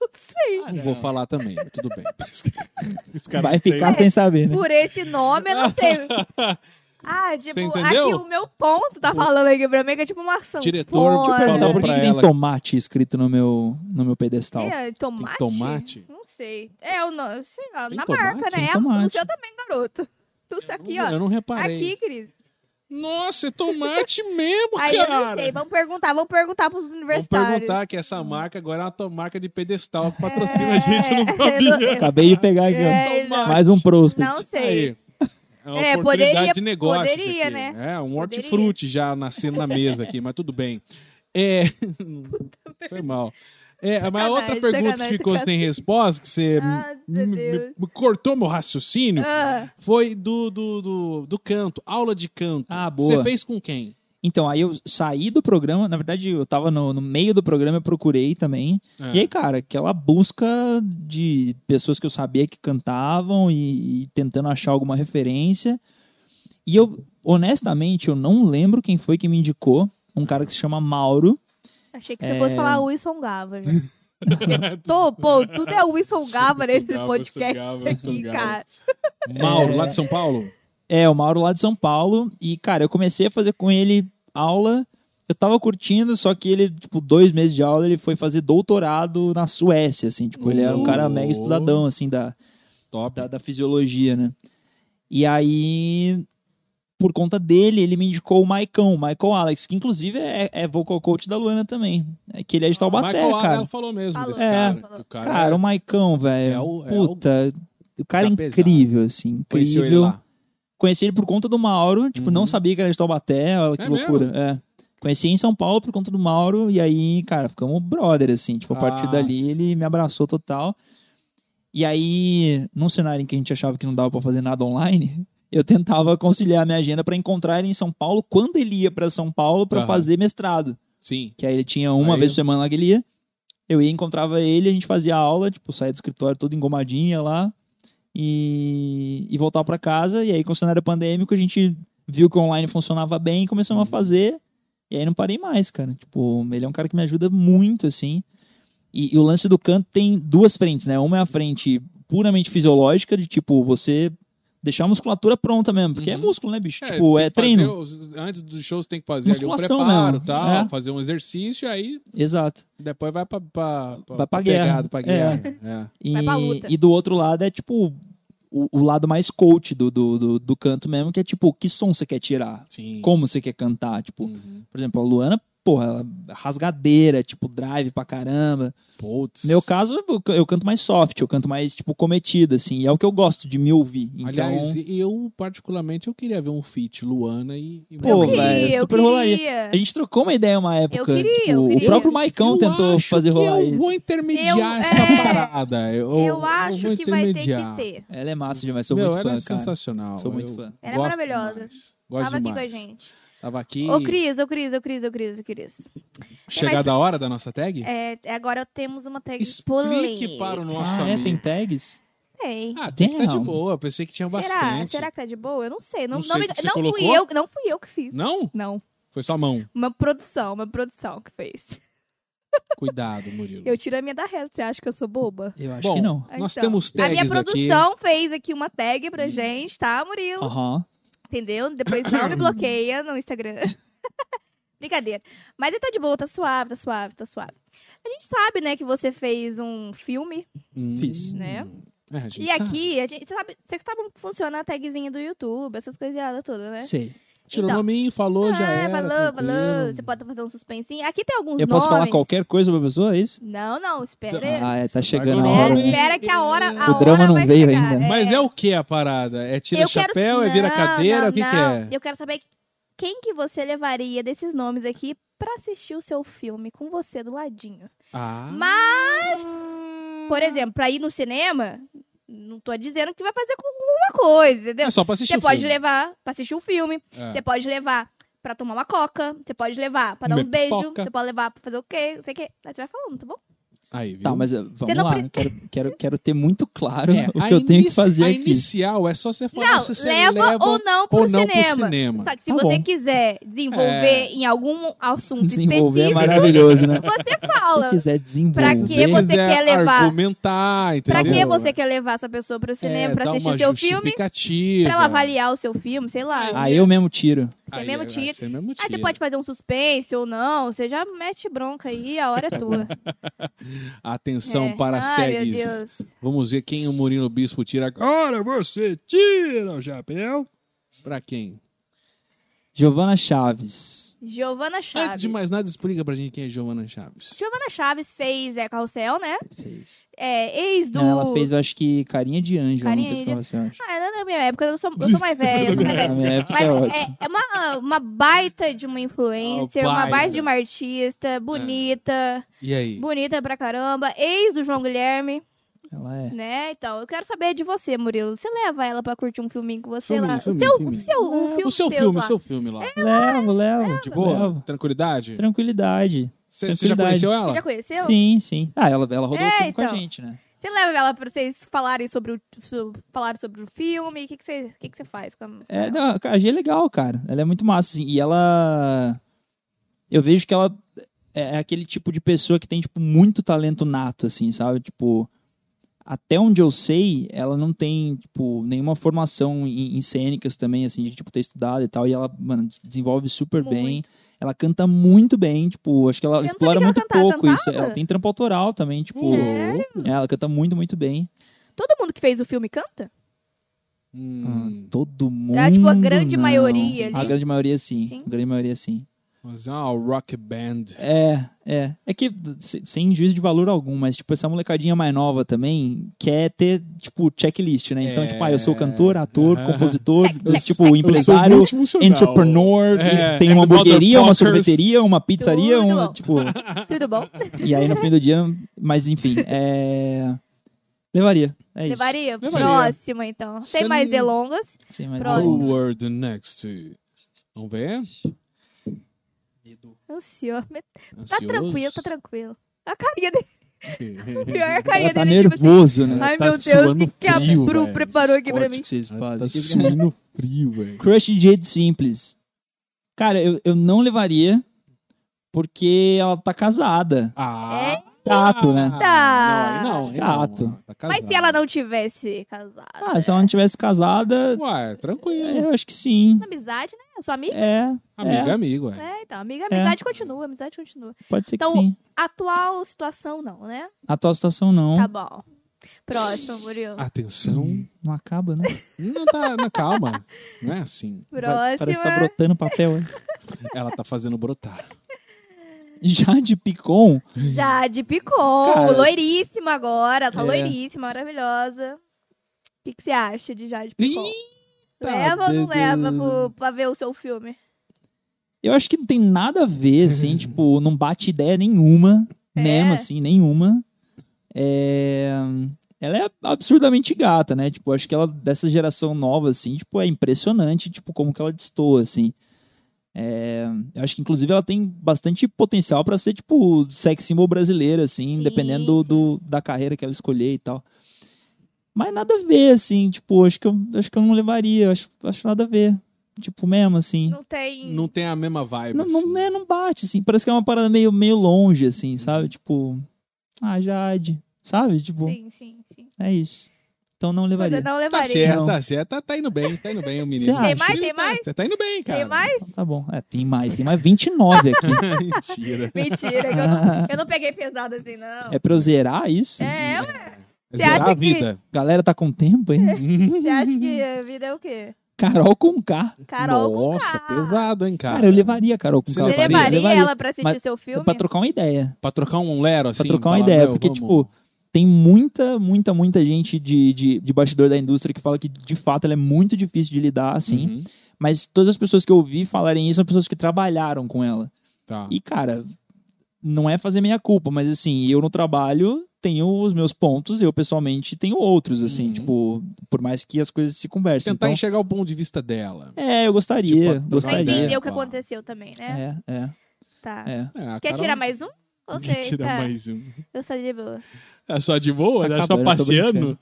[SPEAKER 2] Não sei.
[SPEAKER 1] Ah, Não vou falar também, mas tudo bem. Esse cara
[SPEAKER 3] Vai é
[SPEAKER 1] não tem-
[SPEAKER 3] ficar sem saber, né?
[SPEAKER 2] Por esse nome, eu não sei. Ah, tipo,
[SPEAKER 1] Você entendeu?
[SPEAKER 2] aqui o meu ponto tá falando aqui pra mim, que é tipo uma ação.
[SPEAKER 1] Diretor de
[SPEAKER 2] Fora.
[SPEAKER 1] Falou
[SPEAKER 3] Então, por que,
[SPEAKER 1] pra
[SPEAKER 3] que tem
[SPEAKER 1] ela.
[SPEAKER 3] tomate escrito no meu, no meu pedestal?
[SPEAKER 2] É, tomate?
[SPEAKER 1] Tem tomate?
[SPEAKER 2] Não sei. É, eu não, eu sei lá,
[SPEAKER 1] Tem
[SPEAKER 2] na
[SPEAKER 1] tomate?
[SPEAKER 2] marca,
[SPEAKER 3] Tem
[SPEAKER 2] né? É,
[SPEAKER 3] tomate.
[SPEAKER 2] No seu também, garoto. No seu aqui,
[SPEAKER 1] Eu
[SPEAKER 2] ó.
[SPEAKER 1] não reparei.
[SPEAKER 2] Aqui, Cris.
[SPEAKER 1] Nossa, é tomate mesmo,
[SPEAKER 2] Aí eu
[SPEAKER 1] cara.
[SPEAKER 2] não sei. Vamos perguntar, vamos perguntar pros
[SPEAKER 1] Vamos
[SPEAKER 2] universitários.
[SPEAKER 1] perguntar que essa marca agora é uma to- marca de pedestal que patrocina
[SPEAKER 2] É,
[SPEAKER 1] a gente, eu não
[SPEAKER 2] eu
[SPEAKER 1] sabia.
[SPEAKER 2] não-
[SPEAKER 3] Acabei de pegar aqui, ó.
[SPEAKER 2] É, não,
[SPEAKER 1] Tomate.
[SPEAKER 3] Mais um pros.
[SPEAKER 2] não sei.
[SPEAKER 1] Aí. É, uma
[SPEAKER 2] É,
[SPEAKER 1] oportunidade
[SPEAKER 2] poderia-
[SPEAKER 1] de negócio. isso
[SPEAKER 2] poderia,
[SPEAKER 1] aqui.
[SPEAKER 2] né?
[SPEAKER 1] É, um
[SPEAKER 2] Poderia.
[SPEAKER 1] hortifruti já nascendo na mesa aqui, mas tudo bem. É. Foi mal. É, mas a outra
[SPEAKER 2] Sacanagem,
[SPEAKER 1] pergunta que
[SPEAKER 2] sacanagem,
[SPEAKER 1] ficou sem resposta, que você
[SPEAKER 2] Nossa,
[SPEAKER 1] me- me-
[SPEAKER 2] Ah, Deus.
[SPEAKER 1] me cortou meu raciocínio,
[SPEAKER 2] Ah,
[SPEAKER 1] foi do, do, do, do canto, aula de canto.
[SPEAKER 3] Ah, boa.
[SPEAKER 1] Você fez com quem?
[SPEAKER 3] Então, aí eu saí do programa. Na verdade, eu tava no, no meio do programa, eu procurei também.
[SPEAKER 1] É.
[SPEAKER 3] E aí, cara, aquela busca de pessoas que eu sabia que cantavam e, e tentando achar alguma referência. E eu, honestamente, eu não lembro quem foi que me indicou. Um cara que se chama Mauro.
[SPEAKER 2] achei que você fosse
[SPEAKER 3] É.
[SPEAKER 2] falar Wilson Gava. né? Tô, pô, tudo é Wilson Gava nesse
[SPEAKER 1] Wilson Gava,
[SPEAKER 2] podcast
[SPEAKER 1] Wilson Gava, Wilson
[SPEAKER 2] aqui,
[SPEAKER 1] Gava.
[SPEAKER 2] cara.
[SPEAKER 1] Mauro,
[SPEAKER 3] É.
[SPEAKER 1] lá de São Paulo?
[SPEAKER 3] É, o Mauro lá de São Paulo. E, cara, eu comecei a fazer com ele aula. Eu tava curtindo, só que ele, tipo, dois meses de aula, ele foi fazer doutorado na Suécia, assim. Tipo, ele era um cara mega estudadão, assim, da,
[SPEAKER 1] Top.
[SPEAKER 3] da, da fisiologia, né? E aí, por conta dele, ele me indicou o Maicão, o Michael Alex, que inclusive é, é vocal coach da Luana também. É que ele é
[SPEAKER 1] Ah,
[SPEAKER 3] de Taubaté,
[SPEAKER 1] Michael Allen,
[SPEAKER 3] cara.
[SPEAKER 1] ela falou mesmo
[SPEAKER 2] Falou.
[SPEAKER 1] desse
[SPEAKER 3] É.
[SPEAKER 1] cara. O cara,
[SPEAKER 3] Cara, o Maicão,
[SPEAKER 1] É
[SPEAKER 3] velho.
[SPEAKER 1] o- é o-
[SPEAKER 3] Puta, o cara é
[SPEAKER 1] tá pesado.
[SPEAKER 3] incrível, assim, incrível.
[SPEAKER 1] conheceu ele lá.
[SPEAKER 3] Conheci ele por conta do Mauro, tipo,
[SPEAKER 1] Uhum.
[SPEAKER 3] não sabia que era de Taubaté, olha que
[SPEAKER 1] É
[SPEAKER 3] loucura. É. Conheci em São Paulo por conta do Mauro, e aí, cara, ficamos brother, assim. Tipo, a partir
[SPEAKER 1] Ah.
[SPEAKER 3] dali ele me abraçou total. E aí, num cenário em que a gente achava que não dava pra fazer nada online, eu tentava conciliar a minha agenda pra encontrar ele em São Paulo quando ele ia pra São Paulo pra
[SPEAKER 1] Aham.
[SPEAKER 3] fazer mestrado.
[SPEAKER 1] Sim.
[SPEAKER 3] Que aí ele tinha uma
[SPEAKER 1] Aí-
[SPEAKER 3] vez por semana lá que ele ia. Eu ia, encontrava ele, a gente fazia aula, tipo, saía do escritório todo engomadinha lá. e, e voltar para casa. E aí, com o cenário pandêmico, a gente viu que o online funcionava bem e
[SPEAKER 1] Uhum.
[SPEAKER 3] começamos a fazer. E aí não parei mais, cara. Tipo, ele é um cara que me ajuda muito, assim. E, e o lance do canto tem duas frentes, né? Uma é a frente puramente fisiológica, de tipo, você deixar a musculatura pronta mesmo, porque é
[SPEAKER 1] Uhum.
[SPEAKER 3] músculo, né, bicho?
[SPEAKER 1] É,
[SPEAKER 3] tipo,
[SPEAKER 1] você
[SPEAKER 3] é
[SPEAKER 1] tem que fazer
[SPEAKER 3] treino.
[SPEAKER 1] os- antes dos shows tem que fazer ali um
[SPEAKER 3] Musculação
[SPEAKER 1] preparo
[SPEAKER 3] mesmo,
[SPEAKER 1] tal,
[SPEAKER 3] é.
[SPEAKER 1] fazer um exercício, aí
[SPEAKER 3] Exato.
[SPEAKER 1] depois vai pra, pra,
[SPEAKER 3] Vai pra guerra.
[SPEAKER 1] pegada, pra
[SPEAKER 3] É.
[SPEAKER 1] guerra.
[SPEAKER 3] E,
[SPEAKER 2] Vai pra luta.
[SPEAKER 3] e do outro lado é tipo o, o lado mais coach do, do, do, do canto mesmo, que é tipo, que som você quer tirar?
[SPEAKER 1] Sim.
[SPEAKER 3] Como você quer cantar? Tipo,
[SPEAKER 1] Uhum.
[SPEAKER 3] por exemplo, a Luana, porra, ela é rasgadeira, tipo, drive pra caramba.
[SPEAKER 1] Putz.
[SPEAKER 3] No meu caso, eu ca- eu canto mais soft, eu canto mais, tipo, cometido, assim. E é o que eu gosto de me ouvir. Então,
[SPEAKER 1] Aliás, eu particularmente eu queria ver um feat Luana e, e
[SPEAKER 3] Pô,
[SPEAKER 2] eu queria,
[SPEAKER 3] velho,
[SPEAKER 2] eu
[SPEAKER 3] super rolaria.
[SPEAKER 2] queria.
[SPEAKER 3] a gente trocou uma ideia uma época.
[SPEAKER 2] Eu queria,
[SPEAKER 3] tipo,
[SPEAKER 2] eu
[SPEAKER 3] O
[SPEAKER 2] queria.
[SPEAKER 3] próprio Maicão
[SPEAKER 1] Eu
[SPEAKER 3] tentou
[SPEAKER 1] acho
[SPEAKER 3] fazer
[SPEAKER 1] que
[SPEAKER 3] rolar
[SPEAKER 1] eu
[SPEAKER 3] isso.
[SPEAKER 1] vou intermediar
[SPEAKER 2] Eu-
[SPEAKER 1] essa
[SPEAKER 2] é.
[SPEAKER 1] parada. Eu,
[SPEAKER 2] Eu acho
[SPEAKER 1] vou
[SPEAKER 2] que vai ter
[SPEAKER 1] intermediar.
[SPEAKER 2] que ter.
[SPEAKER 3] Ela é massa demais, sou
[SPEAKER 1] Meu,
[SPEAKER 3] muito fã,
[SPEAKER 1] ela é
[SPEAKER 3] cara.
[SPEAKER 1] sensacional.
[SPEAKER 3] Sou muito
[SPEAKER 1] Eu
[SPEAKER 3] fã.
[SPEAKER 2] Ela é
[SPEAKER 1] gosto
[SPEAKER 2] maravilhosa.
[SPEAKER 1] demais. Gosto
[SPEAKER 2] Tava aqui com a
[SPEAKER 1] demais.
[SPEAKER 2] gente.
[SPEAKER 1] Tava aqui.
[SPEAKER 2] Ô, Cris, ô, Cris, ô, Cris, ô, Cris, ô, Cris.
[SPEAKER 1] Chegada a hora da nossa tag?
[SPEAKER 2] É, agora temos uma tag
[SPEAKER 1] Explique para o nosso
[SPEAKER 3] Ah, é?
[SPEAKER 1] amigo.
[SPEAKER 3] Tem tags?
[SPEAKER 2] Tem.
[SPEAKER 1] Ah, tem que tá de
[SPEAKER 3] Damn.
[SPEAKER 1] boa. Eu pensei que tinha
[SPEAKER 2] Será?
[SPEAKER 1] bastante.
[SPEAKER 2] Será que tá de boa? Eu não sei. Não,
[SPEAKER 1] Não
[SPEAKER 2] não,
[SPEAKER 1] sei,
[SPEAKER 2] me-
[SPEAKER 1] você
[SPEAKER 2] não fui
[SPEAKER 1] colocou?
[SPEAKER 2] eu, não fui eu que fiz.
[SPEAKER 1] Não?
[SPEAKER 2] Não.
[SPEAKER 1] Foi sua mão.
[SPEAKER 2] Uma produção, uma produção que fez.
[SPEAKER 1] Cuidado, Murilo.
[SPEAKER 2] Eu tiro a minha da reta, você acha que eu sou boba?
[SPEAKER 3] Eu acho
[SPEAKER 1] Bom,
[SPEAKER 3] que não.
[SPEAKER 2] Ah,
[SPEAKER 1] nós
[SPEAKER 2] então.
[SPEAKER 1] temos
[SPEAKER 2] A
[SPEAKER 1] tags
[SPEAKER 2] minha
[SPEAKER 1] aqui.
[SPEAKER 2] produção fez aqui uma tag pra gente, tá,
[SPEAKER 1] então
[SPEAKER 2] Murilo?
[SPEAKER 3] Aham.
[SPEAKER 2] Entendeu? Depois não me bloqueia no Instagram. Brincadeira. Mas ele tá de boa, tá suave, tá suave, tá suave. A gente sabe, né, que você fez um filme,
[SPEAKER 1] Hum.
[SPEAKER 3] Fiz.
[SPEAKER 2] né?
[SPEAKER 1] É, a gente
[SPEAKER 2] E
[SPEAKER 1] sabe.
[SPEAKER 2] aqui, a gente, você, sabe, você sabe como funciona a tagzinha do YouTube, essas coisinhas todas,
[SPEAKER 1] é.
[SPEAKER 2] né?
[SPEAKER 3] Sei.
[SPEAKER 1] Tirou o
[SPEAKER 2] Então.
[SPEAKER 1] nominho, falou, já
[SPEAKER 2] ah,
[SPEAKER 1] era.
[SPEAKER 2] falou, falou.
[SPEAKER 1] tranquilo.
[SPEAKER 2] Você pode fazer um suspensinho. Aqui tem alguns
[SPEAKER 3] Eu
[SPEAKER 2] nomes.
[SPEAKER 3] posso falar qualquer coisa pra pessoa, é isso?
[SPEAKER 2] Não, não, espera.
[SPEAKER 3] Ah, é,
[SPEAKER 1] Você
[SPEAKER 3] tá chegando
[SPEAKER 1] vai agora.
[SPEAKER 2] Espera,
[SPEAKER 3] a hora.
[SPEAKER 1] Homem.
[SPEAKER 2] espera que a hora. A
[SPEAKER 3] O drama
[SPEAKER 2] hora
[SPEAKER 3] não
[SPEAKER 2] vai
[SPEAKER 3] veio
[SPEAKER 2] chegar.
[SPEAKER 3] ainda.
[SPEAKER 1] Mas é o que a parada? É tira
[SPEAKER 2] Eu quero-
[SPEAKER 1] chapéu, é vira
[SPEAKER 2] Não,
[SPEAKER 1] cadeira,
[SPEAKER 2] não,
[SPEAKER 1] o que, que
[SPEAKER 2] não.
[SPEAKER 1] é?
[SPEAKER 2] Eu quero saber quem que você levaria desses nomes aqui pra assistir o seu filme com você do ladinho.
[SPEAKER 1] Ah.
[SPEAKER 2] Mas, por exemplo, pra ir no cinema, não tô dizendo que vai fazer com alguma coisa, entendeu?
[SPEAKER 1] É só pra assistir
[SPEAKER 2] Você
[SPEAKER 1] o
[SPEAKER 2] pode
[SPEAKER 1] filme.
[SPEAKER 2] levar pra assistir um filme,
[SPEAKER 1] É.
[SPEAKER 2] você pode levar pra tomar uma coca, você pode levar pra dar
[SPEAKER 1] Comer
[SPEAKER 2] uns beijos,
[SPEAKER 1] pipoca.
[SPEAKER 2] você pode levar pra fazer o quê, não sei o quê. Aí você vai falando, tá bom?
[SPEAKER 1] Aí, viu?
[SPEAKER 3] Tá, mas uh, vamos
[SPEAKER 2] não
[SPEAKER 3] lá.
[SPEAKER 2] pre-
[SPEAKER 3] eu Quero, quero, quero ter muito claro
[SPEAKER 1] É,
[SPEAKER 3] o
[SPEAKER 1] a
[SPEAKER 3] que eu tenho que
[SPEAKER 1] inici-
[SPEAKER 3] fazer
[SPEAKER 1] a
[SPEAKER 3] aqui.
[SPEAKER 1] inicial é só você falar
[SPEAKER 2] Não,
[SPEAKER 1] se você
[SPEAKER 2] leva, ou não pro
[SPEAKER 1] ou não pro
[SPEAKER 2] cinema.
[SPEAKER 1] cinema.
[SPEAKER 2] Só que se
[SPEAKER 3] Tá
[SPEAKER 2] você
[SPEAKER 3] bom.
[SPEAKER 2] quiser desenvolver
[SPEAKER 1] É.
[SPEAKER 2] em algum assunto
[SPEAKER 3] Desenvolver é
[SPEAKER 2] específico,
[SPEAKER 3] maravilhoso, né?
[SPEAKER 2] você
[SPEAKER 3] Se
[SPEAKER 2] fala.
[SPEAKER 3] quiser
[SPEAKER 1] Se
[SPEAKER 2] pra
[SPEAKER 3] desenvolver,
[SPEAKER 2] que você
[SPEAKER 1] quiser
[SPEAKER 2] quer levar?
[SPEAKER 1] argumentar, entendeu?
[SPEAKER 3] um
[SPEAKER 2] Pra que
[SPEAKER 3] né?
[SPEAKER 2] você quer levar essa pessoa pro cinema
[SPEAKER 1] é,
[SPEAKER 2] pra
[SPEAKER 1] dá
[SPEAKER 2] assistir
[SPEAKER 1] uma
[SPEAKER 2] seu filme?
[SPEAKER 1] justificativa.
[SPEAKER 2] Pra ela avaliar o seu filme, sei lá.
[SPEAKER 3] aí eu mesmo tiro.
[SPEAKER 2] Você
[SPEAKER 1] Aí,
[SPEAKER 2] mesmo
[SPEAKER 1] é,
[SPEAKER 2] tira.
[SPEAKER 1] Você mesmo tira.
[SPEAKER 2] Aí você pode fazer um suspense ou não, você já mete bronca aí, a hora é tua.
[SPEAKER 1] Atenção
[SPEAKER 2] É.
[SPEAKER 1] para as
[SPEAKER 2] Ai,
[SPEAKER 1] tags.
[SPEAKER 2] meu Deus.
[SPEAKER 1] Vamos ver quem o Murilo Bispo tira agora. Você tira o chapéu. Pra quem?
[SPEAKER 3] Giovana Chaves.
[SPEAKER 2] Giovana
[SPEAKER 1] Antes
[SPEAKER 2] Chaves.
[SPEAKER 1] de mais nada, explica pra gente quem é Giovana Chaves.
[SPEAKER 2] Giovana Chaves fez é, Carrossel, né?
[SPEAKER 3] Fez.
[SPEAKER 2] É, ex do.
[SPEAKER 3] Não, ela fez, eu acho que Carinha de Anjo.
[SPEAKER 2] Carinha
[SPEAKER 3] não fez
[SPEAKER 2] de-
[SPEAKER 3] com você, eu acho.
[SPEAKER 2] Ah, não é da minha época, eu sou, eu sou mais velha, eu sou mais velha.
[SPEAKER 3] Na minha época
[SPEAKER 2] Mas
[SPEAKER 3] é
[SPEAKER 2] é,
[SPEAKER 3] ótimo.
[SPEAKER 2] é uma, uma baita de uma influencer,
[SPEAKER 1] Ah,
[SPEAKER 2] uma
[SPEAKER 1] baita. É.
[SPEAKER 2] baita de uma artista, bonita,
[SPEAKER 1] E aí?
[SPEAKER 2] bonita pra caramba, ex do João Guilherme,
[SPEAKER 3] Ela é.
[SPEAKER 2] né? Então, eu quero saber de você, Murilo. Você leva ela pra curtir um filminho com você
[SPEAKER 1] Filminho,
[SPEAKER 2] lá?
[SPEAKER 1] filminho,
[SPEAKER 2] o seu,
[SPEAKER 1] filminho.
[SPEAKER 2] o seu um filme
[SPEAKER 1] o seu
[SPEAKER 2] seu
[SPEAKER 1] filme,
[SPEAKER 2] lá.
[SPEAKER 1] o seu filme lá.
[SPEAKER 2] É.
[SPEAKER 3] Levo, levo.
[SPEAKER 1] de boa?
[SPEAKER 3] Levo.
[SPEAKER 1] Tranquilidade?
[SPEAKER 3] Tranquilidade.
[SPEAKER 1] Você você já
[SPEAKER 3] tranquilidade.
[SPEAKER 1] conheceu ela?
[SPEAKER 2] Você já conheceu?
[SPEAKER 3] Sim, sim. Ah, ela, ela rodou
[SPEAKER 2] É,
[SPEAKER 3] o filme com a
[SPEAKER 2] então.
[SPEAKER 3] gente, né?
[SPEAKER 2] Você leva ela pra vocês falarem sobre o, so- falarem sobre o filme? O que, que, você, o que, que você faz? com a-
[SPEAKER 3] É, não, a G é legal, cara. Ela é muito massa, assim. E ela. Eu vejo que ela é aquele tipo de pessoa que tem, tipo, muito talento nato, assim, sabe? Tipo. Até onde eu sei, ela não tem, tipo, nenhuma formação em, em cênicas também, assim, de, tipo, ter estudado e tal. E ela, mano, des- desenvolve super bem.
[SPEAKER 2] Muito.
[SPEAKER 3] ela canta muito bem, tipo, acho que ela
[SPEAKER 2] não sabia
[SPEAKER 3] explora
[SPEAKER 2] que ela
[SPEAKER 3] muito
[SPEAKER 2] cantava,
[SPEAKER 3] pouco isso.
[SPEAKER 2] cantava?
[SPEAKER 3] Ela tem trampo autoral também, tipo.
[SPEAKER 2] Sério?
[SPEAKER 3] é, Ela canta muito, muito bem.
[SPEAKER 2] Todo mundo que fez o filme canta?
[SPEAKER 1] Hum,
[SPEAKER 3] Ah, todo mundo.
[SPEAKER 2] Ah, tipo, a grande
[SPEAKER 3] não.
[SPEAKER 2] maioria
[SPEAKER 1] ali?
[SPEAKER 3] A grande maioria, sim.
[SPEAKER 2] Sim.
[SPEAKER 3] A grande maioria, sim.
[SPEAKER 1] fazer é uma rock band.
[SPEAKER 3] É, é. É que, se- sem juízo de valor algum, mas, tipo, essa molecadinha mais nova também quer ter, tipo, checklist, né? Então,
[SPEAKER 1] É.
[SPEAKER 3] tipo, ah, eu sou cantor, ator,
[SPEAKER 1] Aham.
[SPEAKER 3] compositor,
[SPEAKER 2] Check, check, check.
[SPEAKER 3] tipo,
[SPEAKER 1] Eu sou
[SPEAKER 3] empresário,
[SPEAKER 1] multifuncional.
[SPEAKER 3] entrepreneur,
[SPEAKER 1] É.
[SPEAKER 3] tem uma hamburgueria, uma
[SPEAKER 1] Motherfuckers.
[SPEAKER 3] sorveteria, uma pizzaria, um,
[SPEAKER 2] Tudo.
[SPEAKER 3] tipo...
[SPEAKER 1] É
[SPEAKER 2] Tudo bom?
[SPEAKER 3] E aí no fim do dia, mas enfim, é... levaria. É isso.
[SPEAKER 2] Levaria?
[SPEAKER 1] Levaria.
[SPEAKER 2] Próxima, então. Sem mais
[SPEAKER 1] Sem-
[SPEAKER 2] delongas.
[SPEAKER 3] Sem mais
[SPEAKER 2] Próximo.
[SPEAKER 3] nada.
[SPEAKER 1] Who were the next? Vamos ver?
[SPEAKER 2] Ansioso. Tá
[SPEAKER 1] Ansioso?
[SPEAKER 2] tranquilo, tá tranquilo. tá A carinha dele. Pior a
[SPEAKER 3] Ela
[SPEAKER 2] carinha
[SPEAKER 3] tá
[SPEAKER 2] dele, tipo assim,
[SPEAKER 4] nervoso, né?
[SPEAKER 2] Ai,
[SPEAKER 4] tá
[SPEAKER 2] meu Deus,
[SPEAKER 4] suando
[SPEAKER 2] que cabru
[SPEAKER 4] frio, velho.
[SPEAKER 2] preparou aqui pra
[SPEAKER 4] Corte
[SPEAKER 2] mim.
[SPEAKER 4] que vocês fazem.
[SPEAKER 3] Tá
[SPEAKER 4] Que-
[SPEAKER 3] suando
[SPEAKER 4] frio, velho.
[SPEAKER 3] Crush de jeito simples. Cara, eu, eu não levaria, porque ela tá casada.
[SPEAKER 2] É.
[SPEAKER 1] Ah,
[SPEAKER 3] Chato, né?
[SPEAKER 2] Tá.
[SPEAKER 1] Não, aí não. aí
[SPEAKER 3] Chato.
[SPEAKER 1] não. Tá
[SPEAKER 2] Mas se
[SPEAKER 1] casado.
[SPEAKER 2] ela não tivesse casado.
[SPEAKER 3] Ah, se ela não tivesse casada,
[SPEAKER 1] Ué, tranquilo.
[SPEAKER 3] eu acho que sim.
[SPEAKER 2] Amizade, né? Eu sou amiga.
[SPEAKER 3] É,
[SPEAKER 1] Amigo é amigo, ué.
[SPEAKER 2] É, então, amiga, amizade continua, amizade continua.
[SPEAKER 3] pode ser que
[SPEAKER 2] Então-
[SPEAKER 3] sim.
[SPEAKER 2] Atual situação, não, né?
[SPEAKER 3] A tua situação não.
[SPEAKER 2] Tá bom. Próximo, Murilo.
[SPEAKER 3] Ah,
[SPEAKER 1] Atenção.
[SPEAKER 3] Não acaba, né?
[SPEAKER 1] Não tá, na calma. Não é assim.
[SPEAKER 3] Vai- Parece que tá
[SPEAKER 2] Próxima.
[SPEAKER 3] brotando papel. hein?
[SPEAKER 1] Ela tá fazendo brotar.
[SPEAKER 3] Jade Picon
[SPEAKER 2] Jade Picon.
[SPEAKER 3] Cara,
[SPEAKER 2] loiríssima agora. Tá
[SPEAKER 3] é.
[SPEAKER 2] loiríssima, maravilhosa. O que, que você acha de Jade Picon?
[SPEAKER 1] Eita,
[SPEAKER 2] leva ou não
[SPEAKER 1] dedo.
[SPEAKER 2] leva pro, pra ver o seu filme?
[SPEAKER 3] Eu acho que não tem nada a ver, assim, tipo, não bate ideia nenhuma,
[SPEAKER 2] É.
[SPEAKER 3] mesmo assim, nenhuma. É... Ela é absurdamente gata, né? Tipo, acho que ela, dessa geração nova, assim, tipo, é impressionante, tipo, como que ela destoa, assim. É... Eu acho que, inclusive, ela tem bastante potencial pra ser, tipo, sex symbol brasileira, assim,
[SPEAKER 2] Sim,
[SPEAKER 3] dependendo do, do- da carreira que ela escolher e tal. Mas nada a ver, assim, tipo, acho que eu, acho que eu não levaria, acho, acho nada a ver. Tipo, mesmo, assim.
[SPEAKER 2] Não tem.
[SPEAKER 1] Não tem a mesma vibe.
[SPEAKER 3] Não,
[SPEAKER 1] assim.
[SPEAKER 3] não, é, não bate, assim. Parece que é uma parada meio, meio longe, assim, sabe? Tipo, ah, Jade, sabe? Tipo,
[SPEAKER 2] Sim, sim, sim.
[SPEAKER 3] é isso. Então não
[SPEAKER 2] Mas é eu
[SPEAKER 3] levaria.
[SPEAKER 2] não
[SPEAKER 1] Tá
[SPEAKER 2] levaria.
[SPEAKER 1] certo,
[SPEAKER 3] Não.
[SPEAKER 1] tá certo. Tá, tá indo bem, tá indo bem o
[SPEAKER 3] Você
[SPEAKER 1] menino.
[SPEAKER 3] acha? Tem
[SPEAKER 2] mais,
[SPEAKER 1] Ele
[SPEAKER 2] tem
[SPEAKER 1] tá-
[SPEAKER 2] mais?
[SPEAKER 1] Você tá indo bem, cara.
[SPEAKER 2] Tem mais?
[SPEAKER 3] Tá bom. É, tem mais, tem mais 29 aqui.
[SPEAKER 1] Mentira.
[SPEAKER 2] Mentira, que eu, não,
[SPEAKER 3] Ah,
[SPEAKER 2] eu não peguei pesado assim, não.
[SPEAKER 3] é pra eu zerar isso?
[SPEAKER 2] É, ué. Você
[SPEAKER 1] Zerar
[SPEAKER 2] acha
[SPEAKER 1] a
[SPEAKER 2] que-
[SPEAKER 1] vida.
[SPEAKER 3] Galera, tá com tempo,
[SPEAKER 2] É.
[SPEAKER 3] hein?
[SPEAKER 2] você acha que a vida é o quê?
[SPEAKER 3] Carol com K.
[SPEAKER 2] Carol com
[SPEAKER 1] Nossa,
[SPEAKER 2] K.
[SPEAKER 1] pesado, hein, cara.
[SPEAKER 3] Cara, eu levaria a Carol com
[SPEAKER 1] Você
[SPEAKER 3] K. eu
[SPEAKER 2] Você
[SPEAKER 1] levaria?
[SPEAKER 3] faria, eu
[SPEAKER 2] levaria ela pra assistir
[SPEAKER 3] Mas-
[SPEAKER 2] seu filme?
[SPEAKER 3] Pra trocar uma ideia.
[SPEAKER 1] Pra trocar um lero, assim.
[SPEAKER 3] Pra trocar uma
[SPEAKER 1] falar,
[SPEAKER 3] ideia.
[SPEAKER 1] meu,
[SPEAKER 3] Porque,
[SPEAKER 1] vamos-
[SPEAKER 3] tipo, tem muita, muita, muita gente de, de, de bastidor da indústria que fala que, de fato, ela é muito difícil de lidar, assim.
[SPEAKER 1] Uhum,
[SPEAKER 3] Mas todas as pessoas que eu ouvi falarem isso são pessoas que trabalharam com ela.
[SPEAKER 1] tá.
[SPEAKER 3] E, cara, não é fazer meia culpa, mas assim, eu no trabalho tenho os meus pontos, eu pessoalmente tenho outros, assim,
[SPEAKER 1] Uhum.
[SPEAKER 3] tipo, por mais que as coisas se conversem.
[SPEAKER 1] Tentar
[SPEAKER 3] Então,
[SPEAKER 1] enxergar o ponto de vista dela.
[SPEAKER 3] é, eu gostaria,
[SPEAKER 1] Tipo,
[SPEAKER 2] Pra
[SPEAKER 1] trocar
[SPEAKER 3] gostaria.
[SPEAKER 1] ideia.
[SPEAKER 2] entender o que
[SPEAKER 1] Pá.
[SPEAKER 2] aconteceu também, né?
[SPEAKER 3] É, é,
[SPEAKER 2] Tá.
[SPEAKER 3] é.
[SPEAKER 1] É, a
[SPEAKER 2] Quer
[SPEAKER 1] Carol-
[SPEAKER 2] tirar mais um? Ou
[SPEAKER 1] Quer
[SPEAKER 2] sei,
[SPEAKER 1] tirar
[SPEAKER 2] tá.
[SPEAKER 1] mais um.
[SPEAKER 2] Eu sou de boa.
[SPEAKER 1] É só de boa?
[SPEAKER 3] Tá
[SPEAKER 1] é só
[SPEAKER 3] acabando, eu tô
[SPEAKER 1] passeando?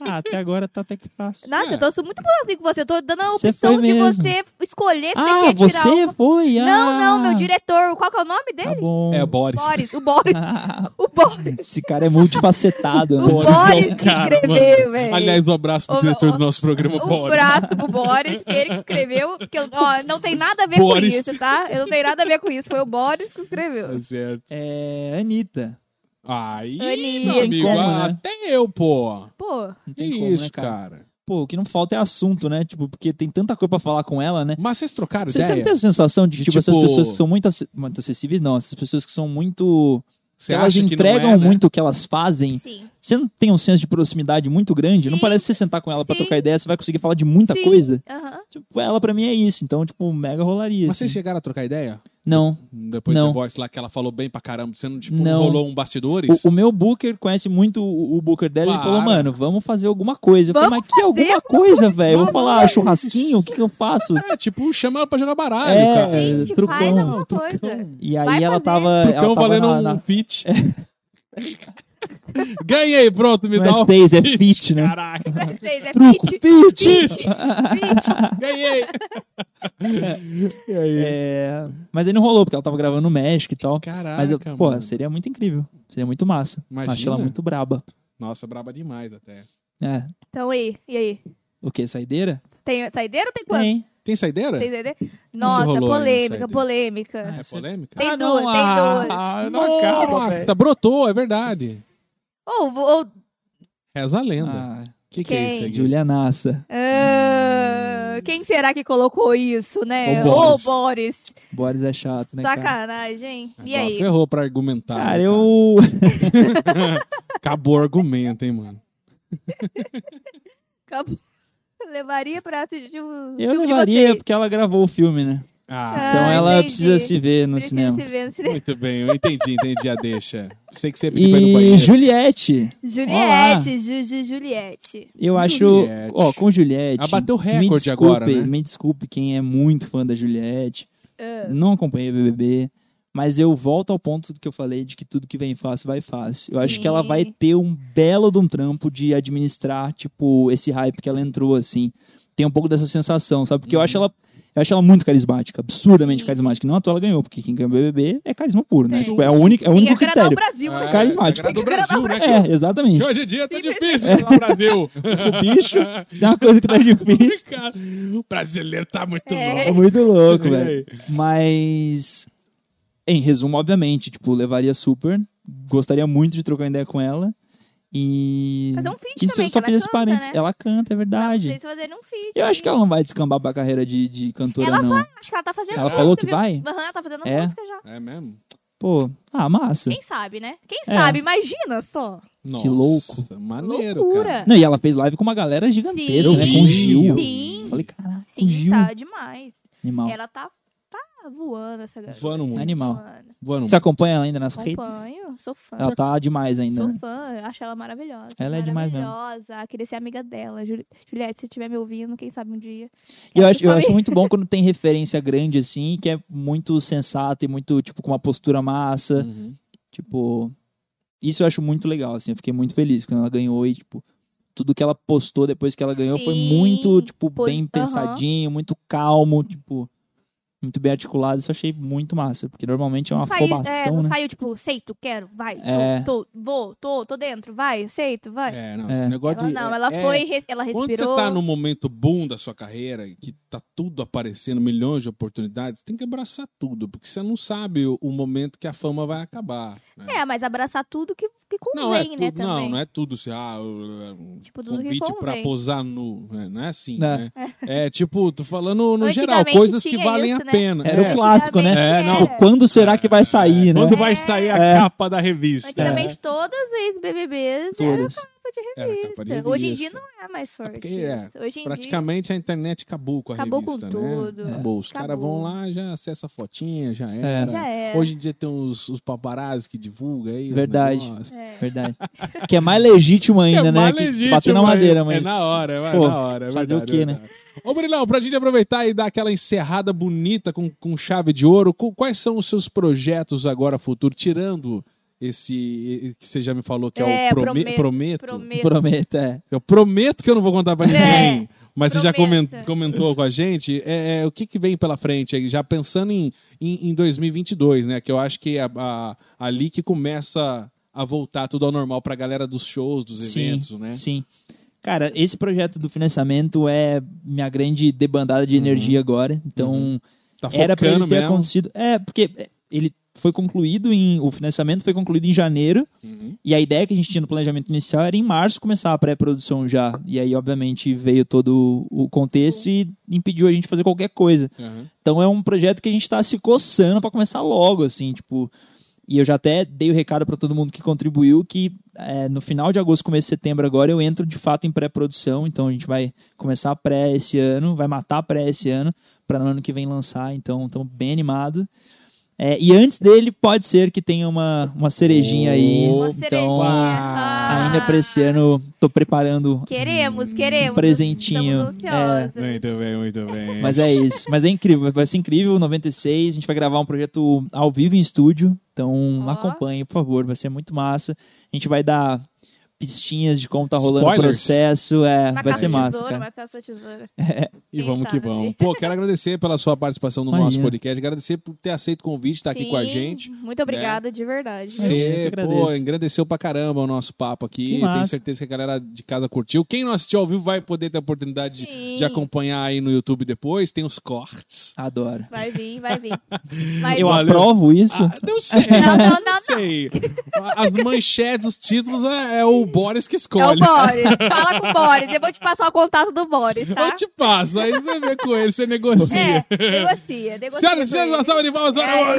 [SPEAKER 3] Ah, até agora tá até que fácil.
[SPEAKER 2] Nossa,
[SPEAKER 1] É.
[SPEAKER 2] eu tô su- muito bonzinho com você. Eu tô dando a
[SPEAKER 3] Você
[SPEAKER 2] opção
[SPEAKER 3] foi
[SPEAKER 2] de
[SPEAKER 3] mesmo.
[SPEAKER 2] você escolher se
[SPEAKER 3] Ah,
[SPEAKER 2] você quer tirar
[SPEAKER 3] você
[SPEAKER 2] uma.
[SPEAKER 3] foi? Ah,
[SPEAKER 2] Não, não, meu diretor. Qual que é o nome
[SPEAKER 3] Tá
[SPEAKER 2] dele?
[SPEAKER 3] bom.
[SPEAKER 1] É, Boris.
[SPEAKER 2] Boris, o Boris.
[SPEAKER 3] Ah,
[SPEAKER 2] O Boris.
[SPEAKER 3] Esse cara é multifacetado,
[SPEAKER 2] O
[SPEAKER 3] né?
[SPEAKER 1] Boris é um
[SPEAKER 2] Boris que
[SPEAKER 1] cara,
[SPEAKER 2] escreveu, velho.
[SPEAKER 1] Aliás, um abraço pro
[SPEAKER 2] Ô,
[SPEAKER 1] diretor
[SPEAKER 2] ô,
[SPEAKER 1] do nosso programa,
[SPEAKER 2] Um
[SPEAKER 1] Boris.
[SPEAKER 2] braço pro Boris, ele que escreveu. Porque, eu- ó, não tem nada a ver
[SPEAKER 1] Boris.
[SPEAKER 2] com isso, tá? Eu não tenho nada a ver com isso. Foi o Boris que escreveu.
[SPEAKER 1] Tá certo.
[SPEAKER 3] É, Anitta.
[SPEAKER 1] Aí,
[SPEAKER 2] Anitta.
[SPEAKER 1] meu amigo,
[SPEAKER 3] Tem como, né?
[SPEAKER 1] até eu, pô.
[SPEAKER 2] Pô,
[SPEAKER 3] Não
[SPEAKER 1] Que
[SPEAKER 3] tem como,
[SPEAKER 1] isso,
[SPEAKER 3] né, cara?
[SPEAKER 1] cara?
[SPEAKER 3] Pô, o que não falta é assunto, né? Tipo, porque tem tanta coisa pra falar com ela, né?
[SPEAKER 1] Mas vocês trocaram
[SPEAKER 3] Você sempre
[SPEAKER 1] ideia?
[SPEAKER 3] tem a sensação de, tipo,
[SPEAKER 1] Tipo-
[SPEAKER 3] essas pessoas que são muito, ac- muito acessíveis, não, essas pessoas que são muito.
[SPEAKER 1] Você
[SPEAKER 3] elas
[SPEAKER 1] acha que não
[SPEAKER 3] entregam
[SPEAKER 1] é, né?
[SPEAKER 3] muito o que elas fazem.
[SPEAKER 2] sim.
[SPEAKER 3] Você não tem um senso de proximidade muito grande? não
[SPEAKER 2] Sim,
[SPEAKER 3] parece que você sentar com ela pra
[SPEAKER 2] sim.
[SPEAKER 3] trocar ideia, você vai conseguir falar de muita
[SPEAKER 2] Sim.
[SPEAKER 3] coisa?
[SPEAKER 2] Aham.
[SPEAKER 3] Tipo, ela pra mim é isso, então, tipo, mega rolaria.
[SPEAKER 1] Mas
[SPEAKER 3] assim.
[SPEAKER 1] vocês chegaram a trocar ideia?
[SPEAKER 3] Não.
[SPEAKER 1] Depois
[SPEAKER 3] Não.
[SPEAKER 1] do Voice lá, que ela falou bem pra caramba. Você não, tipo,
[SPEAKER 3] Não.
[SPEAKER 1] rolou um bastidores?
[SPEAKER 3] O, o meu Booker conhece muito o, o Booker dela ele
[SPEAKER 1] Para.
[SPEAKER 3] falou, mano, vamos fazer alguma coisa. Eu falei,
[SPEAKER 2] Vamos
[SPEAKER 3] mas que alguma coisa, velho? Eu Vou falar, churrasquinho, o que, que eu faço?
[SPEAKER 1] É, tipo, chama ela pra jogar baralho,
[SPEAKER 3] É,
[SPEAKER 1] cara.
[SPEAKER 2] Gente,
[SPEAKER 3] trucão,
[SPEAKER 2] faz alguma
[SPEAKER 1] trucão.
[SPEAKER 2] coisa.
[SPEAKER 3] E aí
[SPEAKER 2] Vai
[SPEAKER 3] ela
[SPEAKER 2] fazer.
[SPEAKER 3] tava.
[SPEAKER 1] Trucão
[SPEAKER 3] ela tava
[SPEAKER 1] valendo
[SPEAKER 3] na, É.
[SPEAKER 1] um
[SPEAKER 3] na...
[SPEAKER 1] pitch. Ganhei, pronto, me dá
[SPEAKER 3] Não é
[SPEAKER 1] um
[SPEAKER 3] seis, é fit, né?
[SPEAKER 1] Caraca,
[SPEAKER 2] Mas vocês é
[SPEAKER 3] Truco,
[SPEAKER 2] pitch.
[SPEAKER 3] fit!
[SPEAKER 1] pitch!
[SPEAKER 2] Pitch.
[SPEAKER 1] Ganhei!
[SPEAKER 3] É, mas aí não rolou, porque ela tava gravando no México e tal.
[SPEAKER 1] Caraca,
[SPEAKER 3] Mas, eu, pô,
[SPEAKER 1] mano.
[SPEAKER 3] seria muito incrível. Seria muito massa.
[SPEAKER 1] Imagina.
[SPEAKER 3] Achei ela muito braba.
[SPEAKER 1] Nossa, braba demais até.
[SPEAKER 3] É.
[SPEAKER 2] Então aí, e aí?
[SPEAKER 3] O quê? Saideira?
[SPEAKER 2] Tem saideira ou tem quanto?
[SPEAKER 3] Tem.
[SPEAKER 1] Tem É saideira?
[SPEAKER 2] Tem saideira? Nossa,
[SPEAKER 1] rolou aí no
[SPEAKER 2] polêmica,
[SPEAKER 1] saideira?
[SPEAKER 2] polêmica.
[SPEAKER 1] É polêmica?
[SPEAKER 2] Tem duas, tem duas.
[SPEAKER 3] Ah, não acaba, velho.
[SPEAKER 1] Nossa, brotou, é verdade.
[SPEAKER 2] Ou, ou.
[SPEAKER 1] Reza a lenda.
[SPEAKER 3] Ah,
[SPEAKER 1] que, que é
[SPEAKER 2] quem?
[SPEAKER 1] isso aí?
[SPEAKER 3] Julia Nassa.
[SPEAKER 2] ah, quem será que colocou isso, né?
[SPEAKER 3] O
[SPEAKER 2] Ô,
[SPEAKER 3] Boris.
[SPEAKER 2] Boris.
[SPEAKER 3] Boris é chato, né, cara?
[SPEAKER 2] Sacanagem. E
[SPEAKER 1] Agora
[SPEAKER 2] aí?
[SPEAKER 1] Ferrou pra argumentar.
[SPEAKER 3] Cara,
[SPEAKER 1] né,
[SPEAKER 3] eu...
[SPEAKER 1] Acabou o argumento, hein, mano.
[SPEAKER 2] Acabou. Levaria pra assistir o
[SPEAKER 3] eu
[SPEAKER 2] filme de
[SPEAKER 3] levaria
[SPEAKER 2] vocês.
[SPEAKER 3] porque ela gravou o filme, né?
[SPEAKER 1] Ah,
[SPEAKER 3] Então
[SPEAKER 2] Ah,
[SPEAKER 3] ela
[SPEAKER 2] entendi.
[SPEAKER 3] precisa se ver no
[SPEAKER 2] Precisa
[SPEAKER 3] cinema.
[SPEAKER 2] se ver no cinema.
[SPEAKER 1] muito bem, eu entendi, entendi a deixa. Sei que você pediu pra ir Tipo, no
[SPEAKER 3] E
[SPEAKER 1] banheiro.
[SPEAKER 3] Juliette,
[SPEAKER 2] Juliette, Ju, Ju, Juliette.
[SPEAKER 3] eu acho...
[SPEAKER 1] Juliette.
[SPEAKER 3] Ó, com Juliette...
[SPEAKER 1] Ah, bateu
[SPEAKER 3] me
[SPEAKER 1] recorde
[SPEAKER 3] desculpe,
[SPEAKER 1] agora, né?
[SPEAKER 3] Me desculpe quem é muito fã da Juliette.
[SPEAKER 2] Ah,
[SPEAKER 3] Não acompanhei BBB. Mas eu volto ao ponto do que eu falei de que tudo que vem fácil vai fácil. Eu acho
[SPEAKER 2] Sim.
[SPEAKER 3] que ela vai ter um belo de um trampo de administrar, tipo, esse hype que ela entrou, assim. Tem um pouco dessa sensação, sabe? Porque eu acho ela. Eu acho ela muito carismática, absurdamente
[SPEAKER 2] Uhum. Sim.
[SPEAKER 3] carismática. Não à toa ela ganhou, porque quem ganha o BBB é carisma puro, né?
[SPEAKER 2] Sim.
[SPEAKER 3] Tipo, é, a única, é o
[SPEAKER 2] Tem que
[SPEAKER 3] único
[SPEAKER 2] agradar o
[SPEAKER 3] critério.
[SPEAKER 2] Brasil, né?
[SPEAKER 1] É,
[SPEAKER 3] carismático.
[SPEAKER 1] é do Brasil, né?
[SPEAKER 3] É, exatamente.
[SPEAKER 1] Que hoje em dia tá
[SPEAKER 2] Sim,
[SPEAKER 1] difícil no Brasil.
[SPEAKER 3] O bicho, se tem uma coisa que tá difícil,
[SPEAKER 1] Complicado. O brasileiro tá muito
[SPEAKER 2] É.
[SPEAKER 3] é
[SPEAKER 1] louco.
[SPEAKER 3] muito louco,
[SPEAKER 1] E
[SPEAKER 3] velho.
[SPEAKER 1] aí?
[SPEAKER 3] Mas, em resumo, obviamente, tipo, levaria super. Gostaria muito de trocar ideia com ela. E.
[SPEAKER 2] Fazer um feat
[SPEAKER 3] e se eu
[SPEAKER 2] também,
[SPEAKER 3] só
[SPEAKER 2] que ela
[SPEAKER 3] fizesse
[SPEAKER 2] canta,
[SPEAKER 3] parênteses.
[SPEAKER 2] né?
[SPEAKER 3] Ela canta, é
[SPEAKER 2] Dá pra
[SPEAKER 3] verdade.
[SPEAKER 2] vocês fazerem um feat.
[SPEAKER 3] eu acho que ela não vai descambar pra carreira de, de cantora,
[SPEAKER 2] Ela
[SPEAKER 3] não.
[SPEAKER 2] Acho que ela tá fazendo
[SPEAKER 3] Ela
[SPEAKER 2] música,
[SPEAKER 3] falou que
[SPEAKER 2] viu?
[SPEAKER 3] vai?
[SPEAKER 2] Aham, ela tá fazendo
[SPEAKER 3] É.
[SPEAKER 2] música já.
[SPEAKER 1] É mesmo?
[SPEAKER 3] Pô, ah, massa.
[SPEAKER 2] Quem sabe, né? Quem
[SPEAKER 3] É.
[SPEAKER 2] sabe, imagina só.
[SPEAKER 1] Nossa,
[SPEAKER 3] louco.
[SPEAKER 1] Maneiro,
[SPEAKER 2] Loucura.
[SPEAKER 1] cara.
[SPEAKER 3] Não, e ela fez live com uma galera gigantesca,
[SPEAKER 2] Sim.
[SPEAKER 3] né? Com o Gil.
[SPEAKER 2] Sim.
[SPEAKER 3] Falei, caraca, o
[SPEAKER 2] Sim,
[SPEAKER 3] Gil.
[SPEAKER 2] tá demais.
[SPEAKER 3] Animal.
[SPEAKER 2] Ela tá, tá voando essa garota.
[SPEAKER 1] Voando muito.
[SPEAKER 3] Animal.
[SPEAKER 2] Voando.
[SPEAKER 1] Voando.
[SPEAKER 3] Você acompanha ela ainda nas redes?
[SPEAKER 2] Acompanho, sou fã.
[SPEAKER 3] Ela tá demais ainda.
[SPEAKER 2] Sou
[SPEAKER 3] né?
[SPEAKER 2] fã, eu acho ela maravilhosa.
[SPEAKER 3] Ela é demais mesmo.
[SPEAKER 2] Maravilhosa, queria ser amiga dela. Juli- Juliette, se estiver me ouvindo, quem sabe um dia.
[SPEAKER 3] E eu acho, eu
[SPEAKER 2] Sabe?
[SPEAKER 3] acho muito bom quando tem referência grande, assim, que é muito sensata e muito, tipo, com uma postura massa.
[SPEAKER 1] Uhum.
[SPEAKER 3] Tipo, isso eu acho muito legal, assim. Eu fiquei muito feliz quando ela ganhou e, tipo, tudo que ela postou depois que ela ganhou foi
[SPEAKER 2] Sim,
[SPEAKER 3] muito, tipo,
[SPEAKER 2] pois-
[SPEAKER 3] bem
[SPEAKER 2] aham.
[SPEAKER 3] pensadinho, muito calmo, tipo, muito bem articulado. Isso eu achei muito massa, porque normalmente é uma
[SPEAKER 2] saiu,
[SPEAKER 3] afobação,
[SPEAKER 2] é, não
[SPEAKER 3] né?
[SPEAKER 2] saiu, tipo, aceito, quero, vai, tô-
[SPEAKER 3] É.
[SPEAKER 2] tô, vou, tô, tô dentro, vai, aceito, vai.
[SPEAKER 1] É, não,
[SPEAKER 3] É.
[SPEAKER 1] esse negócio
[SPEAKER 2] Ela
[SPEAKER 1] de-
[SPEAKER 2] não,
[SPEAKER 1] é-
[SPEAKER 2] ela
[SPEAKER 1] é-
[SPEAKER 2] foi, res- ela
[SPEAKER 1] Quando
[SPEAKER 2] respirou.
[SPEAKER 1] você tá num momento boom da sua carreira, que tá tudo aparecendo, milhões de oportunidades, tem que abraçar tudo, porque você não sabe o, o momento que a fama vai acabar. né?
[SPEAKER 2] É, mas abraçar tudo que, que convém,
[SPEAKER 1] não, é tudo,
[SPEAKER 2] né,
[SPEAKER 1] não,
[SPEAKER 2] também.
[SPEAKER 1] não é tudo se ah, um
[SPEAKER 2] Tipo, tudo que
[SPEAKER 1] convite pra
[SPEAKER 2] convém.
[SPEAKER 1] posar nu, né? não é assim,
[SPEAKER 3] Não.
[SPEAKER 1] né? É tipo, tô falando no geral,
[SPEAKER 2] Antigamente
[SPEAKER 1] coisas que
[SPEAKER 2] tinha
[SPEAKER 1] valem
[SPEAKER 2] isso,
[SPEAKER 1] a
[SPEAKER 2] né?
[SPEAKER 1] pena.
[SPEAKER 3] Era
[SPEAKER 1] É,
[SPEAKER 3] o clássico, né?
[SPEAKER 2] Antigamente
[SPEAKER 1] É, não.
[SPEAKER 2] era.
[SPEAKER 3] Quando será que vai sair, né?
[SPEAKER 1] Quando
[SPEAKER 2] É.
[SPEAKER 1] vai sair a
[SPEAKER 3] É.
[SPEAKER 1] capa da revista?
[SPEAKER 2] Antigamente todas as ex-BBBs eram
[SPEAKER 3] Todas.
[SPEAKER 2] capa de
[SPEAKER 1] Era É, capa de
[SPEAKER 2] revista. Hoje em dia
[SPEAKER 1] revista.
[SPEAKER 2] não é mais forte.
[SPEAKER 1] porque, é,
[SPEAKER 2] isso. Hoje em dia
[SPEAKER 1] Praticamente a internet acabou com a
[SPEAKER 2] Acabou com
[SPEAKER 1] revista, né?
[SPEAKER 2] tudo.
[SPEAKER 1] Acabou. Os caras vão
[SPEAKER 2] Acabou.
[SPEAKER 1] lá, já acessa a fotinha, já era.
[SPEAKER 2] já é.
[SPEAKER 1] Hoje em dia tem uns, os paparazzi que divulgam aí. os
[SPEAKER 3] Verdade.
[SPEAKER 1] negócios.
[SPEAKER 2] é.
[SPEAKER 3] Verdade. que é mais legítimo ainda,
[SPEAKER 1] É
[SPEAKER 3] né?
[SPEAKER 1] mais
[SPEAKER 3] Que
[SPEAKER 1] legítimo,
[SPEAKER 3] bater na
[SPEAKER 1] mas
[SPEAKER 3] madeira, mas.
[SPEAKER 1] É na hora, vai
[SPEAKER 3] Pô,
[SPEAKER 1] na hora. é
[SPEAKER 3] fazer o
[SPEAKER 1] verdade,
[SPEAKER 3] quê,
[SPEAKER 1] é
[SPEAKER 3] né?
[SPEAKER 1] verdade. Ô, Brilão, pra gente aproveitar e dar aquela encerrada bonita com, com chave de ouro, cu- quais são os seus projetos agora, futuro, tirando esse que você já me falou que é,
[SPEAKER 2] É,
[SPEAKER 1] o prome-
[SPEAKER 2] prome-
[SPEAKER 1] Prometo?
[SPEAKER 2] Prometo.
[SPEAKER 3] Prometo, é.
[SPEAKER 1] Eu prometo que eu não vou contar pra
[SPEAKER 2] É,
[SPEAKER 1] ninguém. Mas você já comen-
[SPEAKER 2] promessa.
[SPEAKER 1] comentou, com a gente. É, é, o que, que vem pela frente? aí? Já pensando em, em, em 2022, né? Que eu acho que é a- a- ali que começa a voltar tudo ao normal pra galera dos shows, dos
[SPEAKER 3] Sim,
[SPEAKER 1] eventos, né?
[SPEAKER 3] Sim. Cara, esse projeto do financiamento é minha grande debandada de
[SPEAKER 1] Uhum.
[SPEAKER 3] energia agora. Então,
[SPEAKER 1] Tá focando
[SPEAKER 3] era pra ele ter
[SPEAKER 1] mesmo.
[SPEAKER 3] acontecido. É, porque é, ele foi concluído em. O financiamento foi concluído em janeiro.
[SPEAKER 1] Uhum.
[SPEAKER 3] E a ideia que a gente tinha no planejamento inicial era em março começar a pré-produção já. E aí, obviamente, veio todo o contexto e impediu a gente fazer qualquer coisa.
[SPEAKER 1] Uhum.
[SPEAKER 3] Então é um projeto que a gente tá se coçando pra começar logo, assim, tipo. E eu já até dei o recado pra todo mundo que contribuiu que é, no final de agosto, começo de setembro agora, eu entro de fato em pré-produção. Então a gente vai começar a pré esse ano, vai matar a pré esse ano, pra no ano que vem lançar. Então estamos bem animado. É, e antes dele, pode ser que tenha uma, uma cerejinha aí.
[SPEAKER 1] Uma
[SPEAKER 2] Uma
[SPEAKER 3] Então,
[SPEAKER 2] cerejinha.
[SPEAKER 1] ah,
[SPEAKER 3] ainda pra esse ano, tô preparando.
[SPEAKER 2] Queremos, queremos.
[SPEAKER 3] presentinho,
[SPEAKER 2] Estamos ansiosas.
[SPEAKER 1] Muito bem, muito bem.
[SPEAKER 3] Mas é isso. Mas é incrível. Vai ser incrível. 96. A gente vai gravar um projeto ao vivo em estúdio. Então
[SPEAKER 2] Ó.
[SPEAKER 3] acompanhe, por favor. Vai ser muito massa. A gente vai dar pistinhas de como tá rolando o
[SPEAKER 1] Spoilers.
[SPEAKER 3] processo. É,
[SPEAKER 2] Uma
[SPEAKER 3] vai
[SPEAKER 2] caça
[SPEAKER 3] ser massa,
[SPEAKER 2] tesoura,
[SPEAKER 3] cara.
[SPEAKER 2] uma caça tesoura.
[SPEAKER 1] E vamos que
[SPEAKER 2] Quem sabe? né?
[SPEAKER 1] vamos. Pô, quero agradecer pela sua participação no nosso
[SPEAKER 3] Imagina.
[SPEAKER 1] podcast. Agradecer por ter aceito o convite, estar aqui com a
[SPEAKER 2] Sim,
[SPEAKER 1] gente.
[SPEAKER 2] Muito obrigada, de verdade.
[SPEAKER 3] Sim. Eu que
[SPEAKER 1] Você,
[SPEAKER 3] agradeço.
[SPEAKER 1] pô, engrandeceu pra caramba o nosso papo
[SPEAKER 3] Que
[SPEAKER 1] aqui. Tenho
[SPEAKER 3] massa.
[SPEAKER 1] certeza que a galera de casa curtiu. Quem não assistiu ao vivo vai poder ter a oportunidade de-
[SPEAKER 2] Sim.
[SPEAKER 1] de acompanhar aí no YouTube depois. Tem os cortes.
[SPEAKER 3] Adoro.
[SPEAKER 2] Vai vir, vai vir. Vai
[SPEAKER 3] Eu
[SPEAKER 2] vir.
[SPEAKER 1] Valeu.
[SPEAKER 3] aprovo isso.
[SPEAKER 1] Ah, não sei.
[SPEAKER 2] Não, não, não, não.
[SPEAKER 1] sei. As manchetes, os títulos é, é o Boris que
[SPEAKER 2] É o
[SPEAKER 1] escolhe.
[SPEAKER 2] Boris. Fala com o Boris. Eu vou te passar o contato do Boris, tá?
[SPEAKER 1] Eu te passo, aí você vê com ele, você negocia.
[SPEAKER 2] É, negocia, negocia.
[SPEAKER 1] Senhoras e
[SPEAKER 2] com ele.
[SPEAKER 1] senhores, uma salva de palmas para o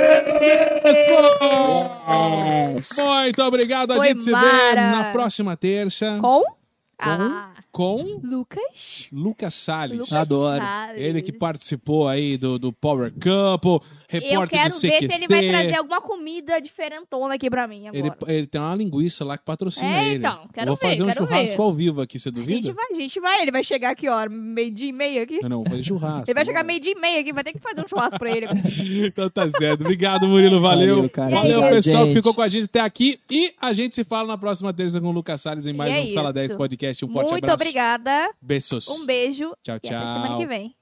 [SPEAKER 2] É.
[SPEAKER 1] Boris! Muito obrigado, a
[SPEAKER 2] Foi
[SPEAKER 1] gente se vê
[SPEAKER 2] mara.
[SPEAKER 1] na próxima terça
[SPEAKER 2] Com? Ah,
[SPEAKER 1] com
[SPEAKER 2] Lucas.
[SPEAKER 1] Lucas Salles.
[SPEAKER 2] Lucas
[SPEAKER 3] Adoro.
[SPEAKER 2] Salles.
[SPEAKER 1] Ele que participou aí do, do Power Couple,
[SPEAKER 2] eu
[SPEAKER 1] repórter
[SPEAKER 2] quero
[SPEAKER 1] do
[SPEAKER 2] ver
[SPEAKER 1] CQC.
[SPEAKER 2] se ele vai trazer alguma comida diferentona aqui pra mim agora.
[SPEAKER 1] Ele, ele tem uma linguiça lá que patrocina
[SPEAKER 2] É,
[SPEAKER 1] ele.
[SPEAKER 2] então, quero
[SPEAKER 1] Vou
[SPEAKER 2] ver,
[SPEAKER 1] fazer um
[SPEAKER 2] quero
[SPEAKER 1] churrasco
[SPEAKER 2] ver.
[SPEAKER 1] ao vivo aqui, você
[SPEAKER 2] a gente
[SPEAKER 1] duvida?
[SPEAKER 2] vai, a gente vai. Ele vai chegar aqui, ó, meio dia e meio aqui.
[SPEAKER 1] Eu não, vou fazer churrasco.
[SPEAKER 2] Ele vai chegar meio dia e meio aqui, vai ter que fazer um churrasco pra ele.
[SPEAKER 1] Então tá certo. Obrigado, Murilo. Valeu.
[SPEAKER 3] Valeu, cara.
[SPEAKER 1] Valeu,
[SPEAKER 2] Obrigado,
[SPEAKER 1] pessoal, que
[SPEAKER 3] gente.
[SPEAKER 1] ficou com a gente até aqui. E a gente se fala na próxima terça com o Lucas Salles em mais
[SPEAKER 2] E é
[SPEAKER 1] um Sala
[SPEAKER 2] isso.
[SPEAKER 1] 10 Podcast. Um forte
[SPEAKER 2] Muito
[SPEAKER 1] abraço.
[SPEAKER 2] obrigada.
[SPEAKER 1] Beijos.
[SPEAKER 2] Um beijo.
[SPEAKER 1] Tchau,
[SPEAKER 2] E até semana
[SPEAKER 1] tchau.
[SPEAKER 2] que vem.